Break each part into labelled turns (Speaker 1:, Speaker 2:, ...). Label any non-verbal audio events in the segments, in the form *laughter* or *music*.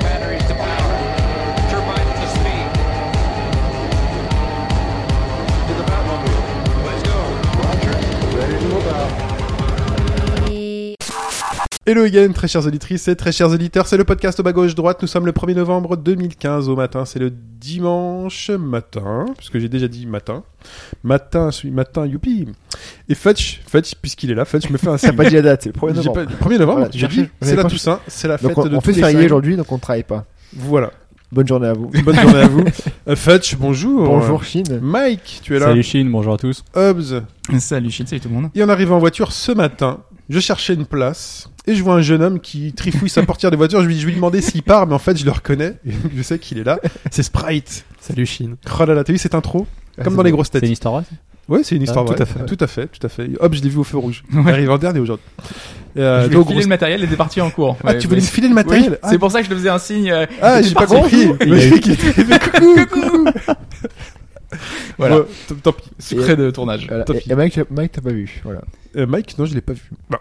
Speaker 1: batteries to power. Turbines to speed. To the Batmobile. Let's go.
Speaker 2: Hello again, très chères auditrices et très chers auditeurs, c'est le podcast au bas gauche droite, nous sommes le 1er novembre 2015 au matin, c'est le dimanche matin, puisque j'ai déjà dit matin, matin, je suis- matin, youpi Et Fetch, Fetch, puisqu'il est là, Fetch me fait
Speaker 3: *laughs*
Speaker 2: un
Speaker 3: T'as
Speaker 2: signe.
Speaker 3: pas dit la date, c'est le 1er
Speaker 2: J'ai
Speaker 3: novembre.
Speaker 2: pas- 1er novembre,
Speaker 3: Voilà,
Speaker 2: j'ai dit,
Speaker 3: cherchez, vous
Speaker 2: c'est la
Speaker 3: avez pas-
Speaker 2: Toussaint, c'est la fête
Speaker 3: Donc on,
Speaker 2: de
Speaker 3: on
Speaker 2: tous
Speaker 3: fait
Speaker 2: les
Speaker 3: férié
Speaker 2: saints.
Speaker 3: aujourd'hui, donc on ne travaille pas.
Speaker 2: Voilà,
Speaker 3: Bonne
Speaker 2: *laughs*
Speaker 3: journée à vous.
Speaker 2: bonne journée à
Speaker 3: *laughs*
Speaker 2: vous. Euh, Fetch, bonjour.
Speaker 3: Bonjour Chine.
Speaker 2: Mike, tu es là.
Speaker 4: Salut Chine, bonjour à tous.
Speaker 2: Hobbs.
Speaker 5: Salut Chine, salut tout le monde.
Speaker 2: Et on arrive en voiture ce matin, je cherchais une place, et je vois un jeune homme qui trifouille sa portière de voiture, je lui, je lui demandais s'il part, mais en fait je le reconnais, et *laughs* je sais qu'il est là, c'est Sprite.
Speaker 5: Salut Chine.
Speaker 2: Oh là là, t'as vu cette intro
Speaker 3: Ah,
Speaker 2: Comme
Speaker 3: c'est
Speaker 2: dans les
Speaker 3: bon.
Speaker 2: grosses
Speaker 4: C'est
Speaker 2: têtes.
Speaker 4: une histoire vraie
Speaker 2: Ouais, c'est une histoire
Speaker 3: Ah, tout
Speaker 2: vraie.
Speaker 3: à fait.
Speaker 2: Tout à fait, tout à fait. Hop, je l'ai vu au feu rouge.
Speaker 5: Ouais.
Speaker 2: Il arrive en dernier aujourd'hui. Et, euh,
Speaker 5: je vais
Speaker 2: donc,
Speaker 5: filer
Speaker 2: grosse-
Speaker 5: le matériel et t'es parti en cours.
Speaker 2: Ah,
Speaker 5: Ouais,
Speaker 2: tu voulais me
Speaker 5: ouais.
Speaker 2: filer le
Speaker 5: Oui,
Speaker 2: matériel Ah,
Speaker 5: C'est pour ça que je te faisais un signe. euh, *laughs*
Speaker 2: Ah,
Speaker 5: et
Speaker 2: j'ai
Speaker 5: t'es
Speaker 2: pas
Speaker 5: parti en
Speaker 2: compris.
Speaker 5: cours.
Speaker 2: Mais je *laughs* sais qu'il était- Coucou, coucou.
Speaker 5: Voilà.
Speaker 2: Bon, t- tant pis.
Speaker 5: Secret de tournage.
Speaker 3: Voilà.
Speaker 2: Tant
Speaker 3: Et,
Speaker 2: pis.
Speaker 3: et Mike, t'as- Mike, t'as pas vu. Voilà.
Speaker 2: Euh, Mike, non, je l'ai pas vu. Bon.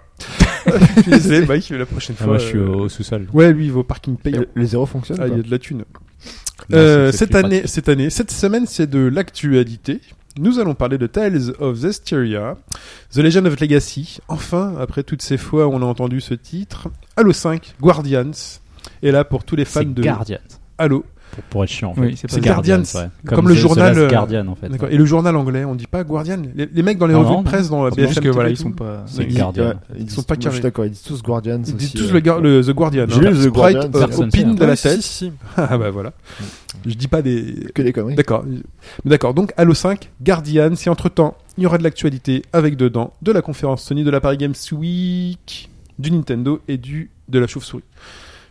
Speaker 2: *laughs* Je suis Désolé, Mike, mais la prochaine fois.
Speaker 4: Ah, Moi je suis
Speaker 2: euh,
Speaker 4: au sous-sol.
Speaker 2: Ouais, lui, il va au parking payant.
Speaker 3: Le, le zéro fonctionne.
Speaker 2: Ah,
Speaker 3: quoi.
Speaker 2: il y a de la thune.
Speaker 4: Non,
Speaker 2: Euh,
Speaker 4: c'est- c'est
Speaker 2: cette
Speaker 4: plus
Speaker 2: année, cette année, cette semaine, c'est de l'actualité. Nous allons parler de Tales of Zestiria, The Legend of Legacy. Enfin, après toutes ces fois où on a entendu ce titre, Halo 5, Guardians. Et là, pour tous les fans
Speaker 4: C'est
Speaker 2: de
Speaker 4: Guardians.
Speaker 2: Halo.
Speaker 4: Pour, pour être chiant en fait.
Speaker 5: Oui, c'est
Speaker 2: C'est
Speaker 5: pas
Speaker 2: Gar-
Speaker 5: grave.
Speaker 2: Guardians.
Speaker 4: ouais.
Speaker 2: Comme le
Speaker 4: The- The
Speaker 2: journal,
Speaker 4: Last
Speaker 2: euh,
Speaker 4: Guardian en fait.
Speaker 2: D'accord. Et le journal anglais, on dit pas Guardian. Les, les mecs dans les
Speaker 4: Non,
Speaker 2: revues
Speaker 4: non,
Speaker 2: de presse, dans
Speaker 5: Je pense
Speaker 2: BFM,
Speaker 5: que
Speaker 2: TV
Speaker 5: voilà,
Speaker 2: et
Speaker 5: ils
Speaker 2: tout,
Speaker 5: sont pas.
Speaker 4: C'est
Speaker 3: Ils-
Speaker 4: Guardian.
Speaker 3: ouais, Ils,
Speaker 2: sont pas
Speaker 3: moi, Je
Speaker 2: carrés.
Speaker 3: suis d'accord, ils disent tous Guardians.
Speaker 2: Ils disent
Speaker 3: aussi,
Speaker 2: tous
Speaker 3: euh,
Speaker 2: le, Gar- le- The Guardian.
Speaker 3: J'ai lu The
Speaker 2: Sprite,
Speaker 3: Guardian,
Speaker 2: euh,
Speaker 4: personne
Speaker 2: opine
Speaker 4: sait.
Speaker 2: de la
Speaker 4: Ouais,
Speaker 2: tête. *laughs* Ah bah voilà. Je dis pas des,
Speaker 3: Que des conneries.
Speaker 2: D'accord. Mais D'accord. Donc Halo 5, Guardian, si entre-temps, il y aura de l'actualité avec dedans de la conférence Sony, de la Paris Games Week, du Nintendo et du de la chauve-souris.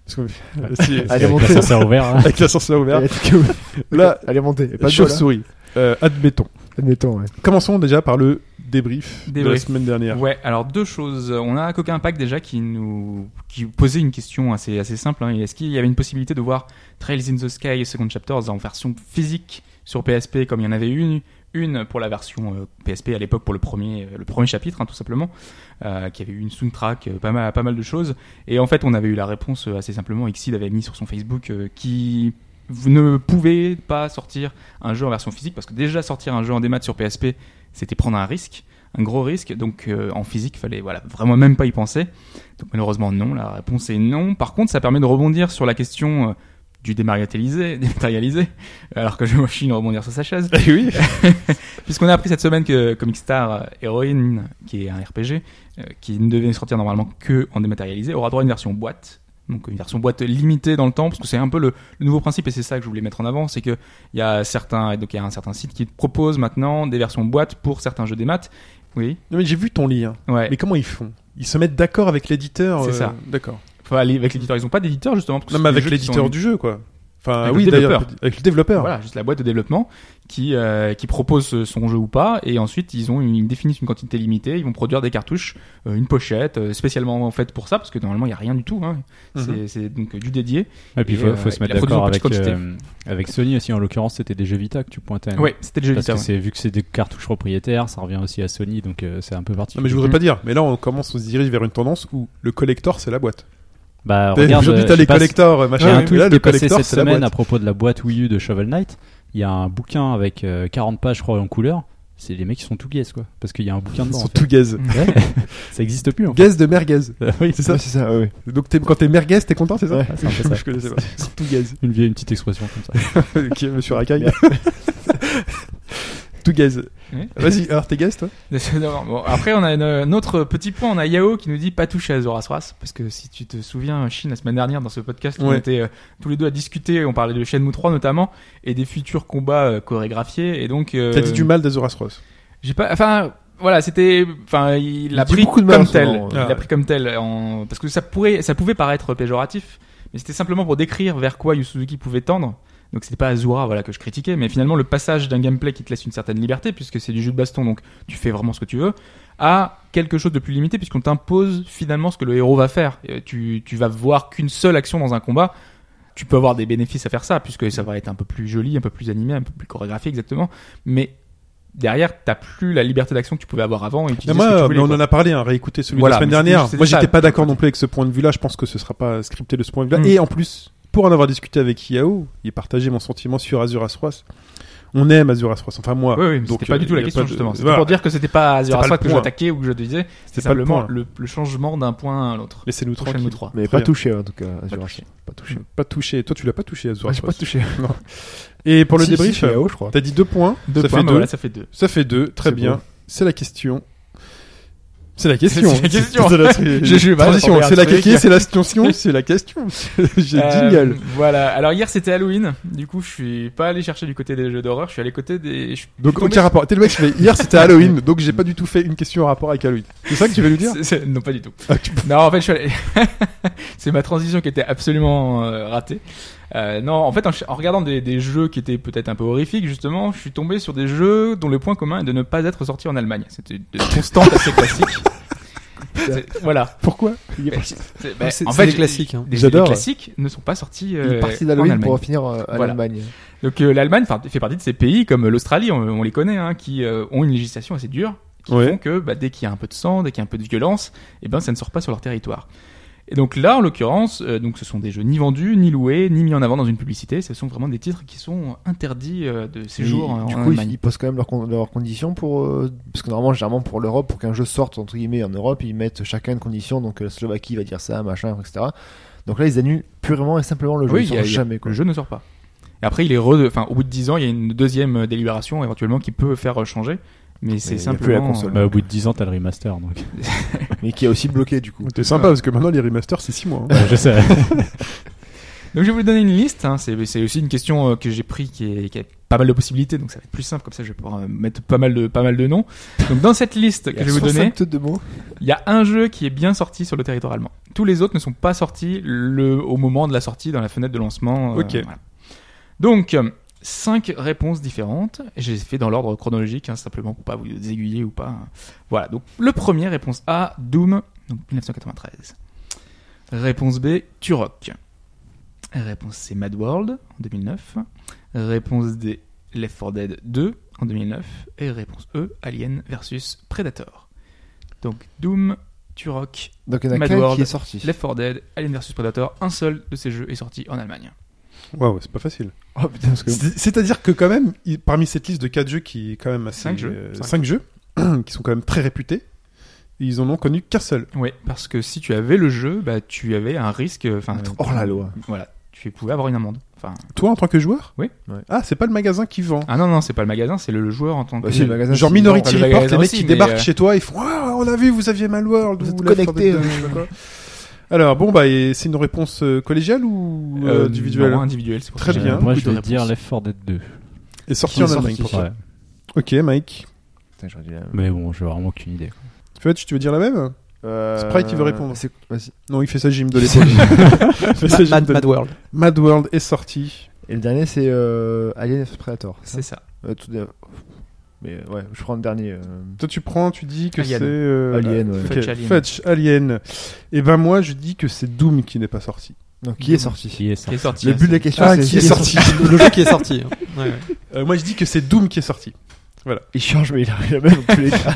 Speaker 2: Parce que euh, si-
Speaker 3: Allez,
Speaker 4: Avec
Speaker 3: monter.
Speaker 4: l'ascenseur ouvert. hein.
Speaker 2: avec l'ascenseur ouvert, *laughs*
Speaker 3: *laughs* Allez, tout-
Speaker 2: Là, *laughs*
Speaker 3: Allez, montez. Et Pas de jeu, là.
Speaker 2: chauve-souris. Euh, admettons.
Speaker 3: Admettons, ouais.
Speaker 2: Commençons déjà par le débrief, de la
Speaker 5: Débrief.
Speaker 2: semaine dernière.
Speaker 5: Ouais, alors deux choses. On a Coca Impact déjà qui nous qui posait une question assez, assez simple. hein. Est-ce qu'il y avait une possibilité de voir Trails in the Sky Second Chapters en version physique sur PSP comme il y en avait une une pour la version euh, PSP à l'époque pour le premier le premier chapitre hein, tout simplement euh, qui avait eu une soundtrack euh, pas mal pas mal de choses et en fait on avait eu la réponse euh, assez simplement Xid avait mis sur son Facebook euh, qui ne pouvait pas sortir un jeu en version physique parce que déjà sortir un jeu en démat sur PSP c'était prendre un risque un gros risque. Donc euh, en physique, fallait voilà vraiment même pas y penser. Donc malheureusement non, la réponse est non. Par contre, ça permet de rebondir sur la question euh, du dématérialisé, *laughs* dématérialisé. Alors que je vois Chine rebondir sur sa chaise.
Speaker 2: Eh oui.
Speaker 5: *laughs* Puisqu'on a appris cette semaine que Comic Star euh, Heroine, qui est un RPG, euh, qui ne devait sortir normalement que en dématérialisé, aura droit à une version boîte. Donc une version boîte limitée dans le temps, parce que c'est un peu le, le nouveau principe, et c'est ça que je voulais mettre en avant, c'est que il y a certains, donc il y a un certain site qui propose maintenant des versions boîte pour certains jeux des maths. Oui,
Speaker 2: Non, mais j'ai vu ton lien.
Speaker 5: ouais.
Speaker 2: Mais comment ils font Ils se mettent d'accord avec l'éditeur.
Speaker 5: C'est
Speaker 2: euh,
Speaker 5: ça.
Speaker 2: D'accord.
Speaker 5: Enfin, aller avec l'éditeur, ils ont pas d'éditeur justement. parce
Speaker 2: Non,
Speaker 5: que c'est
Speaker 2: mais
Speaker 5: des
Speaker 2: avec
Speaker 5: jeux qui sont
Speaker 2: l'éditeur
Speaker 5: en-
Speaker 2: du jeu, quoi. Enfin,
Speaker 5: Avec le
Speaker 2: oui, d'ailleurs,
Speaker 5: développeur.
Speaker 2: avec le développeur.
Speaker 5: Voilà, juste la boîte de développement qui euh, qui propose euh, son jeu ou pas, et ensuite ils ont une- ils définissent une quantité limitée, ils vont produire des cartouches, euh, une pochette euh, spécialement en fait pour ça, parce que normalement il y a rien du tout. Hein.
Speaker 2: Mhm.
Speaker 5: C'est- C'est donc euh, du dédié.
Speaker 4: Et puis il faut,
Speaker 5: Et, euh,
Speaker 4: faut se
Speaker 5: il a
Speaker 4: mettre
Speaker 5: produit
Speaker 4: d'accord
Speaker 5: en petite
Speaker 4: avec,
Speaker 5: quantité.
Speaker 4: euh, avec Sony aussi. En l'occurrence, c'était des jeux Vita que tu pointais. non
Speaker 5: Ouais, c'était le jeu
Speaker 4: Parce
Speaker 5: Vita,
Speaker 4: que
Speaker 5: ouais.
Speaker 4: c'est vu que c'est des cartouches propriétaires, ça revient aussi à Sony, donc euh, c'est un peu
Speaker 2: Non,
Speaker 4: particulier.
Speaker 2: mais je voudrais pas dire. Mais là, on commence, on se dirige vers une tendance où le collector, c'est la boîte.
Speaker 4: Bah
Speaker 2: T'as-
Speaker 4: regarde,
Speaker 2: Aujourd'hui,
Speaker 4: euh,
Speaker 2: t'as
Speaker 4: je
Speaker 2: les
Speaker 4: passe-
Speaker 2: collectors,
Speaker 4: J'ai
Speaker 2: machin,
Speaker 4: un
Speaker 2: et tout
Speaker 4: tweet
Speaker 2: là,
Speaker 4: qui
Speaker 2: le
Speaker 4: est passé
Speaker 2: collector,
Speaker 4: cette
Speaker 2: c'est la
Speaker 4: semaine à
Speaker 2: boîte.
Speaker 4: propos de la boîte Wii U de Shovel Knight. Il y a un bouquin avec euh, 40 pages, je crois, en couleur. C'est les mecs qui sont tout gaze, quoi. Parce qu'il y a un bouquin
Speaker 2: Ils
Speaker 4: dedans.
Speaker 2: sont
Speaker 4: en
Speaker 2: tout
Speaker 4: fait.
Speaker 2: gaze.
Speaker 4: Ça existe plus, en fait.
Speaker 2: Gaze de merguez.
Speaker 4: Mm. *laughs* Euh, oui,
Speaker 2: C'est ça
Speaker 3: Ouais, c'est ça, ouais, ouais.
Speaker 2: Donc t'es- quand t'es merguez, t'es content, c'est ça *laughs*
Speaker 3: Ouais.
Speaker 4: c'est un peu ça.
Speaker 2: Je
Speaker 4: *laughs*
Speaker 2: connaissais pas. Ils sont tout gaze.
Speaker 4: Une vieille une petite expression comme ça.
Speaker 2: Ok, monsieur Rakai.
Speaker 3: Bien.
Speaker 2: tout gaze.
Speaker 5: Ouais.
Speaker 2: Vas-y, alors t'es gaze, toi
Speaker 5: Non, bon, après, on a une- euh, un autre petit point. On a Yao qui nous dit pas toucher à Zoras Ras. Parce que si tu te souviens, Chine, la semaine dernière, dans ce podcast, on
Speaker 2: Ouais.
Speaker 5: était euh, tous les deux à discuter. On parlait de Shenmue 3 notamment et des futurs combats euh, chorégraphiés. Et donc, euh,
Speaker 2: T'as dit du mal d'Azuras Ross.
Speaker 5: J'ai pas. Enfin, voilà, c'était. Enfin, il l'a
Speaker 3: dit
Speaker 5: pris
Speaker 3: beaucoup de mal en
Speaker 5: comme
Speaker 3: ce
Speaker 5: tel.
Speaker 3: moment,
Speaker 5: Il
Speaker 2: ouais.
Speaker 5: l'a pris comme tel. en- Parce que ça pourrait, ça pouvait paraître péjoratif, mais c'était simplement pour décrire vers quoi Yu Suzuki pouvait tendre. Donc c'était pas Azura voilà que je critiquais, mais finalement le passage d'un gameplay qui te laisse une certaine liberté puisque c'est du jeu de baston donc tu fais vraiment ce que tu veux à quelque chose de plus limité puisqu'on t'impose finalement ce que le héros va faire. Euh, Tu tu vas voir qu'une seule action dans un combat. tu peux avoir des bénéfices à faire ça, puisque ça va être un peu plus joli, un peu plus animé, un peu plus chorégraphié, exactement. Mais derrière, t'as plus la liberté d'action que tu pouvais avoir avant. Et utiliser
Speaker 2: Mais
Speaker 5: ce que tu
Speaker 2: moi,
Speaker 5: voulais,
Speaker 2: mais on
Speaker 5: quoi.
Speaker 2: en a parlé, hein, réécouter celui
Speaker 5: Voilà,
Speaker 2: de la semaine
Speaker 5: mais c'était
Speaker 2: dernière.
Speaker 5: juste- c'était
Speaker 2: Moi,
Speaker 5: ça,
Speaker 2: j'étais pas
Speaker 5: le
Speaker 2: d'accord
Speaker 5: truc.
Speaker 2: non plus avec ce point de vue-là. Je pense que ce sera pas scripté de ce point de vue-là.
Speaker 5: Mm.
Speaker 2: Et en plus, pour en avoir discuté avec Yao, il partageait mon sentiment sur Azuras Roas. On aime Azuras Roas. Enfin, moi.
Speaker 5: Oui, oui, mais
Speaker 2: Donc,
Speaker 5: c'était pas du
Speaker 2: euh,
Speaker 5: tout la
Speaker 2: y a
Speaker 5: question
Speaker 2: pas de-
Speaker 5: justement. C'était
Speaker 2: voilà.
Speaker 5: pour dire que c'était pas
Speaker 2: C'était pas
Speaker 5: Azura Sword
Speaker 2: le
Speaker 5: que je
Speaker 2: point.
Speaker 5: attaquais ou que je disais. C'était
Speaker 2: pas le
Speaker 5: simplement
Speaker 2: point.
Speaker 5: le, le changement d'un point à l'autre.
Speaker 2: Laissez-nous
Speaker 5: Prochaine
Speaker 2: tranquille.
Speaker 5: trois.
Speaker 3: Mais
Speaker 2: Très
Speaker 3: pas
Speaker 2: bien.
Speaker 3: touché en tout cas. Azura.
Speaker 5: touché.
Speaker 3: Pas touché.
Speaker 2: Pas touché. Toi, tu l'as pas touché, Azuras
Speaker 3: Ah, j'ai
Speaker 2: Roas.
Speaker 3: pas touché.
Speaker 2: Et pour le
Speaker 3: Si,
Speaker 2: débrief, euh,
Speaker 3: si, chez AO, je crois.
Speaker 2: t'as dit deux points.
Speaker 5: Deux
Speaker 2: ça
Speaker 5: points,
Speaker 2: fait
Speaker 5: bah
Speaker 2: deux.
Speaker 5: voilà, ça fait deux.
Speaker 2: Ça fait deux. Très
Speaker 3: C'est
Speaker 2: bien.
Speaker 3: beau.
Speaker 2: C'est la question. *laughs* C'est la question.
Speaker 5: C'est la question.
Speaker 2: C'est la
Speaker 5: J'ai- j'ai eu mal à
Speaker 2: transition.
Speaker 5: tomber un
Speaker 2: C'est la
Speaker 5: truc.
Speaker 2: question. C'est la question. *laughs* C'est la question. J'ai
Speaker 5: Euh,
Speaker 2: jingle.
Speaker 5: Voilà. Alors hier c'était Halloween. Du coup, je suis pas allé chercher du côté des jeux d'horreur. Je suis allé côté des. je suis
Speaker 2: Donc
Speaker 5: tombé
Speaker 2: aucun rapport. T'es le mec qui fait hier *laughs* c'était Halloween, donc j'ai pas du tout fait une question en rapport avec Halloween. C'est ça que tu veux nous dire
Speaker 5: *laughs* C'est- c'est- Non, pas du tout.
Speaker 2: Ah, tu-
Speaker 5: Non, en fait, je suis allé- *laughs* c'est ma transition qui était absolument euh, ratée. Euh, non, en fait, en, en regardant des, des jeux qui étaient peut-être un peu horrifiques, justement, je suis tombé sur des jeux dont le point commun est de ne pas être sorti en Allemagne. C'était une constante assez
Speaker 2: *laughs*
Speaker 5: classique. C'est- voilà.
Speaker 2: Pourquoi
Speaker 5: C'est- ben,
Speaker 6: C'est-
Speaker 5: en
Speaker 6: c'est
Speaker 5: fait,
Speaker 6: des
Speaker 5: j'ai-
Speaker 6: classiques, hein.
Speaker 5: des- les
Speaker 3: J'adore.
Speaker 5: classiques ne sont pas sortis
Speaker 3: Il
Speaker 5: euh,
Speaker 3: est parti
Speaker 5: en
Speaker 3: d'Halloween
Speaker 5: Allemagne.
Speaker 3: pour finir euh, à
Speaker 5: Voilà.
Speaker 3: l'Allemagne.
Speaker 5: Donc euh, l'Allemagne enfin, fait partie de ces pays comme euh, l'Australie, on, on les connaît, hein, qui euh, ont une législation assez dure, qui
Speaker 2: Ouais.
Speaker 5: font que bah, dès qu'il y a un peu de sang, dès qu'il y a un peu de violence, eh ben ça ne sort pas sur leur territoire. Et donc là, en l'occurrence, euh, donc ce sont des jeux ni vendus, ni loués, ni mis en avant dans une publicité. Ce sont vraiment des titres qui sont interdits euh, de séjour
Speaker 3: Et
Speaker 5: en,
Speaker 3: du
Speaker 5: en
Speaker 3: coup, ils-
Speaker 5: Allemagne.
Speaker 3: ils posent quand même leurs con- leurs conditions pour. euh, parce que normalement, généralement, pour l'Europe, pour qu'un jeu sorte, entre guillemets, en Europe, ils mettent chacun une condition. Donc, euh, la Slovaquie va dire ça, machin, etc. Donc là, ils annulent purement et simplement le jeu.
Speaker 5: Oui,
Speaker 3: ils
Speaker 5: il y a-
Speaker 3: sortent
Speaker 5: il y a-
Speaker 3: jamais, quoi.
Speaker 5: le jeu ne sort pas. Et après, il est re- enfin au bout de 10 ans, il y a une deuxième euh, délibération éventuellement qui peut faire euh, changer. Mais
Speaker 3: il
Speaker 5: c'est
Speaker 3: y a
Speaker 5: simplement euh,
Speaker 3: plus la console.
Speaker 4: Bah, au bout de 10 ans, t'as le remaster, donc. *laughs*
Speaker 3: Mais qui est aussi bloqué, du coup.
Speaker 2: T'es sympa parce que maintenant les remasters c'est 6 mois. *laughs* hein.
Speaker 4: Ouais, je sais.
Speaker 5: Donc je vais vous donner une liste. hein. C'est c'est aussi une question euh, que j'ai pris qui, est- qui a pas mal de possibilités, donc ça va être plus simple comme ça. Je vais pouvoir euh, mettre pas mal de pas mal de noms. Donc dans cette liste
Speaker 3: Il
Speaker 5: que
Speaker 3: y a
Speaker 5: je vais vous donner,
Speaker 3: 62 mots.
Speaker 5: il y a un jeu qui est bien sorti sur le territoire allemand. Tous les autres ne sont pas sortis le, au moment de la sortie dans la fenêtre de lancement. euh,
Speaker 2: Ok.
Speaker 5: voilà. Donc euh, cinq réponses différentes. J'ai fait dans l'ordre chronologique, hein, simplement pour pas vous aiguiller ou pas. hein. Voilà. Donc le premier réponse A, Doom, donc 1993. Réponse B, Turok. Réponse C, Mad World, en 2009. Réponse D, Left 4 Dead 2, en 2009. Et réponse E, Alien versus Predator. Donc Doom, Turok,
Speaker 3: Donc, il y en a
Speaker 5: Mad
Speaker 3: qu'un
Speaker 5: World.
Speaker 3: qui est sorti.
Speaker 5: Left 4 Dead, Alien versus Predator, un seul de ces jeux est sorti en Allemagne.
Speaker 2: Waouh, c'est pas facile.
Speaker 3: Oh putain, parce que.
Speaker 2: C'est- C'est-à-dire que quand même, il- parmi cette liste de 4 jeux qui est quand même assez.
Speaker 5: Cinq jeux.
Speaker 2: euh,
Speaker 5: Cinq.
Speaker 2: cinq jeux, *clears throat* qui sont quand même très réputés, ils en ont connu qu'un seul.
Speaker 5: Oui, parce que si tu avais le jeu, bah tu avais un risque. euh, Enfin,
Speaker 3: Être hors oh, la loi.
Speaker 5: Voilà, tu pouvais avoir une amende. Enfin,
Speaker 2: Toi en tant que joueur
Speaker 5: Oui.
Speaker 3: Ouais.
Speaker 2: Ah, c'est pas le magasin qui vend.
Speaker 5: ah non non, c'est pas le magasin, c'est le, le joueur en tant que.
Speaker 3: Bah, si, le magasin,
Speaker 2: Genre
Speaker 3: c'est-
Speaker 2: Minority
Speaker 5: non, le
Speaker 2: Report, les
Speaker 5: magasin
Speaker 2: mecs
Speaker 5: aussi,
Speaker 2: qui
Speaker 5: mais,
Speaker 2: débarquent
Speaker 5: euh,
Speaker 2: chez toi, ils font Ah, on a vu, vous aviez Malworld
Speaker 3: Vous
Speaker 2: ou
Speaker 3: êtes
Speaker 2: Left 4 Dead
Speaker 3: connectés,
Speaker 2: 2, je sais pas quoi. Alors, bon, bah, et c'est une réponse euh, collégiale ou euh,
Speaker 5: Euh,
Speaker 2: individuelle
Speaker 5: non, individuel. c'est pour
Speaker 2: Très
Speaker 5: ça que
Speaker 2: bien.
Speaker 5: j'ai-
Speaker 4: Moi,
Speaker 2: beaucoup
Speaker 4: je
Speaker 2: de
Speaker 4: vais dire
Speaker 2: réponses.
Speaker 4: Left 4 Dead 2.
Speaker 2: Et sorti en
Speaker 3: Qui est
Speaker 2: Allemagne
Speaker 3: sorti.
Speaker 2: pour ça.
Speaker 4: Ouais.
Speaker 2: Ok, Mike.
Speaker 3: Putain, j'aurais dû la-
Speaker 4: Mais bon, j'ai vraiment aucune idée. quoi.
Speaker 2: Fetch, tu veux dire la même
Speaker 3: Euh,
Speaker 2: Sprite, il veut répondre.
Speaker 3: c'est- vas-y.
Speaker 2: Non, il fait sa gym de l'époque. *laughs* Il fait sa
Speaker 6: Mad,
Speaker 2: gym
Speaker 6: Mad-
Speaker 2: de-
Speaker 6: Mad World.
Speaker 2: Mad World est sorti.
Speaker 3: Et le dernier, c'est euh, Alien vs Predator. c'est ça
Speaker 5: C'est ça.
Speaker 3: Euh, tout dé- Mais euh, ouais, je prends le dernier. euh,
Speaker 2: Toi, tu prends, tu dis que
Speaker 5: Alien.
Speaker 2: c'est. euh,
Speaker 3: Alien, ouais.
Speaker 2: ok,
Speaker 5: Fetch Alien.
Speaker 2: Fetch, Alien. Et ben, moi, je dis que c'est Doom qui n'est pas sorti.
Speaker 3: Non, qui est sorti
Speaker 4: Qui est
Speaker 5: Qui est
Speaker 4: sorti
Speaker 5: sorti.
Speaker 3: Le
Speaker 5: hein,
Speaker 3: but de la
Speaker 5: c'est-
Speaker 3: question,
Speaker 2: Ah,
Speaker 3: c'est
Speaker 2: qui est
Speaker 3: *laughs*
Speaker 2: sorti
Speaker 6: le jeu qui est sorti.
Speaker 2: *laughs*
Speaker 6: hein. Ouais, ouais.
Speaker 2: Euh, Moi, je dis que c'est Doom qui est sorti.
Speaker 3: Il change, mais il arrive la même dans
Speaker 5: *laughs*
Speaker 3: tous les cas.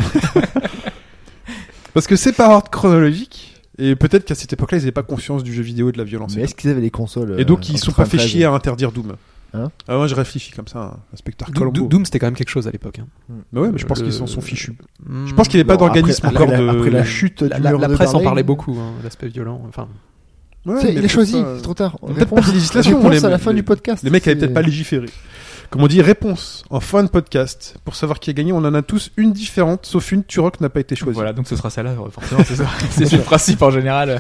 Speaker 2: Parce que c'est par ordre chronologique. Et peut-être qu'à cette époque-là, ils n'avaient pas conscience du jeu vidéo et de la violence.
Speaker 3: Mais est-ce qu'ils avaient les consoles
Speaker 2: Et donc, ils sont pas fait chier à interdire Doom.
Speaker 3: euh, Hein
Speaker 2: ah, moi, je réfléchis comme ça, hein, inspecteur
Speaker 6: Doom,
Speaker 2: Colombo.
Speaker 6: Doom, c'était quand même quelque chose à l'époque. hein.
Speaker 2: Bah ouais, mais je pense
Speaker 6: Le-
Speaker 2: qu'ils s'en sont fichus.
Speaker 6: Hmm.
Speaker 2: Je pense qu'il n'y avait pas d'organisme
Speaker 3: euh, après,
Speaker 2: encore
Speaker 3: la,
Speaker 2: de.
Speaker 3: après la chute
Speaker 6: La,
Speaker 3: du
Speaker 6: la-
Speaker 3: mur
Speaker 6: la
Speaker 3: de
Speaker 6: presse en
Speaker 3: Berlin.
Speaker 6: parlait beaucoup, hein, l'aspect violent. Enfin,
Speaker 2: Ouais,
Speaker 3: Tu sais,
Speaker 2: mais
Speaker 3: il a
Speaker 2: peut-être
Speaker 3: choisi,
Speaker 2: pas-
Speaker 3: c'est trop tard.
Speaker 2: Peut-être pas de législation.
Speaker 3: réponse
Speaker 2: les-
Speaker 3: à la fin
Speaker 2: les-
Speaker 3: du podcast.
Speaker 2: Les mecs avaient
Speaker 3: c'est-
Speaker 2: peut-être pas légiféré. Comme on dit, réponse en fin de podcast. Pour savoir qui a gagné, on en a tous une différente, sauf une. Turok n'a pas été choisie.
Speaker 5: Voilà, donc ce sera ça là, forcément, c'est ça. C'est c'est le principe en général.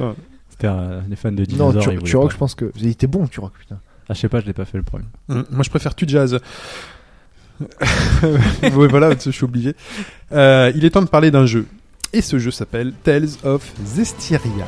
Speaker 4: C'était euh, des fans de
Speaker 3: Non,
Speaker 4: dinosaures. ils
Speaker 3: tu,
Speaker 4: voulaient
Speaker 3: Turok,
Speaker 4: pas.
Speaker 3: je pense que. Il était bon, Turok, putain.
Speaker 4: Ah, je sais pas, je l'ai pas fait le problème.
Speaker 2: Hum, Moi, je préfère tu jazz. *laughs* ouais, voilà, je suis obligé. Euh, il est temps de parler d'un jeu. Et ce jeu s'appelle Tales of Zestiria.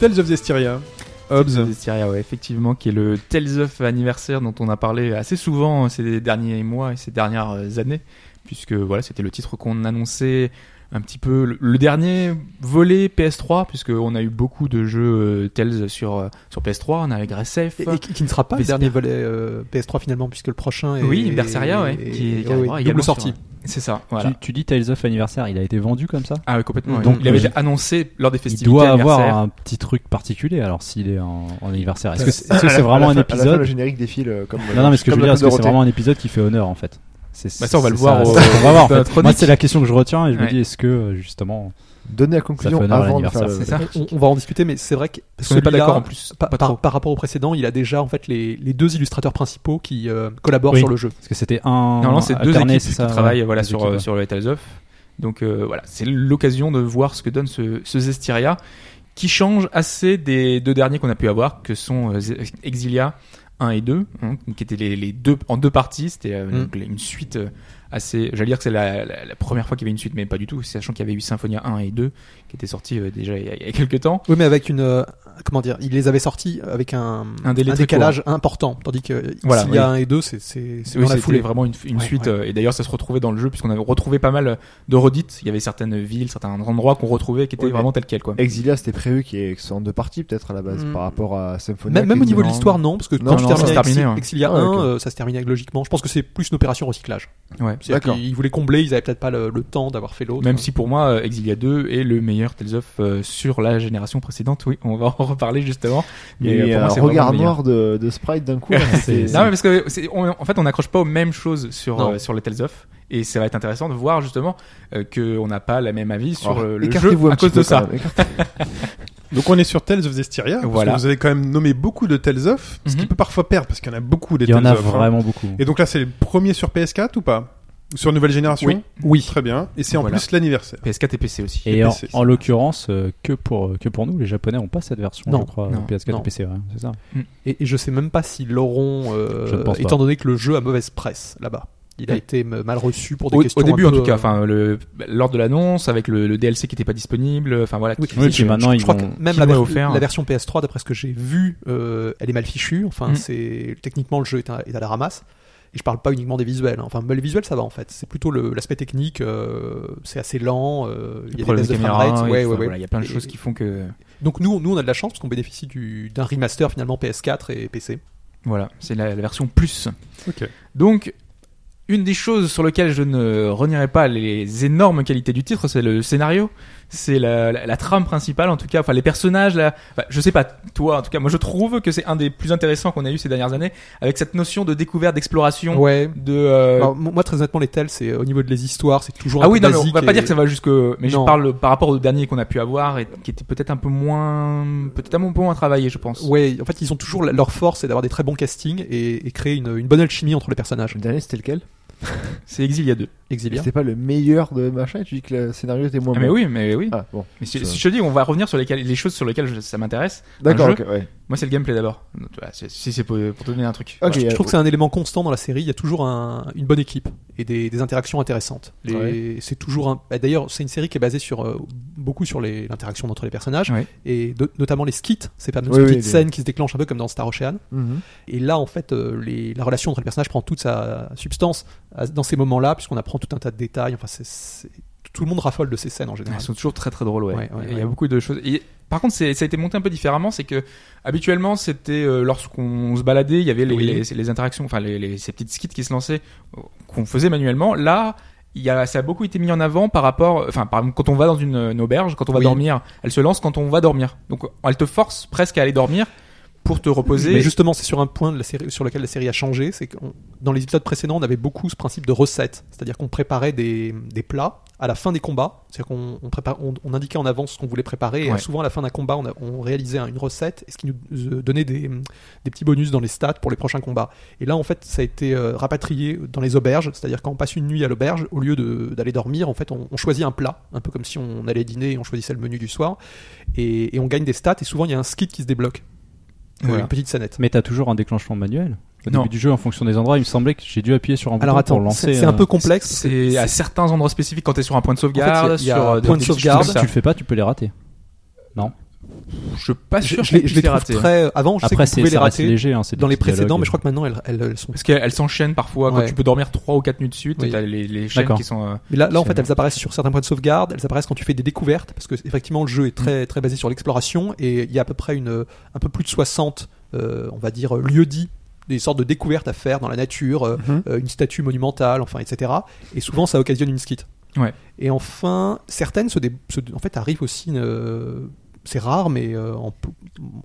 Speaker 2: Tales of Zestiria.
Speaker 5: Tales
Speaker 2: Hobbs.
Speaker 5: of Zestiria, ouais, effectivement, qui est le Tales of anniversaire dont on a parlé assez souvent euh, ces derniers mois et ces dernières euh, années, puisque voilà, c'était le titre qu'on annonçait un petit peu le- le dernier volet PS3, puisque on a eu beaucoup de jeux euh, Tales sur euh, sur PS3, on a avec RSF.
Speaker 6: Et, et qui qui ne sera pas le
Speaker 5: Vesper.
Speaker 6: dernier volet euh, PS3 finalement, puisque le prochain est.
Speaker 5: Oui, Berseria, ouais,
Speaker 6: et-
Speaker 5: qui est- qui
Speaker 6: ouais,
Speaker 5: arrivera
Speaker 6: ouais,
Speaker 5: également
Speaker 6: double
Speaker 5: sur-
Speaker 6: sortie.
Speaker 5: C'est ça,
Speaker 4: Tu-
Speaker 5: voilà.
Speaker 4: Tu, dis Tales of Anniversaire, il a été vendu comme ça
Speaker 5: Ah oui, complètement.
Speaker 4: Donc,
Speaker 5: Donc, il avait
Speaker 4: euh,
Speaker 5: été annoncé lors des
Speaker 4: Il
Speaker 5: festivités
Speaker 4: doit avoir
Speaker 5: anniversaires.
Speaker 4: un petit truc particulier alors s'il est en, en anniversaire. Est-ce que c'est
Speaker 3: À
Speaker 4: est-ce
Speaker 3: la-
Speaker 4: que c'est
Speaker 3: à la
Speaker 4: vraiment
Speaker 3: fin-
Speaker 4: un
Speaker 3: À la fin, le
Speaker 4: épisode
Speaker 3: générique défile euh, comme.
Speaker 4: Non, non, mais ce que je
Speaker 3: comme
Speaker 4: veux
Speaker 3: la
Speaker 4: dire, est-ce que c'est
Speaker 3: Dorothée.
Speaker 4: vraiment un épisode qui fait honneur en fait C'est
Speaker 5: Bah ça, on va
Speaker 4: c'est
Speaker 5: le voir
Speaker 4: ça,
Speaker 5: au-
Speaker 4: c'est- on va voir, en
Speaker 5: dans la
Speaker 4: fait. Moi, c'est la question que je retiens et je me
Speaker 5: Ouais.
Speaker 4: dis est-ce que euh, justement.
Speaker 3: Donner la conclusion
Speaker 4: honneur à
Speaker 3: avant de faire
Speaker 4: l'anniversaire,
Speaker 3: le.
Speaker 5: C'est ça.
Speaker 6: On, on va en discuter, mais c'est vrai que
Speaker 5: Parce qu'on n'est pas
Speaker 6: celui-là,
Speaker 5: d'accord en plus.
Speaker 6: pa-
Speaker 5: Pas
Speaker 6: par,
Speaker 5: trop.
Speaker 6: par rapport au précédent, il a déjà en fait les, les deux illustrateurs principaux qui euh, collaborent
Speaker 4: Oui.
Speaker 6: sur le jeu.
Speaker 4: Parce que c'était un.
Speaker 5: Normalement, c'est deux
Speaker 4: alterné,
Speaker 5: équipes
Speaker 4: c'est ça,
Speaker 5: qui travaillent voilà,
Speaker 4: deux
Speaker 5: sur,
Speaker 4: équipes,
Speaker 5: euh,
Speaker 4: ouais.
Speaker 5: sur le Tales of. Donc euh, voilà, c'est l'occasion de voir ce que donne ce, ce Zestiria qui change assez des deux derniers qu'on a pu avoir, que sont euh, Ze- Exilia 1 et 2, hein, qui étaient les, les deux, en deux parties. C'était euh,
Speaker 6: Mm.
Speaker 5: donc, les- une suite euh, assez. J'allais dire que c'est la, la- la première fois qu'il y avait une suite, mais pas du tout, sachant qu'il y avait eu Symphonia 1 et 2 qui étaient sortis euh, déjà il y, a, il y a quelques temps.
Speaker 6: Oui, mais avec une. euh, comment dire Il les avait sortis avec un,
Speaker 5: Un délai très
Speaker 6: décalage important, tandis que
Speaker 5: Voilà,
Speaker 6: s'il y a
Speaker 5: oui.
Speaker 6: un et deux, c'est c'est c'est
Speaker 5: Oui,
Speaker 6: dans la
Speaker 5: c'était
Speaker 6: foulée.
Speaker 5: vraiment une, une
Speaker 6: Ouais,
Speaker 5: suite.
Speaker 6: ouais.
Speaker 5: euh, Et d'ailleurs, ça se retrouvait dans le jeu, puisqu'on avait retrouvé pas mal euh, de redites. Il y avait certaines villes, certains endroits qu'on retrouvait qui étaient
Speaker 3: Oui, mais-
Speaker 5: vraiment tels quels. Quoi.
Speaker 3: Exilia, c'était prévu qu'il y ait- que ce soit en deux parties peut-être à la base
Speaker 6: Mm.
Speaker 3: par rapport à Symphonia.
Speaker 6: Même, même au niveau de
Speaker 5: Non.
Speaker 6: l'histoire, non, parce que
Speaker 3: Non,
Speaker 6: quand tu
Speaker 5: non, hein.
Speaker 6: termines
Speaker 5: ça se terminait,
Speaker 6: avec
Speaker 5: ouais.
Speaker 6: Exilia
Speaker 3: Ah,
Speaker 6: 1,
Speaker 3: ok.
Speaker 6: euh, ça se termine avec logiquement. Je pense que c'est plus une opération recyclage.
Speaker 5: Ouais.
Speaker 6: C'est-à-dire
Speaker 3: D'accord.
Speaker 6: qu'ils voulaient combler, ils n'avaient peut-être pas le, le temps d'avoir fait l'autre.
Speaker 5: Même si pour moi, euh, Exilia 2 est le meilleur Tales of euh, sur la génération précédente. Oui, on va *laughs* en reparler justement.
Speaker 3: Il
Speaker 5: Mais
Speaker 3: y a eu
Speaker 5: euh, pour
Speaker 3: un
Speaker 5: moi, c'est
Speaker 3: regard
Speaker 5: vraiment le meilleur.
Speaker 3: noir de, de Sprite d'un coup. là, c'était-
Speaker 5: Non, mais parce que c'est- on- en fait, on n'accroche pas aux mêmes choses sur
Speaker 6: Non.
Speaker 5: euh, sur les Tales of. Et ça va être intéressant de voir justement euh, que on n'a pas la même avis sur
Speaker 3: Alors,
Speaker 5: euh, le jeu
Speaker 3: écartez-vous un
Speaker 5: à
Speaker 3: petit
Speaker 5: cause
Speaker 3: peu
Speaker 5: de
Speaker 3: quand
Speaker 5: ça.
Speaker 3: même, écartez-
Speaker 2: Donc on est sur Tales of Zestiria. parce
Speaker 5: Voilà.
Speaker 2: que vous avez quand même nommé beaucoup de Tales of, ce qui
Speaker 5: Mhm.
Speaker 2: peut parfois perdre parce qu'il y en a beaucoup des
Speaker 4: Il y en
Speaker 2: Tales
Speaker 4: a
Speaker 2: of, hein.
Speaker 4: vraiment beaucoup.
Speaker 2: Et donc là, c'est le premier sur PS4 ou pas Ou Sur nouvelle génération
Speaker 5: Oui.
Speaker 2: Oui. Très bien. Et c'est en
Speaker 5: Voilà.
Speaker 2: plus l'anniversaire.
Speaker 5: PS4 et PC aussi.
Speaker 4: Et en,
Speaker 2: PC,
Speaker 4: en l'occurrence, euh, que pour, euh, que pour nous, les Japonais n'ont pas cette version,
Speaker 6: Non,
Speaker 4: je crois,
Speaker 5: non,
Speaker 4: PS4
Speaker 6: non.
Speaker 4: et PC, ouais, c'est ça.
Speaker 6: Et, et je sais même pas s'ils l'auront, euh,
Speaker 4: Je ne pense pas.
Speaker 6: étant donné que le jeu a mauvaise presse là-bas. Il a
Speaker 5: Oui.
Speaker 6: été m- mal reçu pour des
Speaker 5: Au,
Speaker 6: questions.
Speaker 5: au début,
Speaker 6: un
Speaker 5: en
Speaker 6: peu,
Speaker 5: tout cas,
Speaker 6: euh,
Speaker 5: enfin, le, lors de l'annonce, avec le, le DLC qui n'était pas disponible, enfin voilà.
Speaker 6: Oui,
Speaker 5: qui-
Speaker 4: Oui,
Speaker 5: qui-
Speaker 4: puis maintenant,
Speaker 6: je
Speaker 4: ils
Speaker 6: crois
Speaker 4: vont-
Speaker 6: que même
Speaker 5: qui
Speaker 6: la,
Speaker 5: l'ont
Speaker 6: ver-
Speaker 5: offert.
Speaker 6: la version PS3, d'après ce que j'ai vu, euh, elle est mal fichue. Enfin,
Speaker 5: Mm.
Speaker 6: c'est techniquement le jeu est à, est à la ramasse. Et je parle pas uniquement des visuels. hein. Enfin, mais les visuels, ça va en fait. C'est plutôt le- l'aspect technique. euh, c'est assez lent. euh, Il y a des
Speaker 5: problèmes
Speaker 6: baisses de
Speaker 5: caméra,
Speaker 6: framerate.
Speaker 5: et
Speaker 6: Ouais,
Speaker 5: enfin,
Speaker 6: ouais, ouais.
Speaker 5: voilà, il y a plein de
Speaker 6: Et-
Speaker 5: choses qui font que
Speaker 6: Donc nous, nous, on a de la chance parce qu'on bénéficie du- d'un remaster finalement PS4 et PC.
Speaker 5: voilà, c'est la, la version plus.
Speaker 2: Ok.
Speaker 5: Donc, une des choses sur lesquelles je ne renierai pas les énormes qualités du titre, c'est le scénario, c'est la, la- la trame principale en tout cas, enfin les personnages. La, enfin, je sais pas toi, en tout cas, moi je trouve que c'est un des plus intéressants qu'on a eu ces dernières années, avec cette notion de découverte, d'exploration,
Speaker 6: Ouais.
Speaker 5: de. Mm. euh,
Speaker 6: Alors, m- moi, très honnêtement, les tels, c'est euh, au niveau de les histoires, c'est toujours un
Speaker 5: ah oui,
Speaker 6: peu
Speaker 5: non, mais on
Speaker 6: basique
Speaker 5: va pas
Speaker 6: et-
Speaker 5: dire que ça va jusque. Mais je
Speaker 6: Non.
Speaker 5: parle par rapport au dernier qu'on a pu avoir et qui était peut-être un peu moins, peut-être un peu moins travaillé, je pense.
Speaker 6: Ouais, en fait, ils ont toujours la- leur force, c'est d'avoir des très bons castings et, et créer une, une bonne alchimie entre les personnages.
Speaker 3: Le dernier, c'était lequel
Speaker 5: C'est Exilia 2.
Speaker 6: Exilia.
Speaker 3: C'était pas le meilleur de machin et tu dis que le scénario était moins
Speaker 5: Ah,
Speaker 3: bon.
Speaker 5: mais oui, mais oui.
Speaker 3: Ah, bon.
Speaker 5: Mais si,
Speaker 3: Ça-
Speaker 5: si je te dis, on va revenir sur les, les choses sur lesquelles je- ça m'intéresse.
Speaker 3: D'accord,
Speaker 5: jeu
Speaker 3: ok, ouais.
Speaker 5: Moi, c'est le gameplay d'abord. Donc, voilà, c'est- Si c'est pour, pour te donner un truc.
Speaker 3: Ok,
Speaker 6: Je
Speaker 3: euh,
Speaker 6: trouve que c'est un élément constant dans la série. Il y a toujours un- une bonne équipe et des, des interactions intéressantes. Les-
Speaker 3: Ouais.
Speaker 6: C'est toujours un. bah, D'ailleurs, c'est une série qui est basée sur euh, beaucoup sur les- l'interaction entre les personnages
Speaker 5: Ouais.
Speaker 6: et de- notamment les skits, ces fameuses
Speaker 3: Oui, oui,
Speaker 6: petites
Speaker 3: les-
Speaker 6: scènes qui se déclenchent un peu comme dans Star Ocean.
Speaker 3: mhm.
Speaker 6: Et là, en fait, euh, les- la relation entre les personnages prend toute sa substance à- dans ces moments-là, puisqu'on apprend tout un tas de détails. Enfin, c'est- c'est- tout le monde raffole de ces scènes en
Speaker 5: Elles
Speaker 6: général.
Speaker 5: sont toujours très très drôles, ouais.
Speaker 6: Ouais, ouais,
Speaker 5: Il y
Speaker 6: ouais.
Speaker 5: a beaucoup de choses. Et par contre, c'est- ça a été monté un peu différemment. C'est que habituellement, c'était euh, lorsqu'on se baladait, il y avait les,
Speaker 6: Oui.
Speaker 5: les- les interactions, enfin les, les- ces petites skits qui se lançaient, euh, qu'on faisait manuellement. Là, il y a, ça a beaucoup été mis en avant par rapport, enfin par exemple, quand on va dans une, une auberge, quand on va
Speaker 6: Oui.
Speaker 5: dormir, elle se lance quand on va dormir. Donc, elle te force presque à aller dormir pour te reposer.
Speaker 6: Mais justement, c'est sur un point de la série, sur lequel la série a changé, c'est que dans les épisodes précédents, on avait beaucoup ce principe de recette, c'est-à-dire qu'on préparait des, des plats à la fin des combats, c'est-à-dire qu'on on prépare- on- on indiquait en avance ce qu'on voulait préparer,
Speaker 5: Ouais.
Speaker 6: et souvent à la fin d'un combat, on, a- on réalisait un- une recette, et ce qui nous euh, donnait des, des petits bonus dans les stats pour les prochains combats. Et là, en fait, ça a été euh, rapatrié dans les auberges, c'est-à-dire quand on passe une nuit à l'auberge, au lieu de- d'aller dormir, en fait, on, on choisit un plat, un peu comme si on allait dîner et on choisissait le menu du soir, et, et on gagne des stats, et souvent il y a un skit qui se débloque. Euh,
Speaker 5: Voilà.
Speaker 6: Une petite scénette.
Speaker 4: Mais t'as toujours un déclenchement manuel au
Speaker 5: Non.
Speaker 4: début du jeu en fonction des endroits. Il me semblait que j'ai dû appuyer sur un bouton
Speaker 6: Alors
Speaker 4: pour
Speaker 6: attends,
Speaker 4: lancer.
Speaker 6: c'est c'est un
Speaker 4: euh,
Speaker 6: peu complexe.
Speaker 5: c'est à certains endroits spécifiques quand t'es sur un point de
Speaker 6: il y a-
Speaker 5: sauvegarde,
Speaker 6: il y a
Speaker 5: sur
Speaker 6: un
Speaker 5: euh, des
Speaker 6: point de
Speaker 5: petites choses
Speaker 6: sauvegarde.
Speaker 5: comme
Speaker 4: Si
Speaker 5: ça.
Speaker 4: tu le fais pas, tu peux les rater.
Speaker 5: Je suis pas
Speaker 6: Je,
Speaker 5: sûr
Speaker 6: je les,
Speaker 5: qu'on
Speaker 6: je
Speaker 5: puisse
Speaker 6: les trouve
Speaker 5: rater.
Speaker 6: très. Avant, je sais
Speaker 4: Après,
Speaker 6: que tu
Speaker 4: c'est
Speaker 6: pouvais les
Speaker 4: ça reste
Speaker 6: rater
Speaker 4: léger. hein, c'est des
Speaker 6: dans les
Speaker 4: petits dialogues.
Speaker 6: précédents, mais je crois que maintenant elles, elles, elles sont.
Speaker 5: Parce qu'elles s'enchaînent parfois. Quand
Speaker 6: Ouais.
Speaker 5: tu peux dormir 3 ou 4 nuits de suite,
Speaker 6: Oui.
Speaker 5: t'as les, les chaînes
Speaker 4: D'accord.
Speaker 5: qui sont. euh,
Speaker 6: Mais là, là, en fait,
Speaker 5: C'est-
Speaker 6: elles apparaissent sur certains points de sauvegarde. Elles apparaissent quand tu fais des découvertes, parce que effectivement, le jeu est
Speaker 5: Mm.
Speaker 6: très très basé sur l'exploration et il y a à peu près une euh, un peu plus de 60, euh, on va dire, lieux dits des sortes de découvertes à faire dans la nature, euh,
Speaker 5: Mm-hmm.
Speaker 2: Mhm.
Speaker 6: euh, une statue monumentale, enfin, etc. Et souvent, ça occasionne une skit.
Speaker 5: Ouais.
Speaker 6: Et enfin, certaines, se dé- se- en fait, arrivent aussi. euh, c'est rare, mais euh, en, p-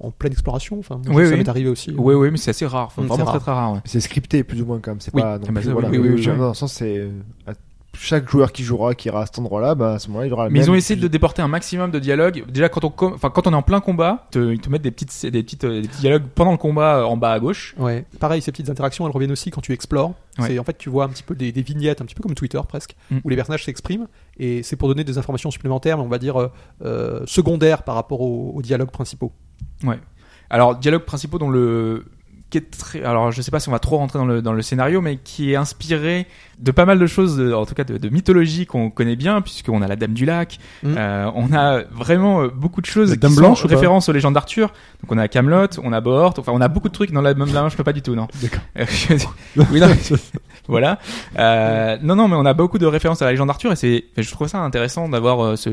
Speaker 6: en pleine exploration. Enfin, moi,
Speaker 5: Oui,
Speaker 6: ça
Speaker 5: oui.
Speaker 6: m'est arrivé aussi. euh.
Speaker 5: Oui, oui, mais c'est assez rare. Enfin,
Speaker 6: Mm,
Speaker 5: vraiment
Speaker 6: c'est
Speaker 5: très très rare. ouais.
Speaker 3: C'est scripté plus ou moins quand même. C'est
Speaker 5: Oui.
Speaker 3: pas non
Speaker 5: Ah bah
Speaker 3: plus,
Speaker 5: ça, oui,
Speaker 3: voilà.
Speaker 6: oui, oui, oui,
Speaker 3: Dans
Speaker 5: oui.
Speaker 3: le sens, c'est euh, à chaque joueur qui jouera, qui ira à cet endroit-là, bah, à ce moment-là, il aura. la
Speaker 5: Mais ils
Speaker 3: même-
Speaker 5: ont essayé de déporter un maximum de dialogues. Déjà, quand on, com- enfin, quand on est en plein combat, te- ils te mettent des, petites, des, petites, euh, des petits dialogues pendant le combat euh, en bas à gauche.
Speaker 6: Ouais. Pareil, ces petites interactions, elles reviennent aussi quand tu explores.
Speaker 5: Ouais.
Speaker 6: C'est en fait tu vois un petit peu des, des vignettes, un petit peu comme Twitter presque,
Speaker 5: Mm.
Speaker 6: où les personnages s'expriment et c'est pour donner des informations supplémentaires, mais on va dire euh, euh, secondaires par rapport aux, aux dialogues principaux.
Speaker 5: Alors, dialogues principaux dont le. Qui est très... Alors, je sais pas si on va trop rentrer dans le, dans le scénario, mais qui est inspiré de pas mal de choses, de- en tout cas de, de mythologie qu'on connaît bien, puisqu'on a la Dame du Lac,
Speaker 6: Mm.
Speaker 5: euh, on a vraiment euh, beaucoup de choses
Speaker 2: La
Speaker 5: qui
Speaker 2: Dame
Speaker 5: sont
Speaker 2: Blanche ou pas
Speaker 5: référence aux légendes d'Arthur. Donc, on a Camelot, on a Bohort, enfin, on a beaucoup de trucs dans la même la main, je peux pas du tout, non.
Speaker 2: D'accord.
Speaker 5: Euh, je- *laughs* oui, non, mais- voilà. Euh, non, non, mais on a beaucoup de références à la légende d'Arthur, et c'est, enfin, je trouve ça intéressant d'avoir euh, ce,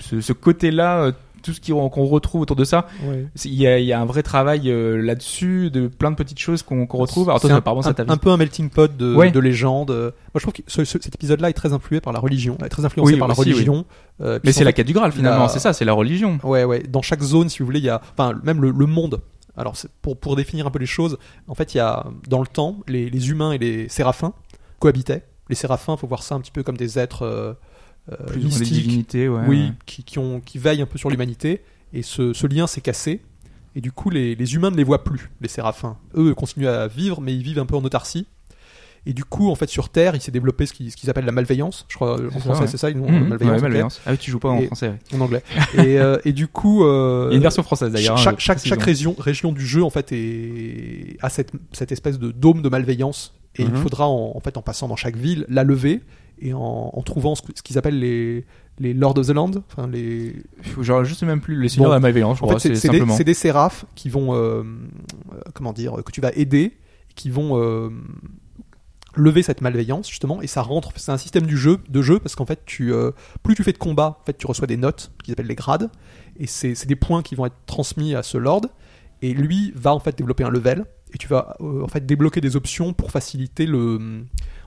Speaker 5: ce, ce côté-là, euh, tout ce qui- qu'on retrouve autour de ça. C'est- Il y, a, il y a un vrai travail euh, là-dessus, de plein de petites choses qu'on qu'on retrouve. Alors,
Speaker 6: C'est
Speaker 5: toi,
Speaker 6: un,
Speaker 5: pardon, ça
Speaker 6: un-
Speaker 5: t'a
Speaker 6: un peu un melting pot de,
Speaker 5: Ouais.
Speaker 6: de légendes. Moi, je trouve que ce- ce- cet épisode-là est très influé par la religion, est très influencé
Speaker 5: Oui,
Speaker 6: par
Speaker 5: aussi,
Speaker 6: la
Speaker 5: oui.
Speaker 6: religion. euh,
Speaker 5: Mais
Speaker 6: puisqu'en
Speaker 5: c'est la
Speaker 6: fait,
Speaker 5: quête du Graal, finalement,
Speaker 6: la-
Speaker 5: c'est ça, c'est la religion.
Speaker 6: Ouais, ouais. Dans chaque zone, si vous voulez, il y a, enfin, même le, le monde. Alors, c'est- pour, pour définir un peu les choses, en fait, il y a, dans le temps, les, les humains et les séraphins cohabitaient. Les séraphins, faut voir ça un petit peu comme des êtres euh, euh,
Speaker 5: Plus ou moins des
Speaker 6: mystiques,
Speaker 5: divinités, ouais. Mmh.
Speaker 6: oui, qui, qui ont, qui veillent un peu sur l'humanité. Et ce, ce lien s'est cassé. Et du coup, les, les humains ne les voient plus, les séraphins. Eux continuent à vivre, mais ils vivent un peu en autarcie. Et du coup, en fait, sur Terre, il s'est développé ce qu'ils ce qu'ils appellent la malveillance. Je crois, en
Speaker 5: ça,
Speaker 6: français,
Speaker 5: ouais.
Speaker 6: c'est ça, ils ont
Speaker 5: Mhm,
Speaker 6: malveillance,
Speaker 5: ouais,
Speaker 6: ok,
Speaker 5: malveillance. Ah oui, tu joues pas en
Speaker 6: Et- euh,
Speaker 5: français. ouais.
Speaker 6: en anglais. Et, euh, et du coup, euh,
Speaker 5: Il y a une version française d'ailleurs. hein,
Speaker 6: chaque,
Speaker 5: je
Speaker 6: chaque,
Speaker 5: précise,
Speaker 6: chaque
Speaker 5: hein.
Speaker 6: région, région du jeu en fait est, a cette, cette espèce de dôme de malveillance et il
Speaker 2: Mhm.
Speaker 6: faudra en, en fait en passant dans chaque ville la lever et en, en trouvant ce, que- ce qu'ils appellent les les Lords of the Land, enfin les.
Speaker 5: Genre, je sais même plus, les seigneurs
Speaker 6: Bon.
Speaker 5: de la malveillance, hein, je
Speaker 6: En
Speaker 5: crois,
Speaker 6: fait, c'est-
Speaker 5: c'est
Speaker 6: c'est des,
Speaker 5: simplement.
Speaker 6: c'est des séraphes qui vont, euh, euh, comment dire, que tu vas aider, qui vont euh, lever cette malveillance justement, et ça rentre. C'est un système du jeu, de jeu, parce qu'en fait, tu, euh, plus tu fais de combats, en fait, tu reçois des notes qu'ils appellent les grades, et c'est c'est des points qui vont être transmis à ce lord, et lui va en fait développer un level, et tu vas euh, en fait débloquer des options pour faciliter le,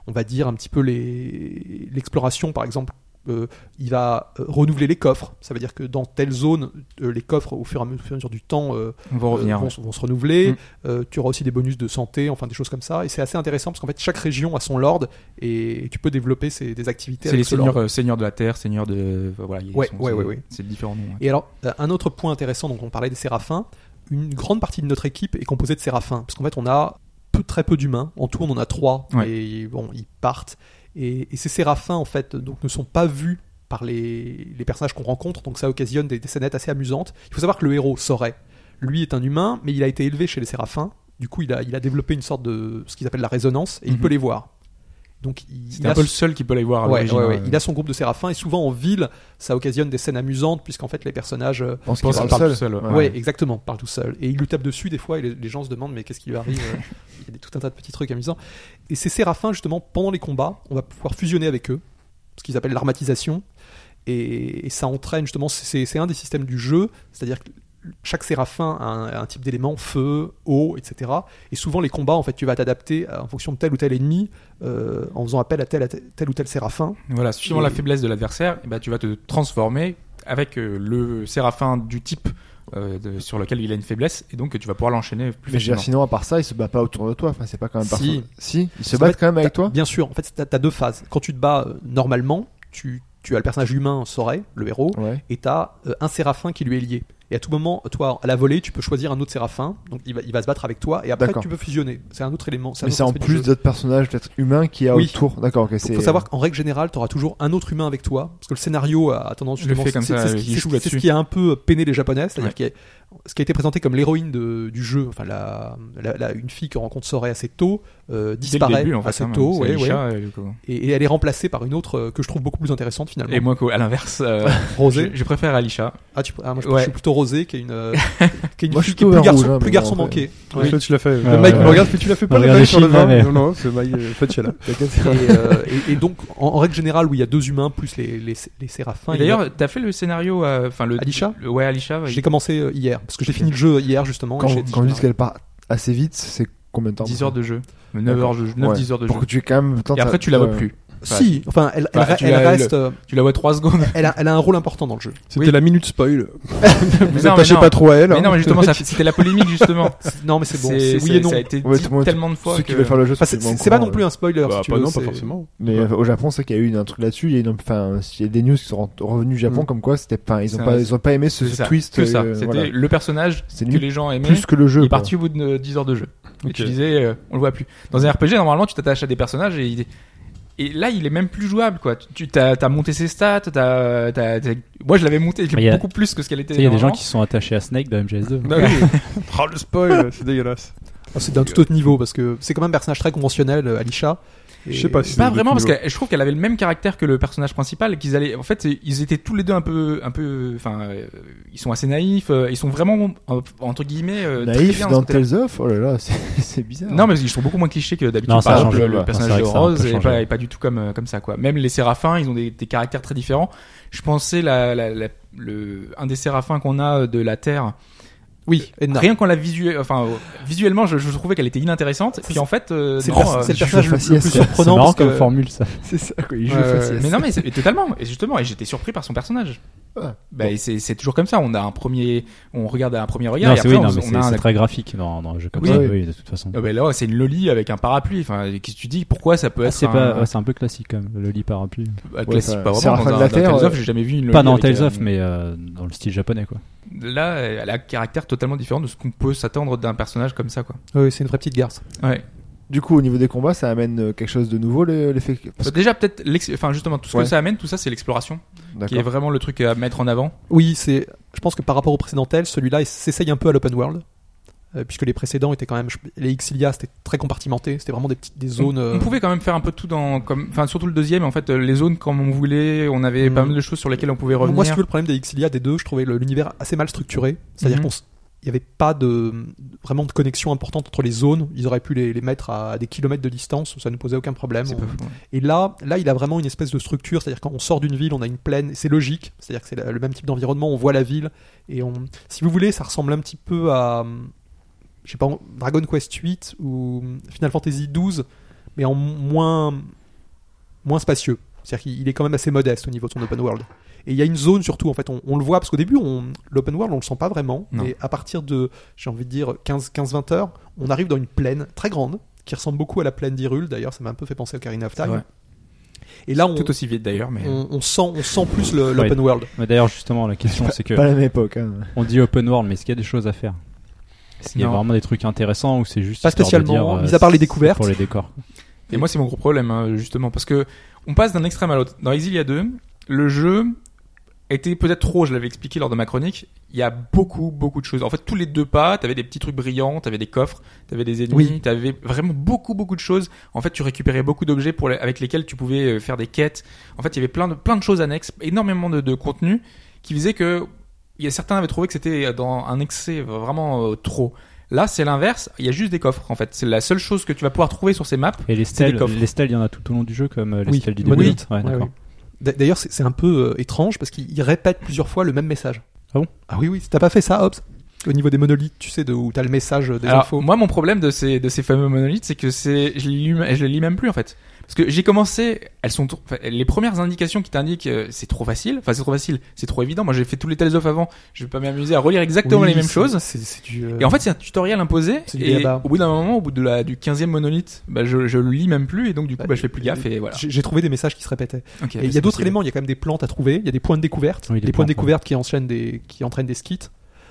Speaker 6: on va dire un petit peu les l'exploration, par exemple. euh, il va euh, renouveler les coffres. Ça veut dire que dans telle zone, euh, les coffres, au fur et à me- au fur et à mesure du temps, euh,
Speaker 5: On va
Speaker 6: euh,
Speaker 5: revenir.
Speaker 6: vont, se- vont se renouveler.
Speaker 5: Mm.
Speaker 6: Euh, tu auras aussi des bonus de santé, enfin des choses comme ça. Et c'est assez intéressant parce qu'en fait, chaque région a son lord et tu peux développer ses- des activités
Speaker 5: C'est les
Speaker 6: avec ce
Speaker 5: seigneurs,
Speaker 6: lord.
Speaker 5: euh, seigneurs de la terre, seigneurs de. enfin, Voilà, ils
Speaker 6: Ouais,
Speaker 5: sont-
Speaker 6: ouais,
Speaker 5: c'est-
Speaker 6: ouais, ouais.
Speaker 5: C'est différents noms. ouais.
Speaker 6: Et alors, euh, un autre point intéressant dont on parlait des séraphins, une grande partie de notre équipe est composée de séraphins parce qu'en fait, on a peu, très peu d'humains. En tout, on en a trois
Speaker 5: Ouais.
Speaker 6: et bon, ils partent. Et, et ces séraphins, en fait, donc ne sont pas vus par les, les personnages qu'on rencontre, donc ça occasionne des, des scénettes assez amusantes. Il faut savoir que le héros saurait. Lui est un humain, mais il a été élevé chez les séraphins. Du coup, il a, il a développé une sorte de ce qu'ils appellent la résonance et il
Speaker 5: Mhm.
Speaker 6: peut les voir. Donc, il,
Speaker 5: C'était
Speaker 6: il
Speaker 5: un
Speaker 6: a
Speaker 5: peu le
Speaker 6: ce-
Speaker 5: seul qui peut les voir à
Speaker 6: ouais,
Speaker 5: l'origine.
Speaker 6: ouais, ouais.
Speaker 5: hein.
Speaker 6: il a son groupe de séraphins et souvent en ville, ça occasionne des scènes amusantes puisqu'en fait les personnages euh,
Speaker 3: Je pense
Speaker 5: Je pense
Speaker 3: qu'il parle
Speaker 5: qu'il parle
Speaker 3: seul.
Speaker 5: tout seul, ouais.
Speaker 6: Ouais, exactement, parle tout seul. Et il lui tape dessus des fois, et les, les gens se demandent mais qu'est-ce qui lui arrive euh, *laughs* Il y a des- tout un tas de petits trucs amusants. Et ces séraphins, justement, pendant les combats, on va pouvoir fusionner avec eux, ce qu'ils appellent l'armatisation. Et, et ça entraîne justement, c'est- c'est c'est un des systèmes du jeu, c'est-à-dire que chaque séraphin a un, un type d'élément, feu, eau, etc. Et souvent les combats, en fait, tu vas t'adapter à- en fonction de tel ou tel ennemi, euh, en faisant appel à tel, à tel- tel ou tel séraphin.
Speaker 5: Voilà, suivant
Speaker 6: Et-
Speaker 5: la faiblesse de l'adversaire, eh ben, tu vas te transformer avec euh, le séraphin du type euh, de- sur lequel il a une faiblesse, et donc tu vas pouvoir l'enchaîner plus
Speaker 3: Mais je veux
Speaker 5: facilement.
Speaker 3: dire, sinon, à part ça, il se bat pas autour de toi. Enfin, c'est pas quand même
Speaker 6: Si.
Speaker 3: personne. Si, ils se
Speaker 6: Parce qu'en
Speaker 3: battent
Speaker 6: fait,
Speaker 3: quand même avec
Speaker 6: t'as-
Speaker 3: toi.
Speaker 6: Bien sûr, en fait, t'as as deux phases. Quand tu te bats euh, normalement, tu, tu as le personnage humain, Soray, le héros,
Speaker 3: Ouais.
Speaker 6: et t'as euh, un séraphin qui lui est lié. Et à tout moment, toi, à la volée, tu peux choisir un autre séraphin, donc il va, il va se battre avec toi, et après
Speaker 3: D'accord.
Speaker 6: tu peux fusionner. C'est un autre élément. un
Speaker 3: Mais
Speaker 6: autre
Speaker 3: c'est en
Speaker 6: aspect du
Speaker 3: plus
Speaker 6: jeu.
Speaker 3: d'autres personnages peut-être humains qui a
Speaker 6: Oui.
Speaker 3: autour. D'accord, ok.
Speaker 6: Donc,
Speaker 3: c'est-
Speaker 6: faut savoir qu'en règle générale, tu auras toujours un autre humain avec toi, parce que le scénario a tendance
Speaker 5: Le
Speaker 6: justement.
Speaker 5: fait comme
Speaker 6: c'est-
Speaker 5: ça,
Speaker 6: c'est ce
Speaker 5: il
Speaker 6: qui-
Speaker 5: joue
Speaker 6: c'est ce
Speaker 5: là-dessus.
Speaker 6: qui a un peu peiné les Japonais, c'est-à-dire
Speaker 5: Ouais.
Speaker 6: qu'il y a- ce qui a été présenté comme l'héroïne de- du jeu, enfin la, la- la- une fille que rencontre Soray assez tôt, euh,
Speaker 5: Dès le
Speaker 6: disparaît
Speaker 5: début, en fait,
Speaker 6: assez
Speaker 5: hein,
Speaker 6: tôt,
Speaker 5: c'est
Speaker 6: ouais, ouais. Ah
Speaker 5: Alicia, elle, quoi.
Speaker 6: et, et elle est remplacée par une autre euh, que je trouve beaucoup plus intéressante finalement.
Speaker 5: Et moi, quoi, à l'inverse, euh,
Speaker 6: Rosé.
Speaker 5: je, je préfère Alisha.
Speaker 6: Ah, tu- ah, moi je,
Speaker 5: Ouais.
Speaker 6: je suis plutôt Rosé, qui est une, euh,
Speaker 5: *laughs*
Speaker 6: qui est une
Speaker 3: Moi, je suis
Speaker 6: fille qui est plus
Speaker 3: plutôt
Speaker 6: garçon,
Speaker 3: rouge, hein,
Speaker 6: plus
Speaker 3: mais
Speaker 6: garçon
Speaker 3: bon, après.
Speaker 6: manqué.
Speaker 2: Oui, toi, tu l'as fait. euh,
Speaker 4: Ouais,
Speaker 2: le mec
Speaker 4: ouais.
Speaker 2: me regarde, puis tu l'as fait pas le
Speaker 4: Regarde
Speaker 2: mec sur le
Speaker 4: les
Speaker 2: vin.
Speaker 4: chiens, ouais.
Speaker 2: Non, non, c'est Mike euh, Fatchella.
Speaker 5: *laughs*
Speaker 6: Et, euh, et- et donc, en, en règle générale, où il y a deux humains plus les, les, les séraphins.
Speaker 5: Et D'ailleurs, t'as fait le scénario, euh, enfin le.
Speaker 6: Alicia
Speaker 5: le- Ouais, Alisha.
Speaker 6: il y a-
Speaker 5: ouais.
Speaker 6: j'ai commencé euh, hier, parce que j'ai fini le jeu hier justement.
Speaker 3: Quand,
Speaker 6: et j'ai dit,
Speaker 3: quand je dis
Speaker 6: ah,
Speaker 3: qu'elle part assez vite, c'est combien de temps
Speaker 5: 10 hein. heures de jeu. 9
Speaker 3: D'accord.
Speaker 5: heures de jeu. 9,
Speaker 3: Ouais.
Speaker 5: 10 heures de jeu.
Speaker 3: Pour que tu aies quand même le temps
Speaker 5: Et après,
Speaker 3: de-
Speaker 5: tu la
Speaker 3: ouais.
Speaker 5: vois plus.
Speaker 6: Si, enfin, elle, elle-
Speaker 5: Bah, tu
Speaker 6: elle
Speaker 5: l'as-
Speaker 6: reste. euh,
Speaker 5: Tu la vois 3 secondes.
Speaker 6: Elle, a, elle a un rôle important dans
Speaker 5: *laughs*
Speaker 6: le jeu.
Speaker 2: C'était
Speaker 5: Oui.
Speaker 2: la minute spoil.
Speaker 5: Mais
Speaker 2: Vous
Speaker 5: non,
Speaker 2: attachez
Speaker 5: mais non.
Speaker 2: pas trop à elle.
Speaker 5: Mais
Speaker 2: hein.
Speaker 5: non, mais justement, ça- c'était la polémique, justement.
Speaker 6: C'est- Non, mais c'est bon. C'est
Speaker 5: C'est-
Speaker 6: oui et non.
Speaker 5: Ça a été dit
Speaker 3: Ouais, tout le monde-
Speaker 5: tellement de fois.
Speaker 3: Ceux
Speaker 5: que...
Speaker 3: qui veulent faire le jeu,
Speaker 6: Enfin,
Speaker 3: sont
Speaker 6: c'est
Speaker 3: complètement au
Speaker 6: c'est pas
Speaker 3: courant,
Speaker 6: non plus un spoiler.
Speaker 2: Bah,
Speaker 6: si tu
Speaker 2: pas
Speaker 6: veux,
Speaker 2: non, pas
Speaker 6: c'est-
Speaker 2: forcément.
Speaker 3: Mais euh, au Japon, c'est qu'il y a eu un truc là-dessus. Il y a eu, une- enfin, il y a des news qui sont rent- revenues du Japon
Speaker 6: Mm.
Speaker 3: comme quoi c'était pas, ils ont
Speaker 5: Ça,
Speaker 3: pas, ils ont pas aimé ce,
Speaker 5: C'est
Speaker 3: ce
Speaker 5: ça,
Speaker 3: twist.
Speaker 5: que ça.
Speaker 3: euh,
Speaker 5: C'était
Speaker 3: voilà.
Speaker 5: le personnage
Speaker 3: C'est
Speaker 5: que
Speaker 3: nul.
Speaker 5: les gens aimaient.
Speaker 3: Plus que le jeu.
Speaker 5: il est
Speaker 3: quoi.
Speaker 5: parti au bout de euh, 10 heures de jeu. Et
Speaker 2: Ok.
Speaker 5: tu disais, euh, on le voit plus. Dans un RPG, normalement, tu t'attaches à des personnages et, il- et là, il est même plus jouable, quoi. Tu- Tu t'as as monté ses stats, t'as- t'as- t'as- moi, je l'avais monté je l'ai
Speaker 4: Mais il y a-
Speaker 5: beaucoup plus que ce qu'elle était.
Speaker 4: Tu sais, il y a des gens
Speaker 5: normalement.
Speaker 4: qui se sont attachés à Snake dans MGS2.
Speaker 2: Ah oui. *laughs* Oh, le spoil, c'est dégueulasse.
Speaker 6: Ah, C'est d'un tout
Speaker 5: euh,
Speaker 6: autre niveau parce que c'est quand même un personnage très conventionnel, euh, Alisha.
Speaker 2: Je sais pas si-
Speaker 5: Pas
Speaker 2: de
Speaker 5: vraiment, parce
Speaker 2: Kilo.
Speaker 5: que je trouve qu'elle avait le même caractère que le personnage principal. Qu'ils allaient, en fait, ils étaient tous les deux un peu, un peu, enfin, euh, ils sont assez naïfs. euh, Ils sont vraiment euh, entre guillemets euh, très
Speaker 3: Naïf
Speaker 5: bien
Speaker 3: dans
Speaker 5: ce côté-là.
Speaker 3: Tales of. Oh là là, *laughs* c'est c'est bizarre.
Speaker 5: Non, mais ils sont beaucoup moins clichés que d'habitude.
Speaker 4: Non, ça
Speaker 5: Par
Speaker 4: a
Speaker 5: exemple,
Speaker 4: changé,
Speaker 5: le
Speaker 4: ouais.
Speaker 5: personnage
Speaker 4: C'est vrai
Speaker 5: de
Speaker 4: que ça a un peu
Speaker 5: Rose est
Speaker 4: changé.
Speaker 5: pas, est pas du tout comme, euh, comme ça, quoi. Même les séraphins, ils ont des, des caractères très différents. Je pensais la, la- la- le, un des séraphins qu'on a euh, de la Terre.
Speaker 6: Oui, Edna.
Speaker 5: Rien qu'en la visuelle, enfin, euh, visuellement, je, je trouvais qu'elle était inintéressante. Puis en fait, euh,
Speaker 6: C'est le,
Speaker 5: non,
Speaker 6: pers-
Speaker 5: euh,
Speaker 6: c'est le
Speaker 3: je
Speaker 6: personnage
Speaker 3: joue
Speaker 6: le,
Speaker 3: facile,
Speaker 6: le plus
Speaker 3: c'est-
Speaker 4: C'est
Speaker 6: surprenant
Speaker 4: marrant
Speaker 6: parce
Speaker 4: comme
Speaker 6: que-
Speaker 4: formule ça.
Speaker 3: c'est ça quoi. Il
Speaker 6: Ouais,
Speaker 3: joue
Speaker 6: ouais,
Speaker 3: facile.
Speaker 5: Mais non, mais c'est- totalement. Et justement, et j'étais surpris par son personnage.
Speaker 3: Ah,
Speaker 5: Bah, et c'est c'est toujours comme ça. On a un premier, on regarde à un premier regard.
Speaker 4: Non,
Speaker 5: et
Speaker 4: c'est
Speaker 5: après,
Speaker 4: oui,
Speaker 5: on,
Speaker 4: non, mais
Speaker 5: on a
Speaker 4: c'est
Speaker 5: un.
Speaker 4: c'est très graphique dans dans un jeu comme
Speaker 3: Oui,
Speaker 4: ça.
Speaker 3: oui.
Speaker 4: Oui, de toute façon.
Speaker 5: Ah bah là, c'est une loli avec un parapluie. Enfin, qu'est-ce que tu dis Pourquoi ça peut
Speaker 4: Ah,
Speaker 5: être
Speaker 4: C'est
Speaker 5: un,
Speaker 4: pas- ouais, c'est un peu classique quand même, le lit parapluie.
Speaker 5: un classique
Speaker 3: enfin,
Speaker 5: Pas
Speaker 3: c'est la
Speaker 5: vraiment.
Speaker 3: fin
Speaker 5: Dans,
Speaker 3: de
Speaker 5: un-
Speaker 3: la
Speaker 5: dans Tales
Speaker 3: Terre,
Speaker 5: of,
Speaker 3: euh,
Speaker 5: j'ai jamais vu une loli
Speaker 4: Pas dans
Speaker 5: avec,
Speaker 4: Tales
Speaker 5: euh,
Speaker 4: of, mais euh, dans le style japonais quoi.
Speaker 5: Là, elle a un caractère totalement différent de ce qu'on peut s'attendre d'un personnage comme ça, quoi.
Speaker 6: Oui, c'est une vraie petite garce.
Speaker 5: Ouais.
Speaker 3: Du coup, au niveau des combats, ça amène euh, quelque chose de nouveau le- l'effet. parce que-
Speaker 5: Déjà, peut-être, l'ex- enfin, justement, tout ce
Speaker 3: Ouais.
Speaker 5: que ça amène, tout ça, c'est l'exploration, qui est
Speaker 3: D'accord.
Speaker 5: vraiment le truc à mettre en avant.
Speaker 6: Oui, c'est. Je pense que par rapport au précédent, tel, celui-là il s'essaye un peu à l'open world. euh, Puisque les précédents étaient quand même. je- Les Ixilia, c'était très compartimenté. C'était vraiment des petites des zones.
Speaker 5: On-
Speaker 6: euh,
Speaker 5: On pouvait quand même faire un peu de tout dans, comme, enfin, surtout le deuxième, en fait, euh, les zones comme on voulait, on avait
Speaker 6: Mm.
Speaker 5: pas mal de choses sur lesquelles on pouvait revenir.
Speaker 6: Moi, si tu veux, le problème des Ixilia, des deux, je trouvais le- l'univers assez mal structuré. C'est-à-dire
Speaker 5: Mhm.
Speaker 6: qu'on s- il n'y avait pas de, vraiment de connexion importante entre les zones. Ils auraient pu les, les mettre à, des kilomètres de distance, ça ne posait aucun problème.
Speaker 5: C'est
Speaker 6: On-
Speaker 5: pas fou, ouais.
Speaker 6: Et là, là, il a vraiment une espèce de structure. C'est-à-dire quand on sort d'une ville, on a une plaine. et C'est logique. C'est-à-dire que c'est la- le même type d'environnement. On voit la ville. Et on, si vous voulez, ça ressemble un petit peu à, hum, je sais pas, Dragon Quest VIII ou hum, Final Fantasy XII, mais en moins, moins spacieux. C'est-à-dire qu'il il est quand même assez modeste au niveau de son open world. Et il y a une zone surtout, en fait, on, on le voit, parce qu'au début, on- l'open world, on le sent pas vraiment,
Speaker 5: Non.
Speaker 6: mais à partir de, j'ai envie de dire, 15-20 heures, on arrive dans une plaine très grande, qui ressemble beaucoup à la plaine d'Irul, d'ailleurs, ça m'a un peu fait penser au Karina of
Speaker 5: C'est
Speaker 6: Time.
Speaker 5: vrai.
Speaker 6: Et là, on,
Speaker 5: Tout aussi vite d'ailleurs, mais.
Speaker 6: on, on sent, on sent plus le- l'open world.
Speaker 4: Mais d'ailleurs justement
Speaker 5: *laughs*
Speaker 4: la question c'est que
Speaker 3: Pas à la même époque. hein.
Speaker 4: on dit open world mais est-ce qu'il y a des choses à faire Est-ce qu'il y a
Speaker 5: Non.
Speaker 4: vraiment des trucs intéressants ou c'est juste
Speaker 6: Pas
Speaker 4: histoire de
Speaker 6: spécialement,
Speaker 4: dire, euh,
Speaker 6: mis à part les
Speaker 4: c'est
Speaker 6: découvertes.
Speaker 4: pour les décors
Speaker 5: Et moi, c'est mon gros problème, hein, justement, parce que on passe d'un extrême à l'autre. Dans Exilia 2, le jeu était peut-être trop, je l'avais expliqué lors de ma chronique, il y a beaucoup, beaucoup de choses. En fait, tous les deux pas, t'avais des petits trucs brillants, t'avais des coffres, t'avais des ennemis,
Speaker 6: Oui.
Speaker 5: t'avais vraiment beaucoup, beaucoup de choses. En fait, tu récupérais beaucoup d'objets pour les- avec lesquels tu pouvais euh, faire des quêtes. En fait, il y avait plein de, plein de choses annexes, énormément de, de contenu qui faisait que il y a certains avaient trouvé que c'était dans un excès vraiment euh, trop. Là, c'est l'inverse. Il y a juste des coffres, en fait. C'est la seule chose que tu vas pouvoir trouver sur ces maps.
Speaker 4: Et les
Speaker 5: des
Speaker 4: stèles,
Speaker 5: coffres.
Speaker 4: les stèles, il y en a tout au long du jeu comme euh, les
Speaker 6: Oui,
Speaker 4: stèles du
Speaker 6: le
Speaker 4: début.
Speaker 6: monolithe.
Speaker 4: Ouais,
Speaker 6: Ouais,
Speaker 4: d'accord.
Speaker 6: oui. D'a- D'ailleurs, c'est c'est un peu euh, étrange parce qu'ils répètent plusieurs fois le même message.
Speaker 4: Ah bon
Speaker 6: Ah oui, oui. T'as pas fait ça, Hobbs Au niveau des monolithes, tu sais, de, où t'as le message euh, des
Speaker 5: Alors,
Speaker 6: infos.
Speaker 5: Moi, mon problème de ces, de ces fameux monolithes, c'est que c'est, je, les lis- je les lis même plus en fait. Parce que j'ai commencé, elles sont, trop- enfin, les premières indications qui t'indiquent, euh, c'est trop facile. Enfin, c'est trop facile, c'est trop évident. Moi, j'ai fait tous les Tales of avant. Je vais pas m'amuser à relire exactement
Speaker 6: Oui,
Speaker 5: les mêmes
Speaker 6: c'est-
Speaker 5: choses.
Speaker 6: c'est- c'est du, euh,
Speaker 5: Et en fait, c'est un tutoriel imposé.
Speaker 6: C'est du
Speaker 5: Et
Speaker 6: blabla.
Speaker 5: au bout d'un moment, au bout de la, du 15e monolithe, bah, je, je le lis même plus. Et donc, du coup, bah, je fais plus gaffe. Et voilà.
Speaker 6: j'ai j'ai trouvé des messages qui se répétaient.
Speaker 5: Ok,
Speaker 6: Et il y
Speaker 5: c'est
Speaker 6: a d'autres
Speaker 5: possible.
Speaker 6: éléments. Il y a quand même des plantes à trouver. Il y a des points de découverte.
Speaker 4: Oui,
Speaker 6: des
Speaker 4: des
Speaker 6: points de
Speaker 4: plantes, ouais.
Speaker 6: découverte qui enchaînent des, qui entraînent des skits.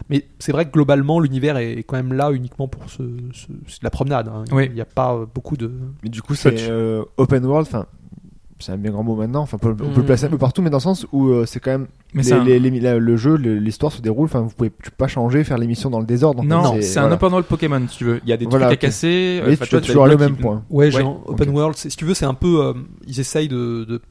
Speaker 6: Mais c'est vrai que globalement, l'univers est est quand même là uniquement pour ce, ce- c'est de la promenade. hein. Il
Speaker 5: Oui.
Speaker 6: n'y a pas euh, beaucoup de.
Speaker 3: Mais du coup, c'est
Speaker 2: Fetch.
Speaker 3: euh, open world. Enfin, c'est un bien grand mot maintenant. Enfin, on peut, on peut
Speaker 6: Mm.
Speaker 3: le placer un peu partout, mais dans le sens où euh, c'est quand même
Speaker 5: Mais
Speaker 3: les-
Speaker 5: c'est un-
Speaker 3: les- les- la- le jeu, le- l'histoire se déroule. Enfin, vous pouvez tu peux pas changer, faire l'émission dans le désordre. donc
Speaker 5: Non, c'est un
Speaker 3: voilà.
Speaker 5: open world Pokémon, si tu veux. Il y a des
Speaker 3: Voilà,
Speaker 5: trucs
Speaker 3: ok.
Speaker 5: à casser. euh,
Speaker 3: Mais
Speaker 5: enfin,
Speaker 3: tu vas
Speaker 5: vois,
Speaker 3: toujours
Speaker 5: des
Speaker 3: aller au
Speaker 5: blocs
Speaker 3: même
Speaker 5: qui-
Speaker 3: point.
Speaker 6: Ouais,
Speaker 5: Ouais,
Speaker 6: genre open
Speaker 3: ok.
Speaker 6: world, c'est- si tu veux, c'est un peu. euh, ils essayent de, de-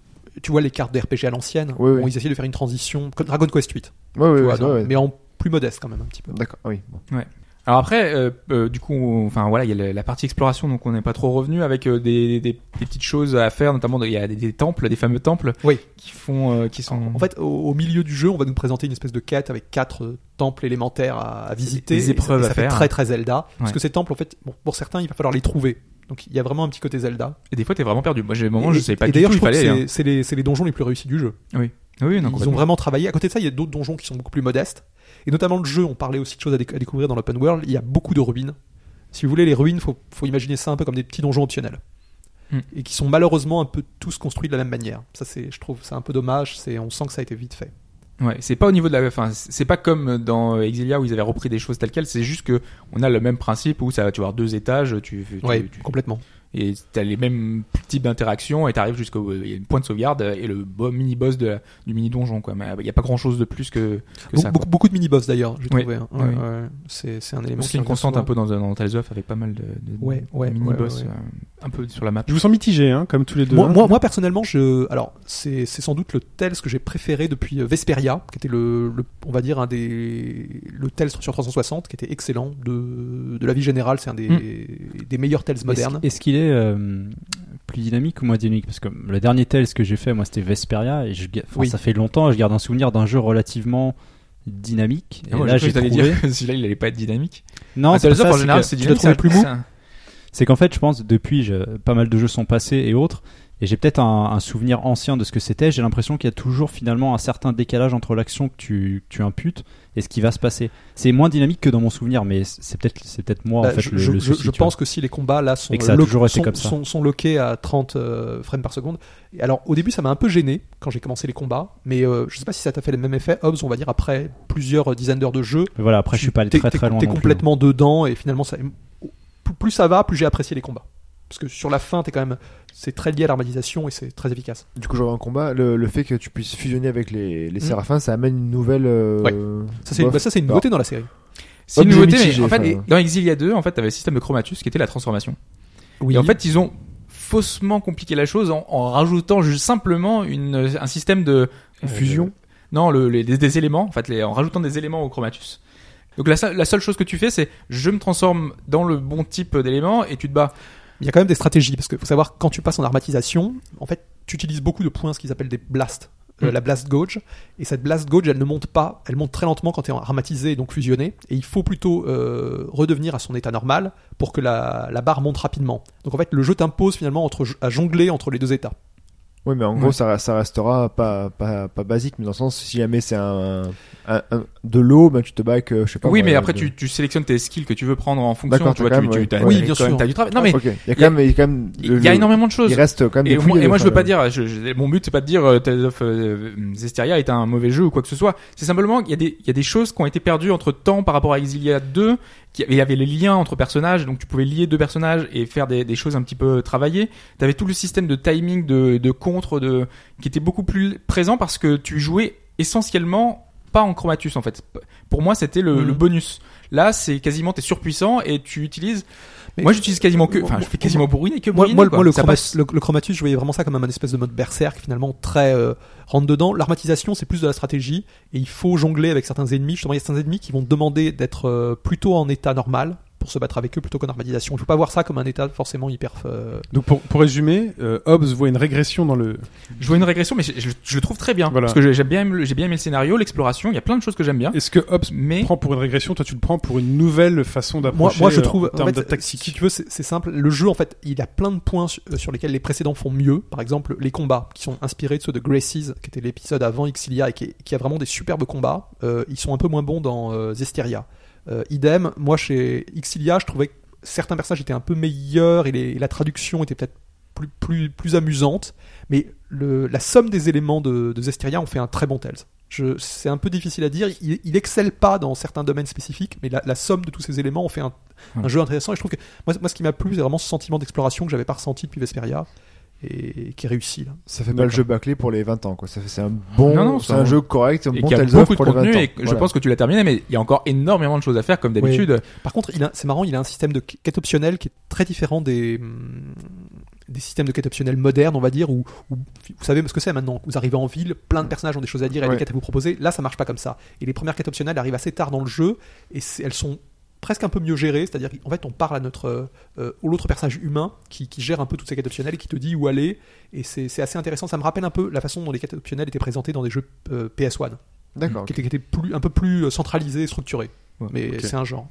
Speaker 6: Tu vois les cartes d'RPG à l'ancienne.
Speaker 3: Oui, oui.
Speaker 6: Bon, ils essayent de faire une transition. Comme Dragon Quest 8.
Speaker 3: Ouais, ouais,
Speaker 6: tu vois,
Speaker 3: ouais, c'est
Speaker 6: dans-
Speaker 3: vrai, ouais.
Speaker 6: Mais en plus modeste quand même un petit peu.
Speaker 3: D'accord, ah oui. bon.
Speaker 5: Alors après, euh, euh, du coup, on- enfin voilà, il y a la, la partie exploration, donc on n'est pas trop revenu avec euh, des, des, des petites choses à faire, notamment il y a des, des temples, des fameux temples,
Speaker 6: Oui.
Speaker 5: qui font, euh, qui sont
Speaker 6: En fait, au, au milieu du jeu, on va nous présenter une espèce de quête avec quatre euh, temples élémentaires à, à visiter.
Speaker 5: Des épreuves
Speaker 6: Et ça, et ça
Speaker 5: à
Speaker 6: fait
Speaker 5: faire.
Speaker 6: Très très Zelda. Parce
Speaker 5: Ouais.
Speaker 6: que ces temples, en fait, bon, pour certains, il va falloir les trouver. Donc il y a vraiment un petit côté Zelda.
Speaker 5: Et des fois, t'es vraiment perdu. Moi, j'ai des moments, je
Speaker 6: Et-
Speaker 5: savais pas
Speaker 6: et
Speaker 5: du
Speaker 6: d'ailleurs,
Speaker 5: tout où il
Speaker 6: je trouve que
Speaker 5: fallait.
Speaker 6: c'est- c'est les, c'est les donjons les plus réussis du jeu.
Speaker 5: hein. Oui, non,
Speaker 6: ils ont
Speaker 5: complètement.
Speaker 6: vraiment travaillé. À côté de ça, il y a d'autres donjons qui sont beaucoup plus modestes. Et notamment le jeu, on parlait aussi de choses à, déc- à découvrir dans l'open world. Il y a beaucoup de ruines. Si vous voulez, les ruines, faut, faut imaginer ça un peu comme des petits donjons optionnels.
Speaker 5: Hmm.
Speaker 6: Et qui sont malheureusement un peu tous construits de la même manière. Ça, c'est, je trouve, c'est un peu dommage. C'est, on sent que ça a été vite fait.
Speaker 5: Ouais, c'est pas au niveau de la, enfin, c'est pas comme dans euh, Exilia où ils avaient repris des choses telles quelles. C'est juste que on a le même principe où ça va, tu vas avoir deux étages, tu, tu,
Speaker 6: ouais,
Speaker 5: tu-
Speaker 6: complètement.
Speaker 5: et t'as les mêmes types d'interactions et t'arrives jusqu'au euh, il y a une point de sauvegarde et le mini boss de la- du mini donjon quoi. Mais euh, il y a pas grand chose de plus que, que
Speaker 6: Beaucoup,
Speaker 5: ça. quoi.
Speaker 6: beaucoup, beaucoup de mini-boss d'ailleurs, j'ai
Speaker 5: Oui,
Speaker 6: trouvé. hein.
Speaker 5: oui,
Speaker 6: Ouais,
Speaker 5: oui.
Speaker 6: ouais. C'est, c'est un élément
Speaker 5: C'est
Speaker 6: qui
Speaker 5: une
Speaker 6: revient
Speaker 5: constante
Speaker 6: souvent.
Speaker 5: un peu dans, dans Tales of avec pas mal de, de- de-
Speaker 6: Ouais, ouais,
Speaker 5: de mini-boss
Speaker 6: ouais, ouais, ouais.
Speaker 5: euh, un peu sur la map.
Speaker 2: Je vous sens mitigé, hein, comme tous les deux.
Speaker 6: Moi,
Speaker 2: hein.
Speaker 6: moi, moi, personnellement, je, alors c'est, c'est sans doute le Tales que j'ai préféré depuis euh, Vesperia, qui était le, le- on va dire un des le Tales sur 360, qui était excellent de, de la vie générale, c'est un des, des meilleurs Tales modernes.
Speaker 4: Est-ce qu'il est euh, plus dynamique ou moins dynamique Parce que le dernier tel, ce que j'ai fait, moi, c'était Vesperia. Et je, ga- enfin,
Speaker 6: Oui.
Speaker 4: ça fait longtemps, je garde un souvenir d'un jeu relativement dynamique. Et
Speaker 5: Ah, moi,
Speaker 4: là,
Speaker 5: je
Speaker 4: j'ai
Speaker 5: crois que
Speaker 4: trouvé.
Speaker 5: t'allais dire *laughs* que celui-là il allait pas être dynamique.
Speaker 4: Non,
Speaker 5: Ah,
Speaker 4: c'est
Speaker 5: Tales
Speaker 4: pas
Speaker 5: of
Speaker 4: ça,
Speaker 5: en
Speaker 4: c'est
Speaker 5: général
Speaker 4: que-
Speaker 5: c'est
Speaker 6: tu
Speaker 5: dynamique.
Speaker 6: l'as trouvé
Speaker 5: ça-
Speaker 6: plus mou
Speaker 5: ça-
Speaker 4: C'est qu'en fait, je pense, depuis, je- pas mal de jeux sont passés et autres, et j'ai peut-être un, un souvenir ancien de ce que c'était. J'ai l'impression qu'il y a toujours finalement un certain décalage entre l'action que tu, que tu imputes et ce qui va se passer. C'est moins dynamique que dans mon souvenir, mais c'est peut-être c'est peut-être moi
Speaker 6: Bah,
Speaker 4: en fait
Speaker 6: je,
Speaker 4: le,
Speaker 6: je-
Speaker 4: le
Speaker 6: je-
Speaker 4: souci,
Speaker 6: je
Speaker 4: tu vois.
Speaker 6: pense que si les combats là sont
Speaker 4: Et que ça a
Speaker 6: lo-
Speaker 4: toujours été
Speaker 6: sont-
Speaker 4: comme ça.
Speaker 6: sont- sont loqués à 30 euh, frames par seconde. Et alors au début, ça m'a un peu gêné quand j'ai commencé les combats, mais euh, je sais pas si ça t'a fait le même effet. Hobbs, on va dire après plusieurs dizaines d'heures de jeu,
Speaker 4: Mais voilà, après, je
Speaker 6: tu-
Speaker 4: suis pas allé
Speaker 6: t'es-
Speaker 4: très
Speaker 6: t'es-
Speaker 4: très loin.
Speaker 6: T'es
Speaker 4: non plus. hein.
Speaker 6: complètement dedans et finalement, ça, plus, plus ça va, plus j'ai apprécié les combats. Parce que sur la fin, t'es quand même, c'est très lié à l'armatisation et c'est très efficace.
Speaker 3: Du coup, j'aurais un combat. Le, le fait que tu puisses fusionner avec les,
Speaker 5: Mm.
Speaker 3: les séraphins, ça amène une nouvelle. euh,
Speaker 6: Ça c'est,
Speaker 3: bof.
Speaker 6: bah, ça c'est une nouveauté dans la série.
Speaker 5: C'est une
Speaker 3: Objet
Speaker 5: nouveauté,
Speaker 3: mitigé,
Speaker 5: mais en fait,
Speaker 3: enfin.
Speaker 5: dans Exilia 2, en fait, t'avais le système de chromatus qui était la transformation.
Speaker 6: Oui.
Speaker 5: Et en fait, ils ont faussement compliqué la chose en, en rajoutant juste simplement une, un système de
Speaker 3: Une fusion
Speaker 5: non, le- les- des, des éléments, en fait, les- en rajoutant des éléments au chromatus. Donc la, seule- la seule chose que tu fais, c'est je me transforme dans le bon type d'élément et tu te bats.
Speaker 6: il y a quand même des stratégies parce que faut savoir que quand tu passes en armatisation, en fait, tu utilises beaucoup de points, ce qu'ils appellent des blasts. Euh,
Speaker 5: Mm.
Speaker 6: La blast gauge et cette blast gauge elle ne monte pas elle monte très lentement quand tu es armatisé et donc fusionné et il faut plutôt euh, redevenir à son état normal pour que la, la barre monte rapidement donc en fait le jeu t'impose finalement entre, à jongler entre les deux états
Speaker 3: Oui, mais en
Speaker 5: Ouais.
Speaker 3: gros, ça, ça restera pas, pas, pas basique, mais dans le sens, si jamais c'est un, un- un- de l'eau, ben, tu te bats avec, euh, je sais pas.
Speaker 5: oui,
Speaker 3: moi,
Speaker 5: mais après,
Speaker 3: de-
Speaker 5: tu, tu sélectionnes tes skills que tu veux prendre en fonction.
Speaker 3: D'accord,
Speaker 5: Tu vois,
Speaker 3: t'as
Speaker 5: tu,
Speaker 3: quand même,
Speaker 5: tu- t'as-
Speaker 3: ouais.
Speaker 6: Oui,
Speaker 5: t'as
Speaker 6: bien
Speaker 5: quand même-
Speaker 6: sûr.
Speaker 5: t'as du travail. Non, mais
Speaker 3: Ok, Il y a
Speaker 5: il y a-
Speaker 3: quand même, il y a quand même,
Speaker 5: il
Speaker 3: le-
Speaker 5: y a
Speaker 3: le-
Speaker 5: énormément de choses.
Speaker 3: Il reste quand même
Speaker 5: Et,
Speaker 3: des
Speaker 5: moi,
Speaker 3: fouilles,
Speaker 5: et moi, je
Speaker 3: enfin,
Speaker 5: veux pas dire, je- je- mon but c'est pas de dire euh, Tales of euh, Zestiria est un mauvais jeu ou quoi que ce soit. C'est simplement qu'il y, a des- il y a des choses qui ont été perdues entre temps par rapport à Exilia 2. qui- Il y avait les liens entre personnages, donc tu pouvais lier deux personnages et faire des, des choses un petit peu travaillées. T'avais tout le système de timing, de, de contre, de, qui était beaucoup plus présent parce que tu jouais essentiellement pas en chromatus en fait. Pour moi, c'était le,
Speaker 6: Mhm.
Speaker 5: le bonus. Là, c'est quasiment t'es surpuissant et tu utilises.
Speaker 6: Mais- euh,
Speaker 5: moi, j'utilise quasiment que, enfin, je fais quasiment bourriner que
Speaker 6: Moi,
Speaker 5: bourriner.
Speaker 6: moi,
Speaker 5: quoi.
Speaker 6: moi, le,
Speaker 5: Ça
Speaker 6: chromat-
Speaker 5: passe-
Speaker 6: le- le chromatus, je voyais vraiment ça comme un espèce de mode berserk finalement très euh, rentre dedans. L'armatisation, c'est plus de la stratégie et il faut jongler avec certains ennemis. Justement, il y a certains ennemis qui vont demander d'être euh, plutôt en état normal pour se battre avec eux plutôt qu'en armatisation. Il faut pas voir ça comme un état forcément hyper. euh,
Speaker 2: Donc pour, pour résumer, euh, Hobbes voit une régression dans le.
Speaker 5: Je vois une régression, mais je, je- je le trouve très bien.
Speaker 2: Voilà.
Speaker 5: Parce que j'ai- j'aime bien, aimé le- j'ai bien aimé le scénario, l'exploration, il y a plein de choses que j'aime bien.
Speaker 2: Est-ce que Hobbes
Speaker 5: Mais
Speaker 2: prend pour une régression, toi tu le prends pour une nouvelle façon
Speaker 6: Moi,
Speaker 2: d'approcher
Speaker 6: moi, je
Speaker 2: euh,
Speaker 6: trouve.
Speaker 2: en
Speaker 6: En
Speaker 2: termes
Speaker 6: fait,
Speaker 2: d'attaque
Speaker 6: si
Speaker 2: psychique.
Speaker 6: tu veux, c'est c'est simple. Le jeu, en fait, il a plein de points su- euh, sur lesquels les précédents font mieux. Par exemple, les combats qui sont inspirés de ceux de Graces, qui était l'épisode avant Ixilia et qui, est- qui a vraiment des superbes combats. Euh, ils sont un peu moins bons dans euh, Zestiria. Euh, idem, moi, chez Ixilia, je trouvais que certains personnages étaient un peu meilleurs et, les- et la traduction était peut-être plus, plus, plus amusante. Mais le, la somme des éléments de, de Zestiria ont fait un très bon Tales. Je- C'est un peu difficile à dire. Il, il excelle pas dans certains domaines spécifiques, mais la, la somme de tous ces éléments ont fait un, un
Speaker 5: Ouais.
Speaker 6: jeu intéressant. Et je trouve que moi, moi, ce qui m'a plu, c'est vraiment ce sentiment d'exploration que j'avais pas ressenti depuis Vesperia. et qui réussit. là.
Speaker 3: Ça fait pas le jeu bâclé pour les 20 ans, quoi. Ça fait, c'est un bon,
Speaker 5: Non, non,
Speaker 3: c'est
Speaker 5: ça-
Speaker 3: un jeu correct, un
Speaker 5: Et
Speaker 3: bon
Speaker 5: qui a
Speaker 3: Tales of
Speaker 5: beaucoup de
Speaker 3: pour les 20 ans.
Speaker 5: contenu, et que je
Speaker 3: Voilà.
Speaker 5: pense que tu l'as terminé, mais il y a encore énormément de choses à faire, comme d'habitude.
Speaker 6: Par contre, il a- c'est marrant, il a un système de qu- quête optionnelle qui est très différent des, hum, des systèmes de quête optionnelle modernes, on va dire, où, où- vous savez ce que c'est maintenant. Vous arrivez en ville, plein de personnages ont des choses à dire et
Speaker 3: Ouais.
Speaker 6: des quêtes à vous proposer. Là, ça marche pas comme ça. Et les premières quêtes optionnelles arrivent assez tard dans le jeu et c'est- elles sont presque un peu mieux gérées. C'est-à-dire qu'en fait, on parle à notre euh, euh, l'autre personnage humain qui, qui gère un peu toutes ces quêtes optionnelles et qui te dit où aller. Et c'est c'est assez intéressant. Ça me rappelle un peu la façon dont les quêtes optionnelles étaient présentées dans des jeux euh, PS1,
Speaker 3: D'accord.
Speaker 6: qui étaient, qui étaient plus, un peu plus euh, centralisées et structurées.
Speaker 5: Ouais,
Speaker 6: Mais
Speaker 2: ok.
Speaker 6: c'est un genre.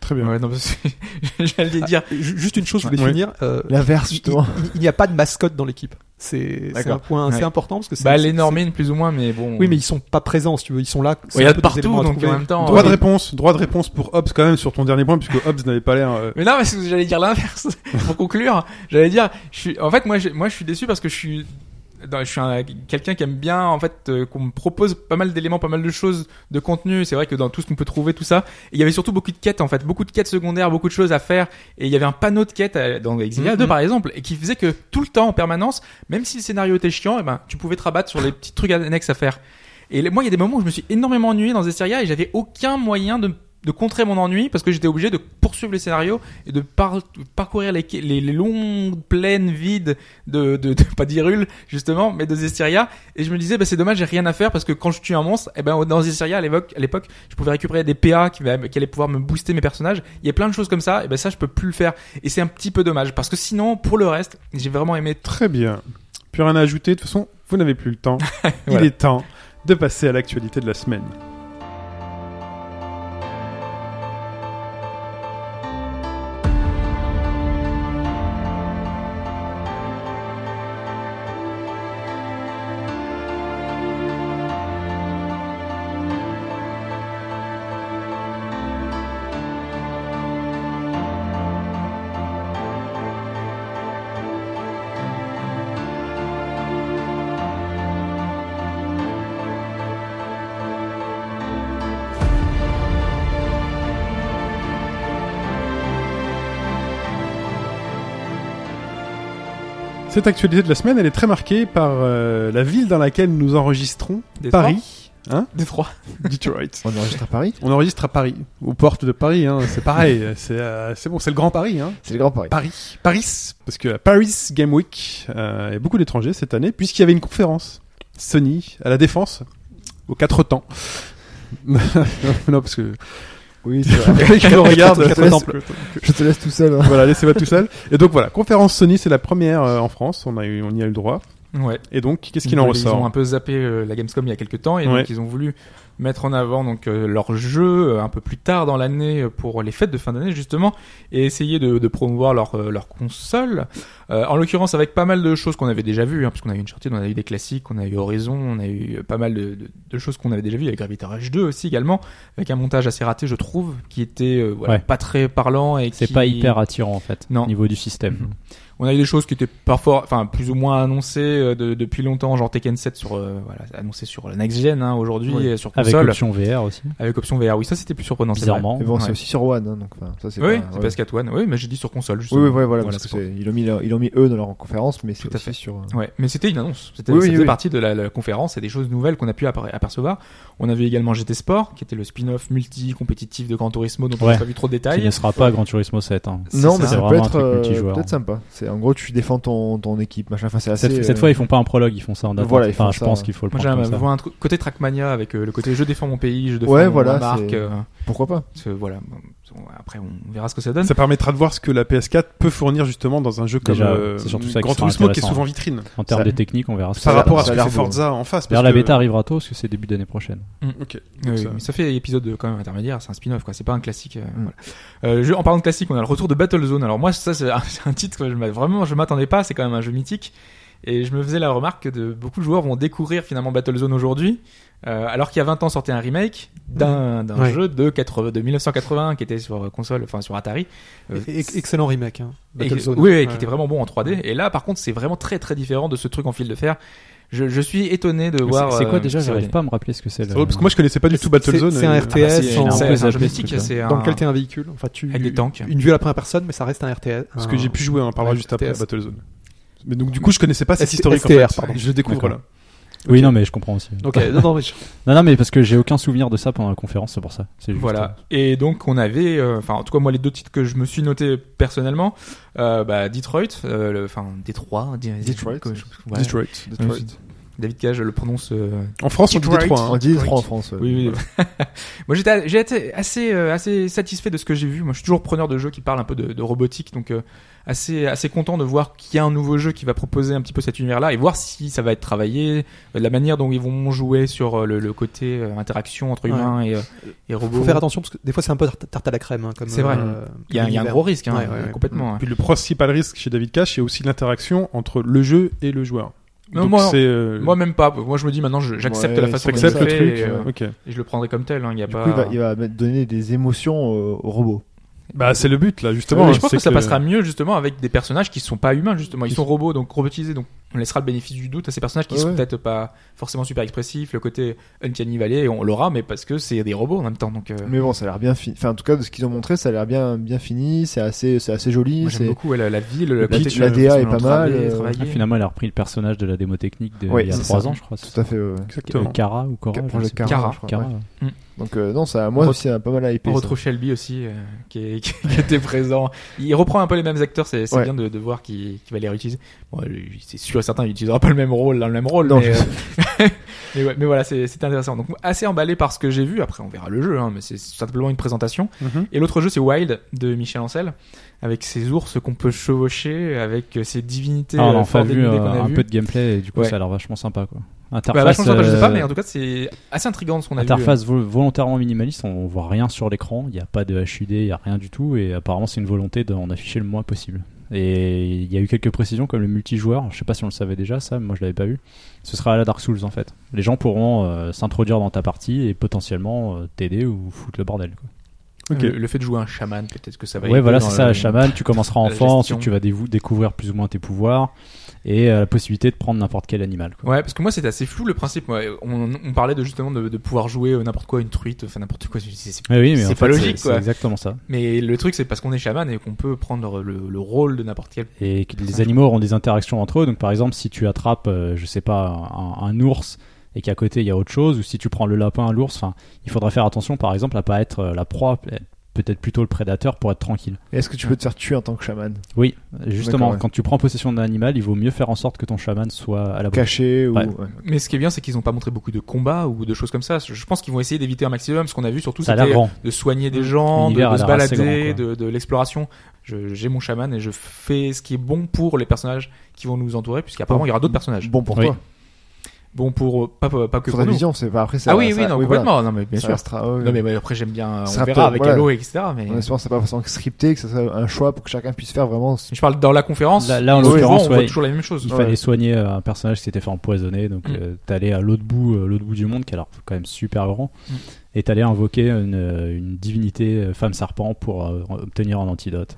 Speaker 2: Très bien.
Speaker 5: Ouais, non, parce que *laughs* j'allais dire.
Speaker 6: Ah, ju- juste une chose, je voulais
Speaker 2: Ouais.
Speaker 6: finir. euh,
Speaker 3: L'inverse,
Speaker 6: il-
Speaker 3: justement.
Speaker 6: il- il n'y a pas de mascotte dans l'équipe. C'est c'est
Speaker 5: D'accord.
Speaker 6: un point assez
Speaker 5: Ouais.
Speaker 6: important parce que c'est.
Speaker 5: Bah,
Speaker 6: c'est-
Speaker 5: les Normines, plus ou moins, mais bon.
Speaker 6: c'est- Oui, mais ils sont pas présents, si tu veux. Ils sont là. c'est
Speaker 5: il y
Speaker 6: un
Speaker 5: en a
Speaker 6: peu
Speaker 5: de
Speaker 6: des
Speaker 5: partout,
Speaker 6: éléments à
Speaker 5: donc en
Speaker 6: trouver.
Speaker 5: même temps.
Speaker 2: Droit de
Speaker 5: euh,
Speaker 2: réponse, droit de réponse pour Hobbs quand même sur ton dernier point, puisque Hobbs n'avait pas l'air. euh,
Speaker 5: Mais non, mais c'est- j'allais dire l'inverse. *laughs* Pour conclure, j'allais dire, je suis, en fait, moi, je, moi, je suis déçu parce que je suis, non, je suis un- quelqu'un qui aime bien, en fait, euh, qu'on me propose pas mal d'éléments, pas mal de choses, de contenu. C'est vrai que dans tout ce qu'on peut trouver, tout ça, il y avait surtout beaucoup de quêtes, en fait, beaucoup de quêtes secondaires, beaucoup de choses à faire. Et il y avait un panneau de quêtes euh, dans Exilia 2,
Speaker 6: Mhm.
Speaker 5: par exemple, et qui faisait que tout le temps, en permanence, même si le scénario était chiant, eh ben, tu pouvais te rabattre sur les petits trucs annexes à faire. Et les- moi, il y a des moments où je me suis énormément ennuyé dans Esteria et j'avais aucun moyen de, de contrer mon ennui parce que j'étais obligé de poursuivre les scénarios et de par- parcourir les, les, les longues plaines vides de, de, de- pas d'Irul, justement, mais de Zestiria. Et je me disais, bah, c'est dommage, j'ai rien à faire parce que quand je tue un monstre, eh ben, dans Zestiria, à l'époque, à l'époque, je pouvais récupérer des PA qui, va- qui allaient pouvoir me booster mes personnages. Il y a plein de choses comme ça, et ben, ça, je peux plus le faire. Et c'est un petit peu dommage parce que sinon, pour le reste, j'ai vraiment aimé tr-
Speaker 2: Très bien. Plus rien à ajouter. De toute façon, vous n'avez plus le
Speaker 6: *laughs*
Speaker 2: temps. Il
Speaker 5: Voilà.
Speaker 2: est temps de passer à l'actualité de la semaine. Cette actualité de la semaine, elle est très marquée par euh, la ville dans laquelle nous enregistrons,
Speaker 5: des
Speaker 2: Paris, hein,
Speaker 5: trois- Des trois.
Speaker 2: Detroit.
Speaker 3: On enregistre à Paris
Speaker 2: On enregistre à Paris, aux portes de Paris. Hein, c'est
Speaker 5: *laughs*
Speaker 2: pareil. c'est euh, c'est bon, c'est le grand Paris. Hein.
Speaker 3: C'est le Grand Paris.
Speaker 2: Paris, Paris, parce que à Paris Game Week, euh, il y a beaucoup d'étrangers cette année, puisqu'il y avait une conférence Sony à la Défense aux quatre temps. *laughs* non, parce que
Speaker 3: Oui, c'est
Speaker 5: *laughs*
Speaker 3: vrai.
Speaker 2: les qui nous regardent,
Speaker 3: Quatre temps. Je te laisse tout seul. hein.
Speaker 2: voilà, laissez-moi tout seul. Et donc voilà, conférence Sony, c'est la première euh, en France. On a eu, on y a eu le droit.
Speaker 5: Ouais.
Speaker 2: Et donc, qu'est-ce qu'il en
Speaker 5: Ils ont
Speaker 2: ressort
Speaker 5: un peu zappé euh, la Gamescom il y a quelques temps et
Speaker 2: Ouais.
Speaker 5: donc ils ont voulu mettre en avant donc euh, leur jeu euh, un peu plus tard dans l'année euh, pour les fêtes de fin d'année justement et essayer de, de promouvoir leur euh, leur console. Euh, en l'occurrence avec pas mal de choses qu'on avait déjà vues hein, puisqu'on a eu une Uncharted, on a eu des classiques, on a eu Horizon, on a eu euh, pas mal de, de- de choses qu'on avait déjà vues avec Gravity Rush 2 aussi également avec un montage assez raté je trouve qui était euh, voilà,
Speaker 4: Ouais.
Speaker 5: pas très parlant et
Speaker 4: hein. C'est
Speaker 5: qui-
Speaker 4: pas hyper attirant en fait,
Speaker 5: Non.
Speaker 4: au niveau du système.
Speaker 5: Mhm. on a eu des choses qui étaient parfois, enfin plus ou moins annoncées euh, de- depuis longtemps, genre Tekken 7 sur, euh, voilà, annoncé sur la next gen hein, aujourd'hui
Speaker 4: Oui.
Speaker 5: euh, sur
Speaker 4: Avec
Speaker 5: console, avec,
Speaker 4: option VR aussi,
Speaker 5: option VR. Oui, ça c'était plus surprenant. c'est vrai.
Speaker 4: bizarrement.
Speaker 3: Mais bon, c'est
Speaker 5: Ouais.
Speaker 3: aussi sur One, hein, donc enfin, ça c'est
Speaker 5: Oui,
Speaker 3: pas-
Speaker 5: c'est
Speaker 3: ouais.
Speaker 5: parce qu'à toi, oui, mais j'ai dit sur console.
Speaker 3: Oui,
Speaker 5: Justement.
Speaker 3: oui, voilà, voilà, parce
Speaker 5: c'est
Speaker 3: que c'est- ils l'ont mis, leur- ils l'ont mis eux dans leur conférence, mais c'est
Speaker 5: Tout à
Speaker 3: aussi
Speaker 5: fait.
Speaker 3: sur. euh,
Speaker 5: Ouais, mais c'était une annonce. C'était
Speaker 3: Oui,
Speaker 5: ça
Speaker 3: oui,
Speaker 5: faisait
Speaker 3: oui.
Speaker 5: partie de la, la conférence et des choses nouvelles qu'on a pu appar- apercevoir. On avait également GT Sport, qui était le spin-off multi-compétitif de Gran Turismo, dont on
Speaker 4: Ouais.
Speaker 5: n'a pas vu trop de
Speaker 4: qui ne
Speaker 5: détails.
Speaker 4: sera pas Gran Turismo 7. hein.
Speaker 5: C'est
Speaker 3: Non, mais
Speaker 5: ça.
Speaker 4: C'est
Speaker 3: ça peut
Speaker 4: vraiment un
Speaker 3: être,
Speaker 4: truc
Speaker 3: euh,
Speaker 4: multijoueur.
Speaker 3: peut-être sympa. C'est en gros, tu défends ton, ton équipe, machin. Enfin, c'est assez.
Speaker 4: Cette, cette
Speaker 3: euh,
Speaker 4: fois, ils font pas un prologue, ils font ça en attente.
Speaker 3: Voilà, ils
Speaker 4: Enfin,
Speaker 3: font
Speaker 4: je
Speaker 3: ça.
Speaker 4: pense qu'il faut le
Speaker 5: Moi,
Speaker 4: prendre.
Speaker 5: j'aimerais
Speaker 4: comme ça.
Speaker 5: voir un truc côté Trackmania avec euh, le côté je défends mon pays, je défends
Speaker 3: Ouais,
Speaker 5: mon-
Speaker 3: voilà,
Speaker 5: ma marque.
Speaker 3: c'est-
Speaker 5: euh,
Speaker 3: pourquoi pas
Speaker 5: parce que, voilà, bon, après on verra ce que ça donne.
Speaker 2: Ça permettra de voir ce que la PS4 peut fournir justement dans un jeu comme
Speaker 4: Déjà,
Speaker 2: euh,
Speaker 4: c'est surtout ça qui
Speaker 2: Gran
Speaker 4: sera
Speaker 2: Turismo qui est
Speaker 4: intéressant.
Speaker 2: souvent vitrine.
Speaker 4: En termes
Speaker 3: Ça-
Speaker 4: de technique, on verra.
Speaker 2: Par
Speaker 4: ça.
Speaker 3: a-
Speaker 2: rapport à
Speaker 3: ça
Speaker 2: ce
Speaker 3: a
Speaker 2: que
Speaker 3: l'air
Speaker 2: fait
Speaker 3: beau.
Speaker 2: Forza en face.
Speaker 4: D'ailleurs,
Speaker 2: parce
Speaker 4: la
Speaker 2: que-
Speaker 4: bêta arrivera tôt, parce que c'est début d'année prochaine.
Speaker 2: Ok.
Speaker 5: Oui,
Speaker 2: Donc
Speaker 5: oui,
Speaker 2: ça-
Speaker 5: mais ça fait épisode de, quand même intermédiaire, c'est un spin-off quoi, c'est pas un classique. euh, voilà. Euh, je- en parlant de classique, on a le retour de Battlezone. Alors moi ça c'est un, *laughs* c'est un titre que je m'a- vraiment je m'attendais pas, c'est quand même un jeu mythique et je me faisais la remarque que de, beaucoup de joueurs vont découvrir finalement Battlezone aujourd'hui euh, alors qu'il y a 20 ans sortait un remake d'un d'un
Speaker 6: Ouais.
Speaker 5: jeu de 80 de 1981 qui était sur euh, console enfin sur Atari. Euh,
Speaker 6: Et- et- excellent remake. Hein,
Speaker 5: et-
Speaker 6: Battlezone.
Speaker 5: Oui, oui, qui
Speaker 6: Ouais.
Speaker 5: était vraiment bon en 3D et là par contre c'est vraiment très très différent de ce truc en fil de fer. Je, je suis étonné de
Speaker 4: C'est
Speaker 5: voir
Speaker 4: c'est quoi
Speaker 5: euh,
Speaker 4: déjà
Speaker 5: ce que ça
Speaker 4: J'arrive
Speaker 5: donne.
Speaker 4: pas à me rappeler ce que c'est.
Speaker 2: C'est
Speaker 4: le-
Speaker 2: drôle parce que moi je connaissais pas du
Speaker 6: C'est-
Speaker 2: tout Battlezone.
Speaker 6: c'est- c'est un
Speaker 2: euh,
Speaker 6: RTS.
Speaker 5: Ah, c'est-
Speaker 6: en-
Speaker 5: c'est un jeu
Speaker 4: Zapper,
Speaker 5: mythique,
Speaker 4: ce
Speaker 5: c'est
Speaker 6: Dans
Speaker 5: un-
Speaker 6: lequel t'es un véhicule. Enfin, tu.
Speaker 5: avec des tanks.
Speaker 6: Une vue à la première personne, mais ça reste un RTS.
Speaker 2: Parce
Speaker 6: un-
Speaker 2: que j'ai pu jouer, on en parlera
Speaker 6: Ouais,
Speaker 2: juste après
Speaker 6: RTS.
Speaker 2: Battlezone. Mais donc, du coup, je connaissais pas cette
Speaker 6: ST-
Speaker 2: historique. en
Speaker 6: STR,
Speaker 2: fait.
Speaker 6: pardon.
Speaker 2: Je le découvre
Speaker 4: D'accord.
Speaker 2: là.
Speaker 4: Oui, non, mais je comprends aussi. Bah,
Speaker 6: Ok, euh, non, non, mais je-
Speaker 4: Non, non, mais parce que j'ai aucun souvenir de ça pendant la conférence, c'est pour ça. C'est juste,
Speaker 5: Voilà. Et donc on avait, euh, enfin en tout cas moi les deux titres que je me suis noté personnellement, euh, bah, Detroit, euh, le- enfin Détroit, D-
Speaker 3: Detroit.
Speaker 5: que je- ouais.
Speaker 2: Detroit.
Speaker 5: Detroit. David Cage le prononce. euh,
Speaker 2: En France, on dit
Speaker 5: Detroit.
Speaker 2: Détroit.
Speaker 3: On
Speaker 2: hein.
Speaker 3: dit trois en France. ouais.
Speaker 5: Oui, oui. *laughs* moi j'étais, a- j'ai été assez, euh, assez satisfait de ce que j'ai vu. Moi je suis toujours preneur de jeux qui parlent un peu de, de robotique, donc euh, assez, assez content de voir qu'il y a un nouveau jeu qui va proposer un petit peu cet univers-là et voir si ça va être travaillé, euh, de la manière dont ils vont jouer sur euh, le, le côté euh, interaction entre
Speaker 6: Ouais.
Speaker 5: humains et, euh, et robots.
Speaker 6: faut faire attention parce que des fois c'est un peu tarte- tarte à la crème. hein, comme,
Speaker 5: C'est vrai. Il y a, il y a un gros risque, hein,
Speaker 6: Ouais, ouais, ouais.
Speaker 5: complètement. hein.
Speaker 2: Puis le principal risque chez David Cash, c'est aussi l'interaction entre le jeu et le joueur.
Speaker 5: Non,
Speaker 2: Donc
Speaker 5: moi-
Speaker 2: c'est, euh,
Speaker 5: Moi même pas. Moi je me dis maintenant je- j'accepte
Speaker 3: Ouais,
Speaker 5: la façon dont
Speaker 2: t'acceptes
Speaker 5: il
Speaker 2: le
Speaker 5: fait
Speaker 2: truc.
Speaker 5: et, euh,
Speaker 3: ouais.
Speaker 2: Ok.
Speaker 5: et je le prendrai comme tel. Hein, il y a
Speaker 3: Du
Speaker 5: pas.
Speaker 3: coup, il va, il va mettre- donner des émotions euh, au robot.
Speaker 2: Bah, c'est le but là, justement.
Speaker 5: Mais je pense
Speaker 2: c'est
Speaker 5: que, ça passera mieux justement avec des personnages qui sont pas humains justement. Ils
Speaker 2: Qui
Speaker 5: sont
Speaker 2: sont-
Speaker 5: robots donc robotisés donc on laissera le bénéfice du doute à ces personnages qui
Speaker 3: Ouais,
Speaker 5: sont
Speaker 3: ouais.
Speaker 5: peut-être pas forcément super expressifs. Le côté uncanny valley on l'aura mais parce que c'est des robots en même temps donc. euh,
Speaker 3: Mais bon, ça a l'air bien fini. Enfin, en tout cas, de ce qu'ils ont montré, ça a l'air bien, bien fini. C'est assez, c'est assez joli.
Speaker 5: moi, j'aime
Speaker 3: c'est-
Speaker 5: beaucoup ouais, la, la ville, le côté
Speaker 3: pitch,
Speaker 5: que-
Speaker 3: la DA
Speaker 5: façon
Speaker 3: est
Speaker 5: dont
Speaker 3: pas
Speaker 5: on travaille-
Speaker 3: mal, euh,
Speaker 5: travailler.
Speaker 4: Ah, finalement, elle a repris le personnage de la démo technique de,
Speaker 3: Ouais,
Speaker 4: il y a
Speaker 3: c'est
Speaker 4: 3
Speaker 3: ça.
Speaker 4: ans, je crois. c'est
Speaker 3: Tout à fait. ouais.
Speaker 4: ça.
Speaker 2: Exactement.
Speaker 4: Euh, Kara ou Cora je
Speaker 3: Projet
Speaker 4: sais
Speaker 3: Cara,
Speaker 5: Cara,
Speaker 3: je
Speaker 4: pas.
Speaker 3: crois,
Speaker 4: Cara,
Speaker 3: ouais.
Speaker 4: ouais.
Speaker 3: Donc euh, non, ça, moi
Speaker 5: Re-
Speaker 3: aussi, ça m'a pas mal hypé.
Speaker 5: On
Speaker 3: ça.
Speaker 5: retrouve Shelby aussi, euh, qui, est- *laughs* qui était présent. Il reprend un peu les mêmes acteurs, c'est c'est
Speaker 3: Ouais.
Speaker 5: bien de, de voir qu'il qu'il va les réutiliser. Bon, lui, c'est sûr et certain, il utilisera pas le même rôle dans le même rôle.
Speaker 3: Non,
Speaker 5: mais,
Speaker 3: je-
Speaker 5: euh, *laughs* mais ouais, mais voilà, c'est c'est intéressant. Donc assez emballé par ce que j'ai vu. Après, on verra le jeu, hein, mais c'est simplement une présentation.
Speaker 2: Mhm.
Speaker 5: Et l'autre jeu, c'est Wild de Michel Ancel, avec ses ours qu'on peut chevaucher, avec euh, ses divinités.
Speaker 4: Ah, on a
Speaker 5: euh,
Speaker 4: enfin
Speaker 5: fort
Speaker 4: vu
Speaker 5: dénudées
Speaker 4: euh,
Speaker 5: qu'on a
Speaker 4: un
Speaker 5: vues.
Speaker 4: peu de gameplay et du coup
Speaker 5: Ouais.
Speaker 4: ça a l'air vachement sympa quoi.
Speaker 5: Bah,
Speaker 4: Interface,
Speaker 5: vachement sympa, je sais pas,
Speaker 4: euh,
Speaker 5: mais en tout cas, c'est assez intrigant ce qu'on a vu. euh,
Speaker 4: interface vol- volontairement minimaliste, on voit rien sur l'écran, il n'y a pas de HUD, il n'y a rien du tout et apparemment c'est une volonté d'en afficher le moins possible. Et il y a eu quelques précisions comme le multijoueur, je sais pas si on le savait déjà ça, mais moi je l'avais pas vu. Ce sera à la Dark Souls en fait. Les gens pourront euh, s'introduire dans ta partie et potentiellement euh, t'aider ou foutre le bordel. quoi.
Speaker 2: Ok.
Speaker 5: Le, le fait de jouer un chaman, peut-être que ça va
Speaker 4: ouais,
Speaker 5: aider
Speaker 4: voilà,
Speaker 5: dans
Speaker 4: c'est ça,
Speaker 5: le-
Speaker 4: chaman. Tu
Speaker 5: *laughs*
Speaker 4: commenceras
Speaker 5: la
Speaker 4: enfant,
Speaker 5: gestion.
Speaker 4: ensuite tu vas dévou- découvrir plus ou moins tes pouvoirs et euh, la possibilité de prendre n'importe quel animal. Quoi.
Speaker 5: Ouais, parce que moi c'était assez flou le principe. Moi, on, on parlait de justement de, de pouvoir jouer euh, n'importe quoi, une truite, enfin n'importe quoi. C'est- c'est-
Speaker 4: Ouais, Eh oui, mais
Speaker 5: C'est
Speaker 4: en
Speaker 5: pas
Speaker 4: fait,
Speaker 5: logique,
Speaker 4: c'est
Speaker 5: quoi.
Speaker 4: exactement ça.
Speaker 5: Mais le truc c'est parce qu'on est chaman et qu'on peut prendre le, le rôle de n'importe quel.
Speaker 4: Et que les animaux auront des interactions entre eux. Donc, par exemple, si tu attrapes, euh, je sais pas, un, un ours et qu'à côté il y a autre chose, ou si tu prends le lapin à l'ours, enfin, il faudra faire attention, par exemple, à pas être euh, la proie, peut-être plutôt le prédateur pour être tranquille.
Speaker 3: Et Est-ce que tu peux te faire tuer en tant que chaman
Speaker 4: Oui, justement,
Speaker 3: D'accord, ouais.
Speaker 4: quand tu prends possession d'un animal, il vaut mieux faire en sorte que ton chaman soit à la
Speaker 3: Caché ou
Speaker 4: Ouais.
Speaker 3: ouais.
Speaker 5: Mais ce qui est bien c'est qu'ils ont pas montré beaucoup de combats ou de choses comme ça. Je pense qu'ils vont essayer d'éviter un maximum. Ce qu'on a vu surtout
Speaker 4: Ça a l'air
Speaker 5: c'était
Speaker 4: grand. Mmh.
Speaker 5: de soigner des gens, de,
Speaker 4: L'univers
Speaker 5: de
Speaker 4: a
Speaker 5: se
Speaker 4: l'air assez
Speaker 5: balader,
Speaker 4: grand,
Speaker 5: de, de l'exploration. Je- J'ai mon chaman et je fais ce qui est bon pour les personnages qui vont nous entourer, puisqu'apparemment il y aura d'autres personnages.
Speaker 3: Bon pour
Speaker 4: Oui.
Speaker 3: toi.
Speaker 5: Bon pour euh, pas pas que
Speaker 3: Pour
Speaker 5: pour
Speaker 3: ta
Speaker 5: nous.
Speaker 3: vision, c'est pas après ça.
Speaker 5: Ah oui
Speaker 3: ça-
Speaker 5: oui non
Speaker 3: voilà.
Speaker 5: complètement non mais bien
Speaker 3: Ça
Speaker 5: sûr.
Speaker 3: restera- ouais, ouais.
Speaker 5: Non mais mais après j'aime bien.
Speaker 3: Ça
Speaker 5: On
Speaker 3: sera
Speaker 5: verra
Speaker 3: peut-
Speaker 5: avec
Speaker 3: voilà.
Speaker 5: Halo etc. Mais
Speaker 3: En espérant que c'est pas forcément scripté, que ça soit un choix pour que chacun puisse faire vraiment.
Speaker 5: Je parle dans la conférence.
Speaker 4: Là- là, en
Speaker 5: souvent,
Speaker 4: l'occurrence,
Speaker 5: on voit
Speaker 4: ouais.
Speaker 5: toujours la même chose.
Speaker 4: Il
Speaker 3: Ouais.
Speaker 4: fallait soigner euh, un personnage qui s'était fait empoisonner, donc
Speaker 5: Mm.
Speaker 4: euh, t'allais à l'autre bout, euh, l'autre bout du monde, qui a l'air quand même super grand,
Speaker 5: Mm.
Speaker 4: et t'allais invoquer une, euh, une divinité euh, femme serpent pour euh, obtenir un
Speaker 3: Mm.
Speaker 4: antidote.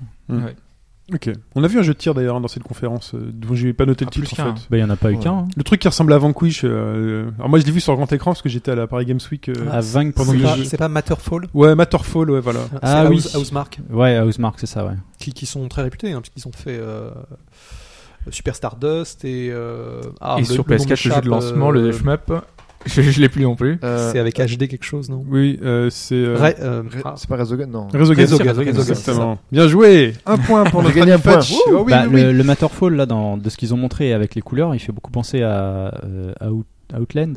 Speaker 2: Ok. On a vu un jeu de tir d'ailleurs dans cette conférence, euh, dont j'ai pas noté
Speaker 5: Ah,
Speaker 2: le titre
Speaker 5: plus
Speaker 2: en
Speaker 5: qu'un.
Speaker 2: fait.
Speaker 4: Bah, il y en a pas eu
Speaker 3: Ouais.
Speaker 4: qu'un. hein.
Speaker 2: Le truc qui ressemble à Vanquish. euh, Alors moi je l'ai vu sur grand écran parce que j'étais à la Paris Games Week. euh,
Speaker 4: À
Speaker 2: pendant
Speaker 6: c'est
Speaker 2: que
Speaker 6: pas-
Speaker 2: je-
Speaker 4: Vanquish.
Speaker 6: c'est pas Matterfall.
Speaker 2: Ouais, Matterfall, ouais voilà.
Speaker 4: Ah
Speaker 6: c'est
Speaker 4: oui.
Speaker 6: House- Housemarque,
Speaker 4: Ouais, Housemark, c'est ça, ouais.
Speaker 6: qui, qui sont très réputés, hein, puisqu'ils ont fait euh, Super Stardust et. euh, ah,
Speaker 5: et
Speaker 6: le-
Speaker 5: sur
Speaker 6: le nom
Speaker 5: PS4, le jeu
Speaker 6: m'échappe,
Speaker 5: de lancement,
Speaker 6: euh,
Speaker 5: le shmup, *laughs* je, je l'ai plus non plus.
Speaker 3: Euh,
Speaker 6: C'est avec HD quelque chose, non
Speaker 2: Oui, euh, c'est. euh,
Speaker 6: Ray- euh,
Speaker 3: Re-
Speaker 6: ah,
Speaker 3: C'est pas Resogun, non.
Speaker 2: Resogun.
Speaker 6: Resogun, Resogun,
Speaker 2: Exactement. Bien joué. Un point pour
Speaker 3: J'ai
Speaker 2: notre
Speaker 3: gagné
Speaker 2: ami
Speaker 3: un point.
Speaker 2: Fetch.
Speaker 3: Wouh.
Speaker 2: Ah oui,
Speaker 4: Bah,
Speaker 2: oui,
Speaker 4: Le,
Speaker 2: oui.
Speaker 4: le Matterfall, là, dans, de ce qu'ils ont montré avec les couleurs, il fait beaucoup penser à euh, Out-
Speaker 5: *laughs*
Speaker 4: Outland.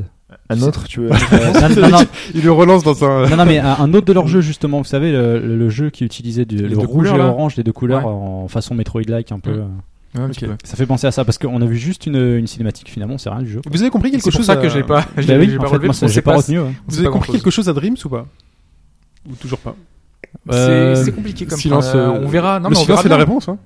Speaker 3: Un autre, tu veux.
Speaker 4: Euh, non, non, non,
Speaker 2: Il le relance dans un.
Speaker 4: *laughs* non, non, mais un, un autre de leurs jeux, justement, vous savez, le, le- le jeu qui utilisait du, le
Speaker 5: deux
Speaker 4: rouge
Speaker 5: couleurs,
Speaker 4: et
Speaker 5: là
Speaker 4: orange, les deux couleurs,
Speaker 5: Ouais.
Speaker 4: en façon Metroid-like, un peu.
Speaker 5: Mm.
Speaker 4: euh.
Speaker 5: Ouais, un
Speaker 2: Ok.
Speaker 5: petit peu.
Speaker 4: Ça fait penser à ça parce qu'on a vu juste une, une cinématique finalement, c'est rien du jeu.
Speaker 2: Vous avez compris quelque
Speaker 5: C'est pour
Speaker 2: chose
Speaker 5: ça
Speaker 2: à-
Speaker 5: que j'ai pas, j'ai
Speaker 4: Bah oui,
Speaker 5: Ah, j'ai
Speaker 4: en
Speaker 5: pas
Speaker 4: fait,
Speaker 5: relevé.
Speaker 4: moi,
Speaker 5: parce qu'on
Speaker 4: ça,
Speaker 5: sait
Speaker 4: j'ai pas
Speaker 5: pas-
Speaker 4: retenu. ouais.
Speaker 5: on
Speaker 2: Vous
Speaker 5: sait
Speaker 2: avez
Speaker 5: pas
Speaker 2: compris
Speaker 5: grand-chose.
Speaker 2: quelque chose à Dreams ou pas Ou toujours pas
Speaker 4: Euh,
Speaker 5: C'est c'est compliqué comme
Speaker 2: silence,
Speaker 5: ça.
Speaker 2: euh,
Speaker 5: on verra. Non,
Speaker 2: Le
Speaker 5: mais on
Speaker 2: silence
Speaker 5: verra
Speaker 2: c'est la
Speaker 5: bien.
Speaker 2: réponse. hein.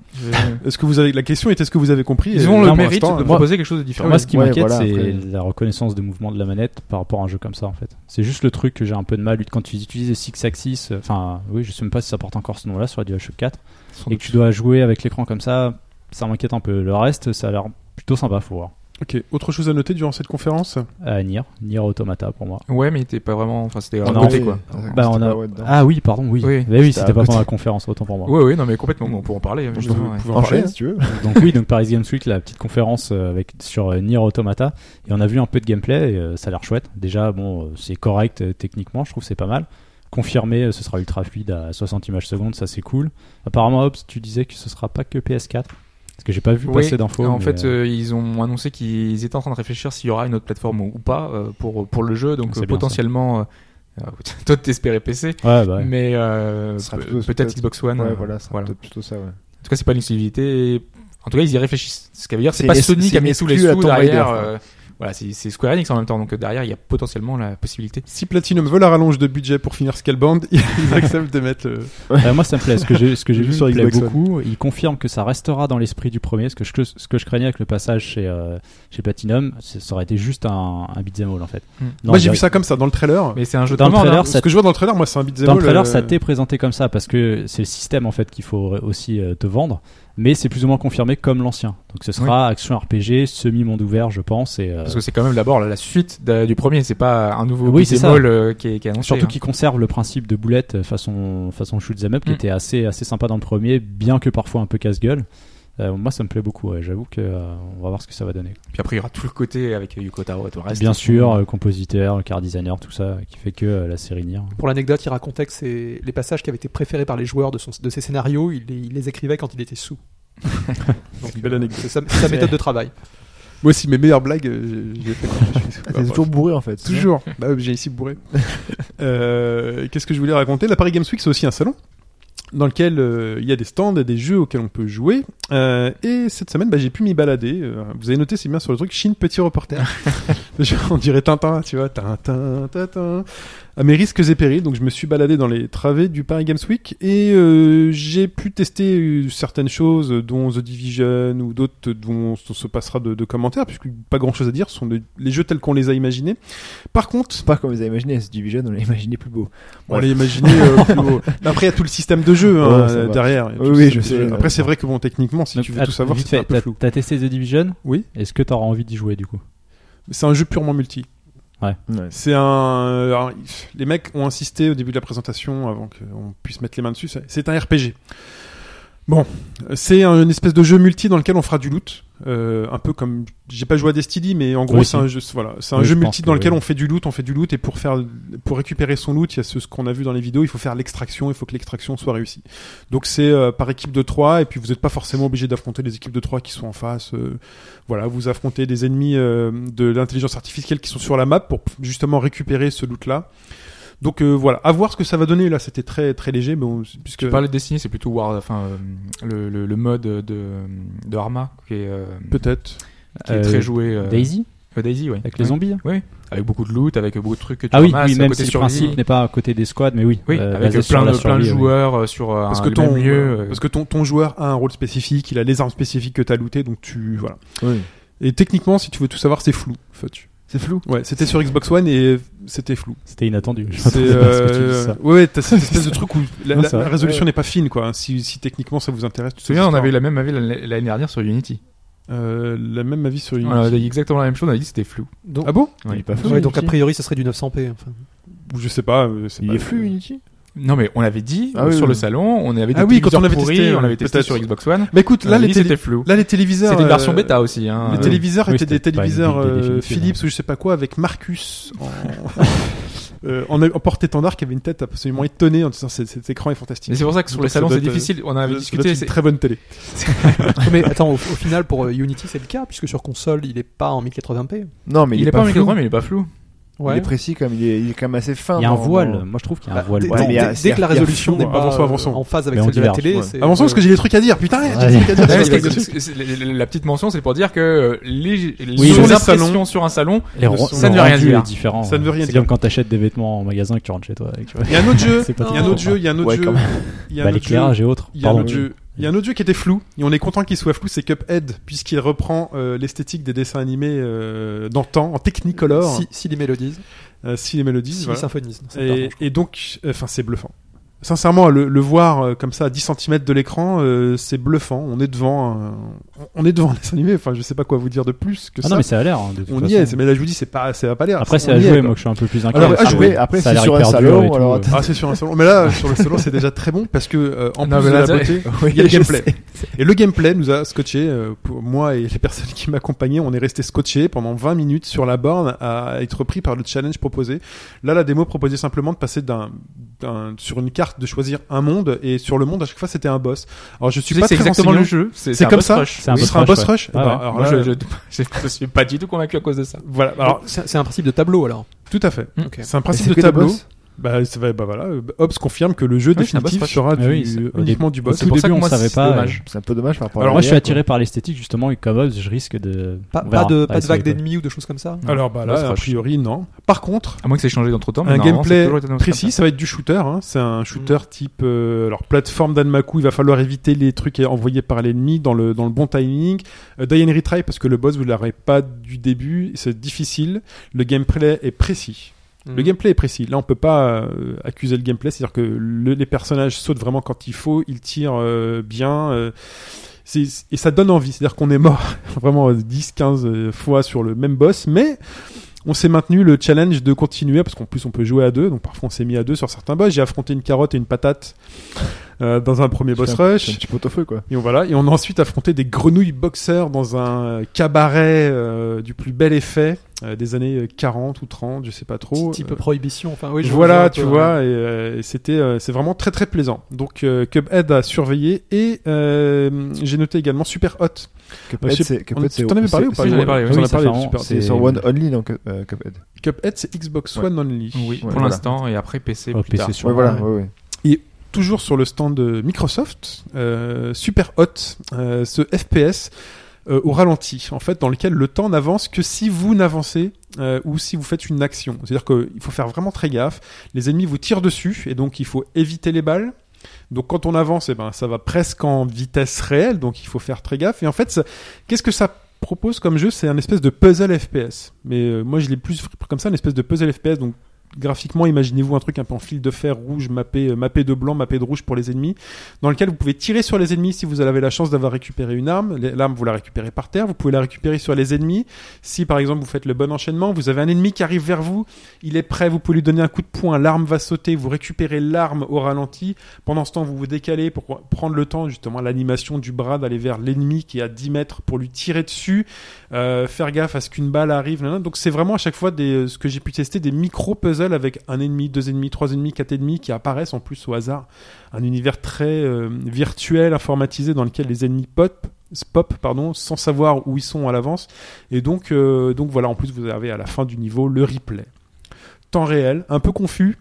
Speaker 5: Je-
Speaker 2: Est-ce que vous avez la question était est-ce que vous avez compris
Speaker 5: Ils
Speaker 2: Et
Speaker 5: ont
Speaker 2: là,
Speaker 5: le
Speaker 2: pour
Speaker 5: mérite
Speaker 2: l'instant,
Speaker 5: de
Speaker 2: euh,
Speaker 5: proposer quelque chose de différent.
Speaker 4: Moi, ce qui
Speaker 3: Ouais,
Speaker 4: m'inquiète,
Speaker 3: voilà,
Speaker 4: c'est
Speaker 3: après-
Speaker 4: la reconnaissance de mouvement de la manette par rapport à un jeu comme ça, en fait. C'est juste le truc que j'ai un peu de mal. Quand tu utilises le Six Axis, euh, enfin, oui, je sais même pas si ça porte encore ce nom-là sur la DualShock 4,
Speaker 5: Sans
Speaker 4: et que tu dois jouer avec l'écran comme ça, ça m'inquiète un peu. Le reste, ça a l'air plutôt sympa, faut voir.
Speaker 2: Ok, autre chose à noter durant cette conférence
Speaker 4: Euh, Nier, Nier Automata pour moi.
Speaker 5: Ouais, mais t'es pas vraiment. Enfin, c'était à
Speaker 4: On a
Speaker 5: côté,
Speaker 4: envie-
Speaker 5: quoi.
Speaker 4: Bah, on a-
Speaker 3: hein.
Speaker 4: Ah oui, pardon, oui.
Speaker 5: Oui,
Speaker 4: Bah oui,
Speaker 3: c'était
Speaker 4: c'était
Speaker 3: à
Speaker 4: pas pendant
Speaker 3: côté.
Speaker 4: la conférence, autant pour moi.
Speaker 5: Ouais, ouais, non, mais complètement. On peut en parler. justement, ouais.
Speaker 2: Vous pouvez en parler
Speaker 3: Enchaîne si tu veux.
Speaker 4: Donc oui, donc Paris Games Week, la petite conférence euh, avec sur euh, Nier Automata, et on a vu un peu de gameplay, et, euh, ça a l'air chouette. Déjà, bon, euh, c'est correct euh, techniquement, je trouve que c'est pas mal. Confirmé, euh, ce sera ultra fluide à 60 images secondes, ça c'est cool. Apparemment, Hobbs, tu disais que ce sera pas que PS4, parce que j'ai pas vu
Speaker 5: Oui,
Speaker 4: passer d'infos.
Speaker 5: En
Speaker 4: mais,
Speaker 5: fait,
Speaker 4: euh,
Speaker 5: euh, ils ont annoncé qu'ils étaient en train de réfléchir s'il y aura une autre plateforme ou, ou pas euh, pour, pour le jeu. Donc,
Speaker 4: C'est
Speaker 5: euh,
Speaker 4: bien, ça.
Speaker 5: potentiellement, euh, *laughs* euh, toi, t'espérais PC,
Speaker 4: ouais, bah ouais.
Speaker 5: mais euh,
Speaker 3: Ce sera
Speaker 5: pe-
Speaker 3: plutôt-
Speaker 5: peut-être Xbox One. euh,
Speaker 3: Ouais, voilà, c'est plutôt ça, ouais.
Speaker 5: En tout cas, c'est pas une exclusivité. En tout cas, ils y réfléchissent. Ce qui veut dire, c'est
Speaker 3: C'est
Speaker 5: pas
Speaker 3: une-
Speaker 5: Sony qui
Speaker 3: c'est
Speaker 5: a mis
Speaker 3: une
Speaker 5: tous les
Speaker 3: exclu à
Speaker 5: sous
Speaker 3: Tomb Raider,
Speaker 5: derrière.
Speaker 3: quoi.
Speaker 5: euh, voilà, c'est c'est Square Enix en même temps. Donc, euh, derrière, il y a potentiellement la possibilité.
Speaker 2: Si Platinum veut la rallonge de budget pour finir Scaleband, *laughs* ils acceptent de mettre le...
Speaker 4: Euh, moi, ça me plaît. Ce que j'ai, ce que j'ai vu
Speaker 2: Juste
Speaker 4: sur
Speaker 2: sur
Speaker 4: plaît
Speaker 2: Xbox One.
Speaker 4: beaucoup. Il confirme que ça restera dans l'esprit du premier. Ce que je, ce que je craignais avec le passage chez, euh, chez Platinum, c'est- ça aurait été juste un, un beat'em all en fait.
Speaker 5: Hmm.
Speaker 4: Non,
Speaker 2: Moi j'ai
Speaker 4: il y a-
Speaker 2: vu ça comme ça dans le trailer.
Speaker 5: Mais c'est un jeu de
Speaker 4: Dans le
Speaker 5: commande, hein.
Speaker 4: trailer,
Speaker 2: Ce
Speaker 4: ça
Speaker 2: que je vois dans le trailer, moi c'est un beat'em
Speaker 4: Dans le
Speaker 2: all,
Speaker 4: trailer,
Speaker 2: euh,
Speaker 4: ça t'est présenté comme ça parce que c'est le système en fait qu'il faut aussi euh, te vendre, mais c'est plus ou moins confirmé comme l'ancien. Donc ce sera action RPG, semi monde ouvert, je pense. Et, euh,
Speaker 5: Parce que c'est quand même d'abord la la suite de- du premier. C'est pas un nouveau
Speaker 4: Oui, c'est
Speaker 5: beat'em
Speaker 4: ça.
Speaker 5: all, euh, qui est qui est annoncé.
Speaker 4: surtout
Speaker 5: hein.
Speaker 4: qu'il conserve le principe de boulette euh, façon façon shoot 'em up qui
Speaker 5: Mm.
Speaker 4: était assez assez sympa dans le premier, bien que parfois un peu casse-gueule. Euh, moi, ça me plaît beaucoup. ouais. J'avoue que euh, on va voir ce que ça va donner.
Speaker 5: Puis après, il y aura tout le côté avec Yuko Taro et tout le reste.
Speaker 4: Bien sûr, euh, compositeur, car designer, tout ça, qui fait que euh, la série Nier.
Speaker 6: Pour l'anecdote, il racontait que c'est les passages qui avaient été préférés par les joueurs de, son, de ses scénarios, il les, il les écrivait quand il était sous. Donc,
Speaker 2: belle
Speaker 6: euh,
Speaker 2: anecdote.
Speaker 6: C'est sa, c'est sa méthode de travail.
Speaker 2: Moi aussi mes meilleures blagues, euh, je je les fais quand
Speaker 4: *laughs*
Speaker 2: je suis-
Speaker 3: Ah, t'es
Speaker 2: Bah,
Speaker 3: toujours bourré en fait. c'est ça
Speaker 2: Toujours. Bah oui, j'ai ici bourré. *laughs* Euh, Qu'est-ce que je voulais raconter La Paris Games Week, c'est aussi un salon dans lequel euh, il y a des stands, et des jeux auxquels on peut jouer. Euh, et cette semaine, bah, j'ai pu m'y balader. Euh, vous avez noté, c'est bien sur le truc Chine Petit
Speaker 3: *laughs*
Speaker 2: Reporter. Genre, on dirait Tintin, tu vois. Tintin, Tintin. À mes risques et périls, donc je me suis baladé dans les travées du Paris Games Week et euh, j'ai pu tester euh, certaines choses, euh, dont The Division ou d'autres dont on se passera de, de commentaires, puisque pas grand chose à dire, ce sont des- les jeux tels qu'on les a imaginés. Par contre,
Speaker 3: C'est pas comme vous avez imaginé, c'est Division, on l'a imaginé plus beau.
Speaker 2: on l'a imaginé
Speaker 3: *laughs*
Speaker 2: euh, plus haut. Mais après, il y a tout le système de jeu hein,
Speaker 3: Ouais, ça va.
Speaker 2: derrière. Il y a tout
Speaker 3: Oui,
Speaker 2: le
Speaker 3: oui,
Speaker 2: système de
Speaker 3: je sais,
Speaker 2: jeu.
Speaker 3: ouais.
Speaker 2: Après, c'est vrai que bon, techniquement, si
Speaker 4: Donc,
Speaker 2: tu veux
Speaker 4: att-
Speaker 2: tout savoir,
Speaker 4: vite
Speaker 2: c'est un
Speaker 4: fait,
Speaker 2: peu
Speaker 4: t'as-
Speaker 2: flou.
Speaker 4: T'as testé The Division
Speaker 2: Oui.
Speaker 4: Est-ce que t'auras envie d'y jouer du coup
Speaker 2: C'est un jeu purement multi.
Speaker 3: Ouais.
Speaker 2: C'est un. alors, les mecs ont insisté au début de la présentation, avant qu'on puisse mettre les mains dessus. c'est- C'est un RPG. Bon, c'est un- une espèce de jeu multi dans lequel on fera du loot. Euh, un peu comme j'ai pas joué à Destiny mais en gros
Speaker 4: Oui,
Speaker 2: c'est
Speaker 4: si.
Speaker 2: un jeu voilà c'est un
Speaker 4: Oui,
Speaker 2: jeu
Speaker 4: je pense
Speaker 2: multi dans
Speaker 4: que
Speaker 2: lequel
Speaker 4: oui.
Speaker 2: on fait du loot on fait du loot et pour faire pour récupérer son loot il y a ce, ce qu'on a vu dans les vidéos il faut faire l'extraction il faut que l'extraction soit réussie donc c'est euh, par équipe de 3 et puis vous n'êtes pas forcément obligé d'affronter les équipes de 3 qui sont en face euh, voilà, vous affrontez des ennemis euh, de l'intelligence artificielle qui sont sur la map pour p- justement récupérer ce loot-là. Donc euh, voilà, à voir ce que ça va donner. Là, c'était très très léger, mais on- puisque
Speaker 5: Tu parles de Destiny, c'est plutôt War, enfin, euh, le, le, le mode de, de Arma qui est, euh,
Speaker 2: peut-être.
Speaker 5: qui est
Speaker 4: Euh,
Speaker 5: très joué. euh,
Speaker 4: Daisy
Speaker 5: euh, Daisy, oui.
Speaker 4: Avec les zombies
Speaker 5: Avec beaucoup de loot, avec beaucoup de trucs que tu
Speaker 4: Ah oui,
Speaker 5: ramasses,
Speaker 4: oui, même
Speaker 5: côté
Speaker 4: si le
Speaker 5: survie.
Speaker 4: principe n'est pas à côté des squads, mais oui.
Speaker 5: Oui,
Speaker 4: euh,
Speaker 5: avec
Speaker 4: basé
Speaker 5: euh,
Speaker 4: sur
Speaker 5: plein
Speaker 4: la
Speaker 5: de, plein de
Speaker 4: survie, oui.
Speaker 5: joueurs euh, sur euh,
Speaker 2: Parce
Speaker 5: un,
Speaker 2: que
Speaker 5: le
Speaker 2: ton
Speaker 5: même lieu. euh,
Speaker 2: parce que ton ton joueur a un rôle spécifique, il a les armes spécifiques que t'as looté, donc tu voilà. Et techniquement, si tu veux tout savoir, c'est flou. Fudge.
Speaker 3: C'est flou.
Speaker 2: Ouais, c'était sur Xbox One et c'était
Speaker 5: *laughs*
Speaker 2: flou.
Speaker 4: C'était inattendu. Je
Speaker 2: C'est
Speaker 4: m'attendais pas à ce que tu dises
Speaker 2: euh...
Speaker 4: ça.
Speaker 2: ouais, ouais, t'as cette espèce de truc où la,
Speaker 4: Non,
Speaker 2: la-
Speaker 4: c'est
Speaker 2: la
Speaker 4: vrai.
Speaker 2: résolution n'est pas fine, quoi. Si, si techniquement ça vous intéresse,
Speaker 5: Tu te souviens, on avait eu la même avis l'année l'année dernière sur Unity.
Speaker 2: euh, la même avis sur une.
Speaker 5: On avait dit exactement la même chose, on a dit que c'était flou.
Speaker 6: Donc,
Speaker 2: Ah bon
Speaker 5: Ouais.
Speaker 3: Il est pas flou.
Speaker 6: ouais, donc a
Speaker 3: Unity.
Speaker 6: priori, ce serait du 900p. enfin.
Speaker 2: Ou je sais pas. euh, c'est
Speaker 3: Il
Speaker 2: pas-
Speaker 3: est flou, Unity
Speaker 5: Non, mais on l'avait dit
Speaker 3: Ah
Speaker 5: euh,
Speaker 3: oui,
Speaker 5: sur
Speaker 3: oui.
Speaker 5: le salon, on avait des
Speaker 2: Ah oui, quand
Speaker 5: téléviseurs
Speaker 2: on avait
Speaker 5: pourris,
Speaker 2: testé,
Speaker 5: on l'avait testé
Speaker 2: peut-être.
Speaker 5: sur Xbox One.
Speaker 2: Bah écoute, là,
Speaker 5: on a
Speaker 2: les,
Speaker 5: dit,
Speaker 2: télé-
Speaker 5: c'était flou.
Speaker 2: là les téléviseurs.
Speaker 5: C'était une
Speaker 2: euh,
Speaker 5: version bêta aussi. Hein,
Speaker 2: Les
Speaker 5: euh,
Speaker 2: téléviseurs
Speaker 4: Oui,
Speaker 2: étaient des
Speaker 4: c'était pas une
Speaker 2: téléviseurs
Speaker 4: build
Speaker 2: euh,
Speaker 4: définitive,
Speaker 2: Philips ou je sais pas quoi avec Marcus en, *laughs* euh, en, en porte-étendard qui avait une tête absolument étonnée en disant "C'est- cet écran est fantastique.
Speaker 5: Mais c'est pour ça que sur les
Speaker 2: Donc, ça
Speaker 5: salons,
Speaker 2: doit
Speaker 5: c'est
Speaker 2: être- euh,
Speaker 5: difficile. On en avait
Speaker 2: Ça doit
Speaker 5: discuté.
Speaker 2: être
Speaker 5: c'est-
Speaker 2: une très bonne télé.
Speaker 6: mais attends, au, au final, pour euh, Unity, c'est le cas, puisque sur console, il est pas en 1080p.
Speaker 3: Non, mais
Speaker 5: Il est pas en
Speaker 3: flou.
Speaker 5: 1080, mais il est pas flou.
Speaker 3: Il est précis quand même, il est, il est quand même assez fin.
Speaker 4: Il y a un
Speaker 3: dans-
Speaker 4: voile.
Speaker 3: dans-
Speaker 4: Moi, je trouve qu'il y a
Speaker 6: Bah,
Speaker 4: un voile.
Speaker 6: dès,
Speaker 3: Ouais,
Speaker 6: dès-
Speaker 3: mais il y a-
Speaker 6: dès
Speaker 3: il y a-
Speaker 6: que la
Speaker 3: il y a
Speaker 6: résolution
Speaker 2: flou,
Speaker 6: n'est pas
Speaker 2: avançons,
Speaker 6: euh,
Speaker 2: avançons.
Speaker 6: en phase avec
Speaker 4: Mais on
Speaker 6: celle de la
Speaker 4: diverge,
Speaker 6: télé,
Speaker 3: ouais.
Speaker 6: c'est- euh,
Speaker 2: Avançons parce que j'ai des trucs à dire. Putain, il y a des trucs à dire.
Speaker 5: Ouais,
Speaker 2: sur
Speaker 5: parce
Speaker 2: les
Speaker 5: que
Speaker 2: trucs.
Speaker 5: c'est- c'est- la la petite mention, c'est pour dire que euh, les, les,
Speaker 4: Oui,
Speaker 5: sur
Speaker 4: les
Speaker 5: les
Speaker 2: salons.
Speaker 5: impressions sur un salon,
Speaker 4: Les ro-
Speaker 2: Ça
Speaker 5: ne
Speaker 4: le
Speaker 5: veut rien
Speaker 4: rendu
Speaker 5: dire.
Speaker 4: est différent.
Speaker 2: Ça ne veut rien
Speaker 4: C'est
Speaker 2: dire.
Speaker 4: comme quand t'achètes des vêtements en magasin et que tu rentres chez toi. et que tu vois.
Speaker 2: Il y a un autre jeu.
Speaker 4: C'est pas
Speaker 2: Il y a un autre
Speaker 4: trop
Speaker 2: jeu. Il y a un autre
Speaker 3: Ouais,
Speaker 2: jeu.
Speaker 3: quand
Speaker 2: Il y a
Speaker 4: Bah,
Speaker 2: un autre jeu.
Speaker 4: L'éclairage et autres.
Speaker 2: Il y a un
Speaker 4: Pardon.
Speaker 2: autre jeu. Il y a un autre jeu qui était flou et on est content qu'il soit flou, c'est Cuphead, puisqu'il reprend euh, l'esthétique des dessins animés euh, d'antan en Technicolor,
Speaker 6: Si, si les mélodies,
Speaker 2: euh, si les mélodies.
Speaker 6: si
Speaker 2: voilà.
Speaker 6: les symphonies. non, c'est pas
Speaker 2: Et,
Speaker 6: bon.
Speaker 2: et donc, enfin, c'est bluffant. Sincèrement, le, le voir euh, comme ça à 10 cm de l'écran, euh, c'est bluffant. On est devant, un- on est devant un dessin animé. Enfin, je sais pas quoi vous dire de plus que
Speaker 4: Ah
Speaker 2: ça.
Speaker 4: non, mais ça a l'air. hein, de toute
Speaker 2: on y
Speaker 4: façon.
Speaker 2: est, c'est- mais là je vous dis, c'est pas, ça va pas l'air.
Speaker 4: Après, c'est
Speaker 2: On
Speaker 4: à
Speaker 2: y est,
Speaker 4: jouer.
Speaker 2: quoi.
Speaker 4: Moi, je suis un peu plus inquiet.
Speaker 2: Alors, à
Speaker 4: parce que
Speaker 2: jouer,
Speaker 3: après,
Speaker 4: ça a
Speaker 3: c'est
Speaker 4: l'air
Speaker 3: sur un
Speaker 4: hyper
Speaker 3: salon,
Speaker 4: dur et tout,
Speaker 3: alors,
Speaker 4: euh.
Speaker 3: attends.
Speaker 2: Ah, c'est sur un salon. Mais là, sur le salon, c'est déjà très bon parce que euh, en
Speaker 5: Non,
Speaker 2: plus
Speaker 5: mais
Speaker 2: de
Speaker 5: là,
Speaker 2: la
Speaker 5: ça-
Speaker 4: *laughs*
Speaker 2: beauté, il y
Speaker 5: *laughs*
Speaker 2: a le gameplay. Et le gameplay nous a scotché. euh, pour moi et les personnes qui m'accompagnaient, on est resté scotché pendant 20 minutes sur la borne à être pris par le challenge proposé. Là, la démo proposait simplement de passer d'un, d'un- sur une carte de choisir un monde et sur le monde à chaque fois c'était un boss. Alors je suis
Speaker 5: Tu sais
Speaker 2: pas
Speaker 5: que c'est
Speaker 2: très
Speaker 5: exactement le
Speaker 2: renseigné.
Speaker 5: jeu. C'est
Speaker 2: C'est
Speaker 5: un
Speaker 2: comme
Speaker 5: boss
Speaker 2: ça.
Speaker 5: rush.
Speaker 4: C'est un
Speaker 2: Ce
Speaker 4: boss
Speaker 2: sera un
Speaker 4: rush,
Speaker 2: boss
Speaker 4: ouais.
Speaker 2: rush. Eh
Speaker 4: Ah
Speaker 2: ben,
Speaker 4: ouais.
Speaker 2: alors
Speaker 5: Moi,
Speaker 2: là,
Speaker 5: je, *laughs* je, je suis pas du tout convaincu à cause de ça.
Speaker 2: voilà. Alors
Speaker 6: c'est c'est un principe de tableau alors.
Speaker 2: tout à fait.
Speaker 5: Mm.
Speaker 6: Ok.
Speaker 2: C'est un
Speaker 3: Mais
Speaker 2: principe
Speaker 3: c'est
Speaker 2: de
Speaker 3: que des
Speaker 2: tableau.
Speaker 3: boss
Speaker 2: Bah, ça va- bah voilà, euh, Hobbes confirme que le jeu
Speaker 5: Oui, c'est un boss
Speaker 2: définitif
Speaker 5: rush.
Speaker 2: sera
Speaker 4: Ah
Speaker 2: du-
Speaker 4: oui, c'est-
Speaker 2: uniquement du boss.
Speaker 4: Au tout
Speaker 5: pour ça
Speaker 4: début,
Speaker 5: que
Speaker 4: on
Speaker 5: moi,
Speaker 4: savait
Speaker 5: c'est
Speaker 4: pas.
Speaker 5: dommage.
Speaker 3: C'est un peu dommage par rapport
Speaker 4: Alors
Speaker 3: à
Speaker 4: moi je suis
Speaker 3: l'arrière, quoi.
Speaker 4: attiré par l'esthétique justement et comme Hobbes, je risque de
Speaker 6: Pas,
Speaker 4: On
Speaker 6: pas
Speaker 4: verra.
Speaker 6: de,
Speaker 4: Ah,
Speaker 6: pas de
Speaker 4: c'est
Speaker 6: vague
Speaker 4: vrai.
Speaker 6: d'ennemis ou de choses comme ça.
Speaker 2: Alors bah
Speaker 5: Boss
Speaker 2: là, a
Speaker 5: rush.
Speaker 2: priori non. Par contre,
Speaker 5: À moins que c'est changé entre temps.
Speaker 2: un gameplay précis, ça va être du shooter. hein. C'est un shooter type euh, alors plateforme d'Anmaku. Il va falloir éviter les trucs envoyés par l'ennemi dans le dans le bon timing. Euh, die and retry parce que le boss vous l'aurez pas du début. C'est difficile. Le gameplay est précis.
Speaker 6: Hmm. Mm.
Speaker 2: Le gameplay est précis. Là, on peut pas euh, accuser le gameplay, c'est-à-dire que le- les personnages sautent vraiment quand il faut, ils tirent euh, bien. euh, c'est- et ça donne envie, c'est-à-dire qu'on est mort *laughs* vraiment euh, 10, 15 euh, fois sur le même boss, mais on s'est maintenu le challenge de continuer, parce qu'en plus on peut jouer à deux, donc parfois on s'est mis à deux sur certains boss. J'ai affronté une carotte et une patate euh, dans un premier boss
Speaker 3: C'est un-
Speaker 2: rush.
Speaker 3: c'est un petit pot au feu quoi.
Speaker 2: Et on, voilà, et on a ensuite affronté des grenouilles boxeurs dans un euh, cabaret euh, du plus bel effet euh, des années euh, 40 ou 30, je sais pas
Speaker 6: Petit-
Speaker 2: trop.
Speaker 6: type
Speaker 2: Euh,
Speaker 6: prohibition. Enfin, oui, je
Speaker 2: voilà,
Speaker 6: un
Speaker 2: tu
Speaker 6: peu, ouais.
Speaker 2: vois, et, euh, et c'était, euh, c'est vraiment très très plaisant. Donc euh, Cuphead a surveillé et euh, j'ai noté également Super Hot.
Speaker 3: Cuphead,
Speaker 2: je-
Speaker 3: c'est-
Speaker 2: on-
Speaker 3: Cuphead, c'est-
Speaker 2: T'en avais parlé
Speaker 3: c'est-
Speaker 2: ou pas
Speaker 5: oui, j'en ai
Speaker 2: Joël
Speaker 5: parlé,
Speaker 2: T'en
Speaker 4: oui,
Speaker 2: as
Speaker 4: ça
Speaker 2: parlé
Speaker 4: fait
Speaker 2: de
Speaker 4: un-
Speaker 2: Super Hot.
Speaker 4: c'est-
Speaker 3: C'est sur One Only donc euh, Cuphead.
Speaker 2: Cuphead, c'est Xbox
Speaker 3: Ouais.
Speaker 2: One only.
Speaker 5: Oui, pour
Speaker 3: Ouais, voilà.
Speaker 5: l'instant, et après PC
Speaker 4: Oh,
Speaker 5: plus tard.
Speaker 4: PC sur
Speaker 3: Ouais voilà,
Speaker 4: ouais.
Speaker 3: ouais, ouais.
Speaker 2: toujours sur le stand de Microsoft, euh, super hot, euh, ce FPS euh, au ralenti, en fait, dans lequel le temps n'avance que si vous n'avancez euh, ou si vous faites une action. C'est-à-dire qu'il faut faire vraiment très gaffe. Les ennemis vous tirent dessus et donc il faut éviter les balles. Donc quand on avance, eh ben, ça va presque en vitesse réelle, donc il faut faire très gaffe. Et en fait, ça- qu'est-ce que ça propose comme jeu C'est un espèce de puzzle FPS. Mais euh, moi, je l'ai plus pris comme ça, une espèce de puzzle FPS. Donc graphiquement, imaginez-vous un truc un peu en fil de fer rouge, mappé, euh, mappé de blanc, mappé de rouge pour les ennemis, dans lequel vous pouvez tirer sur les ennemis si vous avez la chance d'avoir récupéré une arme. Les- L'arme, vous la récupérez par terre, vous pouvez la récupérer sur les ennemis. Si par exemple vous faites le bon enchaînement, vous avez un ennemi qui arrive vers vous, il est prêt, vous pouvez lui donner un coup de poing, l'arme va sauter, vous récupérez l'arme au ralenti. Pendant ce temps, vous vous décalez pour prendre le temps, justement, à l'animation du bras d'aller vers l'ennemi qui est à 10 mètres pour lui tirer dessus euh, faire gaffe à ce qu'une balle arrive. nanana. Donc c'est vraiment à chaque fois des, ce que j'ai pu tester, des micro puzzles avec un ennemi, deux ennemis, trois ennemis, quatre ennemis qui apparaissent en plus au hasard. Un univers très euh, virtuel, informatisé dans lequel les ennemis pop, pop pardon, sans savoir où ils sont à l'avance. Et donc euh, donc voilà, en plus vous avez à la fin du niveau le replay. Temps réel, un peu confus.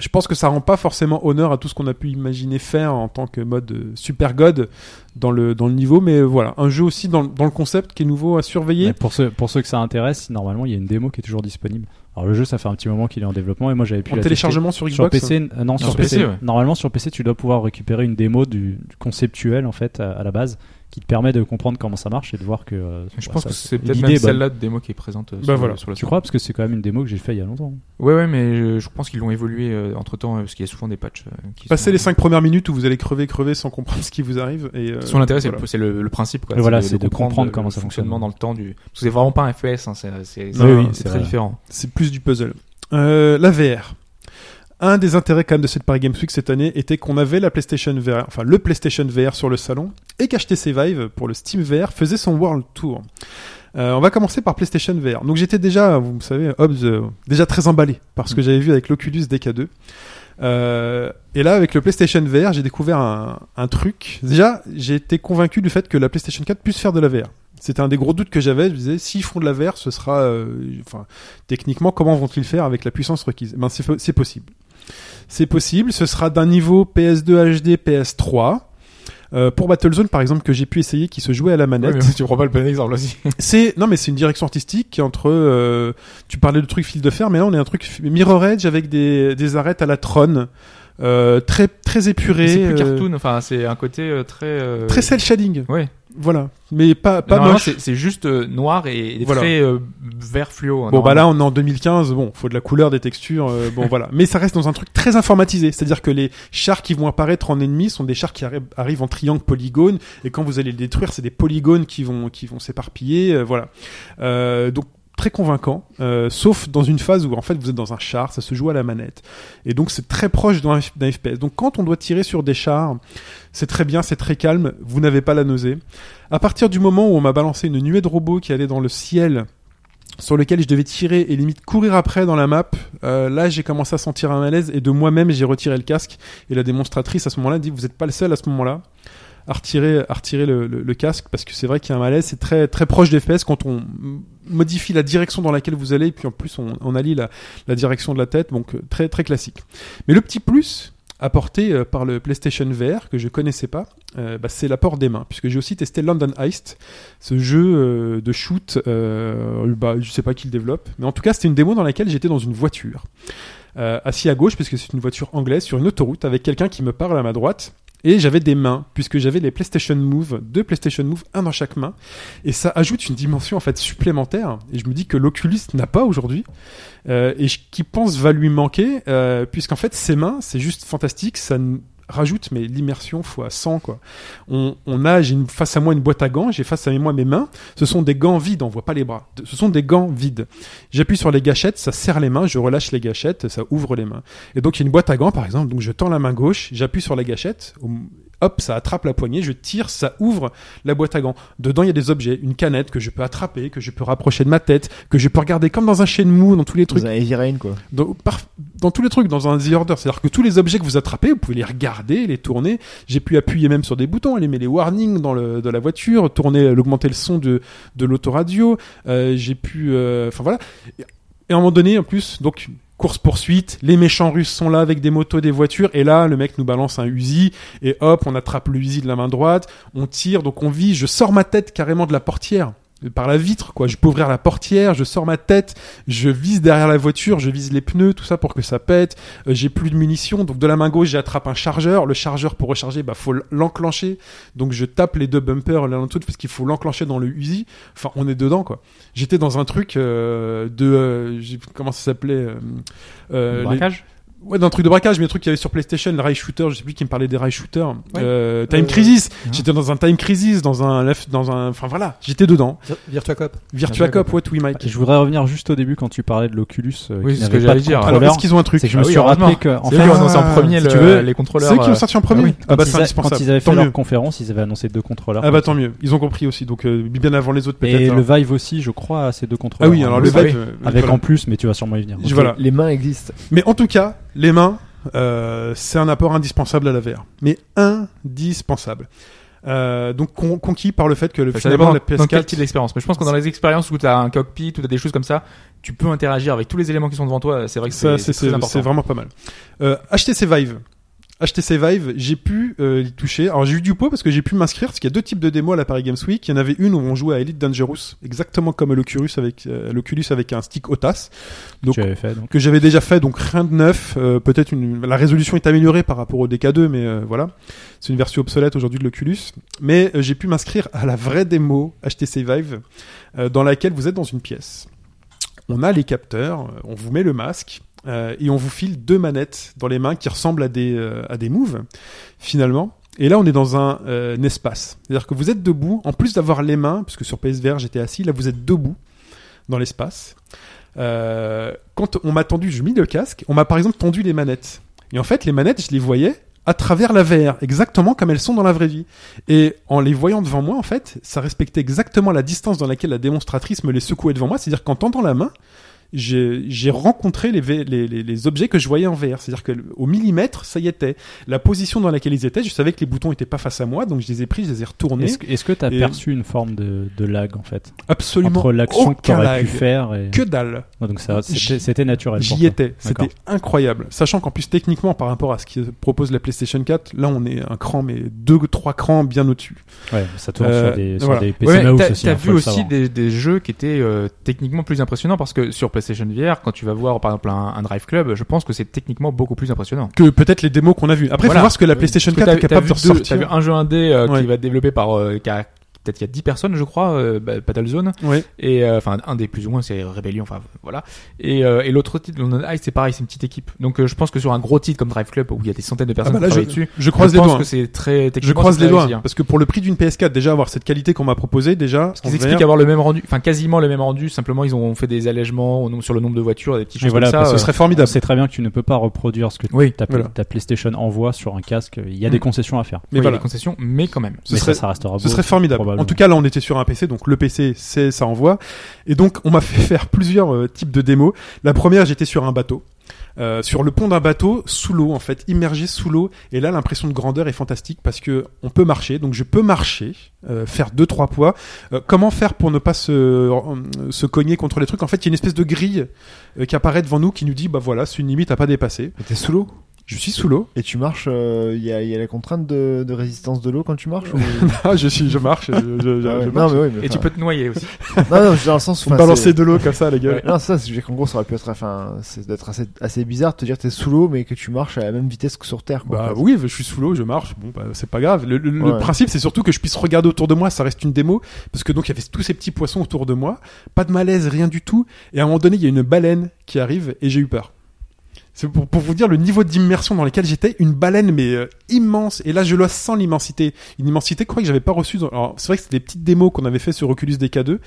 Speaker 2: Je pense que ça rend pas forcément honneur à tout ce qu'on a pu imaginer faire en tant que mode euh, super god dans le dans le niveau, mais euh, voilà, un jeu aussi dans, dans le concept qui est nouveau à surveiller.
Speaker 4: Mais pour ceux pour ceux que ça intéresse, normalement il y a une démo qui est toujours disponible. Alors le jeu ça fait un petit moment qu'il est en développement et moi j'avais pu
Speaker 2: En
Speaker 4: la
Speaker 2: téléchargement sur
Speaker 4: tester. sur
Speaker 2: Xbox
Speaker 4: PC euh, non sur,
Speaker 5: hein. sur
Speaker 4: PC,
Speaker 5: PC, ouais.
Speaker 4: normalement sur PC tu dois pouvoir récupérer une démo du, du conceptuel en fait à, à la base qui te permet de comprendre comment ça marche et de voir que euh,
Speaker 5: Je
Speaker 4: bah,
Speaker 5: pense
Speaker 4: ça-
Speaker 5: que c'est
Speaker 4: l'idée
Speaker 5: peut-être même
Speaker 4: est bonne.
Speaker 5: celle-là de démo qui est présente euh,
Speaker 2: Bah
Speaker 5: sur,
Speaker 2: voilà.
Speaker 5: sur le
Speaker 4: Tu
Speaker 5: site.
Speaker 4: crois parce que c'est quand même une démo que j'ai fait il y a longtemps.
Speaker 5: Ouais, ouais, mais euh, je, je pense qu'ils l'ont évolué entre temps parce qu'il y a souvent des patchs. euh, qui
Speaker 2: Passez
Speaker 5: sont-
Speaker 2: les 5 premières minutes où vous allez crever, crever sans comprendre *laughs* ce qui vous arrive. Et, euh,
Speaker 5: Son intérêt, c'est
Speaker 2: voilà.
Speaker 5: le- c'est le, le principe. Quoi.
Speaker 4: Et voilà, c'est de comprendre
Speaker 5: le-
Speaker 4: comment
Speaker 5: le
Speaker 4: ça
Speaker 5: fonctionnement
Speaker 4: fonctionne.
Speaker 5: dans le temps du. Parce que c'est vraiment pas un FPS. hein, c'est c'est-
Speaker 2: Non, oui,
Speaker 5: c'est-
Speaker 4: oui,
Speaker 5: c'est
Speaker 4: c'est
Speaker 5: très
Speaker 4: vrai.
Speaker 5: différent.
Speaker 2: C'est plus du puzzle. Euh, la VR. Un des intérêts quand même de cette Paris Games Week cette année était qu'on avait la PlayStation VR, enfin le PlayStation VR sur le salon et qu'HTC Vive pour le Steam VR faisait son World Tour. Euh, on va commencer par PlayStation VR. Donc j'étais déjà, vous savez, Hobbs, euh, déjà très emballé par
Speaker 5: Mm.
Speaker 2: ce que j'avais vu avec l'Oculus DK2. Euh, et là, avec le PlayStation VR, j'ai découvert un, un truc. Déjà, j'ai été convaincu du fait que la PlayStation 4 puisse faire de la VR. C'était un des gros doutes que j'avais. Je me disais, s'ils font de la VR, ce sera, euh, enfin, techniquement, comment vont-ils faire avec la puissance requise ben, c'est, c'est possible. C'est possible, ce sera d'un niveau PS2 HD, PS3. Euh, pour Battlezone, par exemple, que j'ai pu essayer, qui se jouait à la manette,
Speaker 5: Ouais, mais tu prends pas le bon exemple aussi.
Speaker 2: c'est non mais c'est une direction artistique qui est entre euh, tu parlais de truc fil de fer mais là on est un truc f- mirror edge avec des des arêtes à la Tron euh, très très
Speaker 5: Mais
Speaker 2: épuré
Speaker 5: C'est plus
Speaker 2: euh,
Speaker 5: cartoon. Enfin, c'est un côté euh, très. euh,
Speaker 2: très cel shading
Speaker 5: Ouais.
Speaker 2: Voilà. Mais pas, pas
Speaker 5: Normalement,
Speaker 2: moche.
Speaker 5: c'est c'est juste euh, noir et des
Speaker 2: Voilà.
Speaker 5: traits euh, vert fluo. hein,
Speaker 2: Bon, bah
Speaker 5: normalement.
Speaker 2: là, on est en 2015. Bon, faut de la couleur, des textures. euh, bon, voilà. Mais ça reste dans un truc très informatisé. C'est-à-dire que les chars qui vont apparaître en ennemi sont des chars qui arri- arrivent en triangle polygone. Et quand vous allez les détruire, c'est des polygones qui vont, qui vont s'éparpiller. euh, voilà. Euh, donc, très convaincant, euh, sauf dans une phase où en fait vous êtes dans un char, ça se joue à la manette, et donc c'est très proche d'un F- d'un FPS. Donc quand on doit tirer sur des chars, c'est très bien, c'est très calme, vous n'avez pas la nausée. À partir du moment où on m'a balancé une nuée de robots qui allait dans le ciel, sur lequel je devais tirer et limite courir après dans la map, euh, là j'ai commencé à sentir un malaise et de moi-même j'ai retiré le casque et la démonstratrice à ce moment-là dit vous n'êtes pas le seul à ce moment-là à retirer, à retirer le, le- le casque parce que c'est vrai qu'il y a un malaise, c'est très, très proche des FPS quand on m- modifie la direction dans laquelle vous allez et puis en plus on, on allie la, la direction de la tête, donc euh, très, très classique. Mais le petit plus apporté euh, par le PlayStation VR que je connaissais pas, euh, bah, c'est l'apport des mains puisque j'ai aussi testé London Heist ce jeu euh, de shoot, euh, bah, je sais pas qui le développe, mais en tout cas c'était une démo dans laquelle j'étais dans une voiture, euh, assis à gauche puisque c'est une voiture anglaise sur une autoroute avec quelqu'un qui me parle à ma droite. Et j'avais des mains, puisque j'avais les PlayStation Move, deux PlayStation Move, un dans chaque main. Et ça ajoute une dimension en fait supplémentaire. Et je me dis que l'Oculus n'a pas aujourd'hui, euh, et je- qui pense va lui manquer, euh, puisqu'en fait ses mains, c'est juste fantastique. Ça n- rajoute mais l'immersion fois 100 quoi. On, on a, j'ai une- face à moi une boîte à gants, j'ai face à moi mes mains. Ce sont des gants vides, on voit pas les bras. De- Ce sont des gants vides. J'appuie sur les gâchettes, ça serre les mains, je relâche les gâchettes, ça ouvre les mains. Et donc il y a une boîte à gants par exemple, donc je tends la main gauche, j'appuie sur la gâchette, hum, hop, ça attrape la poignée, je tire, ça ouvre la boîte à gants. Dedans il y a des objets, une canette que je peux attraper, que je peux rapprocher de ma tête, que je peux regarder comme dans un chaîne mou, dans tous les trucs
Speaker 3: Dans un Heavy Rain, quoi.
Speaker 2: dans, par- dans tous les trucs, dans un The Order. C'est-à-dire que tous les objets que vous attrapez, vous pouvez les regarder, les tourner. J'ai pu appuyer même sur des boutons, aller mettre les warnings dans, le, dans la voiture, tourner, augmenter le son de, de l'autoradio. Euh, J'ai pu... euh, Enfin voilà. Et à un moment donné, en plus, donc... Course-poursuite, les méchants russes sont là avec des motos, des voitures, et là, le mec nous balance un Uzi, et hop, on attrape le Uzi de la main droite, on tire, donc on vit, je sors ma tête carrément de la portière, par la vitre, quoi. Je peux ouvrir la portière, je sors ma tête, je vise derrière la voiture, je vise les pneus, tout ça pour que ça pète. Euh, j'ai plus de munitions, donc de la main gauche j'attrape un chargeur. Le chargeur pour recharger, bah faut l'enclencher. Donc je tape les deux bumpers l'un l'autre parce qu'il faut l'enclencher dans le Uzi. Enfin, on est dedans quoi. J'étais dans un truc euh, de euh, j'ai- comment ça s'appelait euh, euh, les-
Speaker 5: Braquage
Speaker 2: Ouais, d'un truc de braquage, mais un truc qu'il y avait sur PlayStation, le rail shooter, je sais plus qui me parlait des rail shooters.
Speaker 6: Ouais.
Speaker 2: Euh, time
Speaker 6: Euh,
Speaker 2: Crisis. J'étais dans un Time Crisis, dans un, lef- dans un, enfin voilà, j'étais dedans.
Speaker 6: Vir- Virtua Cop.
Speaker 2: Virtua
Speaker 6: Ah,
Speaker 2: Cop, what we Mike.
Speaker 4: Je voudrais revenir juste au début quand tu parlais de l'Oculus. euh,
Speaker 5: Oui,
Speaker 4: qui
Speaker 5: c'est ce
Speaker 4: n'avait
Speaker 5: que
Speaker 4: pas
Speaker 5: j'allais
Speaker 4: de
Speaker 5: dire.
Speaker 4: contrôleur.
Speaker 2: Alors, qu'est-ce qu'ils ont un truc?
Speaker 4: C'est que je me
Speaker 5: Ah oui,
Speaker 4: suis rappelé
Speaker 5: heureusement.
Speaker 4: que en
Speaker 5: C'est
Speaker 4: fait,
Speaker 5: eux qui ont lancé en
Speaker 2: ah,
Speaker 5: premier
Speaker 2: si
Speaker 5: le-
Speaker 2: tu veux,
Speaker 5: les contrôleurs.
Speaker 2: C'est eux qui
Speaker 5: euh,
Speaker 2: ont sorti en premier.
Speaker 5: Ah oui.
Speaker 2: Ah bah
Speaker 4: quand
Speaker 2: c'est
Speaker 4: ils a-
Speaker 2: indispensable.
Speaker 4: quand ils avaient
Speaker 2: Tant
Speaker 4: fait leur
Speaker 2: mieux.
Speaker 4: conférence, ils avaient annoncé deux contrôleurs.
Speaker 2: Ah bah tant mieux. Ils ont compris aussi, donc euh, bien avant les autres peut-être.
Speaker 4: Et
Speaker 2: hein.
Speaker 4: le Vive aussi, je crois, a ces deux
Speaker 2: Ah
Speaker 4: contrôleurs.
Speaker 2: oui, alors le
Speaker 5: Ah oui.
Speaker 2: vibe. euh,
Speaker 4: Avec
Speaker 2: voilà.
Speaker 4: en plus, mais tu vas sûrement y venir.
Speaker 2: Je- voilà.
Speaker 3: Les mains existent.
Speaker 2: Mais en tout cas, les mains, euh, c'est un apport indispensable à la VR. Mais indispensable. Euh, donc con- conquis par le fait que le
Speaker 5: Enfin, ça
Speaker 2: finalement
Speaker 5: dépend
Speaker 2: la
Speaker 5: dans quel
Speaker 2: PS4
Speaker 5: type d'expérience. Mais je pense que dans les expériences où tu as un cockpit, où tu as des choses comme ça, tu peux interagir avec tous les éléments qui sont devant toi. C'est vrai que
Speaker 2: Ça,
Speaker 5: c'est
Speaker 2: c'est
Speaker 5: c'est très
Speaker 2: c'est- c'est
Speaker 5: important.
Speaker 2: vraiment pas mal. Euh, HTC Vive. HTC Vive, j'ai pu euh, y toucher. Alors j'ai eu du pot parce que j'ai pu m'inscrire parce qu'il y a deux types de démos à la Paris Games Week. Il y en avait une où on jouait à Elite Dangerous, exactement comme l'Oculus avec euh, l'Oculus avec un stick OTAS. Donc
Speaker 4: Tu avais fait, donc.
Speaker 2: que j'avais déjà fait, donc rien de neuf. Euh, Peut-être une... la résolution est améliorée par rapport au DK2, mais euh, voilà. C'est une version obsolète aujourd'hui de l'Oculus. Mais euh, j'ai pu m'inscrire à la vraie démo HTC Vive, euh, dans laquelle vous êtes dans une pièce. On a les capteurs, euh, on vous met le masque. euh, et on vous file deux manettes dans les mains qui ressemblent à des, euh, à des moves, finalement. Et là, on est dans un, euh, un espace. C'est-à-dire que vous êtes debout, en plus d'avoir les mains, puisque sur PSVR j'étais assis, là vous êtes debout dans l'espace. Euh, quand on m'a tendu, je mis le casque, on m'a par exemple tendu les manettes. Et en fait, les manettes, je les voyais à travers la VR, exactement comme elles sont dans la vraie vie. Et en les voyant devant moi, en fait, ça respectait exactement la distance dans laquelle la démonstratrice me les secouait devant moi. C'est-à-dire qu'en tendant la main, j'ai j'ai rencontré les, V- les, les, les objets que je voyais en VR. C'est-à-dire que le- au millimètre, ça y était. La position dans laquelle ils étaient, je savais que les boutons étaient pas face à moi, donc je les ai pris, je les ai retournés.
Speaker 4: Est-ce que- Est-ce que tu as
Speaker 2: Et-
Speaker 4: perçu une forme de, de lag en fait
Speaker 2: Absolument
Speaker 4: entre l'action que tu
Speaker 2: aucun
Speaker 4: aurais pu
Speaker 2: lag.
Speaker 4: faire et...
Speaker 2: Que dalle.
Speaker 4: Ouais, donc ça c'était
Speaker 2: J'y-
Speaker 4: c'était naturel pour
Speaker 2: J'y
Speaker 4: toi.
Speaker 2: étais.
Speaker 4: D'accord.
Speaker 2: C'était incroyable. Sachant qu'en plus, techniquement, par rapport à ce que propose la PlayStation 4, là, on est un cran, mais deux, trois crans bien au-dessus.
Speaker 4: Ouais, ça tourne
Speaker 2: Euh,
Speaker 4: sur des sur
Speaker 2: voilà.
Speaker 4: des PC
Speaker 5: Ouais, mais
Speaker 4: mouse
Speaker 5: t'as-
Speaker 4: aussi,
Speaker 5: t'as
Speaker 4: hein, faut
Speaker 5: vu
Speaker 4: le
Speaker 5: aussi
Speaker 4: savoir.
Speaker 5: des, des jeux qui étaient euh, techniquement plus impressionnants parce que sur PlayStation VR, quand tu vas voir par exemple un, un Drive Club, je pense que c'est techniquement beaucoup plus impressionnant.
Speaker 2: Que peut-être les démos qu'on a vues. Après,
Speaker 5: Voilà. Euh,
Speaker 2: faut voir ce que la Playstation
Speaker 5: Parce que
Speaker 2: 4 est
Speaker 5: t'as- t'as
Speaker 2: capable
Speaker 5: vu
Speaker 2: de
Speaker 5: deux- T'as vu
Speaker 2: ressortir.
Speaker 5: un jeu indé euh,
Speaker 2: Ouais.
Speaker 5: qui va être développé par euh, qui a peut-être il y a 10 personnes, je crois, euh, bah, Battle Zone.
Speaker 2: Ouais. Ah
Speaker 5: Et euh, enfin, un des plus ou moins, c'est Rebellion. Enfin, voilà. Et, euh, et l'autre titre, London Eye, c'est pareil, c'est une petite équipe. Donc, euh, je pense que sur un gros titre comme Drive Club, où il y a des centaines de personnes
Speaker 2: bah là,
Speaker 5: qui travaillent dessus,
Speaker 2: Je croise
Speaker 5: je
Speaker 2: les
Speaker 5: pense
Speaker 2: doigts. hein.
Speaker 5: que c'est très
Speaker 2: Je
Speaker 5: techniquement,
Speaker 2: croise
Speaker 5: c'est
Speaker 2: les
Speaker 5: très
Speaker 2: doigts.
Speaker 5: réussi, hein.
Speaker 2: Parce que pour le prix d'une PS4, déjà avoir cette qualité qu'on m'a proposée, déjà.
Speaker 5: Parce
Speaker 2: on
Speaker 5: qu'ils
Speaker 2: devient-
Speaker 5: expliquent avoir le même rendu, enfin quasiment le même rendu, simplement ils ont fait des allègements au nombre, sur le nombre de voitures, des petites
Speaker 4: Mais
Speaker 5: choses
Speaker 4: voilà,
Speaker 5: comme ça.
Speaker 4: parce
Speaker 2: Ce
Speaker 4: que
Speaker 5: euh,
Speaker 2: serait
Speaker 4: On
Speaker 2: formidable.
Speaker 4: sait très bien que tu ne peux pas reproduire ce que
Speaker 5: Oui,
Speaker 4: ta,
Speaker 2: voilà.
Speaker 4: ta PlayStation envoie sur un casque. Il y a des
Speaker 5: Mm.
Speaker 4: concessions à faire.
Speaker 2: Mais
Speaker 5: oui,
Speaker 2: voilà.
Speaker 5: des concessions, mais quand même.
Speaker 2: Ce
Speaker 4: mais
Speaker 2: serait-
Speaker 4: ça, ça restera
Speaker 2: Ce
Speaker 4: beau.
Speaker 2: serait formidable.
Speaker 4: Ah probablement.
Speaker 2: En tout cas, là, on était sur un PC, donc le PC, c'est ça envoie. Et donc, on m'a *laughs* fait faire plusieurs euh, types de démos. La première, j'étais sur un bateau. Euh, sur le pont d'un bateau, sous l'eau en fait, immergé sous l'eau. Et là, l'impression de grandeur est fantastique parce que on peut marcher. Donc, je peux marcher, euh, faire deux trois poids. Euh, comment faire pour ne pas se euh, se cogner contre les trucs En fait, il y a une espèce de grille euh, qui apparaît devant nous qui nous dit bah voilà, c'est une limite à pas dépasser.
Speaker 3: Mais T'es sous l'eau
Speaker 2: Je suis sous l'eau. *laughs*
Speaker 3: et tu marches. Il y, a, y a la contrainte de, de résistance de l'eau quand tu marches. ou-
Speaker 2: Ah, je suis, je marche. Je, je- je-
Speaker 3: Ah ouais.
Speaker 2: je
Speaker 3: Non
Speaker 2: marche.
Speaker 3: mais oui. Mais
Speaker 5: Et tu peux te noyer aussi.
Speaker 3: enfin, Non, non, je dis dans le sens. où,
Speaker 2: Faut me
Speaker 3: enfin,
Speaker 2: balancer
Speaker 3: c'est-
Speaker 2: de l'eau comme ça, les gars.
Speaker 5: Ouais.
Speaker 3: Non, c'est ça, c'est qu'en gros, ça aurait pu être, enfin, c'est d'être assez, assez bizarre de te dire que t'es sous l'eau, mais que tu marches à la même vitesse que sur Terre. quoi,
Speaker 2: Bah
Speaker 3: en fait.
Speaker 2: oui, je suis sous l'eau, je marche, bon bah c'est pas grave. Le, le- le
Speaker 3: Ouais.
Speaker 2: principe c'est surtout que je puisse regarder autour de moi, ça reste une démo, parce que donc il y avait tous ces petits poissons autour de moi, pas de malaise, rien du tout, et à un moment donné il y a une baleine qui arrive et j'ai eu peur. C'est pour, pour vous dire le niveau d'immersion dans lequel j'étais, une baleine mais euh, immense, et là je la sens l'immensité, une immensité quoi que j'avais pas reçue. dans- Alors c'est vrai que c'était des petites démos qu'on avait fait sur Oculus DK2.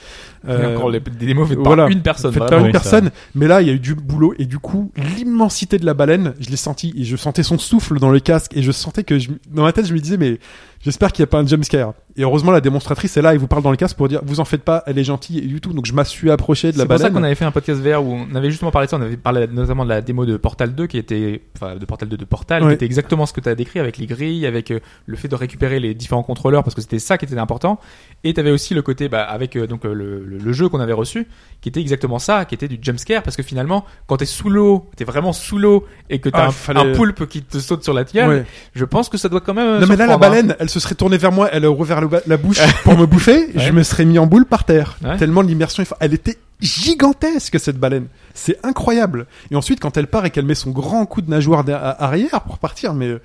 Speaker 5: Et encore les, des démos faites
Speaker 2: Euh, voilà.
Speaker 5: par une personne.
Speaker 2: Faites par
Speaker 5: vraiment.
Speaker 2: une
Speaker 4: Oui, ça-
Speaker 2: personne, mais là il y a eu du boulot et du coup l'immensité de la baleine, je l'ai senti et je sentais son souffle dans le casque et je sentais que je, dans ma tête je me disais mais j'espère qu'il n'y a pas un jumpscare. Et heureusement la démonstratrice est là et vous parle dans le casque pour dire vous en faites pas, elle est gentille et du tout donc je m'assuis approché de la
Speaker 5: C'est pour ça
Speaker 2: baleine.
Speaker 5: qu'on avait fait un podcast vert où on avait justement parlé de ça. On avait parlé notamment de la démo de Portal 2 qui était, enfin, de Portal 2 de Portal,
Speaker 2: Ouais.
Speaker 5: qui était exactement ce que tu as décrit avec les grilles, avec euh, le fait de récupérer les différents contrôleurs parce que c'était ça qui était important. Et tu avais aussi le côté, bah, avec euh, donc euh, le, le- le jeu qu'on avait reçu, qui était exactement ça, qui était du jumpscare parce que finalement, quand t'es sous l'eau, t'es vraiment sous l'eau et que t'as
Speaker 2: Ah,
Speaker 5: un,
Speaker 2: fallait-
Speaker 5: un poulpe qui te saute sur la gueule,
Speaker 2: Ouais.
Speaker 5: je pense que ça doit quand même. euh,
Speaker 2: Non mais là la
Speaker 5: surprendre, hein.
Speaker 2: baleine, elle se serait tournée vers moi, elle aurait ouvert le ba- la
Speaker 5: *laughs*
Speaker 2: bouche pour me bouffer, je me serais mis en boule par terre.
Speaker 5: Ouais.
Speaker 2: Tellement l'immersion, est fa- elle était gigantesque cette baleine. C'est incroyable. Et ensuite quand elle part et qu'elle met son grand coup de nageoire derrière- arrière pour partir, mais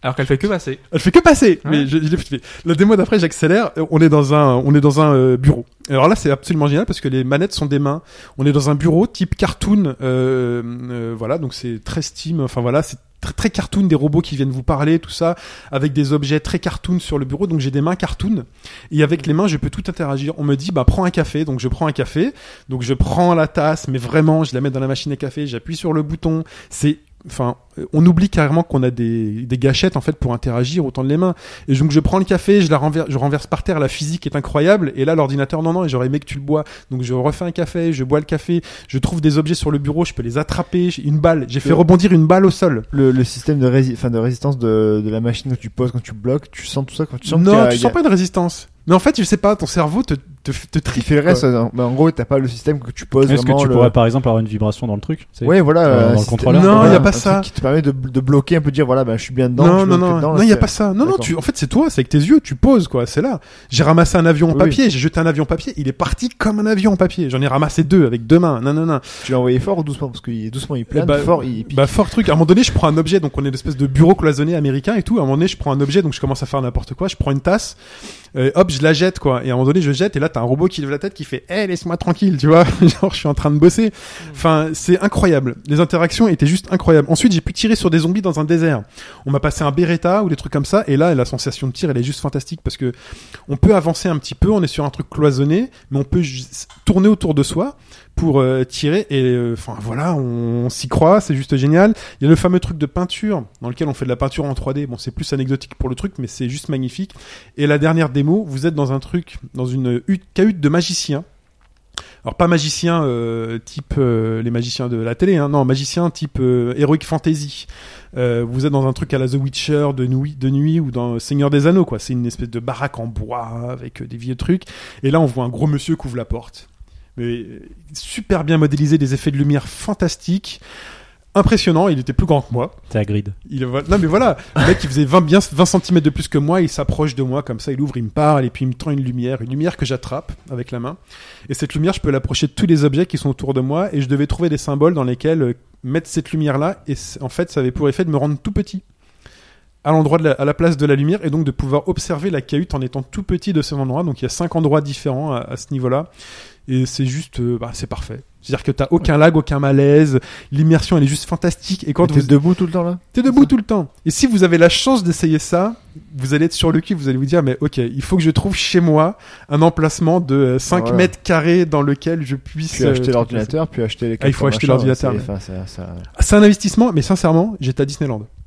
Speaker 5: Alors qu'elle fait que passer.
Speaker 2: Elle fait que passer.
Speaker 5: Ouais.
Speaker 2: Mais je, je l'ai fait. La démo d'après, j'accélère. euh, On est dans un, on est dans un euh, bureau. Alors là, c'est absolument génial parce que les manettes sont des mains. On est dans un bureau type cartoon. euh, euh, voilà, donc c'est très Steam. Enfin voilà, c'est très, très cartoon des robots qui viennent vous parler, tout ça, avec des objets très cartoon sur le bureau. Donc j'ai des mains cartoon. Et avec les mains, je peux tout interagir. On me dit, bah prends un café. Donc je prends un café. Donc je prends la tasse, mais vraiment, je la mets dans la machine à café. J'appuie sur le bouton. C'est Enfin, euh, on oublie carrément qu'on a des, des gâchettes en fait pour interagir autant de les mains. Et donc je prends le café, je la renverse, je renverse par terre, la physique est incroyable. Et là l'ordinateur non non, et j'aurais aimé que tu le bois. Donc je refais un café, je bois le café, je trouve des objets sur le bureau, je peux les attraper. J'ai Une balle, j'ai fait
Speaker 3: Euh.
Speaker 2: rebondir une balle au sol.
Speaker 3: Le, le système de, rési- enfin, de résistance de, de la machine que tu poses quand tu bloques, tu sens tout ça quand tu sens qu'il y
Speaker 2: non,
Speaker 3: a-
Speaker 2: tu
Speaker 3: il y a-
Speaker 2: sens pas de résistance. Mais en fait, je sais pas, ton cerveau te te, te
Speaker 3: Il
Speaker 2: tripe,
Speaker 3: fait le
Speaker 2: quoi.
Speaker 3: reste. hein. Bah, en gros, t'as pas le système que tu poses.
Speaker 4: Est-ce que
Speaker 3: vraiment,
Speaker 4: tu
Speaker 3: le-
Speaker 4: pourrais par exemple avoir une vibration dans le truc tu sais
Speaker 3: Ouais, voilà.
Speaker 4: dans
Speaker 3: un
Speaker 4: le
Speaker 3: système-
Speaker 4: contrôleur
Speaker 2: Non,
Speaker 3: voilà,
Speaker 2: y a pas
Speaker 3: un
Speaker 2: ça.
Speaker 3: truc Qui te permet de, de bloquer un peu, de dire voilà, bah, je suis bien dedans.
Speaker 2: Non, non,
Speaker 3: je bloque
Speaker 2: non,
Speaker 3: dedans,
Speaker 2: non,
Speaker 3: là,
Speaker 2: il y a
Speaker 3: c'est-
Speaker 2: pas ça. Non, non,
Speaker 3: D'accord.
Speaker 2: tu, en fait, c'est toi, c'est avec tes yeux, tu poses, quoi, c'est là. J'ai ramassé un avion en
Speaker 3: Oui,
Speaker 2: papier, j'ai jeté un avion en papier, il est parti comme un avion en papier. J'en ai ramassé deux avec deux mains, non, non, non.
Speaker 3: Tu l'as envoyé fort ou doucement Parce que il- doucement il plane,
Speaker 2: Eh bah,
Speaker 3: fort il pique.
Speaker 2: Bah, fort truc. À un moment donné, je prends un objet, donc on est une espèce de bureau cloisonné américain et tout. À un moment donné, je prends un objet, donc je commence à faire n'importe quoi. Je prends une tasse, euh, hop, je la jette, quoi. Et à un moment donné, je jette, et là, t'as un robot qui lève la tête, qui fait, eh, laisse-moi tranquille, tu vois. *laughs* Genre, je suis en train de bosser. Enfin, c'est incroyable. Les interactions étaient juste incroyables. Ensuite, j'ai pu tirer sur des zombies dans un désert. On m'a passé un Beretta ou des trucs comme ça, et là, la sensation de tir, elle est juste fantastique parce que on peut avancer un petit peu, on est sur un truc cloisonné, mais on peut ju- tourner autour de soi pour euh, tirer et euh, enfin voilà on, on s'y croit c'est juste génial il y a le fameux truc de peinture dans lequel on fait de la peinture en 3D bon c'est plus anecdotique pour le truc mais c'est juste magnifique et la dernière démo vous êtes dans un truc dans une hutte cahute de magicien alors pas magicien euh, type euh, les magiciens de la télé hein, non magicien type euh, heroic fantasy euh, vous êtes dans un truc à la The Witcher de nuit, de nuit ou dans Seigneur des Anneaux, quoi. C'est une espèce de baraque en bois avec euh, des vieux trucs. Et là, on voit un gros monsieur qui ouvre la porte. Mais euh, super bien modélisé, des effets de lumière fantastiques. Impressionnant, il était plus grand que moi.
Speaker 4: T'es à grid.
Speaker 2: Il, voilà- non mais voilà, le mec il faisait 20, bien, 20 cm de plus que moi, il s'approche de moi comme ça, il ouvre, il me parle et puis il me tend une lumière, une lumière que j'attrape avec la main. Et cette lumière, je peux l'approcher de tous les objets qui sont autour de moi et je devais trouver des symboles dans lesquels euh, mettre cette lumière là et c- en fait ça avait pour effet de me rendre tout petit. à l'endroit de la, à la place de la lumière et donc de pouvoir observer la cahute en étant tout petit de ces endroits. Donc il y a cinq endroits différents à, à ce niveau-là et c'est juste, euh, bah, c'est parfait. C'est-à-dire que t'as aucun lag, aucun malaise, l'immersion elle est juste fantastique et quand
Speaker 3: T'es
Speaker 2: vous
Speaker 3: debout tout le temps là
Speaker 2: T'es debout tout le temps. Et si vous avez la chance d'essayer ça, vous allez être sur le cul, vous allez vous dire, mais ok, il faut que je trouve chez moi un emplacement de euh, 5
Speaker 3: Voilà.
Speaker 2: mètres carrés dans lequel je puisse...
Speaker 3: Puis
Speaker 2: euh,
Speaker 3: acheter
Speaker 2: trouver
Speaker 3: l'ordinateur, puis acheter les
Speaker 2: Ah, il faut
Speaker 3: cartes,
Speaker 2: acheter
Speaker 3: machin,
Speaker 2: l'ordinateur,
Speaker 3: c'est-
Speaker 2: ouais.
Speaker 3: enfin, ça- ça- Ah,
Speaker 2: ça. C'est un investissement, mais sincèrement, j'étais à Disneyland. *laughs*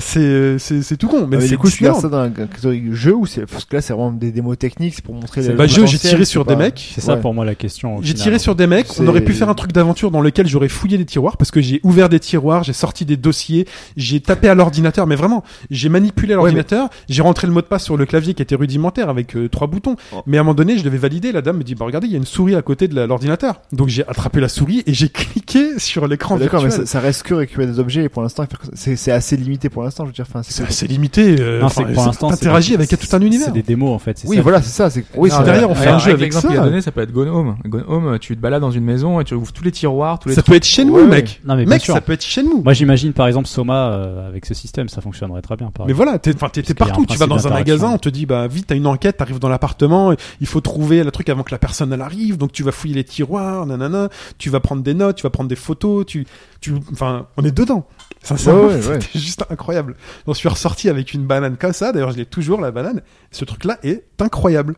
Speaker 2: c'est, euh, c'est, c'est tout con, mais
Speaker 3: Ah, mais
Speaker 2: c'est
Speaker 3: du coup, tu
Speaker 2: Disneyland.
Speaker 3: gardes ça dans la catégorie jeu ou c'est parce que là c'est vraiment des démos techniques, c'est pour montrer les
Speaker 2: Bah, jeu, j'ai tiré sur des mecs.
Speaker 4: C'est ça
Speaker 3: Ouais.
Speaker 4: pour moi la question. au
Speaker 2: J'ai
Speaker 4: final.
Speaker 2: tiré sur des mecs, on
Speaker 3: C'est-
Speaker 2: aurait pu faire un truc d'aventure dans lequel j'aurais fouillé des tiroirs parce que j'ai ouvert des tiroirs, j'ai sorti des dossiers, j'ai tapé à l'ordinateur, mais vraiment, j'ai manipulé l'ordinateur, j'ai rentré le mot de passe sur le clavier qui était rudimentaire avec euh, trois boutons.
Speaker 3: Oh.
Speaker 2: Mais à un moment donné, je devais valider, la dame me dit "Bah regardez, il y a une souris à côté de la- l'ordinateur." Donc j'ai attrapé la souris et j'ai *laughs* cliqué sur l'écran
Speaker 3: Ah, D'accord, mais
Speaker 2: virtuel.
Speaker 3: ça, ça reste que récupérer des objets et pour l'instant c'est c'est assez limité pour l'instant, je veux dire. Enfin,
Speaker 2: C'est assez limité. Euh,
Speaker 4: Non, c'est
Speaker 2: enfin,
Speaker 4: que pour
Speaker 2: c'est-
Speaker 4: l'instant, c'est-
Speaker 2: t'interagis avec
Speaker 4: c'est-
Speaker 2: tout un univers.
Speaker 4: C'est des démos en fait. c'est
Speaker 3: Oui,
Speaker 4: ça.
Speaker 3: voilà, c'est ça. C'est oui,
Speaker 2: Non,
Speaker 3: c'est-
Speaker 2: derrière, on fait un
Speaker 5: Alors,
Speaker 2: jeu avec
Speaker 5: l'exemple
Speaker 2: ça.
Speaker 5: qu'il a donné, ça peut être Gone Home. Gone Home, tu te balades dans une maison et tu ouvres tous les tiroirs, tous les
Speaker 2: Ça peut être chez nous,
Speaker 3: Ouais,
Speaker 2: mec.
Speaker 4: Non, mais bien
Speaker 2: mec,
Speaker 4: sûr.
Speaker 2: ça peut être chez nous.
Speaker 4: Moi, j'imagine par exemple Soma euh, avec ce système, ça fonctionnerait très bien. Par
Speaker 2: Mais voilà, t'es, enfin, t'es, t'es
Speaker 4: Parce qu'il y a
Speaker 2: partout.
Speaker 4: un
Speaker 2: Tu vas dans un
Speaker 4: principe
Speaker 2: magasin,
Speaker 4: d'interaction.
Speaker 2: on te dit, bah, vite, t'as une enquête, t'arrives dans l'appartement, il faut trouver le truc avant que la personne elle arrive, donc tu vas fouiller les tiroirs, nanana, tu vas prendre des notes, tu vas prendre des photos, tu, tu, enfin, on est dedans. *laughs* Sincèrement,
Speaker 3: Ouais, ouais, ouais.
Speaker 2: c'était juste incroyable. J'en suis ressorti avec une banane comme ça. D'ailleurs, je l'ai toujours, la banane. Ce truc-là est incroyable.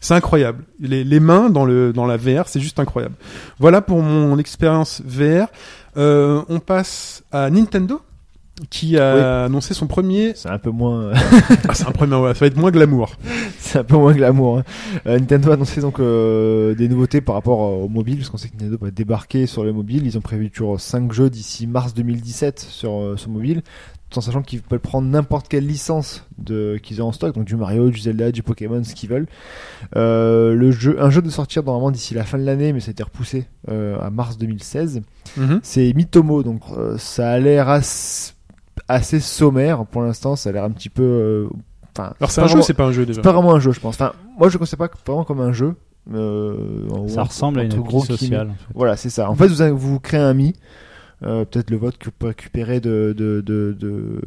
Speaker 2: C'est incroyable. Les, les mains dans le, dans la VR, c'est juste incroyable. Voilà pour mon expérience VR. Euh, on passe à Nintendo qui a
Speaker 3: Oui.
Speaker 2: annoncé son premier
Speaker 3: C'est un peu moins,
Speaker 2: ah, c'est un premier, ouais, ça va être moins glamour.
Speaker 3: c'est un peu moins glamour. hein. Euh, Nintendo a annoncé donc euh, des nouveautés par rapport euh, au mobile, parce qu'on sait que Nintendo va débarquer sur le mobile. Ils ont prévu toujours 5 jeux d'ici mars 2017 sur euh, sur mobile, tout en sachant qu'ils peuvent prendre n'importe quelle licence de qu'ils ont en stock, donc du Mario, du Zelda, du Pokémon, ce qu'ils veulent. Euh, le jeu, un jeu de sortir normalement d'ici la fin de l'année, mais ça a été repoussé euh, à mars 2016. C'est Mitomo, donc euh, ça a l'air as- assez sommaire pour l'instant. Ça a l'air un petit peu. euh, Enfin,
Speaker 2: Alors c'est
Speaker 3: pas
Speaker 2: un jeu,
Speaker 3: vraiment-
Speaker 2: c'est pas un jeu déjà.
Speaker 3: c'est pas vraiment un jeu, je pense. Enfin, moi, je ne considère pas vraiment comme un jeu. Euh, en-
Speaker 4: ça
Speaker 3: en-
Speaker 4: ressemble à une
Speaker 3: entre
Speaker 4: appli
Speaker 3: guillemets.
Speaker 4: sociale. en fait.
Speaker 3: Voilà, c'est ça. En fait, vous, vous créez un Mi. euh, peut-être le vote que vous pouvez récupérer de, de, de, de,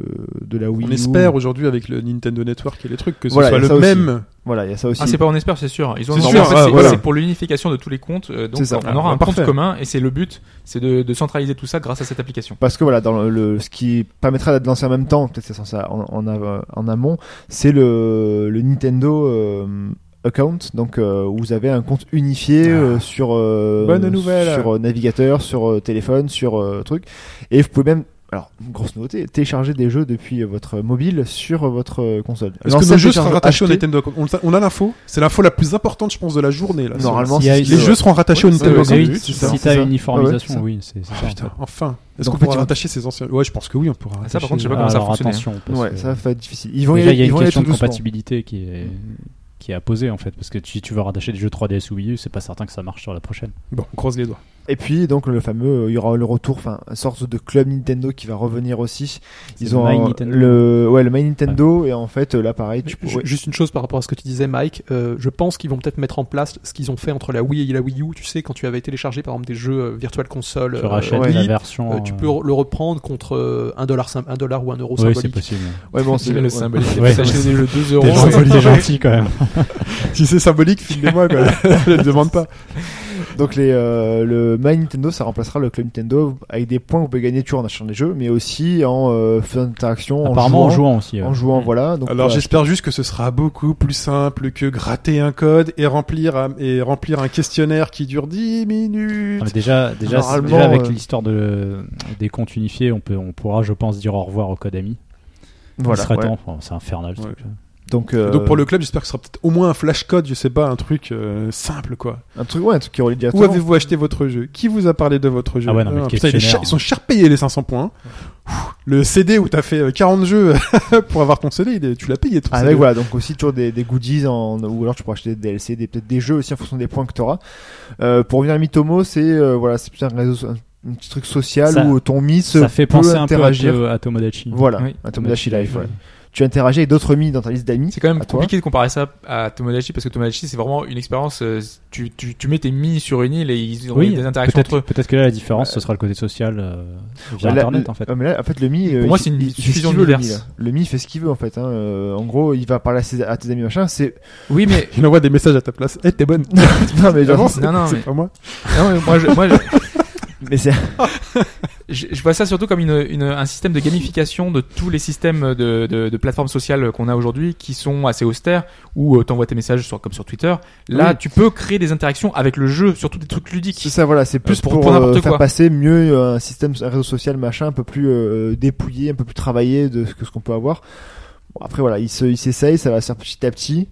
Speaker 3: de la Wii
Speaker 2: On
Speaker 3: U.
Speaker 2: espère aujourd'hui avec le Nintendo Network et les trucs que ce
Speaker 3: Voilà,
Speaker 2: soit
Speaker 3: il y
Speaker 2: le
Speaker 3: a ça aussi.
Speaker 2: même.
Speaker 3: Voilà, il y a ça aussi.
Speaker 5: Ah, c'est pas on espère, c'est sûr. Ils ont
Speaker 2: C'est
Speaker 5: non,
Speaker 2: sûr,
Speaker 5: en fait,
Speaker 2: ah,
Speaker 5: c'est
Speaker 2: voilà.
Speaker 5: c'est pour l'unification de tous les comptes. euh, donc,
Speaker 3: C'est ça.
Speaker 5: on
Speaker 2: Ah,
Speaker 5: aura un
Speaker 2: parfait.
Speaker 5: compte commun et c'est le but, c'est de, de centraliser tout ça grâce à cette application.
Speaker 3: Parce que voilà, dans le, le- ce qui permettra d'être lancé en même temps, peut-être c'est censé en, en, av- en amont, c'est le, le Nintendo euh, Account, donc euh, où vous avez un compte unifié euh, sur, euh,
Speaker 2: Ah. Bonne nouvelle.
Speaker 3: sur euh, navigateur, sur euh, téléphone, sur euh, truc, et vous pouvez même alors, grosse nouveauté, télécharger des jeux depuis votre mobile sur votre euh, console.
Speaker 2: Est-ce que
Speaker 3: L'ancien
Speaker 2: nos jeux seront
Speaker 3: téléchargeur
Speaker 2: rattachés au
Speaker 3: acheté,
Speaker 2: Nintendo Account On le sa- On a l'info. C'est l'info la plus importante, je pense, de la journée. Là.
Speaker 3: Normalement,
Speaker 4: Il y a-
Speaker 3: c'est ce
Speaker 2: les
Speaker 3: qui-
Speaker 2: jeux seront rattachés au
Speaker 3: Ouais,
Speaker 2: Nintendo
Speaker 3: ouais,
Speaker 2: Account.
Speaker 4: Euh, Mais oui,
Speaker 3: c'est
Speaker 4: si
Speaker 3: ça,
Speaker 4: si
Speaker 3: c'est
Speaker 4: t'as
Speaker 3: ça.
Speaker 4: une uniformisation,
Speaker 3: Ouais, ouais,
Speaker 4: oui, c'est c'est
Speaker 2: Ah,
Speaker 4: ça.
Speaker 2: putain, enfin. Est-ce
Speaker 3: Donc,
Speaker 2: qu'on peut
Speaker 3: pourra-
Speaker 2: rattacher ces anciens Ouais, je pense que oui, on pourra.
Speaker 5: Ah, ça, par
Speaker 2: rattacher-
Speaker 5: contre, je sais pas comment ça
Speaker 4: Alors,
Speaker 5: fonctionne.
Speaker 4: attention, parce
Speaker 3: Ouais,
Speaker 4: que-
Speaker 3: ça va être difficile. Ils vont y
Speaker 4: Déjà,
Speaker 3: aller,
Speaker 4: il y a
Speaker 3: ils
Speaker 4: une
Speaker 3: vont y aller
Speaker 4: question
Speaker 3: tout
Speaker 4: de
Speaker 3: doucement.
Speaker 4: compatibilité qui est qui est à poser en fait parce que si tu veux rattacher des jeux 3DS ou Wii U c'est pas certain que ça marche sur la prochaine
Speaker 2: Bon, on croise les doigts.
Speaker 3: Et puis donc le fameux, euh, il y aura le retour, enfin, une sorte de club Nintendo qui va revenir aussi.
Speaker 4: C'est
Speaker 3: Ils ont
Speaker 4: le My
Speaker 3: euh,
Speaker 4: Nintendo.
Speaker 3: le, ouais, le My Nintendo et en fait euh, là pareil, tu
Speaker 6: Mais
Speaker 3: peux.
Speaker 6: ju- Juste une chose par rapport à ce que tu disais, Mike. euh, je pense qu'ils vont peut-être mettre en place ce qu'ils ont fait entre la Wii et la Wii U. Tu sais, quand tu avais téléchargé par exemple des jeux euh, Virtual Console,
Speaker 4: tu
Speaker 6: euh,
Speaker 4: rachètes
Speaker 3: ouais,
Speaker 4: la
Speaker 6: Wii,
Speaker 4: version
Speaker 6: euh, tu peux le reprendre contre euh, un dollar, sym- un dollar ou un euro
Speaker 4: oui c'est
Speaker 6: symbolique.
Speaker 4: possible
Speaker 3: Ouais, bon, c'est
Speaker 5: J'aime le
Speaker 3: ouais.
Speaker 5: symbolique.
Speaker 3: *laughs*
Speaker 4: Ouais.
Speaker 5: S'acheter des jeux 12
Speaker 4: T'es
Speaker 5: euros.
Speaker 4: gentil, *laughs* t'es gentil quand même
Speaker 2: Si c'est symbolique, file-les-moi, *laughs*
Speaker 3: *laughs*
Speaker 2: quoi. Je ne demande pas.
Speaker 3: Donc les, euh, le My Nintendo, ça remplacera le club Nintendo avec des points que vous pouvez gagner toujours en achetant des jeux, mais aussi en euh, faisant une interaction, en
Speaker 4: apparemment en
Speaker 3: jouant,
Speaker 4: jouant aussi ouais.
Speaker 3: en jouant, voilà. Donc euh,
Speaker 2: Alors
Speaker 3: voilà.
Speaker 2: j'espère juste que ce sera beaucoup plus simple que gratter un code et remplir, un- et remplir un questionnaire qui dure 10 minutes.
Speaker 4: Ah, mais déjà, déjà, c'est-
Speaker 3: Normalement,
Speaker 4: déjà avec
Speaker 3: euh,
Speaker 4: l'histoire de, des comptes unifiés, on, peut, on pourra, je pense, dire au revoir au Kodami.
Speaker 3: voilà.
Speaker 4: Il serait
Speaker 3: ouais.
Speaker 4: temps. Enfin, c'est infernal. ce
Speaker 2: Ouais.
Speaker 4: truc-là.
Speaker 3: Donc, euh,
Speaker 2: Donc pour le club, j'espère que ce sera peut-être au moins un flash code, je sais pas, un truc euh, simple quoi.
Speaker 3: un truc, ouais, un truc qui relie
Speaker 2: Où
Speaker 3: directement.
Speaker 2: avez-vous acheté votre jeu Qui vous a parlé de votre jeu
Speaker 4: Ah ouais, non, mais le
Speaker 2: putain, il est
Speaker 4: questionnaire.
Speaker 2: cher- ils sont cher payés les 500 points. Ouh, Le CD où t'as fait euh, 40 jeux *laughs* pour avoir ton CD, il est- tu l'as payé ton
Speaker 3: Avec
Speaker 2: CD.
Speaker 3: Ah, voilà, donc aussi toujours des, des goodies en, ou alors tu pourras acheter des DLC, des, peut-être des jeux aussi en fonction des points que tu auras. Euh, pour revenir à Mitomo, c'est euh, voilà, c'est plus un réseau, so- un, un petit truc social
Speaker 4: Ça-
Speaker 3: où ton Miss
Speaker 4: Ça fait
Speaker 3: peut
Speaker 4: penser un peu à,
Speaker 3: interagir.
Speaker 4: To- à Tomodachi.
Speaker 3: Voilà,
Speaker 5: Oui.
Speaker 3: un Tomodachi Life. ouais. tu interagis avec d'autres amis dans ta liste d'amis.
Speaker 5: C'est quand même
Speaker 3: à toi.
Speaker 5: compliqué de comparer ça à Tomodachi parce que Tomodachi c'est vraiment une expérience. euh, Tu, tu, tu mets tes mis sur une île et ils ont
Speaker 4: Oui,
Speaker 5: des interactions entre eux.
Speaker 4: peut-être peut-être que là, la différence, ce sera le côté social euh, via
Speaker 3: Ouais, là,
Speaker 4: Internet,
Speaker 3: le-
Speaker 4: en fait.
Speaker 3: ouais, mais là, en fait, le mi. euh,
Speaker 5: Pour moi,
Speaker 3: il-
Speaker 5: c'est une
Speaker 3: il- il fait ce
Speaker 5: diffusion
Speaker 3: qu'il veut, le mi,
Speaker 5: diverse.
Speaker 3: là. Le mi fait ce qu'il veut en fait. hein. Euh, en gros, il va parler à, ses- à tes amis machin.
Speaker 4: *laughs*
Speaker 3: C'est
Speaker 5: Oui, mais
Speaker 2: Il envoie des messages à ta place. Eh, t'es *laughs* bonne.
Speaker 3: non mais genre,
Speaker 2: Avance.
Speaker 5: non, non,
Speaker 2: c'est
Speaker 5: mais-
Speaker 2: pas moi.
Speaker 5: non, mais moi, je, moi je,
Speaker 3: mais c'est
Speaker 5: je, je vois ça surtout comme une, une- un système de gamification de tous les systèmes de, de, de plateformes sociales qu'on a aujourd'hui qui sont assez austères où euh, t'envoies tes messages sur, comme sur Twitter. Là,
Speaker 3: Oui.
Speaker 5: tu peux créer des interactions avec le jeu, surtout des trucs ludiques.
Speaker 3: C'est ça, voilà, c'est plus
Speaker 5: Euh, pour-
Speaker 3: pour,
Speaker 5: pour n'importe
Speaker 3: euh, faire
Speaker 5: quoi.
Speaker 3: passer mieux euh, un système, un réseau social machin, un peu plus euh, dépouillé, un peu plus travaillé de ce que ce qu'on peut avoir. Bon, après voilà, il se, il s'essaye, ça va se faire petit à petit.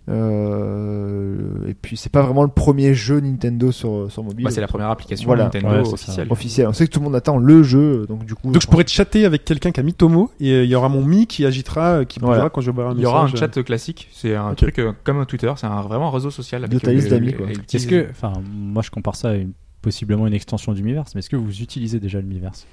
Speaker 3: euh, et puis c'est pas vraiment le premier jeu Nintendo sur sur mobile
Speaker 5: Bah, c'est la première application
Speaker 3: Voilà.
Speaker 5: Nintendo
Speaker 4: Ouais, c'est ça.
Speaker 5: officielle.
Speaker 3: officiel. On sait que tout le monde attend le jeu, donc du coup.
Speaker 2: Donc je pourrais chatter avec quelqu'un qui a mis Tomo et euh, il y aura mon mi qui agitera, euh, qui bougera
Speaker 3: Voilà.
Speaker 2: quand je verrai un
Speaker 5: Il y aura un
Speaker 2: message, euh,
Speaker 5: chat classique, c'est un
Speaker 2: Ok.
Speaker 5: truc euh, comme un Twitter, c'est un, vraiment un réseau social. Avec
Speaker 3: De ta
Speaker 5: euh,
Speaker 3: liste
Speaker 5: le-
Speaker 3: d'amis,
Speaker 5: le-
Speaker 3: quoi.
Speaker 5: le petit-
Speaker 4: Est-ce que, enfin, moi je compare ça à une- possiblement une extension d'Universe, mais est-ce que vous utilisez déjà l'Universe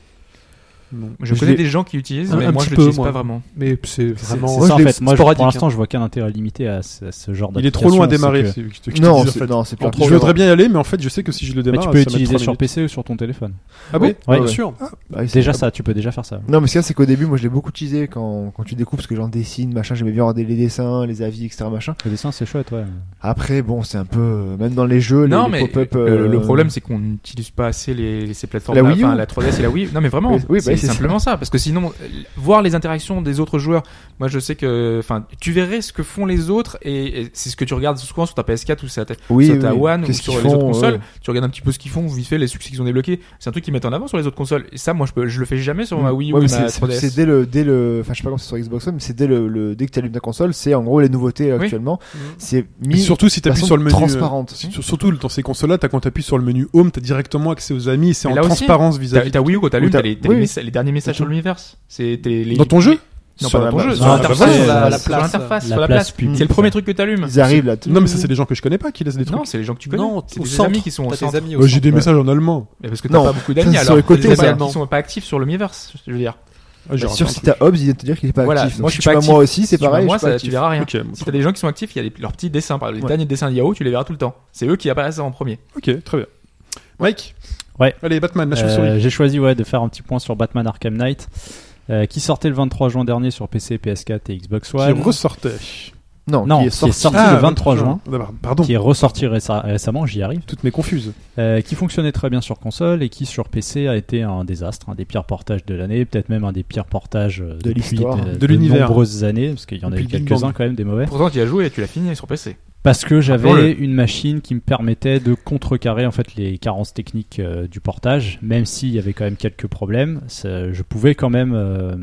Speaker 2: euh, non.
Speaker 5: Je
Speaker 6: Je
Speaker 5: connais
Speaker 6: l'ai-
Speaker 5: des gens qui utilisent,
Speaker 6: Un-
Speaker 5: mais
Speaker 6: un
Speaker 5: moi
Speaker 6: petit
Speaker 5: je
Speaker 6: peu,
Speaker 5: l'utilise
Speaker 6: moi.
Speaker 5: pas vraiment.
Speaker 6: Mais c'est vraiment.
Speaker 4: C'est ça en
Speaker 6: je l'ai-
Speaker 4: fait. Moi, je-
Speaker 6: sporadique,
Speaker 4: pour
Speaker 6: hein.
Speaker 4: l'instant, je vois qu'un intérêt limité à ce, à ce genre
Speaker 2: Il est
Speaker 4: d'application.
Speaker 2: trop loin à
Speaker 4: c'est
Speaker 2: démarrer.
Speaker 4: que-
Speaker 2: c'est- c'est- je te
Speaker 3: Non,
Speaker 2: dis, en
Speaker 3: c'est-
Speaker 2: fait.
Speaker 3: non, c'est pas.
Speaker 2: Je voudrais bien y aller, mais en fait, je sais que si je le
Speaker 4: Mais
Speaker 2: démarre,
Speaker 4: tu
Speaker 2: ça va
Speaker 4: peux
Speaker 2: mettre
Speaker 4: utiliser
Speaker 2: trois
Speaker 4: sur
Speaker 2: minutes.
Speaker 4: PC ou sur ton téléphone.
Speaker 2: Ah bon
Speaker 4: Ouais.
Speaker 6: Bien sûr.
Speaker 3: Bah oui, c'est-
Speaker 4: Déjà ça, tu peux déjà faire ça.
Speaker 3: Non, mais ce qu'il y a, c'est qu'au début, moi, je l'ai beaucoup utilisé quand, quand tu découpes, parce que j'en dessine, machin, j'aimais bien regarder les dessins, les avis, etc., machin.
Speaker 4: Le dessin, c'est chouette, ouais.
Speaker 3: Après, bon, c'est un peu, euh, même dans les jeux,
Speaker 5: non,
Speaker 3: les, les
Speaker 5: mais
Speaker 3: pop-up.
Speaker 5: euh,
Speaker 3: euh,
Speaker 5: le problème c'est qu'on n'utilise pas assez les, ces plateformes,
Speaker 3: La
Speaker 5: là,
Speaker 3: Wii U.
Speaker 5: enfin, la 3DS et la Wii. Non, mais vraiment,
Speaker 3: Oui, oui, bah,
Speaker 5: c'est
Speaker 3: c'est ça.
Speaker 5: simplement ça. parce que sinon, euh, voir les interactions des autres joueurs, moi je sais que, enfin, tu verrais ce que font les autres et, et c'est ce que tu regardes souvent sur ta PS4 ou sur ta,
Speaker 3: oui,
Speaker 5: sur ta
Speaker 3: oui.
Speaker 5: One ou
Speaker 3: Qu'est-ce
Speaker 5: sur
Speaker 3: qu'ils
Speaker 5: les autres
Speaker 3: font, euh
Speaker 5: consoles.
Speaker 3: ouais.
Speaker 5: Tu regardes un petit peu ce qu'ils font, vite fait les succès qu'ils ont débloqués. C'est un truc qu'ils mettent en avant sur les autres consoles. Et ça, moi, je peux, je le fais jamais sur ma Wii
Speaker 3: Mm. Ouais,
Speaker 5: ou
Speaker 3: mais c'est-
Speaker 5: ma
Speaker 3: c'est
Speaker 5: 3DS.
Speaker 3: c'est dès le, dès le, enfin je sais pas quand c'est sur Xbox One, mais c'est dès le, le- dès que tu allumes ta console, c'est en gros les nouveautés
Speaker 5: Oui.
Speaker 3: actuellement.
Speaker 5: Mhm.
Speaker 3: C'est
Speaker 2: Et
Speaker 3: mis
Speaker 2: surtout si t'appuies
Speaker 3: façon
Speaker 2: sur le menu. euh,
Speaker 3: transparente.
Speaker 2: si- Surtout dans ces consoles-là, t'as- quand t'appuies sur le menu Home, t'as directement accès aux amis, c'est
Speaker 5: Mais
Speaker 2: en
Speaker 5: là aussi,
Speaker 2: transparence
Speaker 5: T'as
Speaker 2: vis-à-vis.
Speaker 5: t'as Wii U quand t'allumes,
Speaker 3: Oui,
Speaker 5: t'as
Speaker 3: t'as-
Speaker 5: les, t'as les
Speaker 3: oui.
Speaker 5: messa- les derniers messages sur l'univers. C'est t'es- les-
Speaker 2: Dans ton jeu
Speaker 5: Non,
Speaker 3: Sur
Speaker 5: pas
Speaker 3: la
Speaker 5: dans ton
Speaker 3: base.
Speaker 5: jeu,
Speaker 3: Sur
Speaker 5: sur
Speaker 4: la
Speaker 5: l'interface,
Speaker 4: base.
Speaker 5: sur la- bah,
Speaker 6: La
Speaker 5: sur
Speaker 6: place. euh,
Speaker 5: l'interface, sur la place.
Speaker 4: publique,
Speaker 5: C'est le premier
Speaker 4: ça.
Speaker 5: truc que t'allumes.
Speaker 3: Ils arrivent là.
Speaker 2: Non, mais ça, c'est des gens que je connais pas qui laissent des trucs.
Speaker 5: Non, c'est les gens que tu connais.
Speaker 6: Non,
Speaker 5: c'est
Speaker 6: au
Speaker 5: des
Speaker 6: centre.
Speaker 5: amis qui sont au
Speaker 6: T'as
Speaker 5: centre.
Speaker 6: tes amis
Speaker 4: Oh,
Speaker 6: au
Speaker 2: Euh, J'ai
Speaker 6: *laughs* centre.
Speaker 2: des messages en allemand.
Speaker 5: Mais parce que t'as
Speaker 3: Non,
Speaker 5: pas beaucoup
Speaker 3: ça,
Speaker 5: d'amis
Speaker 3: c'est
Speaker 5: alors.
Speaker 3: sur le
Speaker 5: t'as des
Speaker 3: côté,
Speaker 5: amis
Speaker 3: vraiment.
Speaker 5: qui sont pas actifs sur le Miiverse, je veux dire.
Speaker 2: Ah, j'ai
Speaker 3: Bah,
Speaker 2: raté
Speaker 3: Sur
Speaker 2: un
Speaker 3: si
Speaker 2: truc.
Speaker 3: t'as Hobbs, il vient de te dire qu'il est pas
Speaker 5: Voilà.
Speaker 3: actif.
Speaker 5: Moi,
Speaker 3: Donc,
Speaker 5: je
Speaker 3: si
Speaker 5: suis
Speaker 3: tu
Speaker 5: pas
Speaker 3: vas
Speaker 5: actif.
Speaker 3: moi aussi, c'est
Speaker 5: Si tu vas
Speaker 3: pareil.
Speaker 5: Moi,
Speaker 3: je suis pas
Speaker 5: ça,
Speaker 3: actif.
Speaker 5: tu verras rien.
Speaker 2: Ok, bon,
Speaker 5: Si t'as des gens qui sont actifs, il y a les- leurs petits dessins. Par exemple, les
Speaker 3: Ouais.
Speaker 5: derniers dessins de Yahoo, tu les verras tout le temps. C'est eux qui apparaissent en premier.
Speaker 2: ok, très bien. Mike
Speaker 4: Ouais.
Speaker 2: Allez, Batman, la
Speaker 4: Euh,
Speaker 2: chauve-souris.
Speaker 4: J'ai choisi ouais, de faire un petit point sur Batman Arkham Knight, euh, qui sortait le 23 juin dernier sur PC, PS4 et Xbox
Speaker 2: Qui
Speaker 4: One.
Speaker 2: ressortait.
Speaker 3: Non, qui est
Speaker 4: Non, qui est
Speaker 3: sorti.
Speaker 4: sorti le 23 juin,
Speaker 2: D'abord, Pardon,
Speaker 4: qui est ressorti récem- récemment, j'y arrive.
Speaker 2: toutes mes confuses.
Speaker 4: Euh, qui fonctionnait très bien sur console et qui sur PC a été un désastre, un des pires portages de l'année, peut-être même un des pires portages euh, depuis
Speaker 3: l'histoire.
Speaker 4: de,
Speaker 2: De
Speaker 4: de
Speaker 2: l'univers.
Speaker 4: nombreuses années, parce qu'il y en a
Speaker 2: Depuis
Speaker 4: eu
Speaker 2: le Big
Speaker 4: quelques-uns
Speaker 2: Bang.
Speaker 4: quand même des mauvais.
Speaker 5: Pourtant, tu y as joué et tu l'as fini sur PC.
Speaker 4: Parce que j'avais
Speaker 5: Rappelons-le.
Speaker 4: une machine qui me permettait de contrecarrer en fait les carences techniques euh, du portage, même s'il y avait quand même quelques problèmes. ça- je pouvais quand même, euh,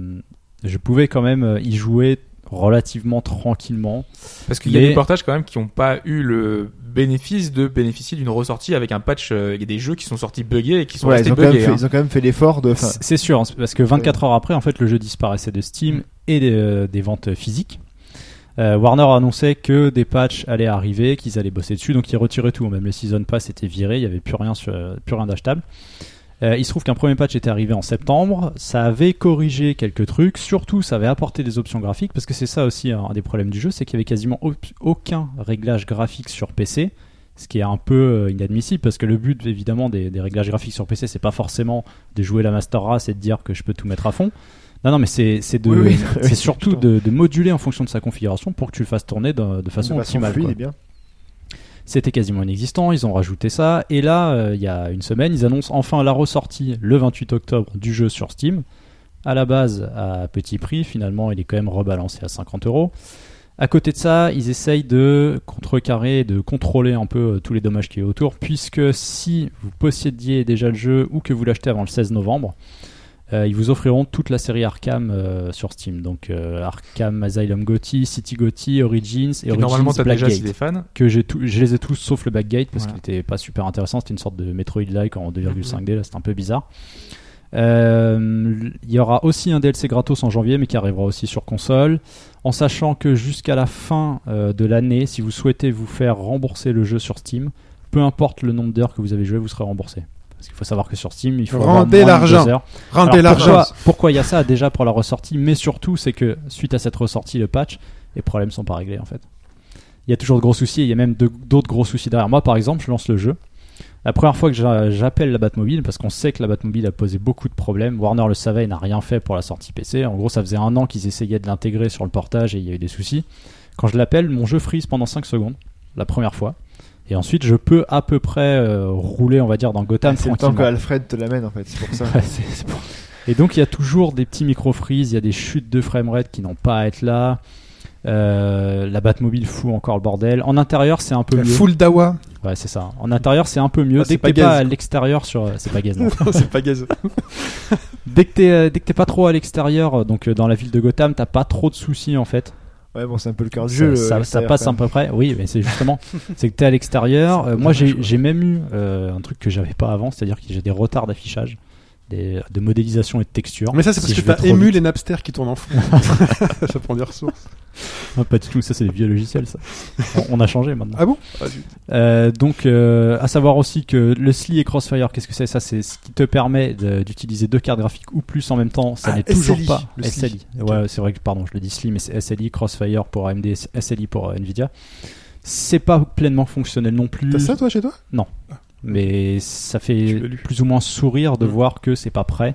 Speaker 4: je pouvais quand même euh, y jouer relativement tranquillement.
Speaker 5: Parce qu'il y a
Speaker 4: Mais-
Speaker 5: des portages quand même qui n'ont pas eu le bénéfice de bénéficier d'une ressortie avec un patch. euh, Il y a des jeux qui sont sortis buggés et qui sont
Speaker 3: Ouais,
Speaker 5: restés
Speaker 3: ils ont quand même
Speaker 5: buggés.
Speaker 3: fait-
Speaker 5: hein.
Speaker 3: ils ont quand même fait l'effort de. enfin,
Speaker 4: C'est c'est sûr, hein, c'est parce que 24 heures après, en fait, le jeu disparaissait de Steam et des, des ventes physiques. Euh, Warner annonçait que des patchs allaient arriver, qu'ils allaient bosser dessus, donc ils retiraient tout. Même le Season Pass était viré, il n'y avait plus rien, sur- plus rien d'achetable. Euh, il se trouve qu'un premier patch était arrivé en septembre, ça avait corrigé quelques trucs, surtout ça avait apporté des options graphiques, parce que c'est ça aussi hein, un des problèmes du jeu, c'est qu'il y avait quasiment au- aucun réglage graphique sur PC, ce qui est un peu euh, inadmissible, parce que le but évidemment des, des réglages graphiques sur PC, c'est pas forcément de jouer la Master Race et de dire que je peux tout mettre à fond. Non, non, mais c'est c'est de-
Speaker 3: Oui, oui,
Speaker 4: *laughs*
Speaker 3: *laughs*
Speaker 4: c'est
Speaker 3: oui,
Speaker 4: surtout
Speaker 3: putain.
Speaker 4: de, de moduler en fonction de sa configuration pour que tu le fasses tourner de, de façon
Speaker 3: de façon
Speaker 4: optimale.
Speaker 3: fluide
Speaker 4: quoi
Speaker 3: et bien.
Speaker 4: c'était quasiment inexistant, ils ont rajouté ça, et là, euh, il y a une semaine, ils annoncent enfin la ressortie le 28 octobre du jeu sur Steam, à la base à petit prix, finalement il est quand même rebalancé à 50 euros. À côté de ça, ils essayent de contrecarrer, de contrôler un peu euh, tous les dommages qui est autour, puisque si vous possédiez déjà le jeu ou que vous l'achetez avant le 16 novembre, euh, ils vous offriront toute la série Arkham euh, sur Steam. Donc euh, Arkham Asylum Gotti, City Gotti, Origins et
Speaker 5: Et
Speaker 4: Origins
Speaker 5: Normalement, t'as déjà
Speaker 4: Blackgate
Speaker 5: si des fans.
Speaker 4: que j'ai tout, je les ai tous sauf le backgate parce
Speaker 5: Voilà.
Speaker 4: qu'il était pas super intéressant. C'était une sorte de Metroid-like en 2,5D, là c'était un peu bizarre. Euh, Il y aura aussi un DLC gratos en janvier, mais qui arrivera aussi sur console. En sachant que jusqu'à la fin euh, de l'année, si vous souhaitez vous faire rembourser le jeu sur Steam, peu importe le nombre d'heures que vous avez joué, vous serez remboursé. Parce qu'il faut savoir que sur Steam, il faut
Speaker 2: Rendez
Speaker 4: avoir moins de deux
Speaker 2: l'argent.
Speaker 4: heures.
Speaker 2: Rendez
Speaker 4: Alors,
Speaker 2: l'argent.
Speaker 4: pourquoi- Pourquoi il y a ça déjà pour la ressortie, mais surtout c'est que suite à cette ressortie, le patch, les problèmes sont pas réglés en fait. Il y a toujours de gros soucis, et il y a même de- d'autres gros soucis derrière moi. Par exemple, je lance le jeu. La première fois que j'a- j'appelle la Batmobile, parce qu'on sait que la Batmobile a posé beaucoup de problèmes, Warner le savait, il n'a rien fait pour la sortie PC. En gros, ça faisait un an qu'ils essayaient de l'intégrer sur le portage et il y a eu des soucis. Quand je l'appelle, mon jeu freeze pendant 5 secondes, la première fois. Et ensuite, je peux à peu près euh, rouler, on va dire, dans Gotham
Speaker 3: Ah, C'est le temps
Speaker 4: tranquillement.
Speaker 3: que Alfred te l'amène en fait, c'est pour ça.
Speaker 4: Ouais, c'est- c'est pour- Et donc il y a toujours des petits micro-freeze, il y a des chutes de framerate qui n'ont pas à être là. Euh, la Batmobile fout encore le bordel. En intérieur, c'est un peu mieux.
Speaker 6: Full Dawa.
Speaker 4: Ouais, c'est ça. En intérieur, c'est un peu mieux.
Speaker 2: Ah,
Speaker 4: Dès
Speaker 2: c'est
Speaker 4: que t'es
Speaker 2: pas
Speaker 4: pas
Speaker 2: gaze.
Speaker 4: à l'extérieur sur, euh, c'est
Speaker 2: *laughs*
Speaker 4: pas gaze, non.
Speaker 2: c'est pas gazeux.
Speaker 4: dès que t'es, euh, dès que t'es pas trop à l'extérieur, euh, donc euh, dans la ville de Gotham, t'as pas trop de soucis en fait.
Speaker 3: Ouais, bon, c'est un peu le cœur du
Speaker 4: Ça-
Speaker 2: euh,
Speaker 3: jeu.
Speaker 4: ça,
Speaker 3: le-
Speaker 4: ça
Speaker 3: le-
Speaker 4: passe à peu près. Oui, mais
Speaker 2: *laughs*
Speaker 4: c'est justement, c'est que t'es à l'extérieur. Euh, moi, j'ai j'ai même eu euh, un truc que j'avais pas avant, c'est-à-dire que j'ai des retards d'affichage, des- de modélisation et de texture.
Speaker 2: Mais ça, c'est
Speaker 4: Si
Speaker 2: parce
Speaker 4: je
Speaker 2: que
Speaker 4: vais
Speaker 2: t'as
Speaker 4: trop
Speaker 2: ému
Speaker 4: vite.
Speaker 2: les Napster qui tournent en fond. *laughs* ça prend des ressources.
Speaker 4: Ah, pas du tout, ça c'est des vieux
Speaker 2: *laughs*
Speaker 4: logiciels ça. On, on a changé maintenant.
Speaker 2: Ah bon
Speaker 4: Euh, donc, euh, à savoir aussi que le SLI et Crossfire, qu'est-ce que c'est Ça, c'est ce qui te permet de- d'utiliser deux cartes graphiques ou plus en même temps. Ça
Speaker 2: Ah,
Speaker 4: n'est toujours
Speaker 2: SLI,
Speaker 4: pas
Speaker 2: le
Speaker 4: SLI.
Speaker 2: Ok.
Speaker 4: Ouais, c'est vrai que pardon, je le dis SLI, mais c'est SLI Crossfire pour AMD, SLI pour euh, Nvidia. C'est pas pleinement fonctionnel non plus,
Speaker 2: T'as ça, toi, chez toi
Speaker 4: mais ça fait
Speaker 2: Je l'ai lu.
Speaker 4: plus ou moins sourire de
Speaker 2: Mm.
Speaker 4: voir que c'est pas prêt.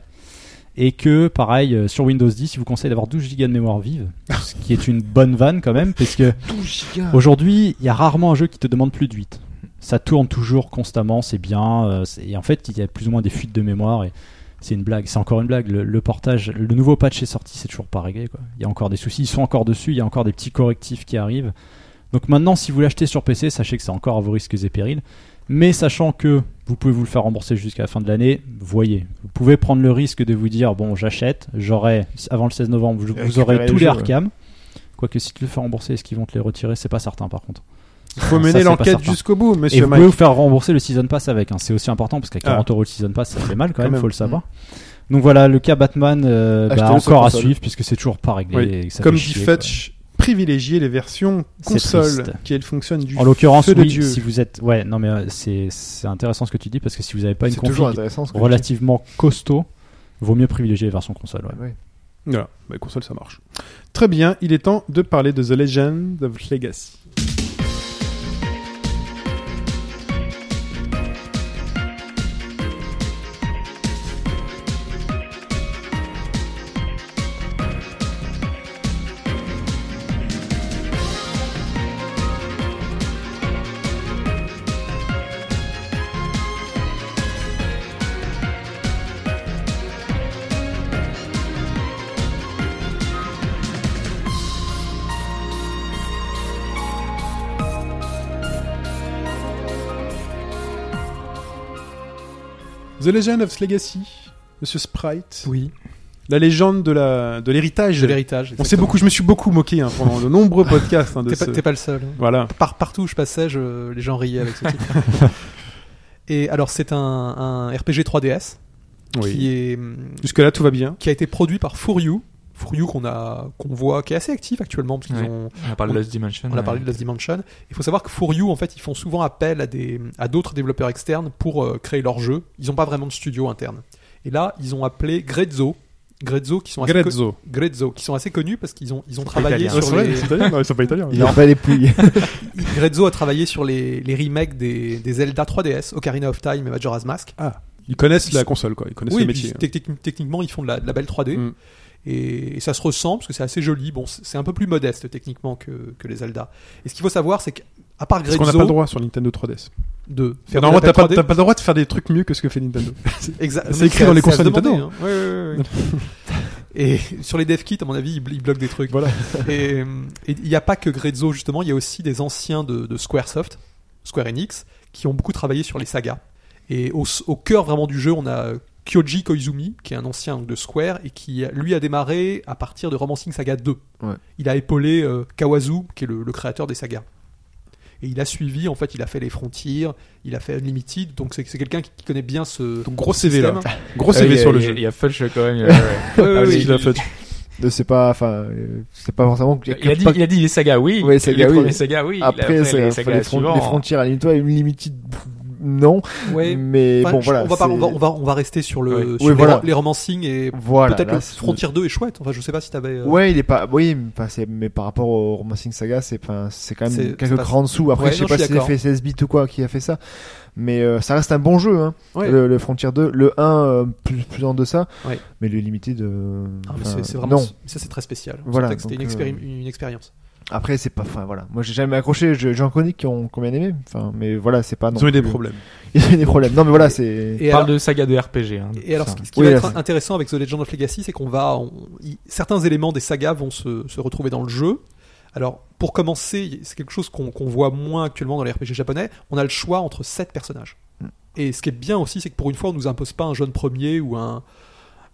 Speaker 4: Et que, pareil, euh, sur Windows 10, il vous conseille d'avoir 12 Go de mémoire vive, ce qui est une bonne vanne quand même, parce
Speaker 2: *laughs*
Speaker 4: que
Speaker 2: 12 gigas.
Speaker 4: Aujourd'hui, il y a rarement un jeu qui te demande plus de 8. Ça tourne toujours constamment, c'est bien. euh, c'est- et en fait, il y a plus ou moins des fuites de mémoire. Et c'est une blague, c'est encore une blague. Le, le portage, le nouveau patch est sorti, c'est toujours pas réglé. quoi. Il y a encore des soucis, ils sont encore dessus, il y a encore des petits correctifs qui arrivent. Donc maintenant, si vous l'achetez sur PC, sachez que c'est encore à vos risques et périls. Mais sachant que vous pouvez vous le faire rembourser jusqu'à la fin de l'année, voyez. Vous pouvez prendre le risque de vous dire bon, j'achète, j'aurai avant le 16 novembre, vous, vous
Speaker 3: Récupérer
Speaker 4: aurez
Speaker 3: les
Speaker 4: tous les,
Speaker 3: jeux, ouais.
Speaker 4: Arkham. Quoique si tu le fais rembourser, est-ce qu'ils vont te les retirer C'est pas certain par contre.
Speaker 2: Il faut
Speaker 4: Ça,
Speaker 2: mener
Speaker 4: c'est pas
Speaker 2: l'enquête
Speaker 4: certain.
Speaker 2: jusqu'au bout,
Speaker 4: Et
Speaker 2: monsieur
Speaker 4: vous pouvez
Speaker 2: Mike.
Speaker 4: vous faire rembourser le season pass avec. hein. C'est aussi important parce qu'à
Speaker 2: Ah.
Speaker 4: 40 euros le season pass, ça fait mal quand
Speaker 2: Quand
Speaker 4: même,
Speaker 2: même.
Speaker 4: faut le savoir. Donc voilà, le cas Batman, euh, bah,
Speaker 3: Achetez-le sur
Speaker 4: encore à
Speaker 3: console.
Speaker 4: suivre puisque c'est toujours pas réglé.
Speaker 2: Oui.
Speaker 4: et que ça
Speaker 2: Comme
Speaker 4: fait
Speaker 2: dit
Speaker 4: chier,
Speaker 2: Fetch, privilégier les versions
Speaker 4: C'est
Speaker 2: console
Speaker 4: triste.
Speaker 2: qui elles fonctionnent du
Speaker 4: quoi. En l'occurrence,
Speaker 2: feu de
Speaker 4: oui,
Speaker 2: Dieu.
Speaker 4: si vous êtes, ouais, non mais euh, c'est c'est intéressant ce que tu dis parce que si vous n'avez pas une
Speaker 3: C'est toujours
Speaker 4: config
Speaker 3: intéressant. ce que tu dis.
Speaker 4: relativement costaud, vaut mieux privilégier les versions console. ouais.
Speaker 3: Ouais.
Speaker 2: Voilà, bah, console ça marche. Très bien, il est temps de parler de The Legend of Legacy. The Legend of Legacy, Monsieur Sprite,
Speaker 6: Oui.
Speaker 2: la légende de la de l'héritage.
Speaker 6: De l'héritage.
Speaker 2: On s'est
Speaker 6: exactement.
Speaker 2: beaucoup, je me suis beaucoup moqué hein, pendant de
Speaker 6: *laughs*
Speaker 2: nombreux podcasts hein, de
Speaker 6: T'es
Speaker 2: ce.
Speaker 6: pas, t'es pas le seul. hein.
Speaker 2: Voilà.
Speaker 6: Par, partout où je passais, je, les gens riaient avec ce
Speaker 2: *laughs*
Speaker 6: titre. Et alors, c'est un, un RPG 3DS qui est hum,
Speaker 2: Jusque là tout va bien.
Speaker 6: qui a été produit par Furyu. Furyu qu'on a qu'on voit qui est assez actif actuellement parce qu'ils
Speaker 5: Ouais.
Speaker 6: ont
Speaker 5: On a parlé de Lost Dimension. euh,
Speaker 6: on a parlé de Last Dimension. Il faut savoir que Furyu en fait ils font souvent appel à des à d'autres développeurs externes pour euh, créer leurs jeux. Ils n'ont pas vraiment de studio interne. Et là ils ont appelé Grezzo. Grezzo qui sont assez co-
Speaker 2: Grezzo.
Speaker 6: Grezzo, qui sont assez connus parce qu'ils ont ils ont
Speaker 5: pas
Speaker 6: travaillé
Speaker 5: italien.
Speaker 6: sur les
Speaker 2: italien. Non, ils sont pas
Speaker 6: *laughs*
Speaker 2: italiens.
Speaker 3: Il en pas les *laughs* pouilles.
Speaker 6: Grezzo a travaillé sur les, les remakes des, des Zelda 3DS, Ocarina of Time et Majora's Mask.
Speaker 2: Ils connaissent la console, quoi. Ils connaissent
Speaker 6: Oui,
Speaker 2: le
Speaker 6: et
Speaker 2: métier. hein.
Speaker 6: puis, technique- techniquement ils font de la, de la belle 3D.
Speaker 2: Mm.
Speaker 6: et, et ça se ressent parce que c'est assez joli. Bon, c'est c'est un peu plus modeste techniquement que, que les Zelda. Et ce qu'il faut savoir, c'est qu'à part
Speaker 2: Parce
Speaker 6: Grezzo,
Speaker 2: qu'on n'a pas le droit sur Nintendo 3DS.
Speaker 6: de faire
Speaker 2: Normalement,
Speaker 6: de
Speaker 2: t'as
Speaker 6: la
Speaker 2: pas,
Speaker 6: 3D,
Speaker 2: t'as pas le droit de faire des trucs mieux que ce que fait Nintendo.
Speaker 6: Exa-
Speaker 2: c'est
Speaker 6: mais
Speaker 2: écrit dans les
Speaker 6: c'est à se
Speaker 2: consoles
Speaker 6: demander,
Speaker 2: Nintendo.
Speaker 6: hein. Ouais, ouais,
Speaker 2: *laughs*
Speaker 6: ouais, ouais. Et sur les dev kits, à mon avis, ils, bl- ils bloquent des trucs.
Speaker 2: Voilà.
Speaker 6: Et euh, et il n'y a pas que Grezzo, justement, il y a aussi des anciens de, de Squaresoft, Square Enix, qui ont beaucoup travaillé sur les sagas. Et au, s- au cœur vraiment du jeu, on a euh, Kyoji Koizumi, qui est un ancien de Square, et qui, euh, lui, a démarré à partir de Romancing Saga 2.
Speaker 3: Ouais.
Speaker 6: Il a épaulé euh, Kawazu, qui est le, le créateur des sagas. Et il a suivi, en fait, il a fait les Frontiers, il a fait Unlimited, donc c'est c'est quelqu'un qui qui connaît bien ce.
Speaker 2: Donc, gros CV là.
Speaker 6: système.
Speaker 3: *laughs*
Speaker 2: Gros
Speaker 5: Ah, Il
Speaker 2: CV
Speaker 5: y a-
Speaker 2: sur le
Speaker 5: il y a-
Speaker 2: jeu.
Speaker 5: Il y a Fudge quand même. il y a- ouais.
Speaker 6: Ah oui,
Speaker 2: Qu'est-ce qu'il a fait
Speaker 3: Euh, C'est pas, enfin, euh, c'est pas forcément.
Speaker 5: Il a dit, il a dit les sagas, oui.
Speaker 3: Ouais, sagas,
Speaker 5: les
Speaker 3: oui.
Speaker 5: premiers sagas, oui.
Speaker 3: Après,
Speaker 5: les
Speaker 3: c'est- enfin,
Speaker 5: sagas
Speaker 3: les, front-
Speaker 5: suivants.
Speaker 3: les frontières, à toi une limited non.
Speaker 6: Ouais.
Speaker 3: mais
Speaker 6: Enfin,
Speaker 3: bon,
Speaker 6: je-
Speaker 3: voilà.
Speaker 6: on, va pas-
Speaker 3: c'est-
Speaker 6: on, va, on, va, on va rester sur le
Speaker 3: Ouais.
Speaker 6: sur
Speaker 3: Oui,
Speaker 6: les,
Speaker 3: voilà.
Speaker 6: les romancing et
Speaker 3: Voilà,
Speaker 6: peut-être
Speaker 3: là,
Speaker 6: le
Speaker 3: c'est-
Speaker 6: Frontier 2 est chouette. Enfin, je sais pas si t'avais. euh,
Speaker 3: Ouais, il est pas. Oui, mais enfin, c'est- mais par rapport au Romancing Saga, c'est enfin, c'est quand
Speaker 6: C'est-
Speaker 3: même
Speaker 6: c'est
Speaker 3: quelques
Speaker 6: pas-
Speaker 3: crans en dessous. Après,
Speaker 6: Ouais,
Speaker 3: je sais
Speaker 6: non, je
Speaker 3: pas
Speaker 6: suis
Speaker 3: si c'est
Speaker 6: d'accord.
Speaker 3: FSS Beat ou quoi qui a fait ça, mais euh, ça reste un bon jeu. Hein.
Speaker 6: Ouais.
Speaker 3: Le, le Frontier 2, le 1 euh, plus plus en deçà,
Speaker 6: Ouais.
Speaker 3: mais le Limited. euh,
Speaker 6: Ah, mais
Speaker 3: enfin,
Speaker 6: c'est- c'est vraiment
Speaker 3: Non.
Speaker 6: ça c'est très spécial. On
Speaker 3: Voilà,
Speaker 6: sentait que C'était
Speaker 3: donc,
Speaker 6: une, expéri-
Speaker 3: euh,
Speaker 6: une- une expérience.
Speaker 3: Après, c'est pas. Enfin, voilà. Moi, j'ai jamais accroché. Je- J'en connais qui ont, qui ont bien aimé. Enfin, mais voilà, c'est pas. non
Speaker 2: Ils ont eu des
Speaker 3: plus-
Speaker 2: problèmes.
Speaker 3: *laughs* Ils ont eu des problèmes. Non, mais voilà, c'est.
Speaker 6: Et
Speaker 5: parle
Speaker 6: alors,
Speaker 5: de saga de RPG. hein.
Speaker 6: et alors, ce
Speaker 5: Ça.
Speaker 6: qui ce qui
Speaker 3: Oui,
Speaker 6: va
Speaker 3: là,
Speaker 6: être
Speaker 3: c'est-
Speaker 6: intéressant avec The Legend of Legacy, c'est qu'on va on- y- certains éléments des sagas vont se, se retrouver dans le jeu. Alors pour commencer, c'est quelque chose qu'on qu'on voit moins actuellement dans les RPG japonais. On a le choix entre sept personnages.
Speaker 3: Mm.
Speaker 6: Et ce qui est bien aussi, c'est que pour une fois, on nous impose pas un jeune premier ou un.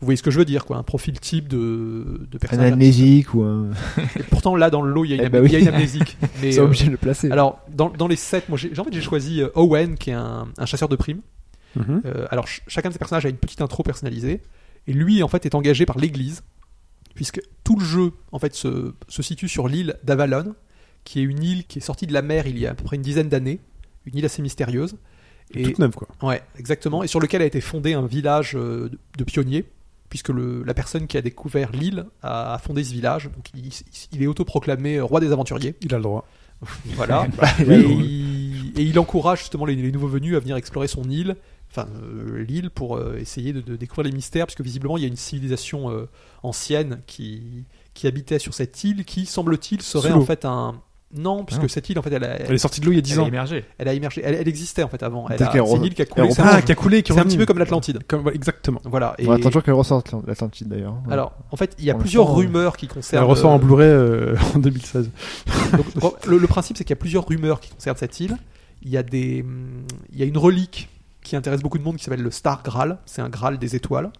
Speaker 6: Vous voyez ce que je veux dire, quoi, un profil type de, de
Speaker 3: Un
Speaker 6: personnage.
Speaker 3: amnésique ou un.
Speaker 6: Et pourtant, là, dans le lot, il y a une,
Speaker 3: Eh ben
Speaker 6: am- il y a
Speaker 3: oui. *laughs*
Speaker 6: une amnésique. Mais,
Speaker 3: Ils sont
Speaker 6: euh,
Speaker 3: obligés de le placer.
Speaker 6: alors, dans, dans les 7, moi, j'ai, en fait, j'ai choisi euh, Owen, qui est un, un chasseur de primes.
Speaker 2: Mhm.
Speaker 6: Euh, alors, ch- chacun de ces personnages a une petite intro personnalisée. Et lui, en fait, est engagé par l'Église, puisque tout le jeu, en fait, se, se situe sur l'île d'Avalon, qui est une île qui est sortie de la mer il y a à peu près une dizaine d'années, une île assez mystérieuse. Et,
Speaker 2: Toute neuve, quoi.
Speaker 6: ouais, exactement. Et sur lequel a été fondé un village euh, de, de pionniers, puisque le- la personne qui a découvert l'île a, a fondé ce village. Donc, il, il est autoproclamé euh, roi des aventuriers.
Speaker 2: Il a le droit.
Speaker 6: Voilà. Bah,
Speaker 3: Oui.
Speaker 6: Et, il, et il encourage justement les, les nouveaux venus à venir explorer son île, enfin euh, l'île, pour euh, essayer de, de découvrir les mystères, puisque visiblement il y a une civilisation euh, ancienne qui, qui habitait sur cette île, qui semble-t-il serait
Speaker 2: Sous l'eau.
Speaker 6: en fait un non, puisque
Speaker 5: Ah.
Speaker 6: cette île en fait elle a,
Speaker 2: Elle est sortie de l'eau il y a 10
Speaker 5: Elle est
Speaker 2: ans.
Speaker 5: émergée.
Speaker 6: elle a émergé, elle, elle existait en fait avant. Elle
Speaker 3: Dès
Speaker 6: a-
Speaker 3: qu'elle
Speaker 6: C'est
Speaker 3: re-
Speaker 6: une île qui a coulé,
Speaker 3: elle
Speaker 6: c'est
Speaker 2: Ah,
Speaker 6: un,
Speaker 2: qui a coulé, qui
Speaker 6: c'est un
Speaker 2: revenue.
Speaker 6: petit peu comme l'Atlantide.
Speaker 2: Comme- voilà, Exactement.
Speaker 6: Voilà. Et
Speaker 3: On va attendre toujours qu'elle ressorte l'At- l'Atlantide d'ailleurs. Ouais.
Speaker 6: alors, en fait, il y a
Speaker 3: On le
Speaker 6: plusieurs
Speaker 3: sent, ouais.
Speaker 6: rumeurs qui
Speaker 2: Elle
Speaker 6: concernent.
Speaker 2: ressort
Speaker 6: euh,
Speaker 2: en Blu-ray euh, en 2016. *laughs*
Speaker 6: Donc, bon, le, le principe, c'est qu'il y a plusieurs rumeurs qui concernent cette île. Il y a, des, hum, il y a une relique qui intéresse beaucoup de monde qui s'appelle le Star Graal. C'est un Graal des étoiles.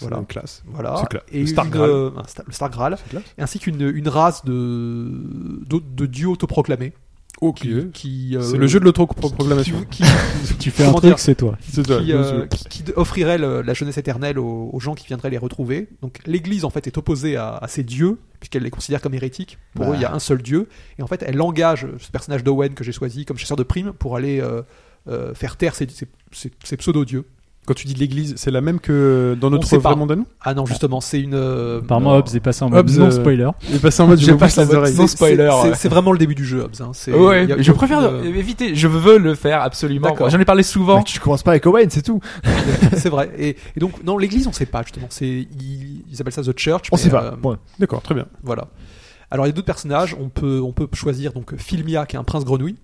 Speaker 6: Voilà.
Speaker 2: C'est une classe.
Speaker 6: Voilà.
Speaker 2: C'est clair.
Speaker 6: Et
Speaker 2: Le Star
Speaker 6: une,
Speaker 2: Graal.
Speaker 6: euh, un Star- le Star Graal.
Speaker 2: C'est classe.
Speaker 6: Ainsi qu'une une race de, de, de dieux autoproclamés.
Speaker 2: Ok.
Speaker 6: Qui, qui, euh,
Speaker 2: C'est le jeu de l'autoprogrammation.
Speaker 6: qui- qui-
Speaker 2: *laughs*
Speaker 4: Tu fais un
Speaker 6: Comment
Speaker 4: truc,
Speaker 6: dire
Speaker 4: c'est toi.
Speaker 2: C'est ça,
Speaker 6: qui,
Speaker 2: le
Speaker 6: euh,
Speaker 2: jeu.
Speaker 6: qui- qui offrirait le- la jeunesse éternelle aux, aux gens qui viendraient les retrouver. Donc l'Église en fait est opposée à, à ces dieux puisqu'elle les considère comme hérétiques. Pour
Speaker 3: Bah.
Speaker 6: eux, il y a un seul dieu et en fait elle engage ce personnage d'Owen que j'ai choisi comme chasseur de primes pour aller euh, euh, faire taire ces, ces- ces- ces pseudo-dieux.
Speaker 2: Quand tu dis de l'église, c'est la même que dans notre
Speaker 6: sait pas.
Speaker 2: vrai monde à nous
Speaker 6: Ah non, justement, c'est une. euh,
Speaker 4: Apparemment, Hobbs est passé en mode
Speaker 2: Hobbes, euh,
Speaker 4: non-spoiler.
Speaker 2: Il est passé en mode je
Speaker 5: J'ai
Speaker 2: me
Speaker 5: pas
Speaker 2: bouche
Speaker 5: la
Speaker 2: les
Speaker 5: bonne
Speaker 2: oreilles.
Speaker 6: c'est-
Speaker 5: sans spoiler,
Speaker 6: c'est-
Speaker 5: ouais.
Speaker 6: C'est vraiment le début du jeu, Hobbs. hein. C'est-
Speaker 5: Ouais,
Speaker 6: il y a- il y
Speaker 5: je
Speaker 6: a
Speaker 5: préfère
Speaker 6: aucune, euh,
Speaker 5: éviter. Je veux le faire absolument.
Speaker 6: D'accord.
Speaker 5: J'en ai parlé souvent.
Speaker 3: Mais tu commences pas avec Owen, c'est tout.
Speaker 6: *laughs* c'est vrai. Et, et donc, non, l'Église, on sait pas justement. C'est- Ils, ils appellent ça The Church.
Speaker 3: On
Speaker 6: mais,
Speaker 3: sait pas.
Speaker 6: euh,
Speaker 3: Point.
Speaker 2: D'accord, très bien.
Speaker 6: Voilà. Alors il y a d'autres personnages, on peut, on peut choisir donc Filmia qui est un prince grenouille,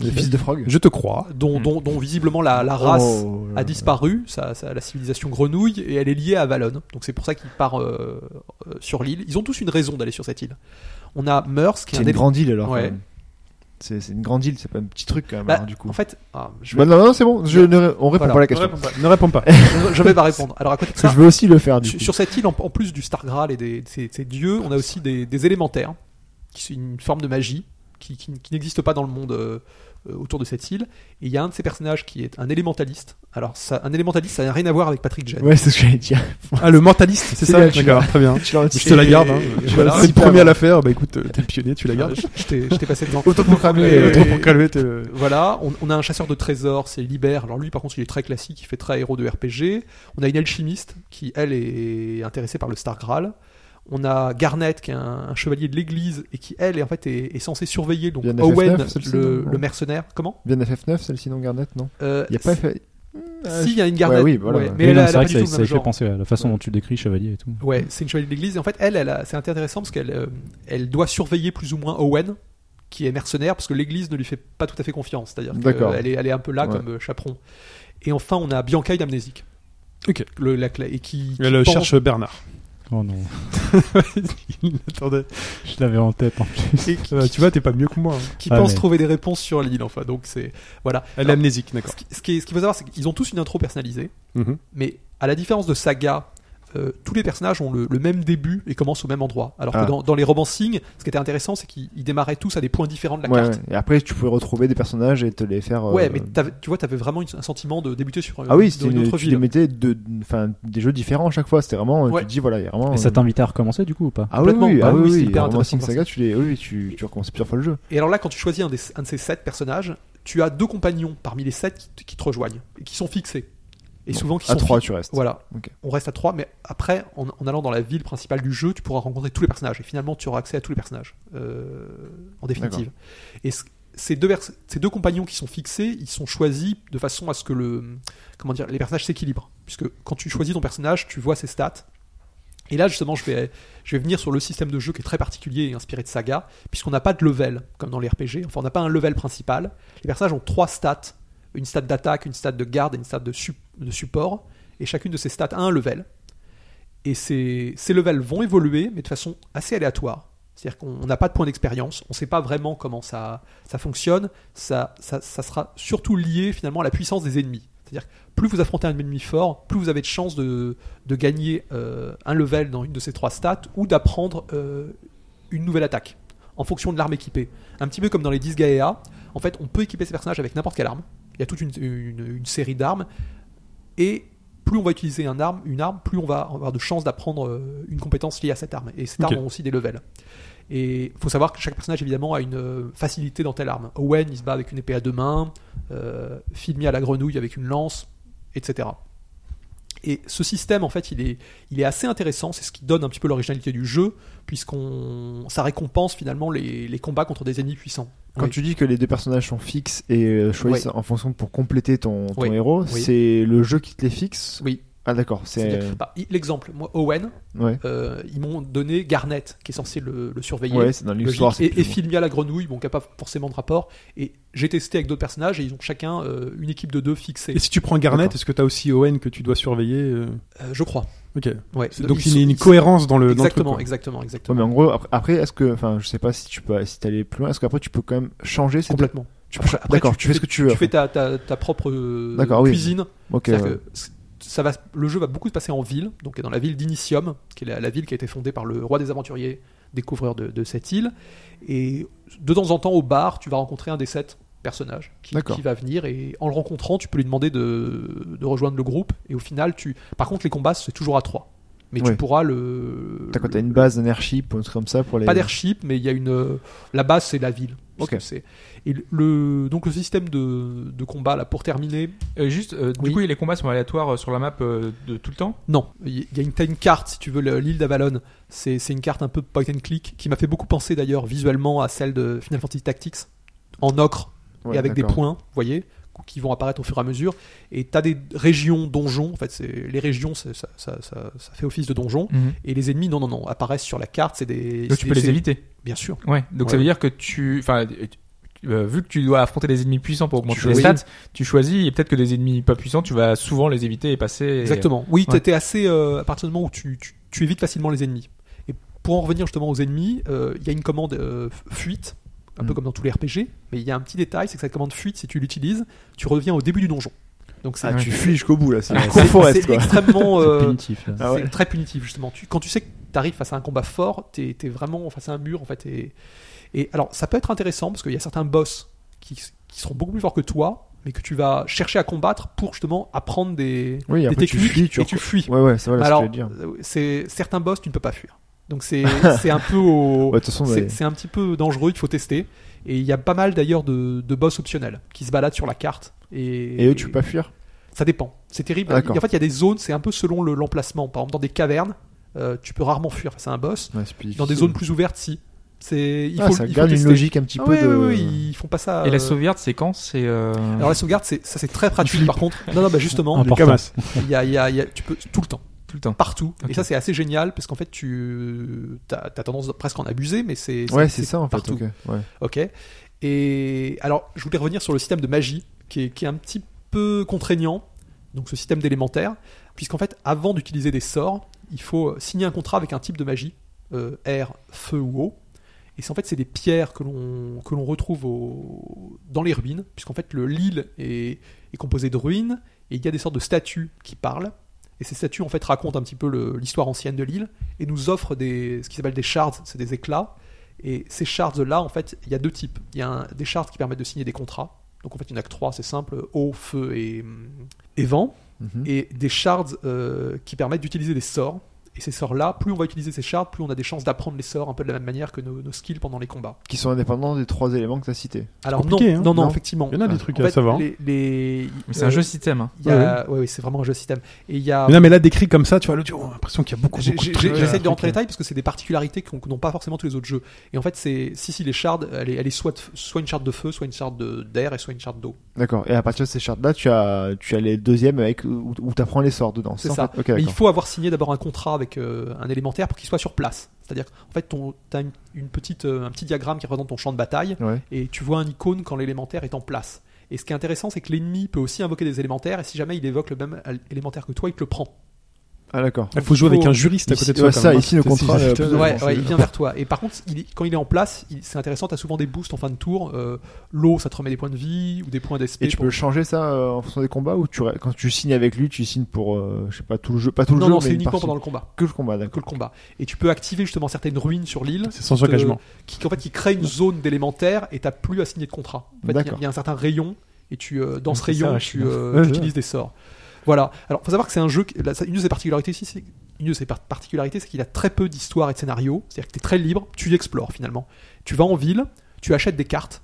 Speaker 3: Le fils de Frog.
Speaker 2: Je te crois.
Speaker 6: dont,
Speaker 5: Hmm.
Speaker 6: dont, dont visiblement la, la race
Speaker 3: Oh, là,
Speaker 6: a
Speaker 3: là.
Speaker 6: disparu, sa- sa- la civilisation grenouille, et elle est liée à Valonne. Donc c'est pour ça qu'il part euh, euh, sur l'île. Ils ont tous une raison d'aller sur cette île. On a Meurs qui est
Speaker 3: C'est
Speaker 6: un
Speaker 3: une
Speaker 6: élément-
Speaker 3: grande île alors.
Speaker 6: Ouais.
Speaker 3: quand même. C'est c'est une grande île, c'est pas un petit truc quand même.
Speaker 6: Bah,
Speaker 3: alors, du coup.
Speaker 6: En fait, ah, je,
Speaker 3: Bah,
Speaker 6: vais,
Speaker 3: non, non, c'est bon. Je ne ré- On répond pas
Speaker 6: Voilà.
Speaker 3: à la
Speaker 2: Ne
Speaker 3: question.
Speaker 2: réponds pas. Ne réponds pas.
Speaker 6: je- je vais pas répondre. Alors à côté de
Speaker 3: Parce
Speaker 6: ça,
Speaker 3: que je veux aussi le faire du
Speaker 6: sur,
Speaker 3: coup.
Speaker 6: sur cette île, en, en plus du Star Graal et des, de ces, de ces dieux, on a aussi des, des élémentaires, qui sont une forme de magie qui, qui- qui n'existe pas dans le monde euh, euh, autour de cette île. Et il y a un de ces personnages qui est un élémentaliste. Alors, ça, un élémentaliste, ça n'a rien à voir avec Patrick Jane.
Speaker 3: Ouais, c'est ce que j'allais dire.
Speaker 2: Ah, le mentaliste, c'est
Speaker 3: C'est
Speaker 2: ça
Speaker 3: bien, tu
Speaker 2: D'accord, très bien.
Speaker 3: Tu l'as
Speaker 2: Je te la garde. hein.
Speaker 6: Et voilà.
Speaker 2: C'est le premier à la faire. Bah écoute, euh, t'es le pionnier, tu la
Speaker 6: Ah,
Speaker 2: gardes.
Speaker 6: je je t'ai je t'ai passé devant.
Speaker 3: *laughs* Autoproclamé,
Speaker 6: Et-
Speaker 2: Et Pour calmer, t'es le.
Speaker 6: Euh, Voilà, on, on a un chasseur de trésors, c'est Libère. Alors lui, par contre, il est très classique, il fait très héros de RPG. On a une alchimiste qui, elle, est intéressée par le Star Graal. On a Garnet, qui est un, un chevalier de l'Église et qui, elle, est, en fait, est, est censée surveiller donc
Speaker 3: Il y a une
Speaker 6: Owen,
Speaker 3: FF9, celle-ci,
Speaker 6: le,
Speaker 3: non
Speaker 6: le mercenaire. Comment
Speaker 3: Bien FF9, celle-ci non Garnet, non
Speaker 6: Euh,
Speaker 3: Il y a pas
Speaker 6: si-
Speaker 3: FF.
Speaker 6: Si, il y a une Garnet.
Speaker 3: Ouais, oui, voilà.
Speaker 6: ouais,
Speaker 3: Oui,
Speaker 6: mais
Speaker 4: Oui,
Speaker 6: elle,
Speaker 4: non,
Speaker 6: a-
Speaker 4: c'est
Speaker 6: elle a
Speaker 4: vrai
Speaker 6: pas
Speaker 4: que
Speaker 6: du tout
Speaker 4: ça,
Speaker 6: le
Speaker 4: ça
Speaker 6: même
Speaker 4: y fait
Speaker 6: genre.
Speaker 4: penser à la façon dont tu décris chevalier et tout.
Speaker 6: Ouais, c'est une chevalier de l'église. Et en fait, elle, elle a- c'est intéressant parce qu'elle euh, elle doit surveiller plus ou moins Owen, qui est mercenaire, parce que l'église ne lui fait pas tout à fait confiance. C'est-à-dire
Speaker 3: D'accord.
Speaker 6: qu'elle est, elle est un peu là
Speaker 3: Ouais.
Speaker 6: comme euh, chaperon. Et enfin, on a Bianca et Amnésique.
Speaker 2: Ok.
Speaker 6: Le, la clé. Et qui. qui
Speaker 2: Elle euh,
Speaker 6: pense-
Speaker 2: cherche Bernard.
Speaker 4: Oh non,
Speaker 2: *laughs*
Speaker 4: *laughs*
Speaker 2: Attendez.
Speaker 4: je l'avais en tête en plus.
Speaker 6: et qui,
Speaker 2: Euh, Tu vois, t'es pas mieux que moi. hein.
Speaker 6: qui
Speaker 4: Ah,
Speaker 6: pense
Speaker 4: mais-
Speaker 6: trouver des réponses sur l'île, enfin. Donc, c'est. Voilà.
Speaker 2: Elle est
Speaker 6: Alors,
Speaker 2: amnésique, d'accord.
Speaker 6: ce qui- ce qui est- ce qu'il faut savoir, c'est qu'ils ont tous une intro personnalisée.
Speaker 2: Mhm.
Speaker 6: Mais à la différence de Saga, euh, tous les personnages ont le, le même début et commencent au même endroit. Alors
Speaker 3: Ah.
Speaker 6: que dans, dans les romancing, ce qui était intéressant, c'est qu'ils ils démarraient tous à des points différents de la
Speaker 3: Ouais,
Speaker 6: carte.
Speaker 3: ouais. Et après, tu pouvais retrouver des personnages et te les faire. euh,
Speaker 6: Ouais, mais t'avais- tu vois, t'avais vraiment une- un sentiment de débuter sur euh,
Speaker 3: Ah oui,
Speaker 6: dans
Speaker 3: c'était
Speaker 6: une
Speaker 3: une,
Speaker 6: autre
Speaker 3: tu les
Speaker 6: ville.
Speaker 3: mettais de, enfin, des jeux différents à chaque fois. C'était vraiment, euh,
Speaker 6: Ouais.
Speaker 3: tu te dis voilà, il y a vraiment.
Speaker 4: Et ça
Speaker 3: euh,
Speaker 4: t'invitait à recommencer du coup ou pas
Speaker 3: ah oui, oui,
Speaker 6: complètement.
Speaker 3: ah
Speaker 6: Ah
Speaker 3: oui,
Speaker 6: oui, c'est
Speaker 3: oui,
Speaker 6: hyper
Speaker 3: Romancing
Speaker 6: intéressant,
Speaker 3: Saga, tu les, oui, oui, tu, tu recommences plusieurs fois le jeu.
Speaker 6: Et alors là, quand tu choisis un, des- un de ces sept personnages, tu as deux compagnons parmi les sept qui, t- qui te rejoignent et qui sont fixés. Et
Speaker 3: Bon,
Speaker 6: souvent qui
Speaker 3: à
Speaker 6: sont
Speaker 3: 3
Speaker 6: fi-
Speaker 3: tu restes.
Speaker 6: Voilà.
Speaker 3: Ok.
Speaker 6: On reste à trois, mais après, en, en allant dans la ville principale du jeu, tu pourras rencontrer tous les personnages. Et finalement, tu auras accès à tous les personnages, euh, en définitive. Et ce- ces deux, vers- ces deux compagnons qui sont fixés, ils sont choisis de façon à ce que le, comment dire, les personnages s'équilibrent. Puisque quand tu choisis ton personnage, tu vois ses stats. Et là, justement, je vais, je vais venir sur le système de jeu qui est très particulier et inspiré de saga, puisqu'on n'a pas de level, comme dans les RPG. Enfin, on n'a pas un level principal. Les personnages ont trois stats une stat d'attaque, une stat de garde et une stat de, sup- de support. Et chacune de ces stats a un level. Et ces, ces levels vont évoluer, mais de façon assez aléatoire. C'est-à-dire qu'on on n'a pas de point d'expérience, on ne sait pas vraiment comment ça, ça fonctionne. Ça, ça, ça sera surtout lié finalement à la puissance des ennemis. C'est-à-dire que plus vous affrontez un ennemi fort, plus vous avez de chances de, de gagner euh, un level dans une de ces trois stats ou d'apprendre euh, une nouvelle attaque en fonction de l'arme équipée. Un petit peu comme dans les 10 Gaea, en fait, on peut équiper ces personnages avec n'importe quelle arme. Il y a toute une, une- une série d'armes. Et plus on va utiliser un arme, une arme, plus on va avoir de chances d'apprendre euh, une compétence liée à cette arme. Et ces
Speaker 2: Ok.
Speaker 6: armes ont aussi des levels. Et il faut savoir que chaque personnage, évidemment, a une euh, facilité dans telle arme. Owen, il se bat avec une épée à deux mains. Euh, Filmy à la grenouille avec une lance, etc. Et ce système, en fait, il est, il est assez intéressant. C'est ce qui donne un petit peu l'originalité du jeu, puisqu'on ça récompense finalement les, les combats contre des ennemis puissants.
Speaker 3: Quand
Speaker 6: Oui.
Speaker 3: tu dis que les deux personnages sont fixes et euh, choisissent en fonction pour compléter ton, ton
Speaker 6: Oui.
Speaker 3: héros,
Speaker 6: Oui.
Speaker 3: c'est le jeu qui te les fixe
Speaker 6: Oui.
Speaker 3: Ah d'accord, c'est...
Speaker 6: C'est-à-dire- bah, il- L'exemple, moi, Owen,
Speaker 3: Ouais,
Speaker 6: euh, ils m'ont donné Garnet, qui est censé le, le surveiller.
Speaker 3: ouais c'est dans l'histoire.
Speaker 6: Logique.
Speaker 3: c'est
Speaker 6: Et,
Speaker 3: plus
Speaker 6: et
Speaker 3: ou moins.
Speaker 6: Filmia la grenouille, bon, qui n'a pas forcément de rapport. Et j'ai testé avec d'autres personnages et ils ont chacun euh, une équipe de deux fixée,
Speaker 2: Et si tu prends Garnet,
Speaker 3: D'accord.
Speaker 2: est-ce que t'as aussi Owen que tu dois surveiller euh
Speaker 6: Euh, je crois.
Speaker 2: Ok.
Speaker 6: Ouais.
Speaker 2: C'est- Donc il
Speaker 6: Ils
Speaker 2: y a
Speaker 6: sont-
Speaker 2: une
Speaker 6: ils sont-
Speaker 2: cohérence dans le. dans le truc,
Speaker 6: Exactement,
Speaker 2: quoi.
Speaker 6: exactement, exactement.
Speaker 3: Ouais, mais en gros, après, après, est-ce que, enfin, je sais pas si tu peux, si t'allais plus loin, est-ce qu'après tu peux quand même changer ces
Speaker 6: Complètement.
Speaker 3: Tu peux- D'accord, tu, fais ce que tu veux.
Speaker 6: Tu fais
Speaker 3: après.
Speaker 6: ta, ta, ta propre euh,
Speaker 3: D'accord, oui. euh,
Speaker 6: cuisine.
Speaker 3: Ok,
Speaker 6: C'est-à-dire
Speaker 3: ouais.
Speaker 6: que c- ça va, se- le jeu va beaucoup se passer en ville, donc dans la ville d'Initium, qui est la, la ville qui a été fondée par le roi des aventuriers, découvreur de, de cette île. Et de temps en temps, au bar, tu vas rencontrer un des sept personnages qui,
Speaker 3: D'accord.
Speaker 6: qui va venir et en le rencontrant, tu peux lui demander de, de rejoindre le groupe. Et au final, tu. Par contre, les combats, c'est toujours à trois. Mais
Speaker 3: Oui.
Speaker 6: tu pourras le.
Speaker 3: T'as quoi, t'as une base d'anarchip ou un truc comme ça pour les.
Speaker 6: Pas d'airship, mais il y a une. euh, La base, c'est la ville.
Speaker 3: Ok.
Speaker 6: C'est- Et le, donc le système de, de combat, là, pour terminer,
Speaker 5: Euh, juste, euh,
Speaker 6: Oui.
Speaker 5: du coup, les combats sont aléatoires euh, sur la map euh, de tout le temps.
Speaker 6: Non, il y a une, t'as une carte, si tu veux, le- l'île d'Avalon. C'est c'est une carte un peu point and click qui m'a fait beaucoup penser d'ailleurs visuellement à celle de Final Fantasy Tactics en ocre
Speaker 3: Ouais,
Speaker 6: et avec des
Speaker 3: d'accord.
Speaker 6: points, vous voyez, qui vont apparaître au fur et à mesure. Et t'as des régions, donjons, en fait, c'est- les régions, c'est- ça, ça- ça- ça fait office de donjon.
Speaker 5: Mhm.
Speaker 6: Et les ennemis, non, non, non, apparaissent sur la carte, c'est des.
Speaker 5: Donc
Speaker 6: c'est-
Speaker 5: tu peux les
Speaker 6: c'est-
Speaker 5: éviter.
Speaker 6: Bien sûr.
Speaker 5: Ouais. Donc ça
Speaker 6: Ouais.
Speaker 5: veut dire que tu, enfin, tu- euh, vu que tu dois affronter des ennemis puissants pour augmenter les
Speaker 6: choisis.
Speaker 5: stats, tu choisis et peut-être que des ennemis pas puissants, tu vas souvent les éviter et passer. et-
Speaker 6: Exactement. Oui,
Speaker 5: Ouais.
Speaker 6: t'étais assez euh, à partir du moment où tu, tu- tu évites facilement les ennemis. Et pour en revenir justement aux ennemis, euh, il y a une commande euh, f- fuite, un peu
Speaker 3: Mm.
Speaker 6: comme dans tous les RPG, mais il y a un petit détail, c'est que cette commande fuite, si tu l'utilises, tu reviens au début du donjon. Donc c'est
Speaker 3: Ah, tu fuis jusqu'au bout là, c'est
Speaker 6: c'est-
Speaker 3: Cours Forest
Speaker 6: c'est
Speaker 3: quoi.
Speaker 6: *laughs* extrêmement euh,
Speaker 4: C'est punitif.
Speaker 3: Ah ouais.
Speaker 6: c'est très punitif justement. Tu, quand tu sais que tu arrives face à un combat fort, tu es, vraiment face à un mur en fait. Et, et alors ça peut être intéressant parce qu'il y a certains boss qui, qui seront beaucoup plus forts que toi, mais que tu vas chercher à combattre pour justement apprendre des,
Speaker 3: Oui,
Speaker 6: des
Speaker 3: après tu
Speaker 6: techniques
Speaker 3: fuis, tu
Speaker 6: et tu fuis.
Speaker 3: Ouais, ouais, c'est voilà ce que
Speaker 6: Alors,
Speaker 3: je voulais dire.
Speaker 6: euh, c'est certains boss, tu ne peux pas fuir.
Speaker 3: *laughs*
Speaker 6: Donc c'est c'est un peu au-
Speaker 3: Ouais, de toute façon,
Speaker 6: c'est
Speaker 3: ouais.
Speaker 6: c'est un petit peu dangereux, il faut tester. Et il y a pas mal d'ailleurs de, de boss optionnels qui se baladent sur la carte. Et,
Speaker 3: Et eux, tu peux pas fuir
Speaker 6: Ça dépend. C'est terrible.
Speaker 3: D'accord.
Speaker 6: en fait, il y a des zones, c'est un peu selon le- l'emplacement. Par exemple, dans des cavernes, euh, tu peux rarement fuir face à un boss.
Speaker 3: Ouais, c'est plus
Speaker 6: Dans des
Speaker 3: difficile.
Speaker 6: zones plus ouvertes, si. C'est il
Speaker 3: Ah,
Speaker 6: faut,
Speaker 3: ça
Speaker 6: il faut
Speaker 3: garde une
Speaker 6: tester.
Speaker 3: logique un petit
Speaker 6: Ah
Speaker 3: peu
Speaker 6: ouais,
Speaker 3: de.
Speaker 6: ouais, ouais, ils font pas ça.
Speaker 5: Et
Speaker 6: euh,
Speaker 5: la sauvegarde, c'est quand C'est. euh,
Speaker 6: Alors la sauvegarde, c'est ça, c'est très pratique. Par contre, non, non, bah justement,
Speaker 4: Important.
Speaker 2: Camas.
Speaker 6: il y a- il y a- il y a- tu peux tout le temps.
Speaker 5: tout le temps.
Speaker 6: partout.
Speaker 5: Ok.
Speaker 6: Et ça, c'est assez génial parce qu'en fait, tu as, tendance à presque à en abuser, mais c'est.
Speaker 3: Ouais, c'est ça en fait.
Speaker 6: partout.
Speaker 3: ok, ouais.
Speaker 6: Ok. Et alors, je voulais revenir sur le système de magie qui est, qui est un petit peu contraignant, donc ce système d'élémentaire, puisqu'en fait, avant d'utiliser des sorts, il faut euh, signer un contrat avec un type de magie, euh, air, feu ou eau. Et c'est en fait, c'est des pierres que l'on que l'on retrouve au- dans les ruines, puisqu'en fait, le l'île est, est composée de ruines et il y a des sortes de statues qui parlent. Et ces statues en fait racontent un petit peu le- l'histoire ancienne de l'île et nous offrent des, ce qui s'appelle des shards, c'est des éclats. Et ces shards-là, en fait, il y a deux types. Il y a un- des shards qui permettent de signer des contrats. Donc en fait, il n'y en a que trois, c'est simple, eau, feu et, et vent.
Speaker 3: Mhm.
Speaker 6: Et des shards euh, qui permettent d'utiliser des sorts. Et ces sorts-là, plus on va utiliser ces shards, plus on a des chances d'apprendre les sorts un peu de la même manière que nos, nos skills pendant les combats.
Speaker 3: Qui sont indépendants des trois éléments que tu as cités.
Speaker 6: Alors non,
Speaker 2: compliqué, hein.
Speaker 6: non, non,
Speaker 3: Non.
Speaker 6: effectivement.
Speaker 2: Il y en a des
Speaker 3: Ah.
Speaker 2: trucs
Speaker 6: En
Speaker 2: à
Speaker 6: fait,
Speaker 2: savoir.
Speaker 6: les- les-
Speaker 5: Mais c'est un
Speaker 6: euh,
Speaker 5: jeu système. hein.
Speaker 6: il y a- ouais, ouais, c'est vraiment un jeu système. Et il y a.
Speaker 2: Mais non, mais là, décrit comme ça, tu vois, l'audio, on a l'impression qu'il y a beaucoup,
Speaker 6: J'ai-
Speaker 2: beaucoup de
Speaker 6: j'ai-
Speaker 2: trucs.
Speaker 6: j'ai- J'essaie de rentrer
Speaker 2: euh,
Speaker 6: les détails parce que c'est des particularités qu'on- que n'ont pas forcément tous les autres jeux. Et en fait, c'est si si les shards, elle est, elle est soit soit une shard de feu, soit une shard de- d'air et soit une shard d'eau.
Speaker 3: D'accord. Et à partir de ces chartes-là, tu as, tu as les deuxièmes avec, où, où tu apprends les sorts dedans.
Speaker 6: C'est
Speaker 3: en
Speaker 6: ça.
Speaker 3: fait Ok,
Speaker 6: Mais il
Speaker 3: d'accord.
Speaker 6: faut avoir signé d'abord un contrat avec euh, un élémentaire pour qu'il soit sur place. C'est-à-dire, en fait, tu as une, une petite, euh, un petit diagramme qui représente ton champ de bataille
Speaker 3: Ouais.
Speaker 6: et tu vois un icône quand l'élémentaire est en place. Et ce qui est intéressant, c'est que l'ennemi peut aussi invoquer des élémentaires et si jamais il évoque le même al- élémentaire que toi, il te le prend.
Speaker 3: Ah, d'accord.
Speaker 2: Il faut jouer avec un juriste à
Speaker 3: Ici-
Speaker 2: côté de
Speaker 3: ouais,
Speaker 2: soi. quand
Speaker 3: ça,
Speaker 2: même, hein.
Speaker 3: ici, le
Speaker 2: C'est-
Speaker 3: contrat,
Speaker 2: c'est-
Speaker 3: euh,
Speaker 2: c'est-
Speaker 3: plus-
Speaker 6: Ouais,
Speaker 3: c'est-
Speaker 6: ouais, il vient vers toi. Et par contre, il est- quand il est en place, il- c'est intéressant, t'as souvent des boosts en fin de tour. Euh, L'eau, ça te remet des points de vie ou des points d'SP.
Speaker 3: Et tu
Speaker 6: pour-
Speaker 3: peux changer ça euh, en fonction des combats ou tu, re- quand tu signes avec lui, tu signes pour, euh, je sais pas, tout le jeu, pas tout le
Speaker 6: Non,
Speaker 3: jeu,
Speaker 6: non,
Speaker 3: mais
Speaker 6: c'est
Speaker 3: une
Speaker 6: uniquement
Speaker 3: partie.
Speaker 6: pendant le combat.
Speaker 3: que le combat, d'accord.
Speaker 6: Que le combat. Et tu peux activer justement certaines ruines sur l'île
Speaker 2: C'est sans engagement.
Speaker 6: Euh, qui, en fait, qui créent une zone d'élémentaire et t'as plus à signer de contrat. En fait, il y a-
Speaker 3: D'accord.
Speaker 6: il y, a un certain rayon et tu, euh, dans ce
Speaker 4: C'est ça,
Speaker 6: rayon,
Speaker 4: la
Speaker 6: tu,
Speaker 4: Chine.
Speaker 6: euh,
Speaker 2: Ouais,
Speaker 6: tu
Speaker 2: ouais.
Speaker 6: utilises des sorts. Voilà. Alors, faut savoir que c'est un jeu. qui- là, ça- une de ses particularités ici, c'est une de ses par- particularités, c'est qu'il a très peu d'histoire et de scénario. C'est-à-dire que tu es très libre, tu y explores finalement. Tu vas en ville, tu achètes des cartes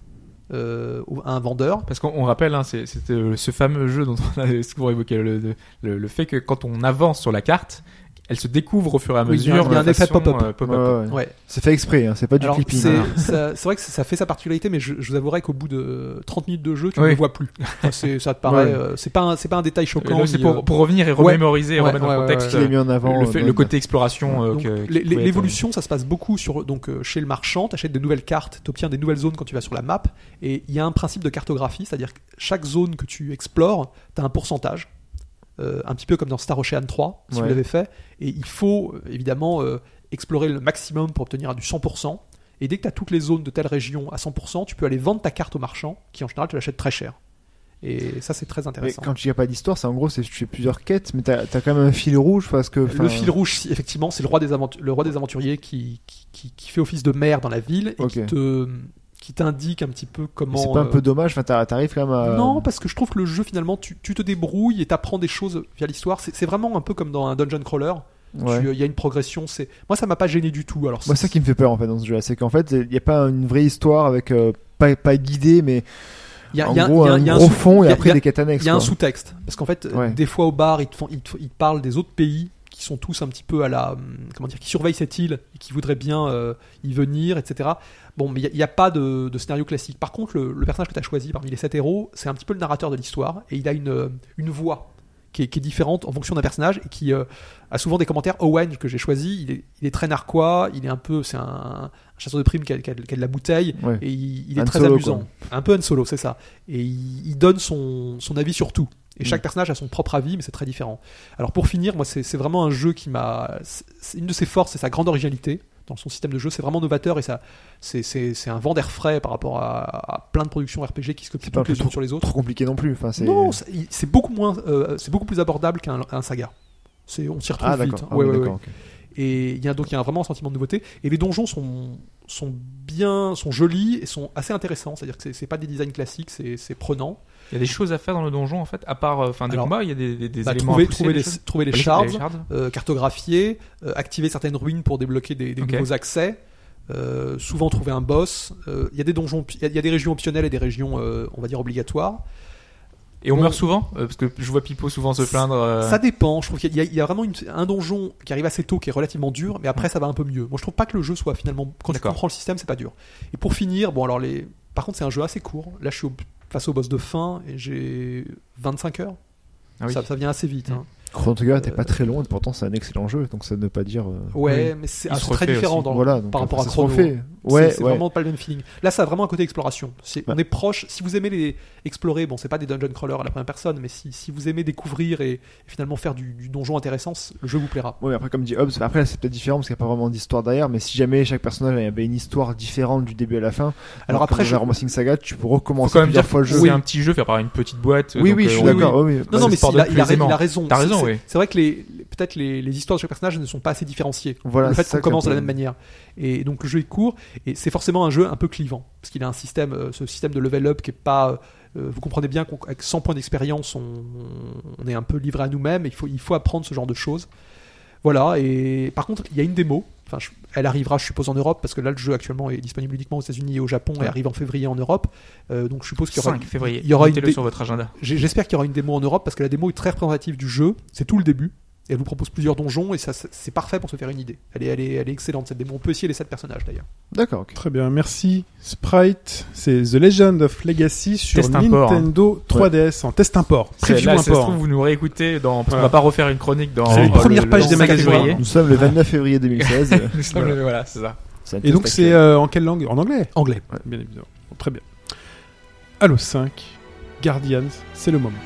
Speaker 6: euh, au- à un vendeur.
Speaker 5: Parce qu'on on rappelle, hein, c'est- c'était euh, ce fameux jeu dont on a souvent évoqué le, le- le- le fait que quand on avance sur la carte, elle se découvre au fur et à
Speaker 6: Oui, il y a-
Speaker 5: mesure.
Speaker 6: il y a un
Speaker 5: de
Speaker 6: effet
Speaker 5: façon,
Speaker 6: pop-up.
Speaker 5: euh,
Speaker 3: Ouais, ouais.
Speaker 6: Ouais.
Speaker 3: C'est fait exprès, hein, c'est pas du
Speaker 6: Alors,
Speaker 3: clipping.
Speaker 6: c'est-
Speaker 3: hein.
Speaker 6: ça- c'est vrai que ça fait sa particularité, mais je, je vous avouerai qu'au bout de 30 minutes de jeu, tu ne
Speaker 5: Oui.
Speaker 6: le vois plus. Enfin, c'est- ça te paraît,
Speaker 3: Ouais.
Speaker 6: euh, c'est pas, un- c'est pas un détail
Speaker 5: Et
Speaker 6: choquant.
Speaker 5: donc, C'est
Speaker 6: ni, euh,
Speaker 5: pour, pour revenir et remémoriser et
Speaker 6: Ouais,
Speaker 5: remettre
Speaker 6: ouais,
Speaker 5: en
Speaker 6: ouais,
Speaker 5: contexte
Speaker 3: Qui est mis en
Speaker 5: euh,
Speaker 3: avant.
Speaker 5: le,
Speaker 3: euh,
Speaker 5: fait-
Speaker 3: dans
Speaker 5: le
Speaker 3: une-
Speaker 5: côté exploration. euh,
Speaker 6: Donc,
Speaker 5: que- qui
Speaker 6: les-
Speaker 5: pouvait
Speaker 6: les-
Speaker 5: être, euh,
Speaker 6: L'évolution, ça se passe beaucoup sur, donc, euh, chez le marchand. Tu achètes des nouvelles cartes, tu obtiens des nouvelles zones quand tu vas sur la map. Et il y a un principe de cartographie, c'est-à-dire que chaque zone que tu explores, tu as un pourcentage. Euh, un petit peu comme dans Star Ocean 3, si
Speaker 3: Ouais.
Speaker 6: vous l'avez fait. Et il faut euh, évidemment euh, explorer le maximum pour obtenir du 100%. Et dès que tu as toutes les zones de telle région à 100%, tu peux aller vendre ta carte au marchand, qui en général te l'achète très cher. Et ça, c'est très
Speaker 3: Mais
Speaker 6: intéressant.
Speaker 3: quand tu n'y a pas d'histoire, c'est en gros, c'est tu fais plusieurs quêtes, mais t'as as quand même un fil rouge parce que. enfin,
Speaker 6: Le fil rouge, si- effectivement, c'est le roi des aventu- le roi des aventuriers qui, qui, qui- qui fait office de maire dans la ville et
Speaker 3: Ok.
Speaker 6: qui te qui t'indique un petit peu comment.
Speaker 3: C'est pas un
Speaker 6: euh,
Speaker 3: peu dommage, enfin, t'ar- t'arrives quand même à.
Speaker 6: Non, parce que je trouve que le jeu finalement, tu, tu te débrouilles et t'apprends des choses via l'histoire. C'est c'est vraiment un peu comme dans un dungeon crawler. Tu- euh, Il
Speaker 3: Ouais.
Speaker 6: y a une progression. C'est moi, ça m'a pas gêné du tout. Alors
Speaker 3: Moi, c'est ça qui me fait peur en fait dans ce jeu-là, c'est qu'en fait, il n'y a pas une vraie histoire avec euh, pas, pas guidée, mais
Speaker 6: il y a,
Speaker 3: en
Speaker 6: il y a-
Speaker 3: gros
Speaker 6: il y a-
Speaker 3: un
Speaker 6: il y a un
Speaker 3: gros
Speaker 6: sou-
Speaker 3: fond
Speaker 6: il
Speaker 3: et
Speaker 6: y a-
Speaker 3: après
Speaker 6: il y a-
Speaker 3: des quêtes annexes.
Speaker 6: Il y a un
Speaker 3: quoi.
Speaker 6: sous-texte. Parce qu'en fait, euh,
Speaker 3: Ouais.
Speaker 6: des fois au bar, ils, te font- ils te- ils te parlent des autres pays qui sont tous un petit peu à la. hum, Comment dire Qui surveillent cette île et qui voudraient bien euh, y venir, etc. Bon, mais il n'y a, pas de, de scénario classique. Par contre, le, le personnage que tu as choisi parmi les sept héros, c'est un petit peu le narrateur de l'histoire et il a une, euh, une voix. Qui est, qui est différente en fonction d'un personnage et qui euh, a souvent des commentaires. Owen, que j'ai choisi, il est, il est très narquois, il est un peu. C'est un, un chasseur de primes qui a, qui a- qui a de la bouteille
Speaker 3: Ouais.
Speaker 6: et il, il est
Speaker 3: Han
Speaker 6: très
Speaker 3: Solo,
Speaker 6: amusant. Un peu un solo, c'est ça. Et il, il donne son, son avis sur tout. Et chaque
Speaker 3: Mm.
Speaker 6: personnage a son propre avis, mais c'est très différent. Alors pour finir, moi c'est c'est vraiment un jeu qui m'a. c'est- c'est Une de ses forces, c'est sa grande originalité dans son système de jeu. C'est vraiment novateur et ça, c'est- c'est c'est un vent d'air frais par rapport à, à plein de productions RPG qui se copient
Speaker 3: pas
Speaker 6: toutes les
Speaker 3: trop-
Speaker 6: unes sur les autres.
Speaker 3: Trop compliqué non plus. Enfin, c'est.
Speaker 6: Non, c'est il- c'est beaucoup moins, euh, c'est beaucoup plus abordable qu'un un saga. C'est on s'y retrouve
Speaker 3: ah
Speaker 6: vite. hein.
Speaker 3: d'accord. Ah
Speaker 6: Ouais,
Speaker 3: oui,
Speaker 6: ouais, ouais.
Speaker 3: d'accord, ok.
Speaker 6: Et il y a donc il y a vraiment un sentiment de nouveauté. Et les donjons sont sont bien, sont jolis et sont assez intéressants. C'est-à-dire que c'est- c'est pas des designs classiques, c'est c'est prenant.
Speaker 5: euh, Il y a des choses à faire dans le donjon en fait, à part euh, enfin des
Speaker 6: Alors,
Speaker 5: combats, il y a des, des, des
Speaker 6: Bah,
Speaker 5: éléments
Speaker 6: trouver
Speaker 5: à pousser,
Speaker 6: trouver
Speaker 5: des
Speaker 6: les
Speaker 5: choses. Bah,
Speaker 6: trouver les
Speaker 5: Les- les
Speaker 6: shards,
Speaker 5: shards.
Speaker 6: euh, cartographier, euh, activer certaines ruines pour débloquer des, des
Speaker 5: Ok.
Speaker 6: nouveaux accès. euh, souvent trouver un boss. Euh, Il y a des donjons, op- il y, a- il y a des régions optionnelles et des régions, euh, on va dire obligatoires.
Speaker 5: Et on
Speaker 6: Bon.
Speaker 5: meurt souvent euh, parce que je vois Pipo souvent se
Speaker 6: Ça-
Speaker 5: plaindre. euh,
Speaker 6: Ça dépend. Je trouve qu'il y, a- il y a vraiment une- un donjon qui arrive assez tôt, qui est relativement dur, mais après ça va un peu mieux. Moi, je trouve pas que le jeu soit finalement quand tu
Speaker 5: D'accord.
Speaker 6: comprends le système, c'est pas dur. Et pour finir, bon alors les, par contre c'est un jeu assez court. Là, je suis au- face au boss de fin et j'ai 25 heures.
Speaker 5: ah oui.
Speaker 6: ça, ça vient assez vite. hein.
Speaker 3: Chrono Trigger n'était pas très long et pourtant c'est un excellent jeu, donc ça ne veut pas dire. euh,
Speaker 6: Ouais,
Speaker 5: Mm. Oui.
Speaker 6: mais c'est
Speaker 5: Il
Speaker 6: ah,
Speaker 5: se
Speaker 6: c'est très
Speaker 5: refait
Speaker 6: différent
Speaker 5: aussi.
Speaker 6: dans-
Speaker 3: voilà, donc euh,
Speaker 6: par rapport à
Speaker 3: ça se
Speaker 6: Chrono.
Speaker 3: refait.
Speaker 6: C'est-
Speaker 3: Ouais,
Speaker 6: c'est
Speaker 3: ouais.
Speaker 6: vraiment pas le même feeling. Là, ça a vraiment un côté exploration. C'est-
Speaker 3: Bah.
Speaker 6: On est proche. Si vous aimez les explorer, bon, c'est pas des dungeon crawlers à la première personne, mais si, si vous aimez découvrir et, finalement faire du, du donjon intéressant, le jeu vous plaira.
Speaker 3: Ouais, mais après, comme dit Hobbes, après là, c'est peut-être différent parce qu'il n'y a pas vraiment d'histoire derrière, mais si jamais chaque personnage avait une histoire différente du début à la fin,
Speaker 6: Alors
Speaker 3: comme
Speaker 6: après,
Speaker 3: dans
Speaker 6: je-
Speaker 3: la Romancing Saga, tu peux
Speaker 5: Faut
Speaker 3: recommencer
Speaker 5: quand même
Speaker 3: plusieurs
Speaker 5: dire
Speaker 3: fois le jeu.
Speaker 5: c'est un petit jeu fait par une petite boîte.
Speaker 3: Oui,
Speaker 5: donc,
Speaker 3: oui,
Speaker 5: euh,
Speaker 3: je suis
Speaker 5: on-
Speaker 3: d'accord. oui, oui.
Speaker 6: Non,
Speaker 5: Bah,
Speaker 6: non,
Speaker 5: ça
Speaker 6: mais
Speaker 5: se porte
Speaker 6: il a,
Speaker 5: plus
Speaker 6: il a-
Speaker 5: aisément.
Speaker 6: il a raison.
Speaker 5: T'as raison,
Speaker 6: C'est-
Speaker 5: oui.
Speaker 6: C'est vrai que les, les- peut-être les, les histoires de chaque personnage ne sont pas assez différenciées.
Speaker 3: Voilà,
Speaker 6: le fait
Speaker 3: c'est ça
Speaker 6: qu'on
Speaker 3: que
Speaker 6: commence de la
Speaker 3: t'as-
Speaker 6: même manière. Et donc le jeu est court et c'est forcément un jeu un peu clivant parce qu'il a un système, euh, ce système de level up qui est pas. euh, vous comprenez bien qu'avec 100 points d'expérience, on, on est un peu livré à nous-mêmes. et Il faut, il faut apprendre ce genre de choses. Voilà, et par contre, il y a une démo. Enfin, je- elle arrivera, je suppose, en Europe, parce que là, le jeu actuellement est disponible uniquement aux États-Unis et au Japon et
Speaker 5: Ouais.
Speaker 6: arrive en février en Europe. Euh, donc, je suppose qu'il y aura.
Speaker 5: 5 février.
Speaker 6: il y aura une
Speaker 5: Mettez-le
Speaker 6: dé-
Speaker 5: sur votre agenda.
Speaker 6: J'ai- J'espère qu'il y aura une démo en Europe parce que la démo est très représentative du jeu. C'est tout le début. Et elle vous propose plusieurs donjons et ça, c'est c'est parfait pour se faire une idée. Elle est, elle est, elle est excellente cette démo. On peut essayer les 7 personnages d'ailleurs.
Speaker 3: D'accord, ok.
Speaker 2: Très bien, merci. Sprite, c'est The Legend of Legacy sur
Speaker 5: Test import, hein.
Speaker 2: Nintendo 3DS en test import.
Speaker 5: C'est
Speaker 2: Preview
Speaker 5: là, si ça se
Speaker 2: import.
Speaker 5: trouve, vous nous réécoutez dans. parce qu'on
Speaker 2: Voilà.
Speaker 5: va pas refaire une chronique dans.
Speaker 2: C'est les
Speaker 5: euh,
Speaker 2: premières
Speaker 5: le-
Speaker 2: pages
Speaker 5: dans
Speaker 2: des
Speaker 5: cinq
Speaker 2: magazines.
Speaker 5: février.
Speaker 3: Nous sommes le 29 février 2016. euh,
Speaker 5: Nous sommes le- Voilà, c'est ça.
Speaker 3: c'est un
Speaker 2: Et
Speaker 3: test
Speaker 2: donc c'est
Speaker 3: actuel.
Speaker 2: euh, en quelle langue En anglais
Speaker 6: Anglais.
Speaker 2: Bien évidemment. Très bien. Halo 5, Guardians, c'est le moment.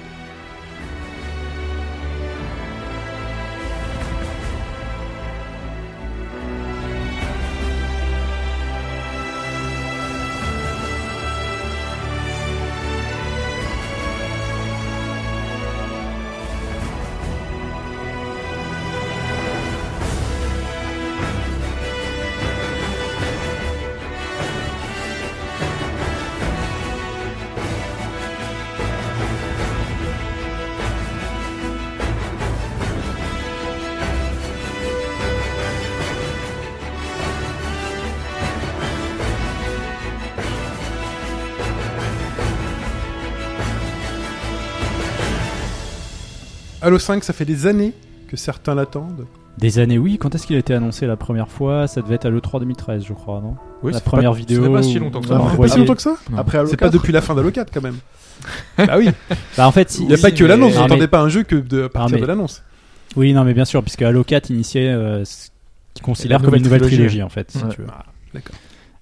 Speaker 2: Halo 5, ça fait des années que certains l'attendent.
Speaker 4: Des années, oui. Quand est-ce qu'il a été annoncé la première fois Ça devait être à l'E3 2013, je crois, non
Speaker 5: Oui,
Speaker 4: La
Speaker 5: c'est pas-
Speaker 4: première
Speaker 5: c'est
Speaker 4: vidéo.
Speaker 5: pas
Speaker 4: où
Speaker 5: si longtemps que ça.
Speaker 4: on
Speaker 3: Ah,
Speaker 2: Ça fait
Speaker 4: voyait-
Speaker 2: pas si longtemps que ça
Speaker 3: Après Halo
Speaker 2: C'est pas
Speaker 3: 4,
Speaker 2: depuis la fin d'Halo 4 quand même. bah oui,
Speaker 4: Bah, en fait, si-
Speaker 2: il n'y a pas que l'annonce,
Speaker 4: Non,
Speaker 2: on n'attendait
Speaker 4: mais-
Speaker 2: pas un jeu que de à partir
Speaker 4: mais-
Speaker 2: de l'annonce.
Speaker 4: Oui, non, mais bien sûr, puisque Halo 4 initiait euh, ce qu'il considère
Speaker 5: La
Speaker 4: comme une nouvelle
Speaker 5: nouvelle
Speaker 4: trilogie,
Speaker 5: trilogie,
Speaker 4: en fait, si
Speaker 3: Ouais.
Speaker 4: tu veux.
Speaker 2: Ah, d'accord.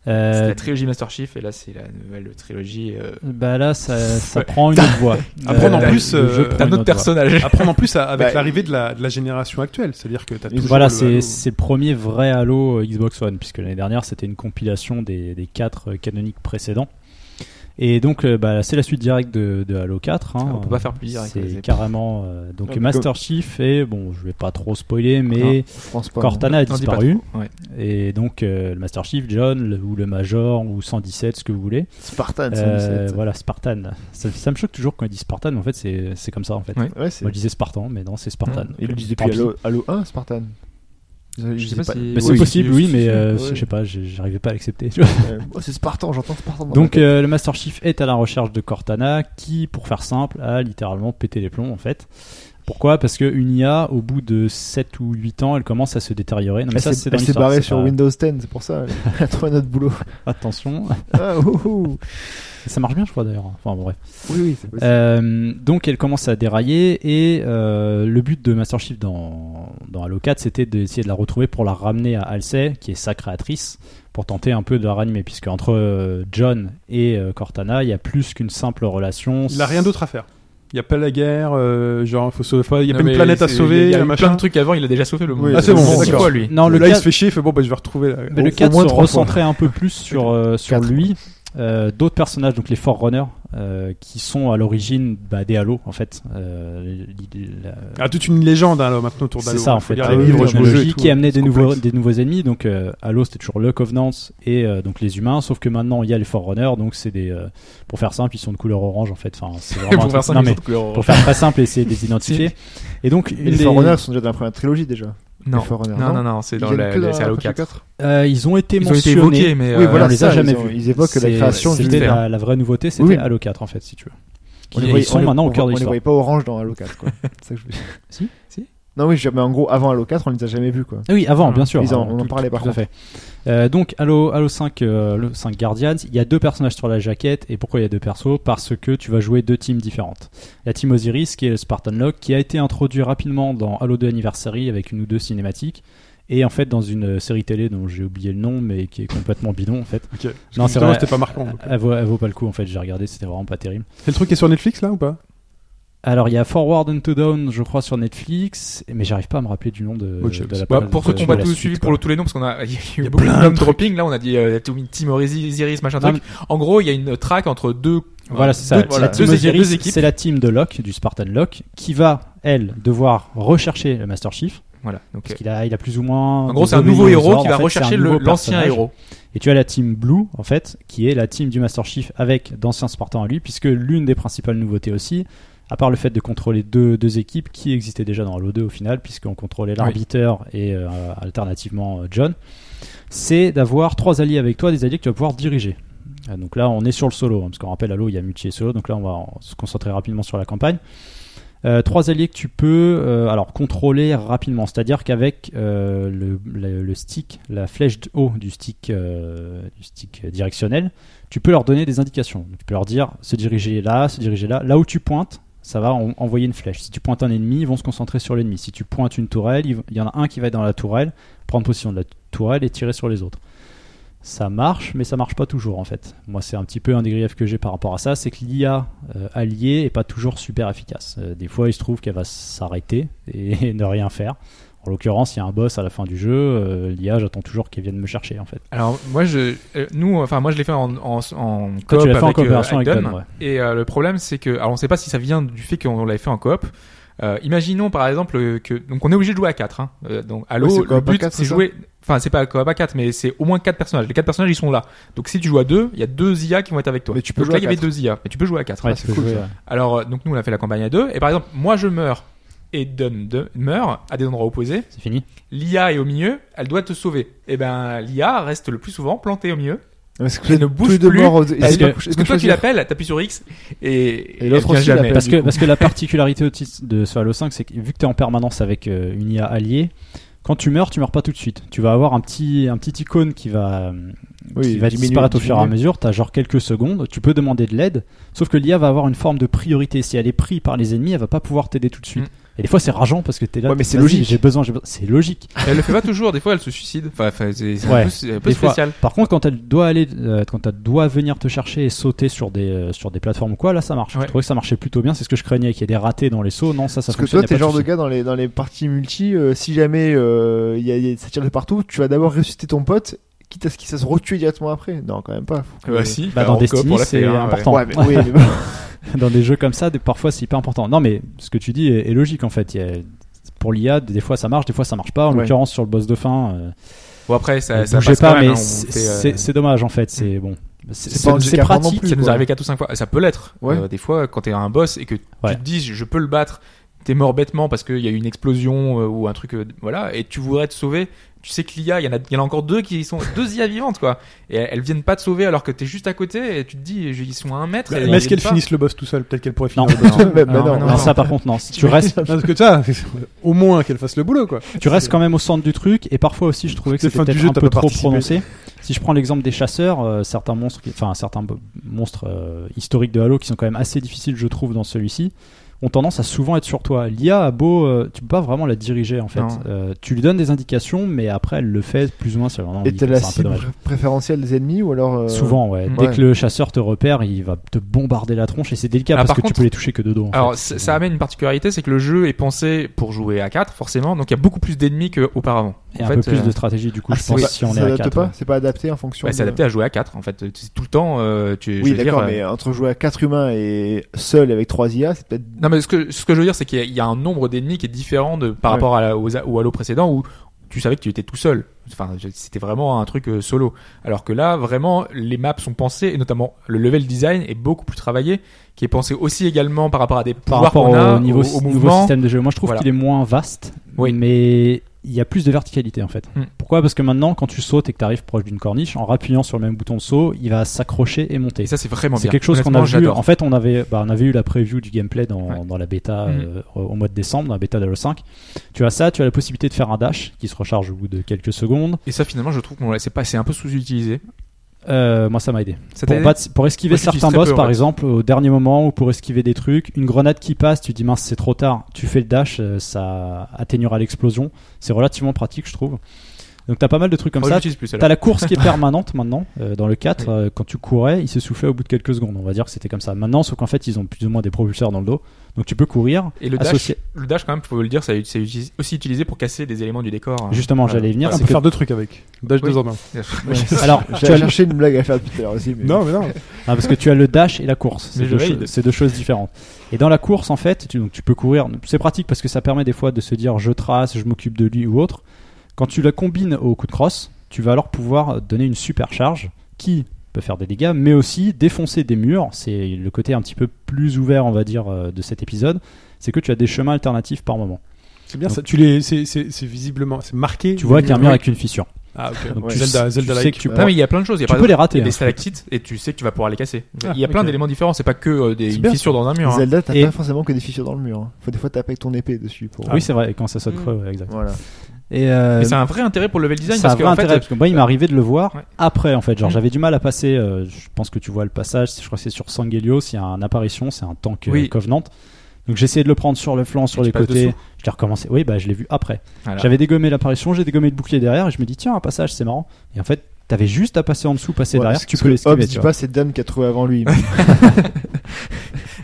Speaker 4: Euh,
Speaker 5: C'est la trilogie Master Chief, et là, c'est la nouvelle trilogie. euh,
Speaker 4: bah là, ça, ça
Speaker 5: Ouais.
Speaker 4: prend une autre
Speaker 2: *laughs*
Speaker 4: voie.
Speaker 2: Apprendre
Speaker 5: en
Speaker 2: plus,
Speaker 4: le
Speaker 2: euh,
Speaker 4: jeu prend
Speaker 5: D'un
Speaker 4: une
Speaker 5: autre
Speaker 4: voie.
Speaker 5: personnage.
Speaker 2: Apprendre en plus à- avec
Speaker 3: Bah,
Speaker 2: l'arrivée de la, de la génération actuelle, c'est-à-dire que t'as
Speaker 3: Et
Speaker 2: toujours
Speaker 4: Voilà,
Speaker 2: le Halo.
Speaker 4: c'est c'est le premier vrai Halo euh, Xbox One, puisque l'année dernière c'était une compilation des, des quatre euh, canoniques précédents. Et donc, euh, bah, c'est la suite directe de, de Halo 4. hein.
Speaker 5: On peut pas faire plus direct,
Speaker 4: C'est
Speaker 5: c'est-
Speaker 4: carrément. euh, donc,
Speaker 3: Non, mais
Speaker 4: Master Chief et, bon, je vais pas trop spoiler, mais
Speaker 3: je pense pas.
Speaker 4: Cortana a
Speaker 5: Non, dis pas
Speaker 4: disparu.
Speaker 5: trop. Ouais.
Speaker 4: Et donc, euh, le Master Chief, John, le- ou le Major, ou 117, ce que vous voulez.
Speaker 3: non. Spartan,
Speaker 4: Euh,
Speaker 3: 117.
Speaker 4: voilà, Spartan. Ça, ça me choque toujours quand ils disent Spartan, mais en fait, c'est c'est comme ça en fait.
Speaker 5: Ouais.
Speaker 3: Ouais, c'est.
Speaker 4: Moi, je disais Spartan, mais non, c'est Spartan.
Speaker 5: Non,
Speaker 3: Ils le disent
Speaker 4: Tant
Speaker 3: depuis
Speaker 4: pis.
Speaker 3: Halo, Halo 1, Spartan. Ils- ils
Speaker 5: Je sais
Speaker 3: disaient
Speaker 5: pas si.
Speaker 4: Bah, c'est
Speaker 3: Oui,
Speaker 4: possible, oui,
Speaker 5: si-
Speaker 4: mais
Speaker 5: si-
Speaker 4: euh,
Speaker 3: oui.
Speaker 4: je sais pas, j'ai- j'arrivais pas à l'accepter. tu vois.
Speaker 3: Euh, oh, c'est Spartan, j'entends Spartan. dans
Speaker 4: Donc
Speaker 3: ma tête.
Speaker 4: euh, le Master Chief est à la recherche de Cortana, qui, pour faire simple, a littéralement pété les plombs en fait. Pourquoi Parce que une IA, au bout de 7 ou 8 ans, elle commence à se détériorer. Non, mais
Speaker 3: elle
Speaker 4: ça,
Speaker 3: s'est-
Speaker 4: c'est dans
Speaker 3: elle s'est
Speaker 4: l'histoire,
Speaker 3: barrée
Speaker 4: c'est
Speaker 3: sur
Speaker 4: pas-
Speaker 3: Windows 10, c'est pour ça. Elle a *laughs* trouvé notre boulot.
Speaker 4: Attention, *laughs*
Speaker 3: Ah, ouh, ouh.
Speaker 4: ça marche bien, je crois d'ailleurs. Enfin bon, bref.
Speaker 3: Oui, oui, c'est possible.
Speaker 4: Euh, donc elle commence à dérailler et euh, le but de Master Chief dans, dans Halo 4 c'était d'essayer de la retrouver pour la ramener à Halsey qui est sa créatrice pour tenter un peu de la ranimer puisque entre euh, John et euh, Cortana il y a plus qu'une simple relation.
Speaker 2: Il a rien d'autre à faire. Il n'y a pas la guerre, euh, genre, faut sauver- faut- il n'y a
Speaker 5: Non,
Speaker 2: pas une
Speaker 5: mais
Speaker 2: planète à
Speaker 5: c'est-
Speaker 2: sauver,
Speaker 5: Il y a
Speaker 2: un
Speaker 5: eu plein
Speaker 2: machin.
Speaker 5: de trucs avant, il a déjà sauvé le monde.
Speaker 2: Ah, c'est bon,
Speaker 5: C'est
Speaker 2: d'accord.
Speaker 5: quoi, lui
Speaker 4: Non le
Speaker 2: là, il
Speaker 4: 4,
Speaker 2: se fait chier, il fait bon, bah, je vais retrouver la.
Speaker 4: mais le
Speaker 3: au- au
Speaker 4: 4
Speaker 3: moins
Speaker 4: se
Speaker 3: trois fois.
Speaker 4: recentrait un
Speaker 2: *laughs*
Speaker 4: peu plus sur, euh, sur
Speaker 3: Quatre.
Speaker 4: lui. Euh, d'autres personnages donc les Forerunners euh, qui sont à l'origine bah, des Halo en fait Euh, l'idée- la-
Speaker 2: Ah, toute une légende hein, là, maintenant autour d'Halo.
Speaker 4: C'est ça
Speaker 2: hein.
Speaker 4: en
Speaker 2: Faut
Speaker 4: fait.
Speaker 2: lire
Speaker 4: Ah
Speaker 2: les
Speaker 4: oui,
Speaker 2: livres,
Speaker 4: la
Speaker 2: jouer au
Speaker 4: technologie
Speaker 2: jeu et tout,
Speaker 4: qui
Speaker 2: hein.
Speaker 4: amenait des
Speaker 2: C'est
Speaker 4: nouveaux,
Speaker 2: complexe.
Speaker 4: des nouveaux ennemis. Donc euh, Halo, c'était toujours le Covenant et euh, donc les humains. Sauf que maintenant, il y a les Forerunners. Donc c'est des. euh, pour faire simple, ils sont de couleur orange en fait. Enfin,
Speaker 3: *laughs*
Speaker 4: c'est vraiment. un
Speaker 5: Pour faire
Speaker 4: truc-
Speaker 5: ça,
Speaker 4: non,
Speaker 5: les
Speaker 4: mais
Speaker 5: autres couleurs.
Speaker 4: pour faire très simple, essayer de les identifier. Et donc,
Speaker 3: Mais
Speaker 4: une
Speaker 3: les
Speaker 4: des-
Speaker 3: Forerunners sont déjà dans la première trilogie déjà.
Speaker 5: Non,
Speaker 3: les Forerunners,
Speaker 5: non,
Speaker 3: non
Speaker 5: non, non, c'est
Speaker 3: Il
Speaker 5: dans
Speaker 3: y a
Speaker 5: la-
Speaker 3: que la-
Speaker 5: la- c'est Halo
Speaker 3: la
Speaker 5: 4.
Speaker 4: euh, ils ont été
Speaker 5: Ils ont été
Speaker 4: mentionnés.
Speaker 5: évoqués, mais
Speaker 3: Oui,
Speaker 5: euh,
Speaker 3: voilà,
Speaker 4: on les a
Speaker 3: ça,
Speaker 4: jamais
Speaker 3: ils ont-
Speaker 4: vus.
Speaker 3: ils évoquent la
Speaker 4: C'est-
Speaker 3: création du-
Speaker 4: C'était la,
Speaker 5: univers.
Speaker 4: la vraie nouveauté, c'était
Speaker 3: Oui.
Speaker 4: Halo 4 en fait, si tu veux.
Speaker 3: On les
Speaker 4: ils
Speaker 3: voyait-
Speaker 4: sont
Speaker 3: on les-
Speaker 4: maintenant
Speaker 3: on
Speaker 4: au cœur de
Speaker 3: On les
Speaker 4: l'histoire.
Speaker 3: voyait pas orange dans Halo 4, quoi. c'est ça que je veux dire.
Speaker 4: Si
Speaker 5: Si.
Speaker 3: Non, oui, je- mais en gros, avant Halo 4, on les a jamais vus, quoi.
Speaker 4: Ah oui, avant,
Speaker 5: Ah,
Speaker 4: bien sûr.
Speaker 3: ils en-
Speaker 4: Avant,
Speaker 3: on en
Speaker 4: tout-
Speaker 3: parlait, par
Speaker 4: tout à fait. Euh, donc Halo, Halo 5, euh, le 5 Guardians, il y a deux personnages sur la jaquette. Et pourquoi il y a deux persos Parce que tu vas jouer deux teams différentes. La team Osiris, qui est le Spartan Locke, qui a été introduit rapidement dans Halo 2 Anniversary avec une ou deux cinématiques. Et en fait, dans une série télé dont j'ai oublié le nom, mais qui est complètement bidon en fait. *laughs*
Speaker 2: Ok. Parce que
Speaker 4: Non, c'est
Speaker 2: justement,
Speaker 4: vrai.
Speaker 2: c'était pas marquant. donc.
Speaker 4: Elle vaut, elle vaut pas le coup en fait, j'ai regardé, c'était vraiment pas terrible.
Speaker 2: C'est le truc qui est sur Netflix là ou pas
Speaker 4: Alors il y a Forward and to Down, je crois, sur Netflix, mais j'arrive pas à me rappeler du nom de,
Speaker 2: Ok.
Speaker 4: de la
Speaker 5: Bah,
Speaker 4: de-
Speaker 5: pour ceux qui
Speaker 4: de
Speaker 5: n'ont pas
Speaker 4: la
Speaker 5: tout
Speaker 4: suite,
Speaker 5: suivi
Speaker 4: quoi.
Speaker 5: pour le- tous les noms, parce qu'on a, il y a eu
Speaker 2: y a
Speaker 5: beaucoup de
Speaker 2: plein de
Speaker 5: nom
Speaker 2: trucs.
Speaker 5: dropping. Là, on a dit euh, Team Osiris, machin
Speaker 4: Non,
Speaker 5: truc. En gros, il y a une traque entre deux.
Speaker 4: Voilà, c'est ça.
Speaker 5: deux-
Speaker 4: la
Speaker 5: voilà,
Speaker 4: team
Speaker 5: deux équipes-
Speaker 4: Osiris,
Speaker 5: deux équipes.
Speaker 4: c'est la team de Locke, du Spartan Locke, qui va, elle, devoir rechercher le Master Chief.
Speaker 5: Voilà. Donc,
Speaker 4: Parce qu'il a, il a plus ou moins.
Speaker 5: en gros, c'est un
Speaker 4: désobéi
Speaker 5: nouveau
Speaker 4: aux
Speaker 5: héros
Speaker 4: ordres.
Speaker 5: qui
Speaker 4: En
Speaker 5: va
Speaker 4: fait,
Speaker 5: rechercher
Speaker 4: c'est un
Speaker 5: le-
Speaker 4: nouveau
Speaker 5: l'ancien
Speaker 4: personnage.
Speaker 5: héros.
Speaker 4: Et tu as la team Blue, en fait, qui est la team du Master Chief avec d'anciens Spartans à lui, puisque l'une des principales nouveautés aussi, à part le fait de contrôler deux, deux équipes qui existaient déjà dans Halo 2 au final, puisqu'on contrôlait l'arbiteur et euh, alternativement euh, John, c'est d'avoir trois alliés avec toi, des alliés que tu vas pouvoir diriger. Euh, Donc là, on est sur le solo, hein, parce qu'on rappelle Halo, il y a multi et solo, donc là, on va en- se concentrer rapidement sur la campagne. Euh, trois alliés que tu peux euh, alors contrôler rapidement, c'est-à-dire qu'avec euh, le, le- le stick, la flèche de haut du stick, euh, du stick directionnel, tu peux leur donner des indications. Donc, Tu peux leur dire se diriger là, se diriger là. Là où tu pointes, ça va en- envoyer une flèche. Si tu pointes un ennemi, ils vont se concentrer sur l'ennemi. Si tu pointes une tourelle, il il y en a un qui va être dans la tourelle, prendre position de la tourelle et tirer sur les autres. Ça marche, mais ça marche pas toujours en fait. Moi, c'est un petit peu un des griefs que j'ai par rapport à ça, c'est que l'IA euh, alliée est pas toujours super efficace. Euh, des fois, il se trouve qu'elle va s'arrêter et *laughs* ne rien faire. En l'occurrence, il y a un boss à la fin du jeu, euh, l'IA, j'attends toujours qu'elle vienne me chercher en fait.
Speaker 5: Alors moi je, euh, nous, enfin moi je l'ai fait en en, en
Speaker 4: Toi,
Speaker 5: coop
Speaker 4: tu l'as fait en
Speaker 5: avec, euh,
Speaker 4: coopération avec
Speaker 5: Adam.
Speaker 4: Don, ouais.
Speaker 5: Et euh, le problème c'est que, alors on sait pas si ça vient du fait qu'on l'avait fait en coop. Euh, imaginons par exemple euh, que donc on est obligé de jouer à 4 hein. Euh, donc à
Speaker 3: Ouais, c'est
Speaker 5: l'eau
Speaker 3: coop à
Speaker 5: le but
Speaker 3: quatre,
Speaker 5: c'est
Speaker 3: c'est ça
Speaker 5: jouer enfin c'est pas coop à 4 mais c'est au moins 4 personnages les 4 personnages ils sont là donc si tu joues à 2 il y a 2 IA qui vont être avec toi
Speaker 3: Mais tu peux
Speaker 5: donc
Speaker 3: jouer
Speaker 5: là
Speaker 3: à
Speaker 5: il y avait
Speaker 3: quatre.
Speaker 5: 2 IA mais tu peux jouer à 4
Speaker 4: Ouais, tu peux jouer, ouais.
Speaker 5: alors euh, donc nous on a fait la campagne à 2 et par exemple moi je meurs et Don de- meurt à des endroits opposés
Speaker 4: C'est fini.
Speaker 5: l'IA est au milieu elle doit te sauver et ben l'IA reste le plus souvent plantée au milieu
Speaker 3: Est-ce que
Speaker 5: Elle ne bouge
Speaker 3: tous les deux
Speaker 5: plus.
Speaker 3: morts, ils
Speaker 5: Parce
Speaker 3: sont
Speaker 5: que,
Speaker 3: pas couchés.
Speaker 5: parce que toi tu
Speaker 3: choisir
Speaker 5: l'appelles, t'appuies sur X et,
Speaker 3: Et l'autre
Speaker 5: elle vient
Speaker 3: aussi l'appelle.
Speaker 4: Parce
Speaker 3: du
Speaker 4: que,
Speaker 3: coup.
Speaker 4: parce que la particularité au titre de ce Halo 5, c'est que vu que tu es en permanence avec euh, une IA alliée, quand tu meurs, tu meurs pas tout de suite. Tu vas avoir un petit, un petit icône qui va, euh,
Speaker 3: Oui,
Speaker 4: qui va
Speaker 3: diminuer,
Speaker 4: disparaître au fur et à
Speaker 3: diminuer.
Speaker 4: mesure. Tu as genre quelques secondes. Tu peux demander de l'aide. Sauf que l'IA va avoir une forme de priorité. Si elle est prise par les ennemis, elle va pas pouvoir t'aider tout de suite.
Speaker 5: Mm.
Speaker 4: Et des fois, c'est rageant parce que t'es là.
Speaker 3: Ouais, mais c'est
Speaker 4: vas-y,
Speaker 3: logique.
Speaker 4: J'ai besoin, j'ai besoin. C'est logique.
Speaker 5: Et Elle le fait pas toujours, des fois elle se suicide. Enfin, enfin, c'est c'est un
Speaker 4: Ouais,
Speaker 5: peu, c'est un peu
Speaker 4: des fois.
Speaker 5: spécial.
Speaker 4: Par contre, quand elle doit aller, euh, quand elle doit venir te chercher et sauter sur des, euh, sur des plateformes ou quoi, là, ça marche.
Speaker 5: Ouais.
Speaker 4: Je trouvais que ça marchait plutôt bien. C'est ce que je craignais, qu'il y ait des ratés dans les sauts. Non, ça, ça
Speaker 3: Parce que toi,
Speaker 4: fonctionne. y a pas
Speaker 3: t'es le genre
Speaker 4: souci.
Speaker 3: de gars dans les, dans les parties multi, euh, si jamais euh, y a- y a- ça tire de partout, tu vas d'abord ressusciter ton pote, quitte à ce qu'il se retue directement après. Non, quand même pas. Faut que-
Speaker 5: si,
Speaker 4: Bah, dans Destiny, c'est
Speaker 5: hein,
Speaker 4: important.
Speaker 3: Ouais,
Speaker 4: *laughs*
Speaker 3: mais, oui, mais bon.
Speaker 4: dans des jeux comme ça, des- parfois c'est hyper important. Non, mais ce que tu dis est, est logique en fait. Il y a- pour l'IA, des fois ça marche, des fois ça marche pas. En
Speaker 3: Ouais.
Speaker 4: l'occurrence, sur le boss de fin, euh,
Speaker 5: Bon après, ça,
Speaker 4: ne
Speaker 5: ça
Speaker 4: bougez
Speaker 5: passe
Speaker 4: pas,
Speaker 5: quand même,
Speaker 4: mais
Speaker 5: hein, on
Speaker 4: c'est-
Speaker 5: fait, euh, Mm.
Speaker 4: c'est c'est dommage en fait. C'est bon,
Speaker 3: C'est
Speaker 4: c'est
Speaker 3: pas
Speaker 4: c'est- c'est
Speaker 3: handicapant non
Speaker 4: pratique.
Speaker 3: plus.
Speaker 5: ça nous
Speaker 3: quoi.
Speaker 5: arrive 4 ou 5 fois. Ça peut l'être.
Speaker 3: Ouais.
Speaker 5: Euh, des fois, quand t'es à un boss et que
Speaker 4: Ouais.
Speaker 5: tu te dis, je peux le battre, t'es mort bêtement parce qu'il y a eu une explosion euh, ou un truc, euh, voilà, et tu voudrais te sauver. Tu sais que l'IA, il y, en a- il y en a encore deux qui sont deux IA vivantes, quoi. Et elles viennent pas te sauver alors que t'es juste à côté et tu te dis, ils sont à un mètre.
Speaker 2: Bah,
Speaker 5: et
Speaker 2: Mais
Speaker 5: ils
Speaker 2: est-ce qu'elle
Speaker 5: viennent pas.
Speaker 2: finisse le boss tout seul Peut-être qu'elle pourrait
Speaker 4: Non,
Speaker 2: finir. le boss.
Speaker 3: Bah, bah,
Speaker 5: Non,
Speaker 3: non,
Speaker 5: non,
Speaker 4: Non,
Speaker 5: non.
Speaker 4: ça par contre non. Si tu restes,
Speaker 2: Non, *laughs* parce que ça, c'est- au moins qu'elle fasse le boulot quoi.
Speaker 4: tu restes quand même au centre du truc. Et parfois aussi, je trouvais que
Speaker 2: C'est
Speaker 4: c'était
Speaker 2: fin du
Speaker 4: peut-être
Speaker 2: jeu,
Speaker 4: un
Speaker 2: t'as
Speaker 4: peu
Speaker 2: pas
Speaker 4: trop
Speaker 2: participé.
Speaker 4: prononcé. Si je prends l'exemple des chasseurs, euh, certains monstres, qui- enfin certains bo- monstres euh, historiques de Halo qui sont quand même assez difficiles, je trouve, dans celui-ci, ont tendance à souvent être sur toi. L'IA a beau, euh, tu peux pas vraiment la diriger en fait.
Speaker 5: Non.
Speaker 4: Euh, tu lui donnes des indications, mais après elle le fait plus ou moins. si elle en a
Speaker 3: Et
Speaker 4: envie.
Speaker 3: t'as
Speaker 4: C'est
Speaker 3: la
Speaker 4: un peu
Speaker 3: cible
Speaker 4: dommage.
Speaker 3: préférentielle des ennemis ou alors. euh,
Speaker 4: Souvent, ouais.
Speaker 5: Mm.
Speaker 4: Dès
Speaker 3: Ouais.
Speaker 4: que le chasseur te repère, il va te bombarder la tronche et c'est délicat
Speaker 5: Ah,
Speaker 4: parce
Speaker 5: par
Speaker 4: que tu
Speaker 5: contre-
Speaker 4: peux les toucher que de dos. en
Speaker 5: Alors,
Speaker 4: fait.
Speaker 5: ça, ça amène une particularité, c'est que le jeu est pensé pour jouer à 4, forcément, donc il y a beaucoup plus d'ennemis qu'auparavant.
Speaker 4: et
Speaker 5: en
Speaker 4: un
Speaker 5: fait,
Speaker 4: peu plus
Speaker 5: euh,
Speaker 4: de stratégie du coup.
Speaker 3: Ah,
Speaker 4: je
Speaker 3: c'est
Speaker 4: pense
Speaker 3: pas-
Speaker 4: si on
Speaker 3: ça
Speaker 4: est à
Speaker 3: s'adapte
Speaker 4: 4
Speaker 3: pas C'est pas adapté en fonction.
Speaker 5: Bah,
Speaker 3: de-
Speaker 5: c'est adapté à jouer à 4, en fait. C'est tout le temps, euh, tu, je
Speaker 3: Oui,
Speaker 5: veux
Speaker 3: d'accord,
Speaker 5: dire, euh,
Speaker 3: mais entre jouer à 4 humains et seul avec 3 IA, c'est peut-être.
Speaker 5: Non, mais ce que, ce que je veux dire, c'est qu'il y, a- il y a un nombre d'ennemis qui est différent de, par
Speaker 3: Ouais.
Speaker 5: rapport à la- aux, au Halo précédent où tu savais que tu étais tout seul. Enfin, je- c'était vraiment un truc euh, solo. Alors que là, vraiment, les maps sont pensées, et notamment le level design est beaucoup plus travaillé, qui est pensé aussi également par rapport à des
Speaker 4: par
Speaker 5: pouvoirs
Speaker 4: rapport
Speaker 5: qu'on a,
Speaker 4: au niveau
Speaker 5: au, au
Speaker 4: nouveau
Speaker 5: mouvement.
Speaker 4: système de jeu. Moi, je trouve
Speaker 5: Voilà.
Speaker 4: qu'il est moins vaste,
Speaker 5: Oui.
Speaker 4: mais il y a plus de verticalité en fait.
Speaker 5: Hmm.
Speaker 4: Pourquoi Parce que maintenant, quand tu sautes et que tu arrives proche d'une corniche, en rappuyant sur le même bouton de saut, il va s'accrocher et monter.
Speaker 5: Et ça, c'est vraiment
Speaker 4: C'est
Speaker 5: bien.
Speaker 4: quelque chose qu'on a
Speaker 5: Honnêtement,
Speaker 4: vu.
Speaker 5: j'adore.
Speaker 4: En fait, on avait, bah, on avait eu la preview du gameplay dans,
Speaker 5: Ouais. Hmm.
Speaker 4: dans la bêta euh, au mois de décembre, dans la bêta d'Halo 5. Tu as ça, tu as la possibilité de faire un dash qui se recharge au bout de quelques secondes.
Speaker 5: Et ça, finalement, je trouve qu'on l'a- c'est pas, c'est un peu sous-utilisé.
Speaker 4: Euh, moi, ça m'a aidé.
Speaker 5: Ça t'a
Speaker 4: Pour,
Speaker 5: aidé
Speaker 4: battre- pour esquiver
Speaker 5: Moi, j'utilise
Speaker 4: certains
Speaker 5: très
Speaker 4: boss,
Speaker 5: peu, en
Speaker 4: par
Speaker 5: fait.
Speaker 4: exemple, au dernier moment ou pour esquiver des trucs, une grenade qui passe, tu dis mince, c'est trop tard, tu fais le dash, euh, ça atténuera l'explosion. C'est relativement pratique, je trouve. Donc, t'as pas mal de trucs comme
Speaker 5: Moi,
Speaker 4: ça.
Speaker 5: j'utilise plus,
Speaker 4: T'as
Speaker 5: alors.
Speaker 4: la course
Speaker 5: *laughs*
Speaker 4: qui est permanente maintenant. euh, dans le 4, euh, quand tu courais, il se soufflait au bout de quelques secondes. On va dire que c'était comme ça. Maintenant, sauf qu'en fait, ils ont plus ou moins des propulseurs dans le dos. Donc, tu peux courir.
Speaker 5: Et le dash,
Speaker 4: associé-
Speaker 5: le dash, quand même, faut le dire, ça- c'est utilis- aussi utilisé pour casser des éléments du décor. hein.
Speaker 4: Justement,
Speaker 5: Voilà.
Speaker 4: j'allais y venir.
Speaker 2: On
Speaker 4: c'est
Speaker 2: peut
Speaker 4: que-
Speaker 2: faire deux trucs avec. Dash
Speaker 5: Oui.
Speaker 2: deux en un.
Speaker 4: *laughs* Alors, tu
Speaker 3: J'ai
Speaker 4: as le-
Speaker 3: cherché une blague à faire depuis tout à l'heure aussi. mais-
Speaker 2: Non mais non.
Speaker 4: Ah, parce que tu as le dash et la course.
Speaker 5: Mais
Speaker 4: C'est
Speaker 5: je
Speaker 4: deux,
Speaker 5: valide.
Speaker 4: cho- c'est deux choses différentes. Et dans la course, en fait, tu, donc, tu peux courir. C'est pratique parce que ça permet des fois de se dire je trace, je m'occupe de lui ou autre. Quand tu la combines au coup de cross, tu vas alors pouvoir donner une supercharge qui peut faire des dégâts, mais aussi défoncer des murs. C'est le côté un petit peu plus ouvert, on va dire, euh, de cet épisode. C'est que tu as des chemins alternatifs par moment.
Speaker 2: C'est bien ça. Tu les, c'est, c'est, c'est visiblement, c'est marqué.
Speaker 4: Tu vois qu'il y a un mur
Speaker 2: Ouais.
Speaker 4: avec une fissure.
Speaker 2: Ah ok.
Speaker 4: Donc
Speaker 2: Ouais.
Speaker 4: tu,
Speaker 2: Zelda,
Speaker 4: tu
Speaker 2: Zelda
Speaker 4: sais que tu,
Speaker 5: Non, mais il y a plein de choses. Il y a
Speaker 4: Tu
Speaker 5: par
Speaker 4: peux les
Speaker 5: exemple,
Speaker 4: rater,
Speaker 5: Des
Speaker 4: hein,
Speaker 5: stalactites, et tu sais que tu vas pouvoir les casser.
Speaker 2: Ah,
Speaker 5: il y a plein
Speaker 2: ok.
Speaker 5: d'éléments différents. C'est pas que euh, des,
Speaker 3: C'est
Speaker 5: une
Speaker 3: bien.
Speaker 5: fissure dans un mur. hein.
Speaker 3: Zelda, t'as
Speaker 4: Et- Ah
Speaker 3: pas forcément que des fissures dans le mur. hein. Faut des fois taper avec ton épée dessus. Pour... euh,
Speaker 4: oui, c'est vrai, quand ça saute
Speaker 5: Mm.
Speaker 4: creux, ouais, exact.
Speaker 3: Voilà.
Speaker 4: Et euh,
Speaker 5: Mais c'est un vrai intérêt pour le level design
Speaker 4: ça a
Speaker 5: parce que
Speaker 4: vrai
Speaker 5: en fait, euh,
Speaker 4: intérêt, parce que moi, il m'est arrivé de le voir
Speaker 5: Ouais.
Speaker 4: après, en fait. Genre,
Speaker 5: Mm.
Speaker 4: j'avais du mal à passer. euh, je pense que tu vois le passage. Je crois que c'est sur Sangelios. Il y a une apparition, c'est un tank euh,
Speaker 5: Oui.
Speaker 4: Covenant. Donc, j'ai essayé de le prendre sur le flanc, sur
Speaker 5: tu
Speaker 4: les
Speaker 5: passes
Speaker 4: côtés.
Speaker 5: dessous.
Speaker 4: Je l'ai recommencé. Oui, bah, je l'ai vu après.
Speaker 5: Voilà.
Speaker 4: J'avais dégommé l'apparition, j'ai dégommé le bouclier derrière. Et je me dis, tiens, un passage, c'est marrant. Et en fait, t'avais juste à passer en dessous, passer
Speaker 3: Ouais,
Speaker 4: derrière.
Speaker 3: parce
Speaker 4: Tu
Speaker 3: que
Speaker 4: peux
Speaker 3: Hobbes
Speaker 4: l'esquiver. tu
Speaker 3: dit
Speaker 4: vois.
Speaker 3: pas, c'est Dan qui a trouvé avant
Speaker 4: *laughs*
Speaker 3: lui.
Speaker 5: euh,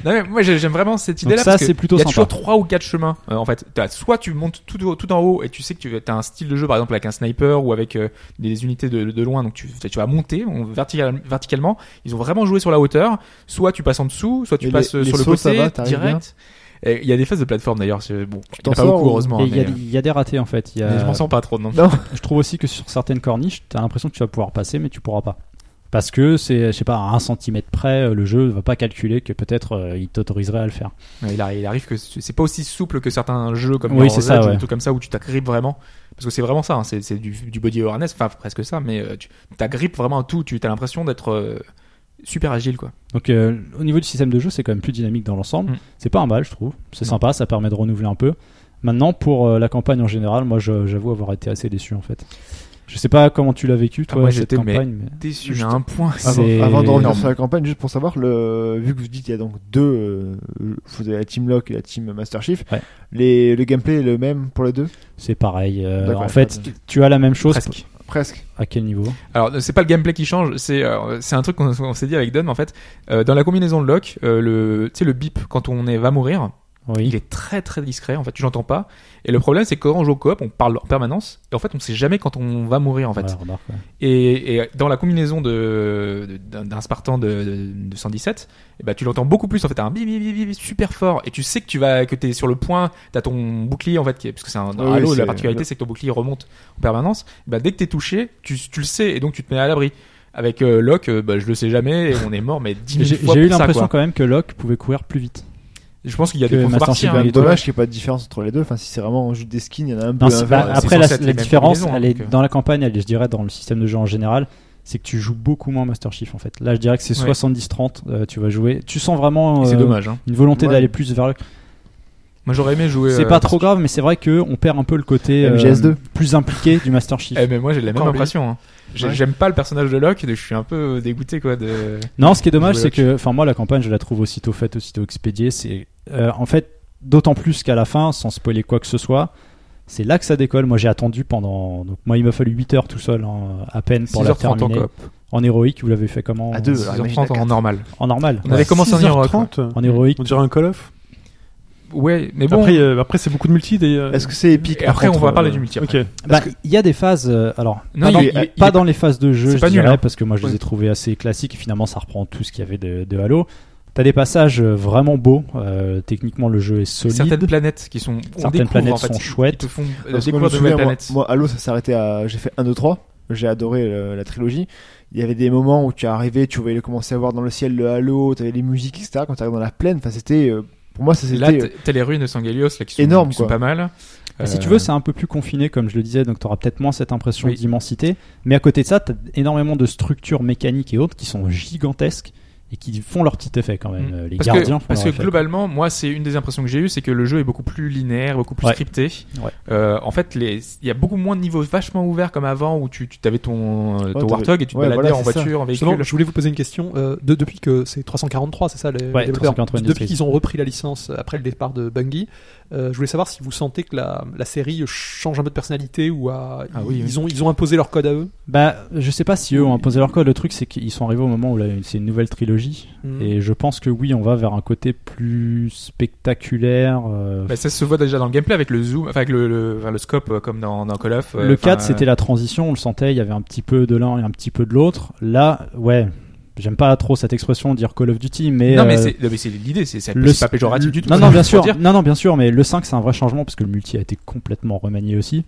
Speaker 5: Non, mais moi j'ai- j'aime vraiment cette idée là
Speaker 4: ça,
Speaker 5: parce que
Speaker 4: c'est plutôt
Speaker 5: il y a
Speaker 4: sympa.
Speaker 5: toujours trois ou quatre chemins euh, en fait T'as- soit tu montes tout, haut- tout en haut et tu sais que tu as un style de jeu par exemple avec un sniper ou avec euh, des unités de, de loin donc tu, tu vas monter on- vertical- verticalement ils ont vraiment joué sur la hauteur soit tu passes en dessous soit tu
Speaker 3: Et
Speaker 5: passes
Speaker 3: les-
Speaker 5: euh,
Speaker 3: les
Speaker 5: sur le
Speaker 3: sauts, ça
Speaker 5: côté
Speaker 3: va, t'arrives
Speaker 5: direct Et il y a des phases de plateforme d'ailleurs c'est- bon il y
Speaker 3: t'en
Speaker 5: en a pas
Speaker 3: sors
Speaker 5: beaucoup
Speaker 3: ou-
Speaker 5: heureusement hein,
Speaker 4: Et il y, a
Speaker 5: mais,
Speaker 4: des- il y a des ratés en fait. Il y
Speaker 5: euh,
Speaker 4: a-
Speaker 5: mais je m'en sens pas trop non
Speaker 4: Je trouve aussi que sur certaines corniches, t'as l'impression que tu vas pouvoir passer, mais tu pourras pas. Parce que c'est, je sais pas, à un centimètre près, euh, le jeu va pas calculer que peut-être euh, il t'autoriserait à le faire.
Speaker 5: Ouais, Euh, il, arrive, il arrive que c'est c'est pas aussi souple que certains jeux comme
Speaker 4: Oui,
Speaker 5: Mirror's
Speaker 4: c'est ça,
Speaker 5: Edge ou
Speaker 4: ouais.
Speaker 5: des trucs comme ça où tu t'agrippes vraiment. Parce que c'est vraiment ça, hein, c'est c'est du, du body awareness, enfin presque ça, mais euh, tu t'agrippes vraiment à tout, tu as l'impression d'être euh, super agile quoi.
Speaker 4: Donc euh, au niveau du système de jeu, c'est quand même plus dynamique dans l'ensemble.
Speaker 5: Mm.
Speaker 4: C'est pas un mal, je trouve. C'est
Speaker 5: Non.
Speaker 4: sympa, ça permet de renouveler un peu. Maintenant, pour euh, la campagne en général, moi je- j'avoue avoir été assez déçu en fait. Je sais pas comment tu l'as vécu toi
Speaker 5: Ah, moi,
Speaker 4: cette
Speaker 5: j'étais, mais-
Speaker 4: campagne. mais-
Speaker 5: Déçu, j'ai un point.
Speaker 3: Avant,
Speaker 4: C'est
Speaker 3: avant de revenir
Speaker 4: énorme.
Speaker 3: sur la campagne, juste pour savoir, le, vu que vous dites qu'il y a donc deux, euh, vous avez la team Locke et la team Master Chief,
Speaker 4: Ouais.
Speaker 3: les, le gameplay est le même pour les deux
Speaker 4: C'est pareil. euh,
Speaker 3: D'accord,
Speaker 4: en fait,
Speaker 3: pas de-
Speaker 4: tu as la même chose.
Speaker 5: Presque.
Speaker 3: Presque.
Speaker 4: À quel niveau
Speaker 5: Alors euh, c'est pas le gameplay qui change, c'est euh, c'est un truc qu'on on s'est dit avec Don en fait. Euh, dans la combinaison de lock, euh, le tu sais le bip quand on est va mourir, il
Speaker 4: Oui.
Speaker 5: est très très discret en fait, tu l'entends pas. Et le problème c'est que quand on joue au coop, on parle en permanence et en fait on sait jamais quand on va mourir en fait.
Speaker 4: Ouais, remarque, ouais.
Speaker 5: Et, et dans la combinaison de, de- d'un, d'un Spartan de, de- de 117, eh ben, tu l'entends beaucoup plus. En fait, t'as un bip, bip, bip, bip super fort. Et tu sais que tu vas, que t'es sur le point, t'as ton bouclier, en fait, qui est, parce que c'est un, dans
Speaker 3: Oui,
Speaker 5: Halo,
Speaker 3: c'est-
Speaker 5: la particularité, c'est que ton bouclier remonte en permanence. Eh ben, dès que t'es touché, tu, tu le sais, et donc tu te mets à l'abri. Avec euh, Locke, euh, bah, je le sais jamais, et on est mort, mais 10 000
Speaker 4: J'ai
Speaker 5: fois
Speaker 4: j'ai eu
Speaker 5: pour ça,
Speaker 4: l'impression
Speaker 5: quoi.
Speaker 4: quand même que Locke pouvait courir plus vite.
Speaker 5: Je pense qu'il y a
Speaker 4: que
Speaker 5: des
Speaker 4: Master
Speaker 5: contreparties.
Speaker 4: Chief
Speaker 5: hein.
Speaker 4: a
Speaker 3: C'est
Speaker 4: les deux.
Speaker 3: dommage qu'il n'y ait pas de différence entre les deux. Enfin, si c'est vraiment juste des skins, il y en a un peu.
Speaker 4: Non, c'est pas-
Speaker 5: c'est
Speaker 4: après,
Speaker 5: censé
Speaker 4: la,
Speaker 5: être les
Speaker 4: la
Speaker 5: mêmes
Speaker 4: différence,
Speaker 5: combinaisons,
Speaker 4: elle est
Speaker 5: donc, euh.
Speaker 4: dans la campagne, elle est, je dirais, dans le système de jeu en général, c'est que tu joues beaucoup moins Master Chief en fait. Là, je dirais que c'est
Speaker 5: Ouais.
Speaker 4: 70-30, euh, tu vas jouer. Tu sens vraiment
Speaker 5: Et c'est
Speaker 4: euh,
Speaker 5: dommage. hein.
Speaker 4: une volonté
Speaker 3: Ouais.
Speaker 4: d'aller plus vers le.
Speaker 5: Moi, j'aurais aimé jouer.
Speaker 4: C'est
Speaker 5: euh,
Speaker 4: pas trop grave, mais c'est vrai que on perd un peu le côté euh,
Speaker 3: MGS2.
Speaker 4: plus impliqué du Master Chief.
Speaker 5: Eh, mais moi, j'ai la même
Speaker 3: Encore lui.
Speaker 5: impression. hein. J'ai-
Speaker 3: Ouais.
Speaker 5: J'aime pas le personnage de Locke, je suis un peu dégoûté, quoi, de.
Speaker 4: Non, ce qui est dommage,
Speaker 5: Jouer
Speaker 4: c'est que, enfin, moi, la campagne, je la trouve aussitôt faite, aussitôt expédiée. C'est, euh, en fait, d'autant plus qu'à la fin, sans spoiler quoi que ce soit, c'est là que ça décolle. Moi, j'ai attendu pendant, donc, moi, il m'a fallu 8 heures tout seul, hein, à peine pour la
Speaker 5: 6h30 en
Speaker 4: terminer.
Speaker 5: coop.
Speaker 4: En héroïque, vous l'avez fait comment
Speaker 3: À
Speaker 2: Euh,
Speaker 3: deux. Alors, imagine à
Speaker 5: 6h30 en
Speaker 3: quatre.
Speaker 5: normal.
Speaker 4: En normal.
Speaker 5: On avait commencé en Irak.
Speaker 2: 30
Speaker 4: En héroïque.
Speaker 2: On dirait un Call of.
Speaker 5: Ouais, mais bon.
Speaker 2: Après, euh, après c'est beaucoup de multi. Des, euh,
Speaker 3: Est-ce que c'est épique
Speaker 5: et après,
Speaker 3: par
Speaker 5: on
Speaker 3: contre,
Speaker 5: va parler
Speaker 3: euh,
Speaker 5: du multi.
Speaker 2: Ok.
Speaker 5: après.
Speaker 4: Bah, il y a des phases. euh, alors,
Speaker 5: Non,
Speaker 4: pas,
Speaker 5: il
Speaker 4: dans,
Speaker 5: est- il est-
Speaker 4: pas
Speaker 5: il est-
Speaker 4: dans les phases de jeu,
Speaker 5: c'est
Speaker 4: je
Speaker 5: pas nul,
Speaker 4: dirais,
Speaker 5: hein.
Speaker 4: parce que moi je les
Speaker 5: Ouais.
Speaker 4: ai trouvées assez classiques. et Finalement, ça reprend tout ce qu'il y avait de, de Halo. T'as des passages euh, vraiment beaux. euh, techniquement, le jeu est
Speaker 5: Certaines
Speaker 4: solide.
Speaker 5: planètes qui sont. on
Speaker 4: Certaines
Speaker 5: découvre,
Speaker 4: planètes
Speaker 5: en fait,
Speaker 4: sont
Speaker 5: ils-
Speaker 4: chouettes.
Speaker 5: Ils te font euh,
Speaker 3: Parce que
Speaker 5: découvrir
Speaker 3: je
Speaker 5: de
Speaker 3: me
Speaker 5: nouvelles
Speaker 3: souviens, moi,
Speaker 5: planètes.
Speaker 3: moi, Halo, ça s'arrêtait à. J'ai fait 1, 2, 3. J'ai adoré euh, la trilogie. Il y avait des moments où tu arrivais, tu voyais commencer à voir dans le ciel le Halo, t'avais les musiques, etc. Quand t'arrives dans la plaine, enfin, c'était. euh, Pour moi, ça
Speaker 5: Là,
Speaker 3: c'était.
Speaker 5: t'as- t'as les ruines de Sangelios là, qui sont,
Speaker 3: Énorme,
Speaker 5: qui sont
Speaker 3: quoi. Bah,
Speaker 5: pas mal.
Speaker 4: Et Si
Speaker 5: Euh,
Speaker 4: tu veux, c'est un peu plus confiné, comme je le disais, donc t'auras peut-être moins cette impression
Speaker 5: Oui.
Speaker 4: d'immensité. Mais à côté de ça, t'as énormément de structures mécaniques et autres qui sont gigantesques et qui font leur petit effet quand même.
Speaker 5: Mm.
Speaker 4: Euh, Les
Speaker 5: parce
Speaker 4: gardiens
Speaker 5: que,
Speaker 4: font
Speaker 5: parce
Speaker 4: leur
Speaker 5: que
Speaker 4: effet.
Speaker 5: globalement, moi, c'est une des impressions que j'ai eues, c'est que le jeu est beaucoup plus linéaire, beaucoup plus
Speaker 4: Ouais.
Speaker 5: scripté.
Speaker 4: Ouais.
Speaker 5: Euh, en fait, les- il y a beaucoup moins de niveaux vachement ouverts comme avant, où tu, tu avais ton, euh,
Speaker 3: Ouais,
Speaker 5: ton
Speaker 3: t'avais-
Speaker 5: Warthog et tu te
Speaker 3: ouais,
Speaker 5: baladais
Speaker 3: voilà,
Speaker 5: en
Speaker 3: c'est ça.
Speaker 5: voiture, en véhicule.
Speaker 6: Justement, je voulais vous poser une question. euh, de- depuis que c'est 343, c'est ça les
Speaker 4: Ouais,
Speaker 6: les développeurs
Speaker 4: 343
Speaker 6: Depuis
Speaker 4: Industries.
Speaker 6: qu'ils ont repris la licence euh, après le départ de Bungie, euh, je voulais savoir si vous sentez que la, la série change un peu de personnalité ou a-
Speaker 5: Ah
Speaker 6: ils,
Speaker 5: oui, oui.
Speaker 6: Ils, ont, ils ont imposé leur code à eux.
Speaker 4: Bah, je sais pas si eux ont imposé leur code. Le truc, c'est qu'ils sont arrivés au moment où là, c'est une nouvelle
Speaker 5: Mm.
Speaker 4: trilogie.
Speaker 6: Mhm.
Speaker 4: Et je pense que oui, on va vers un côté plus spectaculaire. euh,
Speaker 5: Bah, ça se voit déjà dans le gameplay avec le zoom, enfin avec le, le, enfin, le scope euh, comme dans, dans Call of. euh,
Speaker 4: le
Speaker 5: enfin,
Speaker 4: 4,
Speaker 5: euh,
Speaker 4: c'était la transition, on le sentait, il y avait un petit peu de l'un et un petit peu de l'autre. Là, ouais, j'aime pas trop cette expression, dire Call of Duty, mais.
Speaker 5: non, mais
Speaker 4: euh,
Speaker 5: c'est non, mais c'est l'idée, c'est c'est-
Speaker 4: le-
Speaker 5: c'est pas péjoratif du tout.
Speaker 4: Non, non, bien
Speaker 5: Faut
Speaker 4: sûr.
Speaker 5: dire.
Speaker 4: Non, non, bien sûr, mais le 5, c'est un vrai changement parce que le multi a été complètement remanié aussi.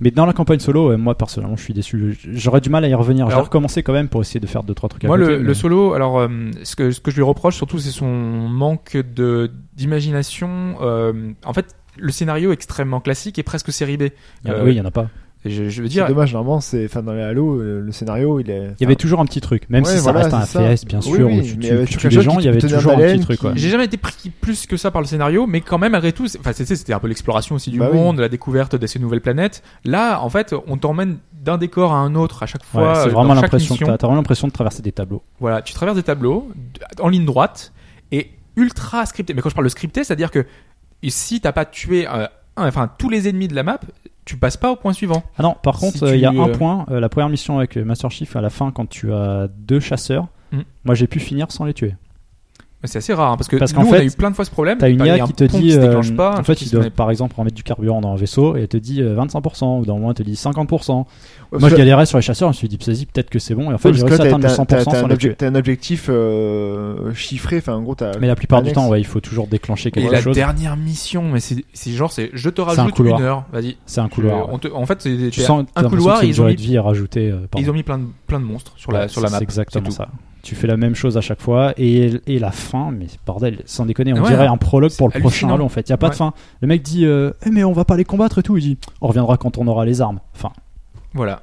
Speaker 4: Mais dans la campagne solo, ouais, moi personnellement, je suis déçu. J'aurais du mal à y revenir. J'ai
Speaker 5: Alors-
Speaker 4: recommencé quand même pour essayer de faire deux trois trucs. à
Speaker 5: Moi,
Speaker 4: côté,
Speaker 5: le,
Speaker 4: mais-
Speaker 5: le solo, alors, euh, ce, que, ce que je lui reproche surtout, c'est son manque de d'imagination. euh, en fait, le scénario est extrêmement classique et presque série B.
Speaker 4: Il y en a-
Speaker 5: euh,
Speaker 4: oui, il y en a pas.
Speaker 5: Et Je, je veux
Speaker 3: C'est
Speaker 5: dire,
Speaker 3: dommage, normalement, c'est, enfin, dans les Halo, euh, le scénario, il est.
Speaker 4: Il y avait toujours un petit truc, même
Speaker 3: Ah. Ouais,
Speaker 4: si ça
Speaker 3: voilà,
Speaker 4: reste un
Speaker 3: c'est ça.
Speaker 4: FPS, bien
Speaker 3: Oui,
Speaker 4: sûr,
Speaker 3: oui,
Speaker 4: où tu,
Speaker 3: mais
Speaker 4: tu-
Speaker 3: il y avait
Speaker 4: tu
Speaker 3: quelque
Speaker 4: tues les
Speaker 3: chose
Speaker 4: gens,
Speaker 3: qui
Speaker 4: il y avait
Speaker 3: te tenait en
Speaker 4: toujours un petit
Speaker 3: haleine,
Speaker 4: truc.
Speaker 3: qui-
Speaker 4: ouais.
Speaker 5: j'ai jamais été pris plus que ça par le scénario, mais quand même, malgré tout, c'est- enfin, tu sais, c'était un peu l'exploration aussi du
Speaker 3: Bah oui.
Speaker 5: monde, la découverte de ces nouvelles planètes. Là, en fait, on t'emmène d'un décor à un autre à chaque fois.
Speaker 4: Ouais,
Speaker 5: euh,
Speaker 4: c'est
Speaker 5: dans
Speaker 4: vraiment
Speaker 5: chaque
Speaker 4: l'impression que
Speaker 5: mission.
Speaker 4: t'as. T'as vraiment l'impression de traverser des tableaux.
Speaker 5: Voilà, tu traverses des tableaux d- en ligne droite et ultra scripté. Mais quand je parle de scripté, c'est-à-dire que si t'as pas tué euh, un- enfin tous les ennemis de la map, tu passes pas au point suivant.
Speaker 4: Ah non, par
Speaker 5: Si
Speaker 4: contre, euh, il y a
Speaker 5: tu,
Speaker 4: un
Speaker 5: euh,
Speaker 4: point. euh, la première mission avec euh, Master Chief, à la fin, quand tu as deux chasseurs,
Speaker 5: Mm.
Speaker 4: moi j'ai pu finir sans les tuer.
Speaker 5: Mais C'est assez rare hein, parce que
Speaker 4: Parce
Speaker 5: nous
Speaker 4: qu'en
Speaker 5: on a
Speaker 4: fait,
Speaker 5: eu plein de fois ce problème.
Speaker 4: T'as une
Speaker 5: il y a
Speaker 4: IA
Speaker 5: un
Speaker 4: qui te
Speaker 5: pont
Speaker 4: dit,
Speaker 5: se
Speaker 4: euh,
Speaker 5: déclenche pas, un
Speaker 4: en
Speaker 5: truc
Speaker 4: fait,
Speaker 5: qui
Speaker 4: ils
Speaker 5: se met-
Speaker 4: doivent par exemple remettre du carburant dans un vaisseau et elle te dit euh, 25% ou dans le moins elle te dit
Speaker 3: Ouais,
Speaker 4: 50%. moi
Speaker 3: parce
Speaker 4: je
Speaker 3: que-
Speaker 4: galérais sur les chasseurs, je me suis dit vas-y peut-être que c'est bon et en fait
Speaker 3: parce
Speaker 4: j'ai
Speaker 3: que
Speaker 4: réussi à
Speaker 3: t'as-
Speaker 4: atteindre le
Speaker 3: t'as-
Speaker 4: 100%
Speaker 3: t'as- t'as
Speaker 4: sans
Speaker 3: un
Speaker 4: les
Speaker 3: obje-
Speaker 4: tuer.
Speaker 3: T'as un objectif euh, chiffré, enfin, en gros, t'as.
Speaker 4: Mais la plupart du
Speaker 3: annexe.
Speaker 4: temps, ouais, il faut toujours déclencher
Speaker 5: Et
Speaker 4: quelque
Speaker 5: la
Speaker 4: chose.
Speaker 5: dernière mission, mais c'est c'est genre c'est je te
Speaker 4: un
Speaker 5: rajoute
Speaker 4: couloir.
Speaker 5: une heure, vas-y.
Speaker 4: C'est un
Speaker 5: Je-
Speaker 4: couloir. ouais.
Speaker 5: on te- en fait, c'est
Speaker 4: Tu
Speaker 5: c'est
Speaker 4: sens t'as
Speaker 5: un
Speaker 4: l'impression
Speaker 5: couloir,
Speaker 4: que c'est une
Speaker 5: ils ont,
Speaker 4: durée de
Speaker 5: mis,
Speaker 4: vie à rajouter. euh, pardon.
Speaker 5: ils ont mis plein de plein de monstres sur la
Speaker 4: Ouais,
Speaker 5: sur la
Speaker 4: c'est-
Speaker 5: map.
Speaker 4: C'est exactement
Speaker 5: tout.
Speaker 4: ça. Tu fais la même chose à chaque fois et, et la fin, mais bordel, sans déconner, on
Speaker 5: Ouais, hein.
Speaker 4: dirait un prologue pour
Speaker 5: c'est
Speaker 4: le prochain
Speaker 5: hallucinant.
Speaker 4: Halo en fait. Il a pas de
Speaker 5: Ouais.
Speaker 4: fin. Le mec dit euh, Eh, mais on va pas les combattre et tout. Il dit on reviendra quand on aura les armes. Enfin,
Speaker 5: Voilà.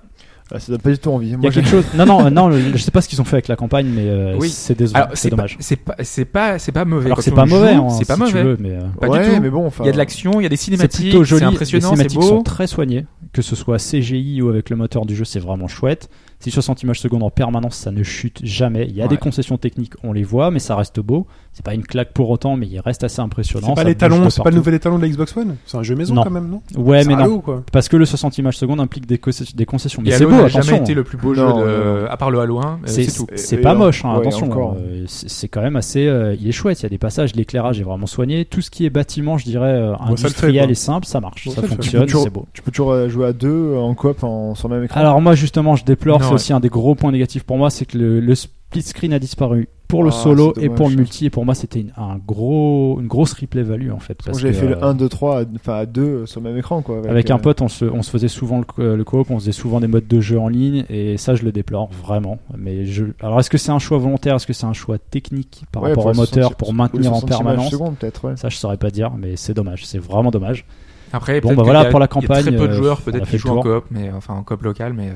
Speaker 3: Ah, Ça donne pas du tout envie.
Speaker 4: il y
Speaker 3: Moi,
Speaker 4: a quelque chose. Non, non, euh, non, le- je sais pas ce qu'ils ont fait avec la campagne, mais euh,
Speaker 5: Oui.
Speaker 4: c'est désolant,
Speaker 5: Alors
Speaker 4: c'est
Speaker 5: c'est pas
Speaker 4: dommage.
Speaker 5: c'est pas c'est pas c'est pas mauvais.
Speaker 4: Alors que
Speaker 5: Quand
Speaker 4: c'est
Speaker 5: on
Speaker 4: pas
Speaker 5: joue,
Speaker 4: mauvais, hein,
Speaker 5: c'est pas
Speaker 4: si tu
Speaker 5: mauvais.
Speaker 4: veux, mais euh,
Speaker 5: pas du
Speaker 3: ouais,
Speaker 5: tout.
Speaker 3: mais bon, enfin.
Speaker 5: Il y a de l'action, il y a des
Speaker 4: c'est
Speaker 5: cinématiques,
Speaker 4: plutôt joli.
Speaker 5: c'est
Speaker 4: Les
Speaker 5: impressionnant, c'est
Speaker 4: cinématiques
Speaker 5: beau.
Speaker 4: sont très soignées, que ce soit CGI ou avec le moteur du jeu, c'est vraiment chouette. 60 images secondes en permanence, ça ne chute jamais. Il y a des
Speaker 5: Ouais.
Speaker 4: concessions techniques, on les voit, mais ça reste beau. C'est pas une claque pour autant, mais il reste assez impressionnant.
Speaker 2: C'est pas
Speaker 4: ça
Speaker 2: les
Speaker 4: bouge de
Speaker 2: talons, c'est pas le
Speaker 4: partout.
Speaker 2: nouvel étalon de la Xbox One. C'est un jeu maison
Speaker 4: Non.
Speaker 2: quand même, non
Speaker 4: Ouais,
Speaker 2: C'est
Speaker 4: mais
Speaker 2: un
Speaker 4: non.
Speaker 2: Halo, quoi.
Speaker 4: Parce que le 60 images secondes implique des, concess- des concessions. Mais
Speaker 5: Et
Speaker 4: c'est
Speaker 5: Halo
Speaker 4: beau,
Speaker 5: n'a
Speaker 4: attention.
Speaker 5: jamais été le plus beau jeu,
Speaker 3: Non,
Speaker 5: de- à part le Halo 1, euh,
Speaker 4: C'est,
Speaker 5: c'est tout.
Speaker 4: c'est- c'est
Speaker 3: Et-
Speaker 4: pas
Speaker 3: et
Speaker 4: moche, hein,
Speaker 3: en- ouais,
Speaker 4: attention.
Speaker 3: encore.
Speaker 4: Euh, c'est, c'est quand même assez. euh, il est chouette, il y a des passages, l'éclairage est vraiment soigné. Tout ce qui est bâtiment, je dirais, euh,
Speaker 2: le fait,
Speaker 4: industriel
Speaker 2: quoi.
Speaker 4: et simple, ça marche,
Speaker 2: Bon,
Speaker 4: ça,
Speaker 2: ça le fait.
Speaker 4: fonctionne,
Speaker 3: Tu peux
Speaker 4: c'est beau.
Speaker 3: Tu peux toujours euh, jouer à deux euh, en coop en, sur le même écran.
Speaker 4: Alors moi justement je déplore,
Speaker 5: Non,
Speaker 4: c'est
Speaker 5: ouais.
Speaker 4: aussi un des gros points négatifs pour moi, c'est que le, le split screen a disparu pour le
Speaker 3: Ah,
Speaker 4: solo
Speaker 3: c'est
Speaker 4: et pour le
Speaker 3: dommage.
Speaker 4: multi et pour moi c'était une, un gros, une grosse replay value en fait.
Speaker 3: Moi,
Speaker 4: Parce
Speaker 3: j'avais
Speaker 4: que,
Speaker 3: fait
Speaker 4: euh,
Speaker 3: le 1, 2, 3, à- enfin à 2 sur le même écran quoi.
Speaker 4: Avec un
Speaker 3: euh,
Speaker 4: pote, on se, on se faisait souvent le, co- euh, le coop, on se faisait souvent des modes de jeu en ligne, et ça, je le déplore vraiment. Mais je... Alors, est-ce que c'est un choix volontaire Est-ce que c'est un choix technique par
Speaker 3: ouais,
Speaker 4: rapport
Speaker 3: pour
Speaker 4: au
Speaker 3: les
Speaker 4: moteur
Speaker 3: 60
Speaker 4: pour
Speaker 3: ou les
Speaker 4: maintenir en
Speaker 3: 60 images
Speaker 4: permanence
Speaker 3: secondes, peut-être, ouais.
Speaker 4: Ça, je saurais pas dire, mais c'est dommage, c'est vraiment dommage.
Speaker 5: Après,
Speaker 4: Bon,
Speaker 5: peut-être
Speaker 4: bah
Speaker 5: qu'il
Speaker 4: voilà,
Speaker 5: y a-
Speaker 4: pour
Speaker 5: il
Speaker 4: la
Speaker 5: y a très peu
Speaker 4: campagne,
Speaker 5: de
Speaker 4: euh,
Speaker 5: joueurs,
Speaker 4: on a
Speaker 5: peut-être,
Speaker 4: fait
Speaker 5: qui jouent
Speaker 4: le
Speaker 5: en
Speaker 4: tour.
Speaker 5: coop, mais enfin en coop local, mais euh,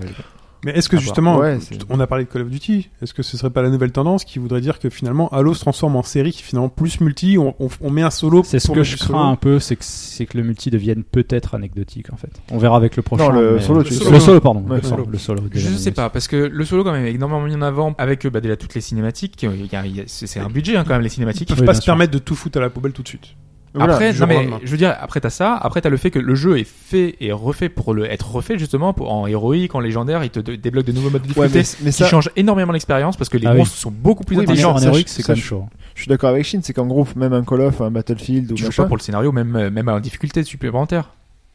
Speaker 2: Mais est-ce que
Speaker 5: À voir.
Speaker 2: justement,
Speaker 3: Ouais, c'est-
Speaker 2: on a parlé de Call of Duty, est-ce que ce serait pas la nouvelle tendance qui voudrait dire que finalement Halo se transforme en série qui est finalement plus multi, on, on- on met un solo
Speaker 4: C'est ce
Speaker 2: pour
Speaker 4: que
Speaker 2: mettre
Speaker 4: je
Speaker 2: du solo.
Speaker 4: crains un peu, c'est que, c'est que le multi devienne peut-être anecdotique en fait. On verra avec le prochain.
Speaker 3: Non, le
Speaker 4: mais-
Speaker 3: solo, tu-
Speaker 4: le
Speaker 2: solo.
Speaker 4: solo, pardon.
Speaker 3: Ouais, le
Speaker 4: le solo.
Speaker 2: solo.
Speaker 4: le solo,
Speaker 5: je
Speaker 4: déjà,
Speaker 5: sais
Speaker 4: mais-
Speaker 5: pas, parce que le solo quand même est énormément mis en avant avec euh, bah, déjà toutes les cinématiques. il y a- il y a- c'est c'est un budget hein, quand même les
Speaker 2: Ils
Speaker 3: *laughs*
Speaker 5: cinématiques.
Speaker 2: peuvent
Speaker 4: Oui,
Speaker 2: pas
Speaker 4: bien
Speaker 2: se
Speaker 4: sûr.
Speaker 2: permettre de tout foutre à la poubelle tout de suite. Voilà,
Speaker 5: Après,
Speaker 2: du
Speaker 5: non
Speaker 2: jour au
Speaker 5: mais
Speaker 2: lendemain.
Speaker 5: je veux dire, après t'as ça, après t'as le fait que le jeu est fait et refait pour le être refait justement pour en héroïque, en légendaire, il te de- débloque de nouveaux modes de
Speaker 3: Ouais,
Speaker 5: difficulté
Speaker 3: mais, mais
Speaker 5: qui
Speaker 3: ça,
Speaker 5: changent énormément l'expérience parce que les
Speaker 4: Ah oui.
Speaker 5: monstres sont beaucoup plus
Speaker 3: Oui, mais
Speaker 4: En
Speaker 5: intelligents.
Speaker 4: en
Speaker 3: ça,
Speaker 4: héroïque,
Speaker 3: je-
Speaker 4: c'est
Speaker 3: ça,
Speaker 4: quand même
Speaker 3: je-
Speaker 4: chaud. hein.
Speaker 3: je suis d'accord avec Shin, c'est qu'en gros, même un Call of, un Battlefield ou
Speaker 5: Tu joues
Speaker 3: machin,
Speaker 5: pas pour le scénario, même euh, même en difficulté supplémentaire.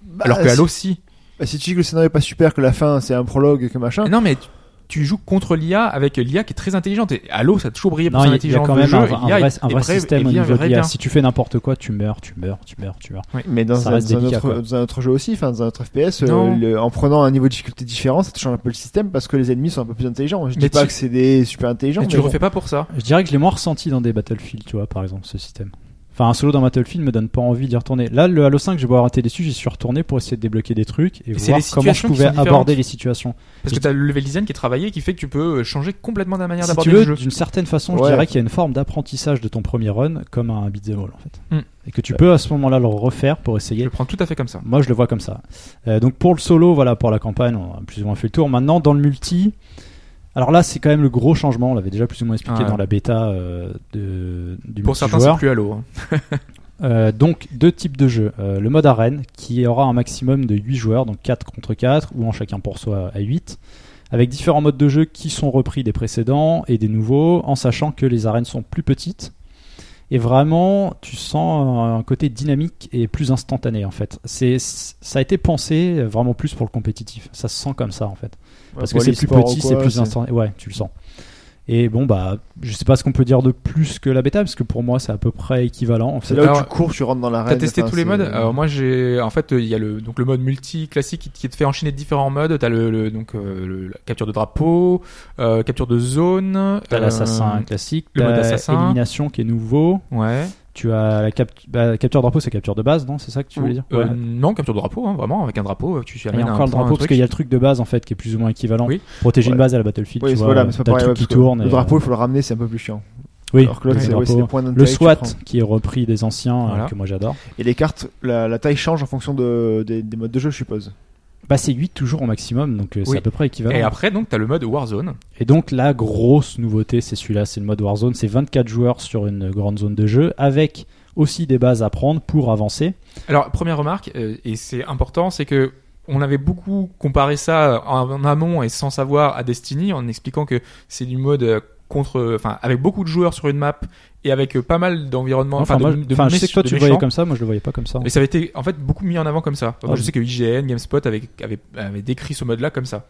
Speaker 3: bah,
Speaker 5: Alors que
Speaker 3: si-
Speaker 5: Halo si.
Speaker 3: bah, si tu dis que le scénario est pas super, que la fin c'est un prologue et que machin,
Speaker 5: Non, mais tu, tu joues contre l'IA avec l'IA qui est très intelligente. Et Halo, ça a toujours brillé pour
Speaker 4: Non,
Speaker 5: son
Speaker 4: il y a- il y a
Speaker 5: intelligence
Speaker 4: quand
Speaker 5: de
Speaker 4: même
Speaker 5: jeu.
Speaker 4: un,
Speaker 5: et
Speaker 4: un
Speaker 5: l'IA
Speaker 4: vrai,
Speaker 5: est-
Speaker 4: un
Speaker 5: est
Speaker 4: vrai
Speaker 5: très- est
Speaker 4: système au
Speaker 5: bien,
Speaker 4: niveau de
Speaker 5: vrai
Speaker 4: l'IA.
Speaker 5: bien.
Speaker 4: Si tu fais n'importe quoi, tu meurs, tu meurs, tu meurs, tu meurs.
Speaker 3: mais dans,
Speaker 4: Ça
Speaker 3: un,
Speaker 4: reste
Speaker 3: dans un
Speaker 4: délicat,
Speaker 3: autre,
Speaker 4: quoi.
Speaker 3: dans un autre jeu aussi, enfin dans un autre FPS, euh,
Speaker 5: Non.
Speaker 3: le- en prenant un niveau de difficulté différent, ça te change un peu le système parce que les ennemis sont un peu plus intelligents. Je
Speaker 5: Mais
Speaker 3: dis pas
Speaker 5: tu-
Speaker 3: que c'est des super intelligents,
Speaker 5: Mais
Speaker 3: mais
Speaker 5: tu le
Speaker 3: bon.
Speaker 5: refais pas pour ça.
Speaker 4: Je dirais que je l'ai moins ressenti dans des Battlefield, tu vois, par exemple, ce système. Enfin, un solo dans Battlefield me donne pas envie d'y retourner. Là, le Halo 5, j'ai beau avoir raté dessus, j'y suis retourné pour essayer de débloquer des trucs et,
Speaker 5: Et c'est les
Speaker 4: voir comment je
Speaker 5: situations qui
Speaker 4: pouvais
Speaker 5: sont différentes.
Speaker 4: aborder les situations.
Speaker 5: Parce
Speaker 4: Et
Speaker 5: que
Speaker 4: tu-
Speaker 5: t'as le level design qui est travaillé, qui fait que tu peux euh, changer complètement la manière
Speaker 4: Si tu
Speaker 5: d'aborder le
Speaker 4: veux,
Speaker 5: jeu.
Speaker 4: d'une certaine façon, je
Speaker 3: Ouais.
Speaker 4: dirais qu'il y a une forme d'apprentissage de ton premier run, comme un beat'em all, en fait.
Speaker 5: Hmm.
Speaker 4: Et que tu peux à ce moment-là le refaire pour
Speaker 5: Je
Speaker 4: essayer.
Speaker 5: le prends tout à fait comme ça.
Speaker 4: Moi, je le vois comme ça. Euh, donc pour le solo, voilà, pour la campagne, on a plus ou moins fait le tour. Maintenant, dans le multi, alors là, c'est quand même le gros changement. On l'avait déjà plus ou moins expliqué
Speaker 5: Ah ouais.
Speaker 4: dans la bêta euh, de, du
Speaker 5: Pour certains, c'est
Speaker 4: multijoueur.
Speaker 5: plus Halo. hein.
Speaker 4: Euh, donc deux types de jeux. Euh, le mode arène qui aura un maximum de 8 joueurs, donc 4 contre 4 ou en chacun pour soi à 8, avec différents modes de jeu qui sont repris des précédents et des nouveaux, en sachant que les arènes sont plus petites. Et vraiment, tu sens un côté dynamique et plus instantané en fait. C'est ça a été pensé euh, vraiment plus pour le compétitif. Ça se sent comme ça en fait
Speaker 3: Ouais,
Speaker 4: parce que
Speaker 3: pour
Speaker 4: c'est plus
Speaker 3: l'e-sport ou
Speaker 4: petit,
Speaker 3: quoi,
Speaker 4: c'est plus instantané. Ouais, tu le sens. Et bon, bah, je sais pas ce qu'on peut dire de plus que la bêta, parce que pour moi, c'est à peu près équivalent. en
Speaker 3: C'est
Speaker 4: fait.
Speaker 3: là où
Speaker 5: Alors,
Speaker 3: tu cours, tu rentres dans l'arène.
Speaker 5: T'as testé
Speaker 3: enfin,
Speaker 5: tous les
Speaker 3: c'est-
Speaker 5: modes Alors moi j'ai en fait euh, il y a le donc le mode multi classique qui- qui te fait enchaîner différents modes. T'as le, le- donc euh, le- la capture de drapeau, euh, capture de zone.
Speaker 4: T'as
Speaker 5: euh,
Speaker 4: l'assassin classique,
Speaker 5: le mode
Speaker 4: t'as
Speaker 5: assassin.
Speaker 4: élimination qui est nouveau,
Speaker 5: Ouais.
Speaker 4: tu as la cap- bah, capture de drapeau, c'est capture de base, non C'est ça que tu voulais dire
Speaker 5: Euh,
Speaker 4: Ouais.
Speaker 5: Non capture de drapeau hein, vraiment avec un drapeau tu tu
Speaker 4: Il y
Speaker 5: amènes
Speaker 4: a
Speaker 5: un
Speaker 4: encore le
Speaker 5: point, un
Speaker 4: drapeau parce
Speaker 5: truc.
Speaker 4: qu'il y a le truc de base en fait qui est plus ou moins équivalent.
Speaker 5: Oui.
Speaker 4: Protéger
Speaker 3: Ouais.
Speaker 4: une base à la Battlefield,
Speaker 3: Oui,
Speaker 4: tu
Speaker 3: c'est-
Speaker 4: vois,
Speaker 3: voilà, mais c'est
Speaker 4: t'as
Speaker 3: pas pareil.
Speaker 4: le
Speaker 3: ouais,
Speaker 4: truc qui
Speaker 3: parce que
Speaker 4: tourne.
Speaker 3: Le
Speaker 4: et, euh,
Speaker 3: drapeau, il faut le ramener, c'est un peu plus chiant.
Speaker 4: oui.
Speaker 3: Alors que l'autre,
Speaker 4: le
Speaker 3: c'est ouais, c'est
Speaker 4: drapeau.
Speaker 3: des points d'intérêt
Speaker 4: Le
Speaker 3: que tu
Speaker 4: SWAT
Speaker 3: prends.
Speaker 4: qui est repris des anciens euh,
Speaker 5: Voilà.
Speaker 4: que moi j'adore.
Speaker 3: Et les cartes, la, la taille change en fonction de, des, des modes de jeu, je suppose.
Speaker 4: Bah c'est 8 toujours au maximum donc euh, c'est
Speaker 5: Oui.
Speaker 4: à peu près équivalent.
Speaker 5: Et après donc t'as le mode Warzone.
Speaker 4: Et donc la grosse nouveauté, c'est celui-là, c'est le mode Warzone. C'est 24 joueurs sur une grande zone de jeu, avec aussi des bases à prendre pour avancer.
Speaker 5: Alors, première remarque, euh, et c'est important, c'est que on avait beaucoup comparé ça en, en amont et sans savoir à Destiny en expliquant que c'est du mode euh, contre, enfin, avec beaucoup de joueurs sur une map et avec euh, pas mal d'environnements.
Speaker 4: Enfin,
Speaker 5: de-
Speaker 4: moi,
Speaker 5: de
Speaker 4: enfin, je
Speaker 5: mé-
Speaker 4: sais que toi
Speaker 5: de
Speaker 4: tu le voyais
Speaker 5: méchants.
Speaker 4: comme ça, moi je le voyais pas comme ça.
Speaker 5: Et ça avait été en fait beaucoup mis en avant comme ça. Moi,
Speaker 4: Ah
Speaker 5: je
Speaker 4: oui.
Speaker 5: sais que IGN, GameSpot avait, avait, avait décrit ce mode-là comme ça.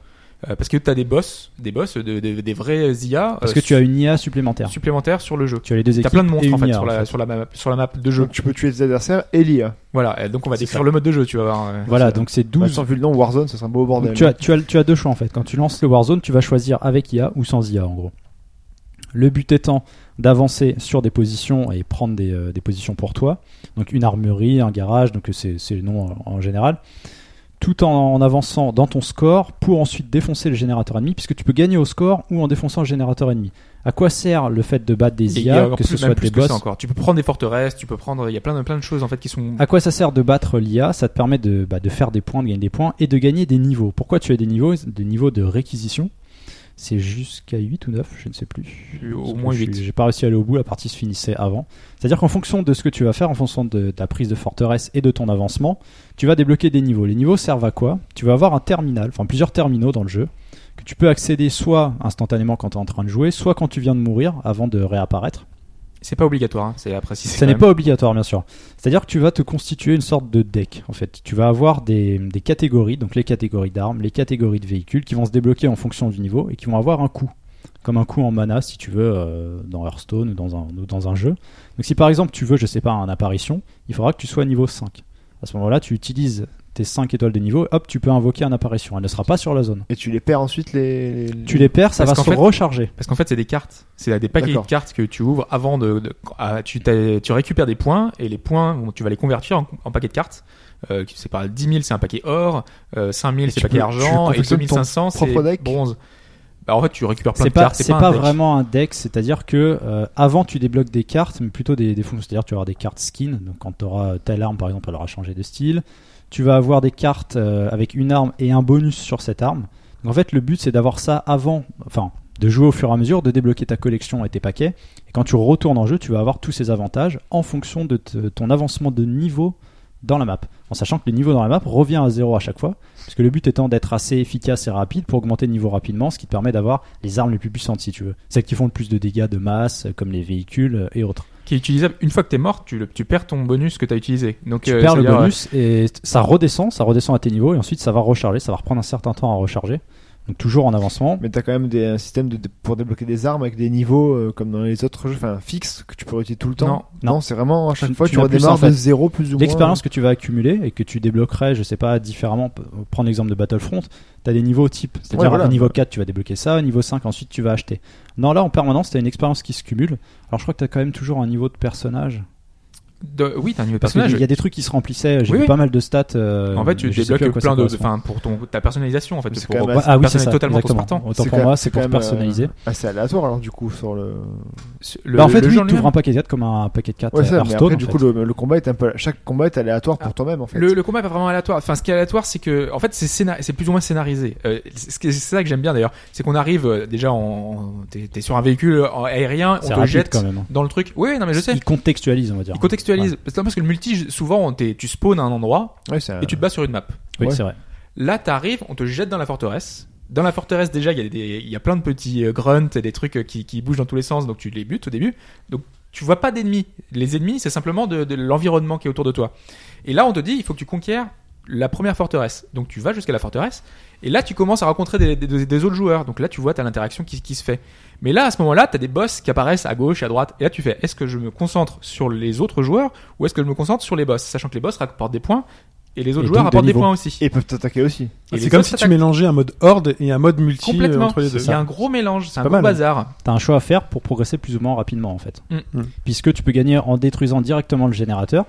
Speaker 5: Euh, parce que t'as des boss, des boss, de- de- des vrais IA
Speaker 4: Parce
Speaker 5: euh,
Speaker 4: que tu as une IA supplémentaire.
Speaker 5: supplémentaires sur le jeu.
Speaker 4: Tu as les deux équipes.
Speaker 5: T'as plein de
Speaker 4: et
Speaker 5: monstres
Speaker 4: une
Speaker 5: en fait,
Speaker 4: IA,
Speaker 5: sur, la, Sur, la map, sur la map de jeu.
Speaker 3: Donc tu peux tuer tes adversaires et l'IA.
Speaker 5: Voilà, et donc on va
Speaker 4: C'est
Speaker 5: décrire
Speaker 4: ça.
Speaker 5: le mode de jeu, tu vas voir. euh.
Speaker 4: Voilà, donc c'est
Speaker 3: Bah,
Speaker 4: 12.
Speaker 3: sans vu le nom Warzone, ça serait un beau bordel.
Speaker 4: Donc, tu, as, tu, as, tu as deux choix en fait. Quand tu lances le Warzone, tu vas choisir avec IA ou sans IA en gros. Le but étant d'avancer sur des positions et prendre des, euh, des positions pour toi. Donc une armurerie, un garage, donc euh, c'est c'est le nom euh, en général. Tout en, en avançant dans ton score pour ensuite défoncer le générateur ennemi, puisque tu peux gagner au score ou en défonçant le générateur ennemi. À quoi sert le fait de battre des
Speaker 5: Et il y a
Speaker 4: IA,
Speaker 5: encore
Speaker 4: que ce
Speaker 5: plus-
Speaker 4: soit
Speaker 5: même plus
Speaker 4: des
Speaker 5: que ça
Speaker 4: boss
Speaker 5: encore. Tu peux prendre des forteresses, tu peux prendre. Il y a plein de, plein de choses en fait qui sont.
Speaker 4: À quoi ça sert de battre l'IA Ça te permet de, bah, de faire des points, de gagner des points et de gagner des niveaux. Pourquoi tu as des niveaux Des niveaux de réquisition. C'est jusqu'à 8 ou 9, je ne sais plus.
Speaker 5: Au
Speaker 4: Parce que
Speaker 5: moins
Speaker 4: je suis-
Speaker 5: 8.
Speaker 4: J'ai pas réussi à aller au bout, la partie se finissait avant. C'est-à-dire qu'en fonction de ce que tu vas faire, en fonction de ta prise de forteresse et de ton avancement, tu vas débloquer des niveaux. Les niveaux servent à quoi Tu vas avoir un terminal, enfin plusieurs terminaux dans le jeu, que tu peux accéder soit instantanément quand tu es en train de jouer, soit quand tu viens de mourir avant de réapparaître.
Speaker 5: C'est pas obligatoire, hein, c'est à préciser.
Speaker 4: Ça
Speaker 5: quand
Speaker 4: n'est
Speaker 5: même.
Speaker 4: pas obligatoire, bien sûr. C'est-à-dire que tu vas te constituer une sorte de deck, en fait. Tu vas avoir des, des catégories, donc les catégories d'armes, les catégories de véhicules, qui vont se débloquer en fonction du niveau et qui vont avoir un coût. Comme un coût en mana, si tu veux, euh, dans Hearthstone ou dans, un, ou dans un jeu. Donc si par exemple tu veux, je sais pas, un apparition, il faudra que tu sois niveau 5. À ce moment-là, tu utilises tes 5 étoiles de niveau, hop, tu peux invoquer un apparition. Elle ne sera pas sur la zone.
Speaker 3: Et tu les perds ensuite les.
Speaker 4: Tu les perds, ça
Speaker 5: Parce
Speaker 4: va
Speaker 5: qu'en
Speaker 4: se
Speaker 5: fait-
Speaker 4: recharger.
Speaker 5: Parce qu'en fait, c'est des cartes. C'est des paquets de
Speaker 3: D'accord.
Speaker 5: cartes que tu ouvres avant de. de- ah, tu, t'as- tu récupères des points et les points, bon, tu vas les convertir en, en paquets de cartes. Euh, c'est par 10 000, c'est un paquet or. Euh, 5 000,
Speaker 3: Et
Speaker 5: c'est
Speaker 3: tu
Speaker 5: paquet
Speaker 3: peux- tu
Speaker 5: argent. Et
Speaker 3: confectionnes
Speaker 5: 2500, c'est
Speaker 3: propre deck
Speaker 5: bronze. Bah, en fait, tu récupères plein
Speaker 4: C'est
Speaker 5: de
Speaker 4: pas,
Speaker 5: cartes.
Speaker 4: c'est pas,
Speaker 5: un deck.
Speaker 4: vraiment un deck, c'est-à-dire que euh, avant tu débloques des cartes, mais plutôt des, des fonctions. C'est-à-dire tu vas avoir des cartes skin, donc quand tu auras telle arme par exemple, elle aura changé de style. Tu vas avoir des cartes euh, avec une arme et un bonus sur cette arme. Donc en fait, le but c'est d'avoir ça avant, enfin, de jouer au fur et à mesure, de débloquer ta collection et tes paquets. Et quand tu retournes en jeu, tu vas avoir tous ces avantages en fonction de te- ton avancement de niveau dans la map, en sachant que le niveau dans la map revient à zéro à chaque fois, parce que le but étant d'être assez efficace et rapide pour augmenter le niveau rapidement, ce qui te permet d'avoir les armes les plus puissantes si tu veux, celles qui font le plus de dégâts de masse, comme les véhicules euh, et autres.
Speaker 5: Qui est utilisable. Une fois que t'es mort, tu, le- tu perds ton bonus que t'as utilisé. Donc,
Speaker 4: Tu
Speaker 5: euh,
Speaker 4: perds le
Speaker 5: c'est-à-dire,
Speaker 4: bonus et t- ça redescend, ça redescend à tes niveaux et ensuite ça va recharger, ça va reprendre un certain temps à recharger, donc toujours en avancement.
Speaker 3: Mais t'as quand même des, un système de, de- pour débloquer des armes avec des niveaux euh, comme dans les autres jeux, enfin fixes que tu peux utiliser tout le temps.
Speaker 5: euh, Non.
Speaker 3: non, c'est vraiment à chaque
Speaker 4: Tu-
Speaker 3: fois
Speaker 4: tu
Speaker 3: tu,
Speaker 4: n'as plus ça, en
Speaker 3: redémarres
Speaker 4: fait.
Speaker 3: de zéro plus ou moins.
Speaker 4: L'expérience que tu vas accumuler et que tu débloquerais, je sais pas, différemment, p- prendre l'exemple de Battlefront, tu as des niveaux types. C'est-à-dire
Speaker 3: Ouais, voilà.
Speaker 4: au niveau 4, tu vas débloquer ça, au niveau 5, ensuite tu vas acheter. Non, là en permanence, tu as une expérience qui se cumule. Alors je crois que tu as quand même toujours un niveau de personnage.
Speaker 5: de- oui, t'as un niveau de
Speaker 4: Parce qu'il
Speaker 5: personnage.
Speaker 4: y a des trucs qui se remplissaient, j'ai
Speaker 5: Oui,
Speaker 4: vu
Speaker 5: oui.
Speaker 4: pas mal de stats. euh,
Speaker 5: En fait, tu
Speaker 4: mais je sais
Speaker 5: débloques
Speaker 4: plus à quoi ça
Speaker 5: plein de.
Speaker 4: correspond.
Speaker 5: Enfin, pour ton, ta personnalisation, en fait.
Speaker 3: C'est
Speaker 5: pour-
Speaker 3: quand même
Speaker 4: Ouais, ah oui, c'est
Speaker 5: personnel
Speaker 4: ça,
Speaker 5: totalement
Speaker 4: exactement.
Speaker 5: transparent.
Speaker 4: Autant
Speaker 3: C'est
Speaker 4: pour
Speaker 3: quand-
Speaker 4: moi, c'est pour
Speaker 3: quand même, euh,
Speaker 4: personnaliser.
Speaker 3: assez aléatoire alors du coup sur le.
Speaker 5: Le-
Speaker 4: Bah, en fait,
Speaker 5: le
Speaker 4: oui,
Speaker 5: jeu en
Speaker 4: tu
Speaker 5: lui-même.
Speaker 4: un paquet de 4 comme un paquet de 4
Speaker 3: Ouais, ça, mais
Speaker 4: Hearthstone.
Speaker 3: après
Speaker 4: en
Speaker 3: du
Speaker 4: fait.
Speaker 3: coup le, le combat est un peu chaque combat est aléatoire pour
Speaker 5: Ah.
Speaker 3: toi-même en fait.
Speaker 5: Le, le combat est pas vraiment aléatoire. Enfin, ce qui est aléatoire, c'est que, en fait, c'est scénar- c'est plus ou moins scénarisé. Euh, c'est ce que- c'est ça que j'aime bien d'ailleurs, c'est qu'on arrive euh, déjà, en, en- t'es t'es sur un véhicule en- aérien, on
Speaker 4: C'est
Speaker 5: te
Speaker 4: rapide
Speaker 5: jette
Speaker 4: quand même.
Speaker 5: dans le truc. Oui, oui, non mais je sais.
Speaker 4: Il contextualise, on va dire.
Speaker 5: Il contextualise. Parce que- parce que le multi, je- souvent, on t'est- tu spawns à un endroit
Speaker 3: Ouais,
Speaker 4: Euh.
Speaker 3: c'est un-
Speaker 5: et tu te bats sur une map.
Speaker 4: Oui,
Speaker 3: Ouais.
Speaker 4: c'est vrai.
Speaker 5: Là, t'arrives, on te jette dans la forteresse. Dans la forteresse, déjà, il y a des, il y a plein de petits euh, grunts et des trucs euh, qui, qui bougent dans tous les sens, donc tu les butes au début. Donc, tu vois pas d'ennemis. Les ennemis, c'est simplement de, de l'environnement qui est autour de toi. Et là, on te dit, il faut que tu conquières la première forteresse. Donc tu vas jusqu'à la forteresse, et là tu commences à rencontrer des, des- des autres joueurs. Donc là tu vois, tu as l'interaction qui, qui se fait. Mais là, à ce moment-là, tu as des boss qui apparaissent à gauche, à droite, et là tu fais, est-ce que je me concentre sur les autres joueurs, ou est-ce que je me concentre sur les boss Sachant que les boss rapportent des points, et les autres
Speaker 3: Et
Speaker 5: joueurs
Speaker 3: donc,
Speaker 5: rapportent
Speaker 3: des
Speaker 5: des
Speaker 3: niveaux.
Speaker 5: points aussi.
Speaker 3: Et ils peuvent t'attaquer aussi.
Speaker 5: Et
Speaker 2: C'est
Speaker 5: les
Speaker 2: comme
Speaker 5: autres
Speaker 2: si tu
Speaker 5: s'attaquent
Speaker 2: mélangeais un mode horde et un mode multi euh,
Speaker 5: Complètement.
Speaker 2: entre les deux.
Speaker 5: Il y a un gros mélange, c'est un
Speaker 2: pas
Speaker 5: gros
Speaker 2: mal.
Speaker 5: bazar.
Speaker 4: T'as un choix à faire pour progresser plus ou moins rapidement en fait.
Speaker 5: Mm.
Speaker 2: Mm.
Speaker 4: Puisque tu peux gagner en détruisant directement le générateur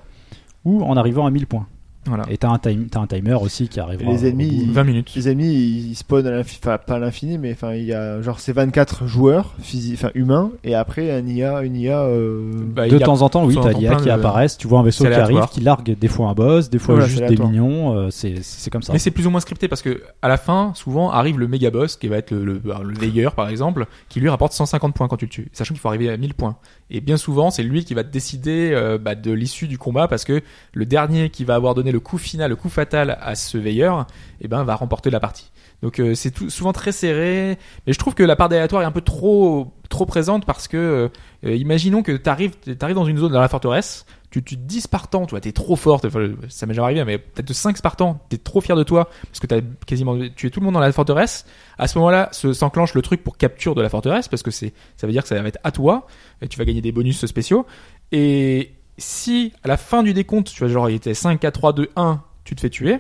Speaker 4: ou en arrivant à 1000 points.
Speaker 5: Voilà.
Speaker 4: Et t'as un, time- t'as un timer aussi qui arrive.
Speaker 3: Et les ennemis, ils-
Speaker 5: 20 minutes.
Speaker 3: Les ennemis, ils ils spawnent à l'infini, enfin pas à l'infini, mais enfin il y a genre ces 24 joueurs physi- enfin humains et après un IA, une IA. euh,
Speaker 5: Bah,
Speaker 4: de
Speaker 5: il y a-
Speaker 4: temps en temps, oui,
Speaker 5: de temps
Speaker 4: t'as
Speaker 5: en temps,
Speaker 4: l'IA
Speaker 5: plein
Speaker 4: qui
Speaker 5: de-
Speaker 4: apparaissent, tu vois un vaisseau
Speaker 5: c'est
Speaker 4: qui arrive,
Speaker 5: aléatoire.
Speaker 4: qui largue des fois un boss, des fois
Speaker 3: Voilà,
Speaker 4: juste
Speaker 3: c'est
Speaker 4: des
Speaker 3: aléatoire.
Speaker 4: minions, euh, c'est c'est comme ça.
Speaker 5: Mais c'est plus ou moins scripté parce que à la fin, souvent arrive le méga boss qui va être le, le, bah, le layer par exemple, qui lui rapporte 150 points quand tu le tues, sachant qu'il faut arriver à 1000 points. Et bien souvent, c'est lui qui va décider euh, bah, de l'issue du combat parce que le dernier qui va avoir donné le coup final, le coup fatal à ce veilleur, et ben va remporter la partie. Donc euh, c'est tout- souvent très serré, mais je trouve que la part d'aléatoire est un peu trop trop présente parce que euh, euh, imaginons que t'arrives t'arrives dans une zone dans la forteresse, tu tu te dis Spartan, tu vois, t'es trop forte, enfin, ça m'est jamais arrivé, mais peut-être de 5 Spartans, t'es trop fier de toi parce que t'as quasiment tué tout le monde dans la forteresse. À ce moment-là, se- s'enclenche le truc pour capture de la forteresse parce que c'est ça veut dire que ça va être à toi, et tu vas gagner des bonus spéciaux et si à la fin du décompte, tu vois genre il était 5 4 3 2 1, tu te fais tuer,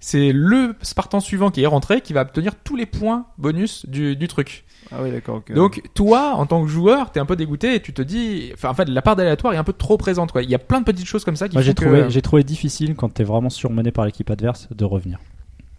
Speaker 5: c'est le Spartan suivant qui est rentré qui va obtenir tous les points bonus du, du truc.
Speaker 3: Ah oui d'accord. ok.
Speaker 5: Donc toi, en tant que joueur, t'es un peu dégoûté et tu te dis, enfin en fait, la part d'aléatoire est un peu trop présente. Quoi. Il y a plein de petites choses comme ça qui
Speaker 4: Moi,
Speaker 5: font
Speaker 4: j'ai
Speaker 5: que- euh,
Speaker 4: trouvé, j'ai trouvé difficile quand t'es vraiment surmené par l'équipe adverse de revenir.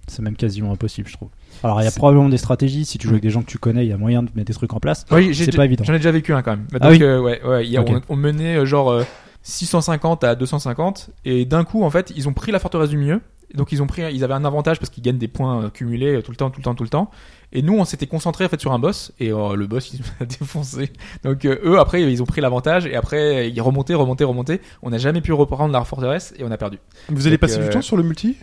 Speaker 4: C'est même quasiment impossible, je trouve. Alors, il y a
Speaker 5: C'est- Mm.
Speaker 4: probablement des stratégies. Si tu joues avec des gens que tu connais, il y a moyen de mettre des trucs en place.
Speaker 5: Ouais, j'ai-
Speaker 4: C'est
Speaker 5: j'ai-
Speaker 4: pas évident.
Speaker 5: J'en ai déjà vécu un quand même. Donc,
Speaker 4: Ah oui.
Speaker 5: euh, ouais, ouais, il y a-
Speaker 4: Ok.
Speaker 5: on, on menait euh, genre euh, 650 à 250 et d'un coup en fait ils ont pris la forteresse du milieu. Donc ils ont pris, ils avaient un avantage parce qu'ils gagnent des points euh, cumulés euh, tout le temps, tout le temps, tout le temps. Et nous on s'était concentré en fait sur un boss et euh, le boss *laughs* il nous a défoncé. Donc euh, eux après ils ont pris l'avantage et après ils remontaient, remontaient, remontaient. On n'a jamais pu reprendre la forteresse et on a perdu.
Speaker 2: Vous allez
Speaker 5: Donc,
Speaker 2: passer
Speaker 5: euh,
Speaker 2: du temps sur le multi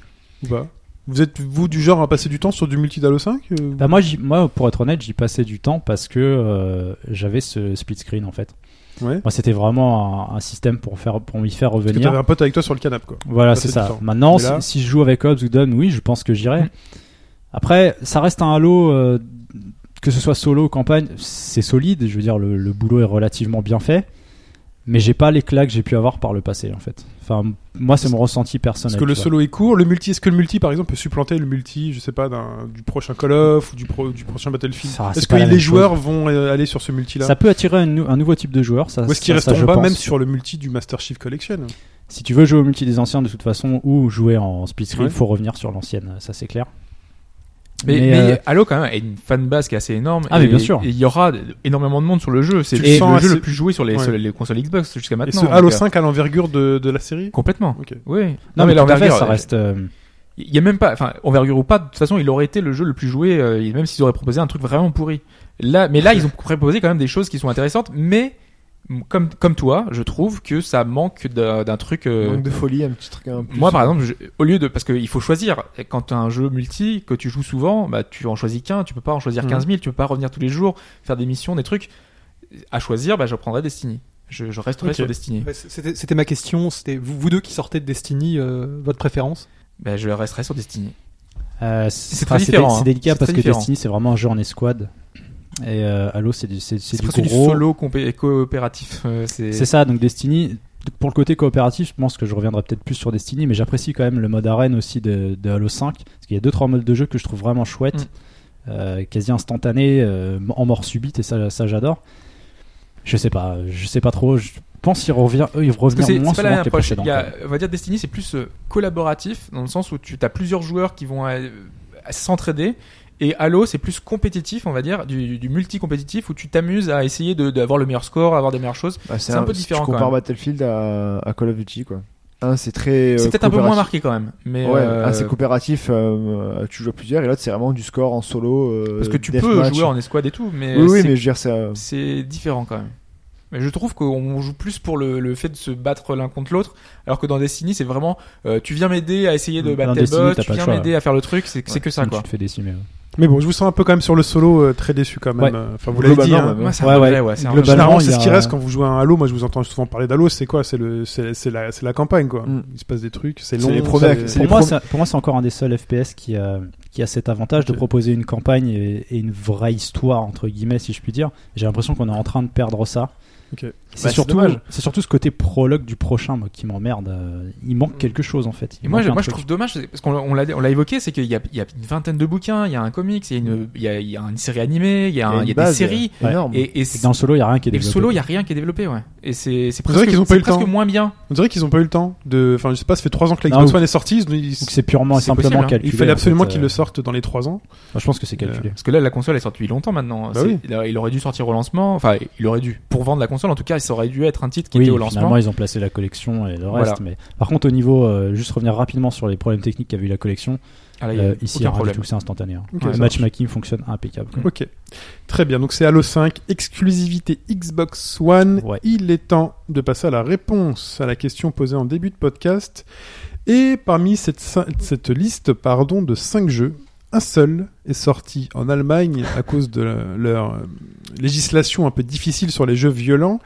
Speaker 2: ou pas Vous êtes vous du genre à passer du temps sur du multi d'Halo 5 euh,
Speaker 4: Bah, moi, j'y- moi, pour être honnête, j'y passais du temps parce que euh, j'avais ce split screen en fait.
Speaker 2: Ouais.
Speaker 4: Moi, c'était vraiment un, un système pour faire, pour m'y faire
Speaker 2: Parce que t'avais
Speaker 4: revenir.
Speaker 2: un pote avec toi sur le canapé quoi.
Speaker 4: Voilà,
Speaker 2: passer
Speaker 4: c'est
Speaker 2: du
Speaker 4: ça.
Speaker 2: temps.
Speaker 4: Maintenant,
Speaker 2: Mais là-
Speaker 4: si, si je joue avec Hobbs ou Don, oui, je pense que j'irai.
Speaker 5: Mm.
Speaker 4: Après, ça reste un halo, euh, que ce soit solo ou campagne, c'est solide. Je veux dire, le, le boulot est relativement bien fait. Mais j'ai pas l'éclat que j'ai pu avoir par le passé, en fait. Enfin, moi, c'est mon ressenti
Speaker 2: Parce
Speaker 4: personnel.
Speaker 2: que le
Speaker 4: tu vois.
Speaker 2: solo est court, le multi, est-ce que le multi par exemple peut supplanter le multi, je sais pas, d'un- du prochain Call of ou du, pro- du prochain Battlefield
Speaker 4: Ça, c'est
Speaker 2: Est-ce que
Speaker 4: pas la
Speaker 2: les
Speaker 4: même
Speaker 2: joueurs vont euh, aller sur ce multi là
Speaker 4: Ça peut attirer un, nou- un nouveau type de joueur, ça.
Speaker 2: Ou est-ce qu'ils
Speaker 4: ça- ça,
Speaker 2: resteront
Speaker 4: je
Speaker 2: pas
Speaker 4: pense.
Speaker 2: même sur le multi du Master Chief Collection
Speaker 4: Si tu veux jouer au multi des anciens de toute façon ou jouer en split screen,
Speaker 2: Ouais.
Speaker 4: faut revenir sur l'ancienne, ça c'est clair.
Speaker 5: Mais,
Speaker 4: Mais,
Speaker 5: mais
Speaker 4: euh,
Speaker 5: Halo quand même a une fanbase qui est assez énorme.
Speaker 4: Ah, mais
Speaker 5: et-
Speaker 4: bien sûr.
Speaker 5: et Il y aura énormément de monde sur le jeu. C'est
Speaker 2: Tu
Speaker 5: le
Speaker 2: sens
Speaker 5: jeu
Speaker 2: assez-
Speaker 5: le plus joué sur les,
Speaker 2: Ouais.
Speaker 5: sur les consoles Xbox jusqu'à
Speaker 2: Et
Speaker 5: maintenant.
Speaker 2: ce Halo
Speaker 5: donc, euh,
Speaker 2: 5 à l'envergure de, de la série
Speaker 5: Complètement.
Speaker 2: Ok.
Speaker 5: Oui.
Speaker 4: Non, mais, tout à fait,
Speaker 5: l'envergure,
Speaker 4: ça reste. euh,
Speaker 5: Il y a même pas, enfin, envergure ou pas, de toute façon, il aurait été le jeu le plus joué, euh, et même s'ils auraient proposé un truc vraiment pourri. Là, mais là, ils ont proposé quand même des choses qui sont intéressantes, mais m- comme comme toi, je trouve que ça manque d'un d'un truc. euh,
Speaker 3: manque de folie, un petit truc un peu.
Speaker 5: moi, par exemple, je- au lieu de, parce qu'il faut choisir. Et Quand t'as un jeu multi que tu joues souvent, bah tu en choisis qu'un. Tu peux pas en choisir
Speaker 4: Mm.
Speaker 2: Mhm.
Speaker 5: 15 000. Tu peux pas revenir tous les jours, faire des missions, des trucs. À choisir, bah je prendrais Destiny. Je, je resterai
Speaker 2: Ok.
Speaker 5: sur Destiny.
Speaker 6: Ouais, C'était c'était ma question. C'était vous, vous deux qui sortez de Destiny, euh, votre préférence
Speaker 5: Bah je resterai sur Destiny.
Speaker 4: euh, c'est
Speaker 5: très
Speaker 4: enfin, c'est dé-
Speaker 5: différent, hein.
Speaker 4: c'est délicat
Speaker 5: C'est
Speaker 4: parce
Speaker 5: très
Speaker 4: que
Speaker 5: différent.
Speaker 4: Destiny c'est vraiment un jeu en escouade. Et euh, Halo c'est du, c'est-
Speaker 5: C'est
Speaker 4: c'est du
Speaker 5: presque du
Speaker 4: gros.
Speaker 5: solo compé- coopératif. euh, C'est
Speaker 4: C'est ça, donc Destiny. Pour le côté coopératif, je pense que je reviendrai peut-être plus sur Destiny, mais j'apprécie quand même le mode arène aussi de, de Halo 5, parce qu'il y a deux trois modes de jeu que je trouve vraiment chouettes,
Speaker 5: Mm.
Speaker 4: euh, quasi instantanés, euh, en mort subite, et ça, ça j'adore. Je sais pas, je sais pas trop. Je pense qu'il revient, eux, ils
Speaker 5: Parce que
Speaker 4: reviennent
Speaker 5: c'est
Speaker 4: moins
Speaker 5: c'est pas la même
Speaker 4: souvent que les
Speaker 5: approche.
Speaker 4: précédents.
Speaker 5: Il y a-
Speaker 4: quoi.
Speaker 5: on va dire Destiny, c'est plus euh, collaboratif dans le sens où tu as plusieurs joueurs qui vont euh, s'entraider. Et Halo, c'est plus compétitif, on va dire, du, du multi-compétitif où tu t'amuses à essayer de- d'avoir le meilleur score, avoir des meilleures choses.
Speaker 3: Bah,
Speaker 5: c'est un peu
Speaker 3: si
Speaker 5: différent,
Speaker 3: Tu
Speaker 5: quand
Speaker 3: compares
Speaker 5: même.
Speaker 3: Battlefield à, à Call of Duty quoi. Un c'est très. euh,
Speaker 5: C'est peut-être un peu moins
Speaker 3: coopératif.
Speaker 5: marqué quand même, mais
Speaker 3: Ouais,
Speaker 5: euh,
Speaker 3: un c'est coopératif, euh, tu joues à plusieurs et l'autre c'est vraiment du score en solo. euh,
Speaker 5: parce que tu peux
Speaker 3: deathmatch.
Speaker 5: jouer en escouade et tout, mais
Speaker 3: Oui, oui,
Speaker 5: c'est-
Speaker 3: mais je veux dire, c'est. euh,
Speaker 5: c'est différent quand même. Mais je trouve qu'on joue plus pour le, le fait de se battre l'un contre l'autre, alors que dans Destiny, c'est vraiment euh, tu viens m'aider à essayer de
Speaker 4: Dans
Speaker 5: battre tel
Speaker 4: Destiny,
Speaker 5: boss,
Speaker 4: t'as
Speaker 5: tu
Speaker 4: pas le
Speaker 5: viens
Speaker 4: choix,
Speaker 5: m'aider à faire le truc, c'est c'est que ça
Speaker 4: Donc,
Speaker 5: quoi.
Speaker 4: Tu te fais décimer. ouais.
Speaker 2: Mais bon, je vous sens un peu quand même sur le solo euh, très déçu quand même.
Speaker 4: Ouais.
Speaker 2: Euh, Enfin, vous l'avez dit.
Speaker 3: Globalement,
Speaker 2: hein.
Speaker 3: ouais, ouais.
Speaker 5: c'est
Speaker 4: Ouais,
Speaker 5: un
Speaker 4: ouais.
Speaker 5: objet, ouais, c'est un
Speaker 4: Global.
Speaker 5: objet.
Speaker 2: Généralement,
Speaker 4: Globalement,
Speaker 2: c'est
Speaker 4: il
Speaker 2: ce
Speaker 4: y
Speaker 2: qui
Speaker 4: a-
Speaker 2: reste quand vous jouez à un Halo. Moi, je vous entends souvent parler d'Halo. C'est quoi C'est le, c'est c'est la, c'est la campagne quoi.
Speaker 3: Mm.
Speaker 2: Il se passe des trucs. C'est long.
Speaker 3: C'est les premiers
Speaker 2: c'est-
Speaker 3: actes, c'est
Speaker 4: Pour
Speaker 3: les
Speaker 4: moi,
Speaker 3: premiers-
Speaker 4: c'est- pour moi, c'est encore un des seuls FPS qui a, qui a cet avantage de
Speaker 2: Ok.
Speaker 4: proposer une campagne et, et une vraie histoire, entre guillemets, si je puis dire. J'ai l'impression qu'on est en train de perdre
Speaker 5: Bah,
Speaker 4: ça.
Speaker 2: Ok.
Speaker 4: C'est
Speaker 3: c'est
Speaker 4: surtout,
Speaker 3: dommage.
Speaker 4: c'est surtout ce côté prologue du prochain moi, qui m'emmerde. Euh, Il manque quelque chose en fait.
Speaker 5: Mm.
Speaker 4: Il
Speaker 5: Et moi,
Speaker 4: manque
Speaker 5: je,
Speaker 4: un
Speaker 5: moi, je
Speaker 4: truc.
Speaker 5: trouve dommage, c'est- parce qu'on l'a- on l'a on l'a évoqué, c'est qu'il y a, il y a une vingtaine de bouquins, il y a un comics, il y a une, il y a, il y a une série animée, il y a, un-
Speaker 3: une
Speaker 5: il y a des
Speaker 3: base
Speaker 5: séries.
Speaker 4: Ouais.
Speaker 3: énorme.
Speaker 5: Et, et,
Speaker 4: C'est
Speaker 5: c'est-
Speaker 4: que dans le solo, il n'y a rien qui est
Speaker 5: et le
Speaker 4: développé.
Speaker 5: solo, il y a rien qui est développé, ouais. Et c'est c'est
Speaker 2: vrai
Speaker 5: presque,
Speaker 2: qu'ils ont pas
Speaker 5: c'est
Speaker 2: eu le
Speaker 5: presque
Speaker 2: temps.
Speaker 5: moins bien.
Speaker 2: On dirait qu'ils ont pas eu le temps de. Enfin, je sais pas. Ça fait trois ans que la Xbox
Speaker 4: Non,
Speaker 2: One est sortie. ils- ils-
Speaker 4: Donc c'est purement et
Speaker 5: C'est
Speaker 4: simplement
Speaker 5: possible, hein.
Speaker 4: calculé.
Speaker 2: il fallait
Speaker 4: en
Speaker 2: absolument
Speaker 4: fait,
Speaker 2: qu'ils
Speaker 4: euh,
Speaker 2: le sortent dans les trois ans.
Speaker 4: enfin, je pense que c'est calculé.
Speaker 5: Parce que là, la console est sortie depuis longtemps maintenant.
Speaker 2: Bah
Speaker 5: C'est-
Speaker 2: oui.
Speaker 5: il a- Il aurait dû sortir au lancement, enfin, il aurait dû. Pour vendre la console, en tout cas, ça aurait dû être un titre qui
Speaker 4: oui,
Speaker 5: était au
Speaker 4: finalement,
Speaker 5: lancement.
Speaker 4: ils ont placé la collection et le
Speaker 5: Voilà.
Speaker 4: reste. Mais par contre, au niveau, euh, juste revenir rapidement sur les problèmes techniques qu'a vu la collection.
Speaker 5: Ah, là, il y a
Speaker 4: euh, ici,
Speaker 5: aucun
Speaker 4: rien du
Speaker 5: problème.
Speaker 4: tout, c'est instantané. hein.
Speaker 2: Ok,
Speaker 4: le
Speaker 2: ça
Speaker 4: matchmaking fonctionne impeccable. quoi.
Speaker 2: Ok. Très bien. Donc c'est Halo 5, exclusivité Xbox One.
Speaker 4: Ouais.
Speaker 2: Il est temps de passer à la réponse à la question posée en début de podcast. Et parmi cette, cin- cette liste pardon, de 5 jeux, un seul est sorti en Allemagne à cause de leur euh, législation un peu difficile sur les jeux violents.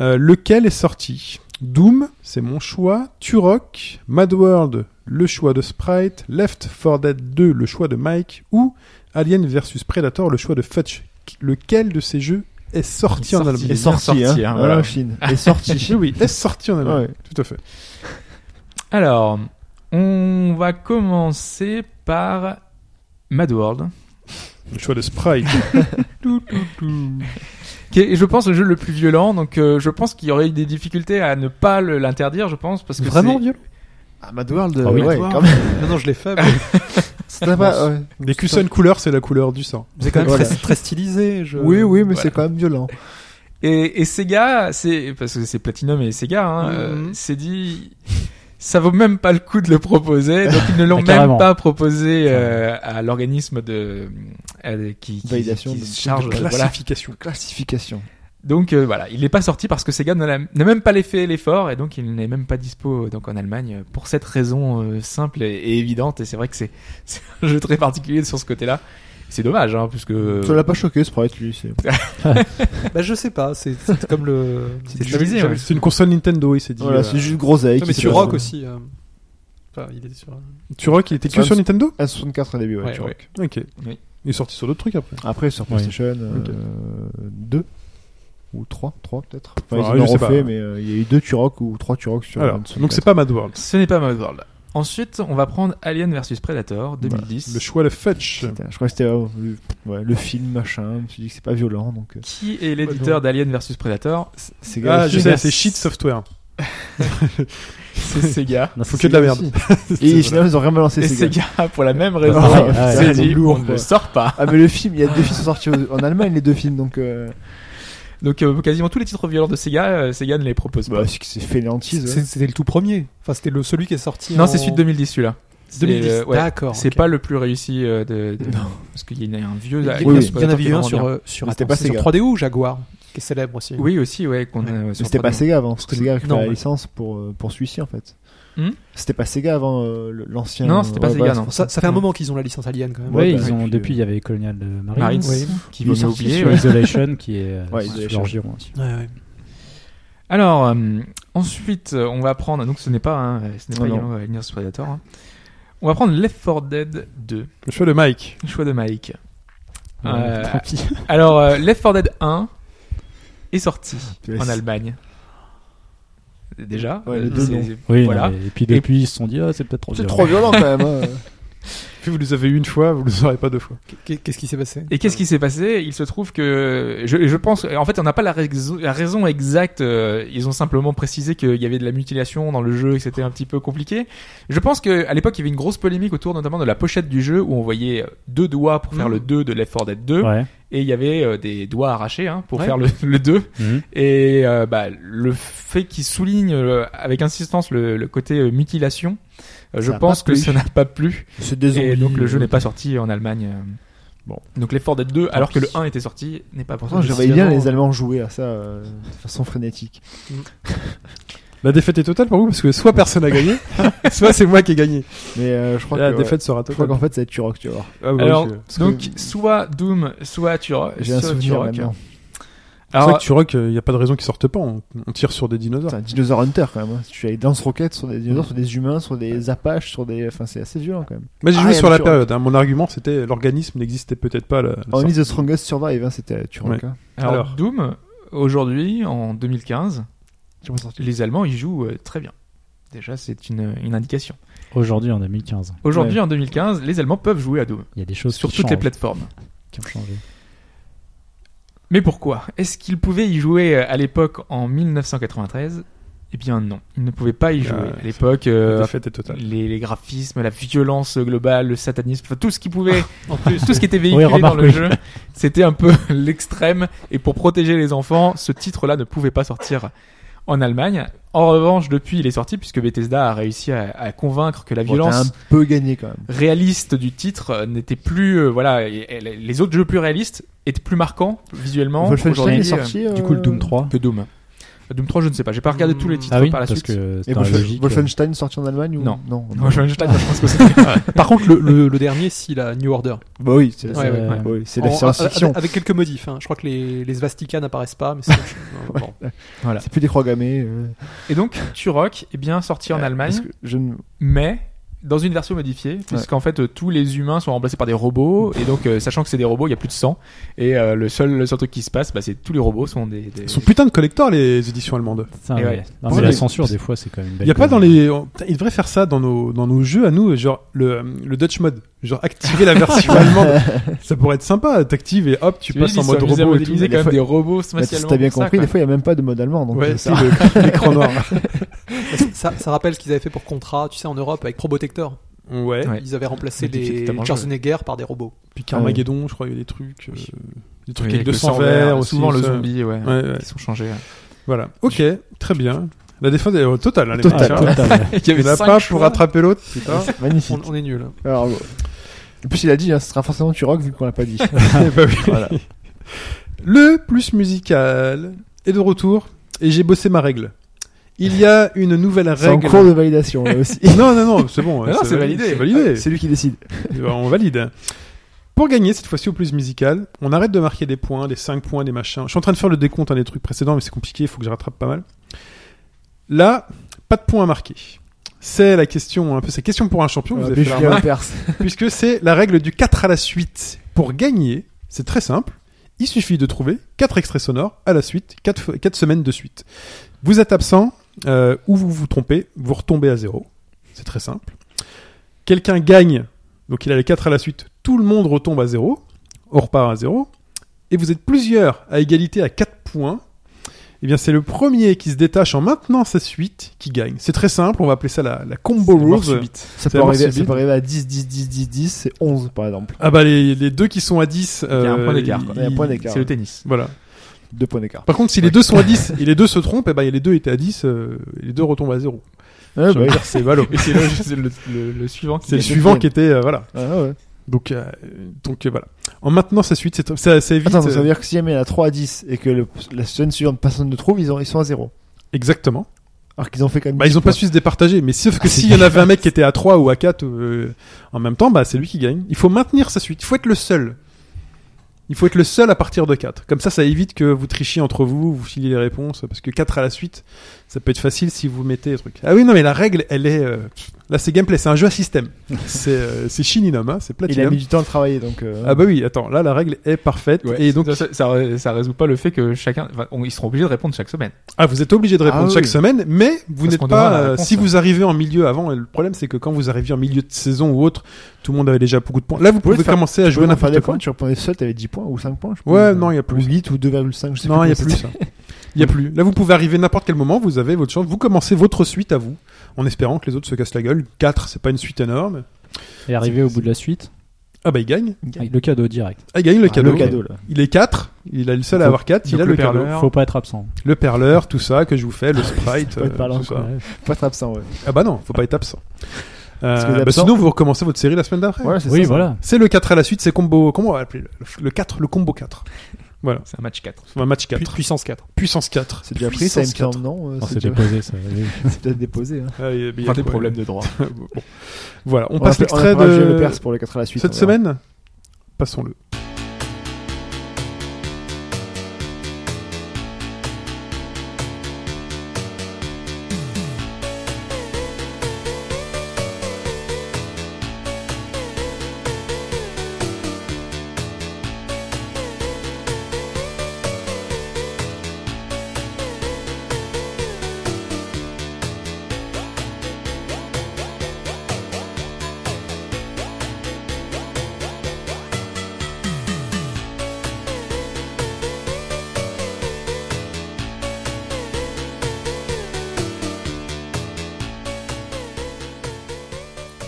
Speaker 2: Euh, lequel est sorti Doom, c'est mon choix. Turok, Mad World, le choix de Sprite. Left 4 Dead 2, le choix de Mike. Ou Alien vs Predator, le choix de Fetch. Lequel de ces jeux est sorti,
Speaker 5: Est
Speaker 2: en
Speaker 5: sorti.
Speaker 2: Allemagne
Speaker 3: est sorti,
Speaker 5: sorti,
Speaker 3: hein.
Speaker 5: hein,
Speaker 3: Ah,
Speaker 5: voilà.
Speaker 3: la Chine. Est sorti. *laughs*
Speaker 2: Oui, oui, est sorti en Allemagne.
Speaker 3: Ouais.
Speaker 2: Tout à fait.
Speaker 5: *laughs* Alors, on va commencer par Mad World.
Speaker 2: Le choix de
Speaker 3: *laughs*
Speaker 2: Sprite.
Speaker 5: qui est, je pense, le jeu le plus violent. Donc, euh, je pense qu'il y aurait eu des difficultés à ne pas le- l'interdire, je pense, parce que
Speaker 2: Vraiment
Speaker 5: c'est-
Speaker 2: violent.
Speaker 3: Ah, Mad World,
Speaker 4: Ah oui,
Speaker 3: euh,
Speaker 4: Mad
Speaker 3: ouais,
Speaker 6: World.
Speaker 3: quand même. *laughs*
Speaker 6: Non, non, je l'ai *laughs* fait. mais
Speaker 3: C'était pas, ouais.
Speaker 2: Les Cusson couleur, c'est la couleur du sang.
Speaker 6: C'est quand même
Speaker 3: Voilà.
Speaker 6: très, très stylisé. Je...
Speaker 3: Oui, oui, mais
Speaker 5: Voilà.
Speaker 3: Euh, c'est quand même violent.
Speaker 5: Et, et Sega, c'est parce que c'est Platinum et Sega, hein, euh,
Speaker 6: Mhm.
Speaker 5: s'est dit, ça vaut même pas le coup de le proposer, donc ils ne l'ont
Speaker 4: Ah,
Speaker 5: même
Speaker 4: carrément.
Speaker 5: pas proposé euh, à l'organisme de euh, qui, qui,
Speaker 3: Validation
Speaker 5: qui
Speaker 3: de-
Speaker 5: se charge. euh, voilà.
Speaker 2: Classification.
Speaker 3: Classification.
Speaker 5: Donc euh, voilà, il n'est pas sorti parce que Sega ne l'a- n'a même pas les fait l'effort et donc il n'est même pas dispo euh, donc en Allemagne euh, pour cette raison euh, simple et, et évidente. Et c'est vrai que c'est *laughs* c'est un jeu très particulier sur ce côté-là. C'est dommage, hein, puisque
Speaker 6: Euh,
Speaker 3: Ça l'a pas choqué, Sprite, lui. c'est-
Speaker 6: Bah, je sais pas. C'est c'est comme le.
Speaker 5: C'est stylé, ouais.
Speaker 2: C'est une console Nintendo, il s'est dit.
Speaker 3: Voilà,
Speaker 2: euh,
Speaker 3: c'est juste groseille.
Speaker 6: Non,
Speaker 3: qui
Speaker 6: mais
Speaker 3: s'est
Speaker 6: Turok
Speaker 3: passé.
Speaker 6: aussi. euh, Enfin, il est sur.
Speaker 2: Turok, il était que
Speaker 3: Ouais,
Speaker 2: sur Nintendo
Speaker 3: À 64 au début, ouais.
Speaker 6: Ouais,
Speaker 3: Turok.
Speaker 2: Ok.
Speaker 5: Oui.
Speaker 2: Il est sorti sur d'autres trucs après.
Speaker 3: Après, sur
Speaker 4: Ouais.
Speaker 3: PlayStation euh,
Speaker 2: Ok.
Speaker 3: 2 ou 3, 3 peut-être. Enfin,
Speaker 2: Ah,
Speaker 3: ils en ont
Speaker 2: je sais pas.
Speaker 3: refait, mais euh, il y a eu 2 Turok ou 3 Turok sur
Speaker 2: Alors,
Speaker 3: la console
Speaker 2: donc c'est pas Mad World.
Speaker 5: ce n'est pas Mad World. Ensuite, on va prendre Alien vs Predator 2010.
Speaker 2: Le choix de Fetch.
Speaker 3: Putain, Je crois que c'était euh, le- ouais, le film, machin. Je me suis dit que c'est pas violent, donc euh,
Speaker 5: Qui est l'éditeur d'Alien vs Predator
Speaker 3: c'est
Speaker 2: Ah,
Speaker 3: grave.
Speaker 2: je sais, c'est Shit Software.
Speaker 5: C'est Sega.
Speaker 4: Non,
Speaker 2: Faut
Speaker 4: c'est-
Speaker 2: que de la merde.
Speaker 3: Et finalement, ils ont rien balancé,
Speaker 5: Et
Speaker 3: ces gars.
Speaker 5: Sega, pour la même raison,
Speaker 3: Ah,
Speaker 4: ouais, ouais,
Speaker 5: s'est
Speaker 3: c'est
Speaker 5: dit,
Speaker 3: lourd,
Speaker 5: on ne
Speaker 3: quoi.
Speaker 5: le sort pas.
Speaker 3: Ah, mais le film, il y a deux films qui sont sortis au- en Allemagne, les deux films, donc. euh,
Speaker 5: Donc euh, quasiment tous les titres violents de Sega, euh, Sega ne les propose pas.
Speaker 3: Bah, c'est que c'est fainéantise.
Speaker 6: C'est-
Speaker 3: ouais.
Speaker 6: C'était le tout premier. Enfin, c'était le celui qui est sorti.
Speaker 5: non,
Speaker 6: en-
Speaker 5: c'est suite 2010 celui-là. C'est,
Speaker 6: 2010.
Speaker 5: euh, ouais.
Speaker 6: D'accord.
Speaker 5: C'est
Speaker 6: ok.
Speaker 5: pas le plus réussi euh, de, de-
Speaker 3: Non.
Speaker 5: parce qu'il y en a un vieux.
Speaker 6: Il y,
Speaker 5: là,
Speaker 6: il y
Speaker 3: Oui,
Speaker 6: en a-
Speaker 3: oui.
Speaker 6: il y en avait
Speaker 5: qui est
Speaker 6: eu un
Speaker 5: vraiment
Speaker 6: sur,
Speaker 5: bien.
Speaker 6: euh, sur,
Speaker 3: Mais c'était
Speaker 6: attends,
Speaker 3: pas
Speaker 6: c'est sur
Speaker 3: Sega.
Speaker 6: 3DO ou Jaguar, qui est célèbre aussi.
Speaker 5: Oui aussi ouais qu'on a sur
Speaker 3: C'était pas
Speaker 5: Pardon.
Speaker 3: Sega avant, parce que
Speaker 5: C'était-
Speaker 3: Sega a récupéré
Speaker 5: non,
Speaker 3: la
Speaker 5: ouais.
Speaker 3: licence pour, euh, pour celui-ci en fait.
Speaker 5: Hmm
Speaker 3: C'était pas Sega avant euh, le- l'ancien.
Speaker 5: Non, c'était pas Sega,
Speaker 3: voilà,
Speaker 5: non.
Speaker 3: c'est pour
Speaker 6: Ça, ça fait un
Speaker 5: Ouais.
Speaker 6: moment qu'ils ont la licence Alien quand même.
Speaker 4: Ouais,
Speaker 3: bah,
Speaker 4: ils ont,
Speaker 3: puis,
Speaker 4: depuis,
Speaker 3: euh,
Speaker 4: il y avait Colonial euh, Marines,
Speaker 5: Marines
Speaker 6: Oui.
Speaker 5: qui
Speaker 3: Il
Speaker 5: vaut
Speaker 3: est
Speaker 5: mieux
Speaker 3: sorti
Speaker 5: oublier.
Speaker 3: sur-
Speaker 5: ouais.
Speaker 4: Isolation qui est euh,
Speaker 3: Ouais,
Speaker 4: sous
Speaker 3: Isolation.
Speaker 4: leur giron aussi.
Speaker 6: Ouais, ouais.
Speaker 5: Alors euh, ensuite euh, on va prendre donc ce n'est pas hein, ce n'est pas
Speaker 3: Non,
Speaker 5: Alien, euh, Alien vs Predator. hein. On va prendre Left 4 Dead 2.
Speaker 2: Le choix de Mike.
Speaker 5: Le Choix de Mike.
Speaker 4: Ouais,
Speaker 5: Euh,
Speaker 4: tant pis.
Speaker 5: Alors euh, Left 4 Dead 1 est sorti
Speaker 3: Tu
Speaker 5: en
Speaker 3: laisses-
Speaker 5: Allemagne. Déjà.
Speaker 3: Ouais,
Speaker 5: euh,
Speaker 3: les deux
Speaker 5: c'est-
Speaker 3: noms.
Speaker 5: c'est-
Speaker 4: Oui,
Speaker 5: voilà.
Speaker 4: non, mais- et puis depuis, ils se sont dit, ah, c'est peut-être trop
Speaker 3: C'est
Speaker 4: violent.
Speaker 3: trop violent quand même. hein.
Speaker 2: Puis vous les avez eu une fois, vous les aurez pas deux fois.
Speaker 6: Qu'est- Qu'est-ce qui s'est passé
Speaker 5: Et qu'est-ce qui s'est passé Il se trouve que je, je pense, en fait, on n'a pas la raison, la raison exacte. euh, Ils ont simplement précisé qu'il y avait de la mutilation dans le jeu et que c'était un petit peu compliqué. Je pense que à l'époque, il y avait une grosse polémique autour, notamment de la pochette du jeu où on voyait euh, deux doigts pour faire
Speaker 6: Mhm.
Speaker 5: le 2 de Left 4 Dead 2
Speaker 4: Mm. Ouais.
Speaker 5: et il y avait euh, des doigts arrachés hein, pour
Speaker 6: Ouais.
Speaker 5: faire le, le 2.
Speaker 4: Mhm.
Speaker 5: Et euh, bah, le fait qu'il souligne euh, avec insistance le, le côté euh, mutilation, euh, je
Speaker 3: Ça a
Speaker 5: pense
Speaker 3: pas
Speaker 5: que
Speaker 3: plu.
Speaker 5: ça n'a pas plu.
Speaker 3: C'est des zombies.
Speaker 5: Et donc le jeu
Speaker 3: euh,
Speaker 5: n'est pas sorti en Allemagne. euh.
Speaker 3: Bon.
Speaker 5: Donc l'effort d'être 2, alors que le
Speaker 3: pis.
Speaker 5: 1 était sorti, n'est pas pour
Speaker 3: Pourtant, je voyais bien les Allemands jouer à ça euh, de façon frénétique.
Speaker 2: La défaite est totale pour vous parce que soit personne a
Speaker 3: *laughs*
Speaker 2: gagné, soit c'est moi qui ai gagné.
Speaker 3: Mais euh, je crois
Speaker 2: La
Speaker 3: que. ouais.
Speaker 2: défaite sera
Speaker 3: Je crois
Speaker 2: totale.
Speaker 3: qu'en fait, ça va être Turok, tu vois.
Speaker 2: Ah, bah,
Speaker 5: Alors,
Speaker 2: oui, je-
Speaker 5: donc, soit Doom, soit Turok.
Speaker 3: J'ai un
Speaker 5: soit
Speaker 3: souvenir
Speaker 5: Turok. hein.
Speaker 3: maintenant.
Speaker 2: C'est vrai
Speaker 5: Alors,
Speaker 2: que Turok, il n'y a pas de raison qu'ils sortent pas. On, on tire sur des
Speaker 3: C'est
Speaker 2: dinosaures.
Speaker 3: un dinosaur hunter quand même. hein. Tu as les Dance Rockets sur des dinosaures, sur des humains, sur des apaches, sur des. Enfin, c'est assez violent quand même.
Speaker 2: Moi, j'ai
Speaker 3: Ah,
Speaker 2: joué
Speaker 3: il y a
Speaker 2: sur
Speaker 3: le
Speaker 2: la
Speaker 3: Turok.
Speaker 2: période. hein. Mon argument, c'était l'organisme n'existait peut-être pas. à la- la sortie.
Speaker 3: Only the Strongest Survive, hein, c'était Turok.
Speaker 2: Ouais.
Speaker 3: hein.
Speaker 5: alors,
Speaker 2: alors.
Speaker 5: Doom, aujourd'hui, en 2015,
Speaker 3: J'ai pas sorti.
Speaker 5: les- les Allemands, ils jouent euh, très bien. Déjà, c'est une, une indication.
Speaker 4: Aujourd'hui, en 2015,
Speaker 5: Aujourd'hui,
Speaker 3: Ouais.
Speaker 5: en 2015, les Allemands peuvent jouer à Doom.
Speaker 4: il y a des choses
Speaker 5: Sur
Speaker 4: qui
Speaker 5: toutes les
Speaker 4: changent,
Speaker 5: plateformes.
Speaker 4: qui ont changé.
Speaker 5: Mais pourquoi Est-ce qu'ils pouvaient y jouer euh, à l'époque en 1993 Eh bien non, ils ne pouvaient pas y jouer.
Speaker 2: Ah,
Speaker 5: à l'époque,
Speaker 2: La
Speaker 5: euh,
Speaker 2: défaite est totale.
Speaker 5: les, les graphismes, la violence globale, le satanisme, enfin, tout ce qui pouvait,
Speaker 3: *laughs*
Speaker 5: tout ce qui était
Speaker 4: Oui,
Speaker 5: véhiculé dans
Speaker 4: remarque,
Speaker 5: le
Speaker 4: oui.
Speaker 5: jeu, c'était un peu *laughs* l'extrême. Et pour protéger les enfants, ce titre-là ne pouvait pas sortir en Allemagne. En revanche, depuis, il est sorti puisque Bethesda a réussi à, à convaincre que la
Speaker 3: Bon,
Speaker 5: violence
Speaker 3: t'as un peu gagné quand même.
Speaker 5: réaliste du titre euh, n'était plus euh, voilà et- et les autres jeux plus réalistes étaient plus marquants visuellement
Speaker 3: Wolfenstein
Speaker 5: aujourd'hui,
Speaker 3: est
Speaker 5: euh,
Speaker 3: sorti.
Speaker 4: Du coup, le Doom 3.
Speaker 5: que Doom Euh, Doom 3 je ne sais pas j'ai pas regardé tous les titres
Speaker 4: Ah oui,
Speaker 5: par la
Speaker 4: parce
Speaker 5: suite
Speaker 4: que c'est
Speaker 3: Et
Speaker 4: dans la
Speaker 3: Wolfen-
Speaker 4: logique.
Speaker 3: Wolfenstein sorti en Allemagne ou
Speaker 5: *laughs* Non.
Speaker 3: euh, Non. Bah
Speaker 5: Moi, je- je pense que c'est-
Speaker 6: Par contre, le, le- le dernier, si la New Order.
Speaker 3: Bah oui, c'est
Speaker 6: Ouais, ouais,
Speaker 3: c'est- oui, c'est de la
Speaker 6: En-
Speaker 3: science-fiction.
Speaker 6: Avec, avec quelques modifs. hein. Je crois que les, les svastikas n'apparaissent pas, mais c'est. euh, bon.
Speaker 3: C'est plus déprogrammé. euh,
Speaker 5: et donc Turok est bien sorti en
Speaker 3: euh,
Speaker 5: Allemagne
Speaker 3: parce que Je ne-
Speaker 5: mais dans une version modifiée puisqu'en fait euh, tous les humains sont remplacés par des robots et donc euh, sachant que c'est des robots il y a plus de sang et euh, le seul le seul truc qui se passe bah, c'est tous les robots sont des, des-
Speaker 2: Ils sont putain de collecteurs, les éditions allemandes.
Speaker 4: Putain,
Speaker 5: Et
Speaker 4: ouais.
Speaker 5: ouais.
Speaker 4: Non, mais
Speaker 2: Ouais,
Speaker 4: la
Speaker 2: mais-
Speaker 4: censure, des fois, c'est quand même une
Speaker 2: Il
Speaker 4: belle
Speaker 2: n'y a pas dans
Speaker 4: connerie.
Speaker 2: les. on- putain, Ils devraient faire ça dans nos, dans nos jeux à nous, genre le, le Dutch mode. Genre activer la version allemande. Ça pourrait être sympa. T'actives et hop, tu
Speaker 5: veux,
Speaker 2: passes
Speaker 5: ils
Speaker 2: en
Speaker 5: sont
Speaker 2: mode
Speaker 5: amusés à
Speaker 2: robot et tout.
Speaker 5: modéliser quand
Speaker 3: mais
Speaker 5: même
Speaker 3: des
Speaker 5: des robots
Speaker 3: Bah, Si
Speaker 5: spatialement
Speaker 3: t'as bien
Speaker 5: pour ça,
Speaker 3: compris,
Speaker 5: quoi.
Speaker 3: des fois, il n'y a même pas de mode allemand. Donc,
Speaker 2: Ouais,
Speaker 3: euh,
Speaker 2: c'est le- *laughs* l'écran noir.
Speaker 6: *coughs* ça, ça rappelle ce qu'ils avaient fait pour Contra, tu sais, en Europe, avec Probotector.
Speaker 2: Ouais.
Speaker 5: Ouais.
Speaker 6: Ils avaient remplacé
Speaker 5: Modifié
Speaker 6: les
Speaker 5: totalement le jeu.
Speaker 6: Schwarzenegger par des robots.
Speaker 2: Puis Carmageddon, je crois, il y a des trucs. euh, Des trucs
Speaker 5: Oui,
Speaker 2: avec
Speaker 5: le
Speaker 2: 200
Speaker 5: sang
Speaker 2: verres
Speaker 5: vert,
Speaker 2: aussi.
Speaker 5: Souvent le
Speaker 2: ça.
Speaker 5: zombie, ouais.
Speaker 2: Ouais, ouais.
Speaker 5: Ils sont changés.
Speaker 2: *laughs* Voilà. Ok, très bien. La défense est totale. Hein, les
Speaker 3: Totale.
Speaker 2: mecs, hein.
Speaker 5: Il y
Speaker 2: Il n'y en a pas pour attraper l'autre. Putain.
Speaker 3: c'est magnifique.
Speaker 6: On, on est nul. hein.
Speaker 3: Alors, bon. En plus, il a dit, hein, ce sera forcément Turok vu qu'on
Speaker 2: *laughs*
Speaker 3: l'a pas dit.
Speaker 2: Bah
Speaker 3: Voilà.
Speaker 2: Le plus musical est de retour et j'ai bossé ma règle. Il y a une nouvelle
Speaker 3: C'est en
Speaker 2: règle.
Speaker 3: cours de validation là
Speaker 2: *laughs*
Speaker 3: aussi. *laughs*
Speaker 2: Non, non, non, c'est bon. *laughs*
Speaker 5: Non, non, c'est validé.
Speaker 2: C'est validé.
Speaker 3: C'est lui qui décide.
Speaker 2: On valide. Pour gagner cette fois-ci au plus musical, on arrête de marquer des points, des 5 points, des machins. Je suis en train de faire le décompte hein, des trucs précédents, mais c'est compliqué, il faut que je rattrape pas mal. Là, pas de points à marquer. C'est la question, un peu, c'est question pour un champion, vous avez fait la
Speaker 3: Julien
Speaker 2: remarque,
Speaker 3: Perse.
Speaker 2: *laughs* puisque c'est la règle du 4 à la suite. Pour gagner, c'est très simple, il suffit de trouver 4 extraits sonores à la suite, 4, semaines de suite. Vous êtes absent, euh, ou vous vous trompez, vous retombez à zéro. C'est très simple. Quelqu'un gagne, donc il a les 4 à la suite, tout le monde retombe à zéro, on repart à zéro, et vous êtes plusieurs à égalité à 4 points. Eh bien, c'est le premier qui se détache en maintenant sa suite qui gagne. C'est très simple, on va appeler ça la, la combo rules.
Speaker 3: Ça
Speaker 2: C'est
Speaker 3: peut,
Speaker 2: mort
Speaker 3: arriver,
Speaker 2: subite.
Speaker 3: ça peut arriver à 10, 10, 10, 10, 10, c'est 11 par exemple.
Speaker 2: Ah bah les, les deux qui sont à 10...
Speaker 5: Il y a un
Speaker 2: euh,
Speaker 5: point d'écart, quoi.
Speaker 3: Il y a un point d'écart.
Speaker 5: C'est le tennis.
Speaker 2: Voilà.
Speaker 3: Deux points d'écart.
Speaker 2: Par contre, si les deux sont à 10
Speaker 5: *laughs*
Speaker 2: et les deux se trompent, eh ben, les deux étaient à 10, euh, les deux retombent à 0.
Speaker 3: Ouais,
Speaker 2: Je
Speaker 3: bah
Speaker 2: veux
Speaker 3: oui.
Speaker 2: dire, Ah c'est valo.
Speaker 5: *laughs* Et c'est le, c'est le- le- le suivant qui
Speaker 2: C'est le
Speaker 5: gagne.
Speaker 2: suivant qui était, euh, voilà.
Speaker 3: Ah, ouais.
Speaker 2: Donc, euh, donc euh, voilà. En maintenant sa suite, c'est ça, ça évite.
Speaker 3: Attends, ça
Speaker 2: euh,
Speaker 3: veut dire que si jamais il y en a 3 à 10 et que le- la semaine suivante personne ne trouve, ils, ont, ils sont à 0.
Speaker 2: Exactement.
Speaker 3: Alors qu'ils ont fait quand même.
Speaker 2: Bah,
Speaker 3: 10
Speaker 2: ils ont pas
Speaker 3: points.
Speaker 2: su se départager, mais sauf que s'il y en avait un mec qui était à 3 ou à 4 euh, en même temps, bah, c'est lui qui gagne. Il faut maintenir sa suite. Il faut être le seul. Il faut être le seul à partir de 4. Comme ça, ça évite que vous trichiez entre vous, vous filiez les réponses, parce que 4 à la suite, ça peut être facile si vous mettez des trucs. Ah oui, non, mais la règle, elle est. euh, Là, c'est gameplay, c'est un jeu à système. C'est euh, c'est Shininum, hein, c'est
Speaker 3: Il a mis
Speaker 2: Platinum.
Speaker 3: du temps à le travailler donc. euh,
Speaker 2: Ah bah oui, attends, là, la règle est parfaite.
Speaker 5: Ouais.
Speaker 2: Et donc,
Speaker 5: ça, ça, ça résout pas le fait que chacun, enfin, on- ils seront obligés de répondre chaque semaine.
Speaker 2: Ah, vous êtes obligé de répondre
Speaker 3: Ah
Speaker 2: chaque
Speaker 3: oui.
Speaker 2: semaine, mais vous
Speaker 5: Parce
Speaker 2: n'êtes
Speaker 5: qu'on
Speaker 2: pas.
Speaker 5: donnera la
Speaker 2: euh,
Speaker 5: réponse,
Speaker 2: si
Speaker 5: hein.
Speaker 2: vous arrivez en milieu avant, et le problème c'est que quand vous arrivez en milieu de saison ou autre, tout le monde avait déjà beaucoup de points. Là, vous pouvez
Speaker 3: pouvez faire-
Speaker 2: commencer à
Speaker 3: tu pouvais
Speaker 2: jouer
Speaker 3: en faire
Speaker 2: n'importe
Speaker 3: des
Speaker 2: quoi.
Speaker 3: points, tu répondais seul, t'avais 10 points ou 5 points, je
Speaker 2: Ouais,
Speaker 3: pense.
Speaker 2: non, il y a plus.
Speaker 3: Ou 8 ou 2,5, je sais
Speaker 2: Non, il
Speaker 3: plus.
Speaker 2: y a plus. ça. Il y a plus. Là, vous pouvez arriver n'importe quel moment. Vous avez votre chance. Vous commencez votre suite à vous, en espérant que les autres se cassent la gueule. 4, c'est pas une suite énorme.
Speaker 4: Et arrivé au bout de la suite,
Speaker 2: Ah bah il gagne.
Speaker 4: avec le cadeau direct.
Speaker 2: Ah, il gagne le
Speaker 3: Ah,
Speaker 2: cadeau.
Speaker 3: Le cadeau là.
Speaker 2: Il est 4, Il est le seul à
Speaker 4: Faut-
Speaker 2: avoir 4, Il
Speaker 5: donc
Speaker 2: a
Speaker 5: le
Speaker 2: le cadeau.
Speaker 5: perleur.
Speaker 4: Faut pas être absent.
Speaker 2: Le perleur, tout ça que je vous fais,
Speaker 5: *laughs*
Speaker 2: le sprite,
Speaker 3: pas être
Speaker 2: euh,
Speaker 3: parlant,
Speaker 2: tout ça.
Speaker 3: quoi. Faut Pas être absent, ouais.
Speaker 2: Ah bah non, faut pas être absent.
Speaker 3: Parce que
Speaker 2: Euh, bah
Speaker 3: l'absent-
Speaker 2: sinon, vous recommencez votre série la semaine d'après.
Speaker 3: Voilà, c'est
Speaker 4: Oui,
Speaker 3: ça, ça.
Speaker 4: voilà.
Speaker 2: C'est le 4 à la suite, c'est combo. Comment on va appeler le, le 4 Le combo 4. Voilà.
Speaker 5: C'est un match 4.
Speaker 2: C'est un match 4.
Speaker 6: Pui- puissance 4.
Speaker 2: Puissance 4.
Speaker 3: C'est déjà pris, ça, il me semble, non euh,
Speaker 4: On
Speaker 3: C'est
Speaker 4: s'est
Speaker 3: déjà-
Speaker 4: déposé, ça. oui.
Speaker 3: c'est *laughs* peut-être déposé. hein.
Speaker 2: Ah, il y a- il y a
Speaker 3: Enfin,
Speaker 2: des
Speaker 3: ouais.
Speaker 2: problèmes.
Speaker 3: de droit.
Speaker 2: *laughs* Bon. Voilà, on,
Speaker 3: On,
Speaker 2: passe l'extrait de
Speaker 3: Le Perse pour les 4 à la suite.
Speaker 2: cette
Speaker 3: on verra.
Speaker 2: semaine. Passons-le.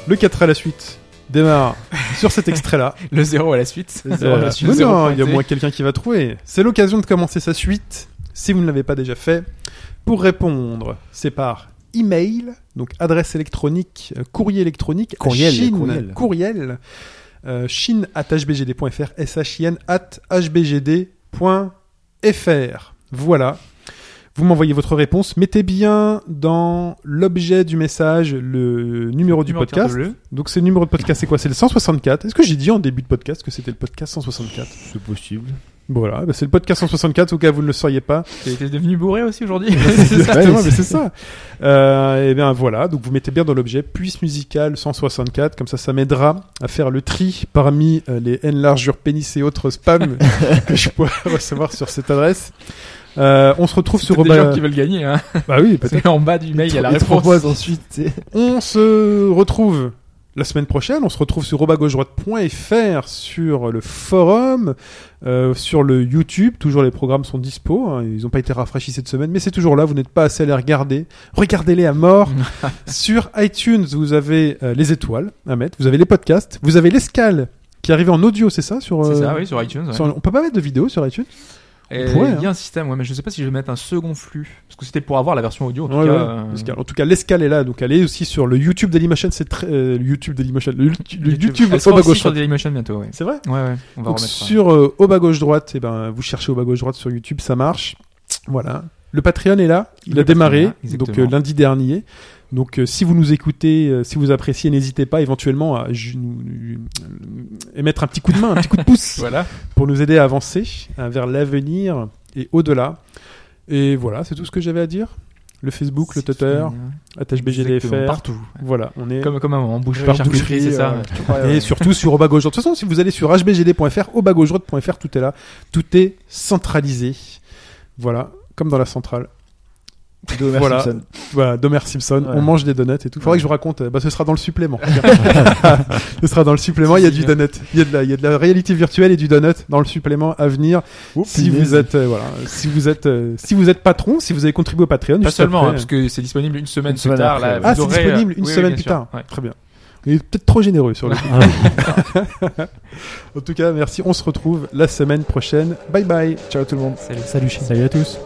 Speaker 2: Le 4 à la suite démarre sur cet extrait-là.
Speaker 5: Le 0 à la suite.
Speaker 2: Euh,
Speaker 5: suite,
Speaker 2: mais
Speaker 5: zéro
Speaker 2: non, il y a
Speaker 5: pointé.
Speaker 2: moins quelqu'un qui va trouver. C'est l'occasion de commencer sa suite, si vous ne l'avez pas déjà fait. Pour répondre, c'est par email, donc adresse électronique, euh, courrier électronique, à
Speaker 3: Courriel,
Speaker 2: Chine,
Speaker 3: courriel.
Speaker 2: courriel, euh, chine at hbgd.fr, shine at hbgd.fr. Voilà. Vous m'envoyez votre réponse. Mettez bien dans l'objet du message le numéro du podcast. Donc c'est le numéro de podcast, c'est quoi C'est le 164. Est-ce que j'ai dit en début de podcast que c'était le podcast 164
Speaker 3: C'est possible.
Speaker 2: Voilà, bah, c'est le podcast 164, au cas où vous ne le sauriez pas.
Speaker 5: T'es devenu bourré aussi aujourd'hui *laughs*
Speaker 2: Exactement, mais c'est ça. Euh, et bien voilà, donc vous mettez bien dans l'objet Puisse musicale 164, comme ça ça m'aidera à faire le tri parmi euh, les N largures pénis et autres spams *laughs* que je pourrais recevoir sur cette adresse. Euh, on se retrouve
Speaker 5: Sur
Speaker 2: sur...
Speaker 5: des
Speaker 2: bah-
Speaker 5: gens qui veulent gagner. Hein.
Speaker 2: Bah oui, peut-être.
Speaker 5: Parce qu'en bas du mail, il y a la
Speaker 3: Il te
Speaker 5: réponse.
Speaker 3: propose ensuite. tu sais.
Speaker 2: On se retrouve la semaine prochaine. On se retrouve sur robagaugedroite.fr, sur le forum, euh, sur le YouTube. Toujours les programmes sont dispo. hein. Ils n'ont pas été rafraîchis cette semaine, mais c'est toujours là. Vous n'êtes pas assez à les regarder. Regardez-les à
Speaker 5: *laughs*
Speaker 2: mort. sur iTunes, vous avez euh, les étoiles à mettre. Vous avez les podcasts. Vous avez l'escale qui est arrivée en audio, c'est ça sur,
Speaker 5: C'est
Speaker 2: euh,
Speaker 5: ça, oui, sur iTunes. ouais.
Speaker 2: sur- On peut pas mettre de vidéo sur iTunes
Speaker 5: Et
Speaker 2: on
Speaker 5: Il
Speaker 2: pourrait, hein.
Speaker 5: y a un système, ouais, mais je sais pas si je vais mettre un second flux. Parce que c'était pour avoir la version audio, en tout
Speaker 2: Ouais,
Speaker 5: cas.
Speaker 2: ouais,
Speaker 5: euh,
Speaker 2: l'escale. En tout cas, l'escale est là. Donc, allez aussi sur le YouTube Dailymotion. C'est très, euh, le YouTube Dailymotion.
Speaker 5: *laughs*
Speaker 2: Le, YouTube- le YouTube,
Speaker 5: Elle sera
Speaker 2: Roba
Speaker 5: aussi
Speaker 2: Gauche
Speaker 5: sur
Speaker 2: Droite.
Speaker 5: Dailymotion bientôt, ouais.
Speaker 2: C'est vrai
Speaker 5: Ouais, ouais, on va
Speaker 2: Donc
Speaker 5: remettre ça.
Speaker 2: sur euh, au bas gauche droite, et ben vous cherchez au bas gauche droite sur YouTube, ça marche. Voilà. Le Patreon est là, il
Speaker 5: Le
Speaker 2: a démarré
Speaker 5: Patreon est là,
Speaker 2: donc euh,
Speaker 5: exactement.
Speaker 2: lundi dernier. Donc euh, si vous nous écoutez, euh, si vous appréciez, n'hésitez pas éventuellement à ju- nous- nous- euh, émettre un petit coup de main, un
Speaker 5: *laughs*
Speaker 2: petit coup de pouce
Speaker 5: Voilà.
Speaker 2: pour nous aider à avancer euh, vers l'avenir et au-delà. Et voilà, c'est tout ce que j'avais à dire. Le Facebook, le Twitter,
Speaker 5: hein. Exactement,
Speaker 2: HBGDFR.
Speaker 5: Partout.
Speaker 2: Voilà, on est
Speaker 5: Comme, comme en boucherie,
Speaker 2: Partout.
Speaker 5: charcuterie, c'est ça.
Speaker 2: Euh, et surtout sur au bas gauche droite. De toute façon, si vous allez sur hbgd.fr, au bas gauche droite.fr, tout est là. Tout est centralisé. Voilà, comme dans la centrale.
Speaker 3: De Homer
Speaker 2: Voilà.
Speaker 3: Simpson.
Speaker 2: Voilà, Homer Simpson,
Speaker 3: Ouais.
Speaker 2: on mange des donuts et tout. Faudrait
Speaker 3: Ouais.
Speaker 2: que je vous raconte, euh, bah, ce sera dans le supplément. *laughs* ce sera dans le supplément, il y a du donut. Il y a, de la, il y a de la réalité virtuelle et du donut dans le supplément à venir.
Speaker 3: Oh,
Speaker 2: si,
Speaker 3: punaise.
Speaker 2: vous êtes, euh, voilà, si, vous êtes, euh, si vous êtes patron, si vous avez contribué au Patreon,
Speaker 5: Pas
Speaker 2: juste
Speaker 5: seulement,
Speaker 2: après,
Speaker 5: hein, parce que c'est disponible une semaine
Speaker 3: Une
Speaker 5: plus
Speaker 3: semaine
Speaker 5: tard.
Speaker 3: après,
Speaker 5: là,
Speaker 3: ouais.
Speaker 5: vous
Speaker 2: Ah, c'est
Speaker 5: aurez,
Speaker 2: disponible
Speaker 5: euh,
Speaker 2: une
Speaker 5: oui, oui,
Speaker 2: semaine
Speaker 5: bien
Speaker 2: plus
Speaker 5: sûr,
Speaker 2: tard.
Speaker 5: ouais.
Speaker 2: Très bien. euh, Il est peut-être trop généreux sur le coup.
Speaker 5: Ah
Speaker 2: *laughs* en tout cas, merci. On se retrouve la semaine prochaine. Bye bye. Ciao tout le monde.
Speaker 4: Salut à tous.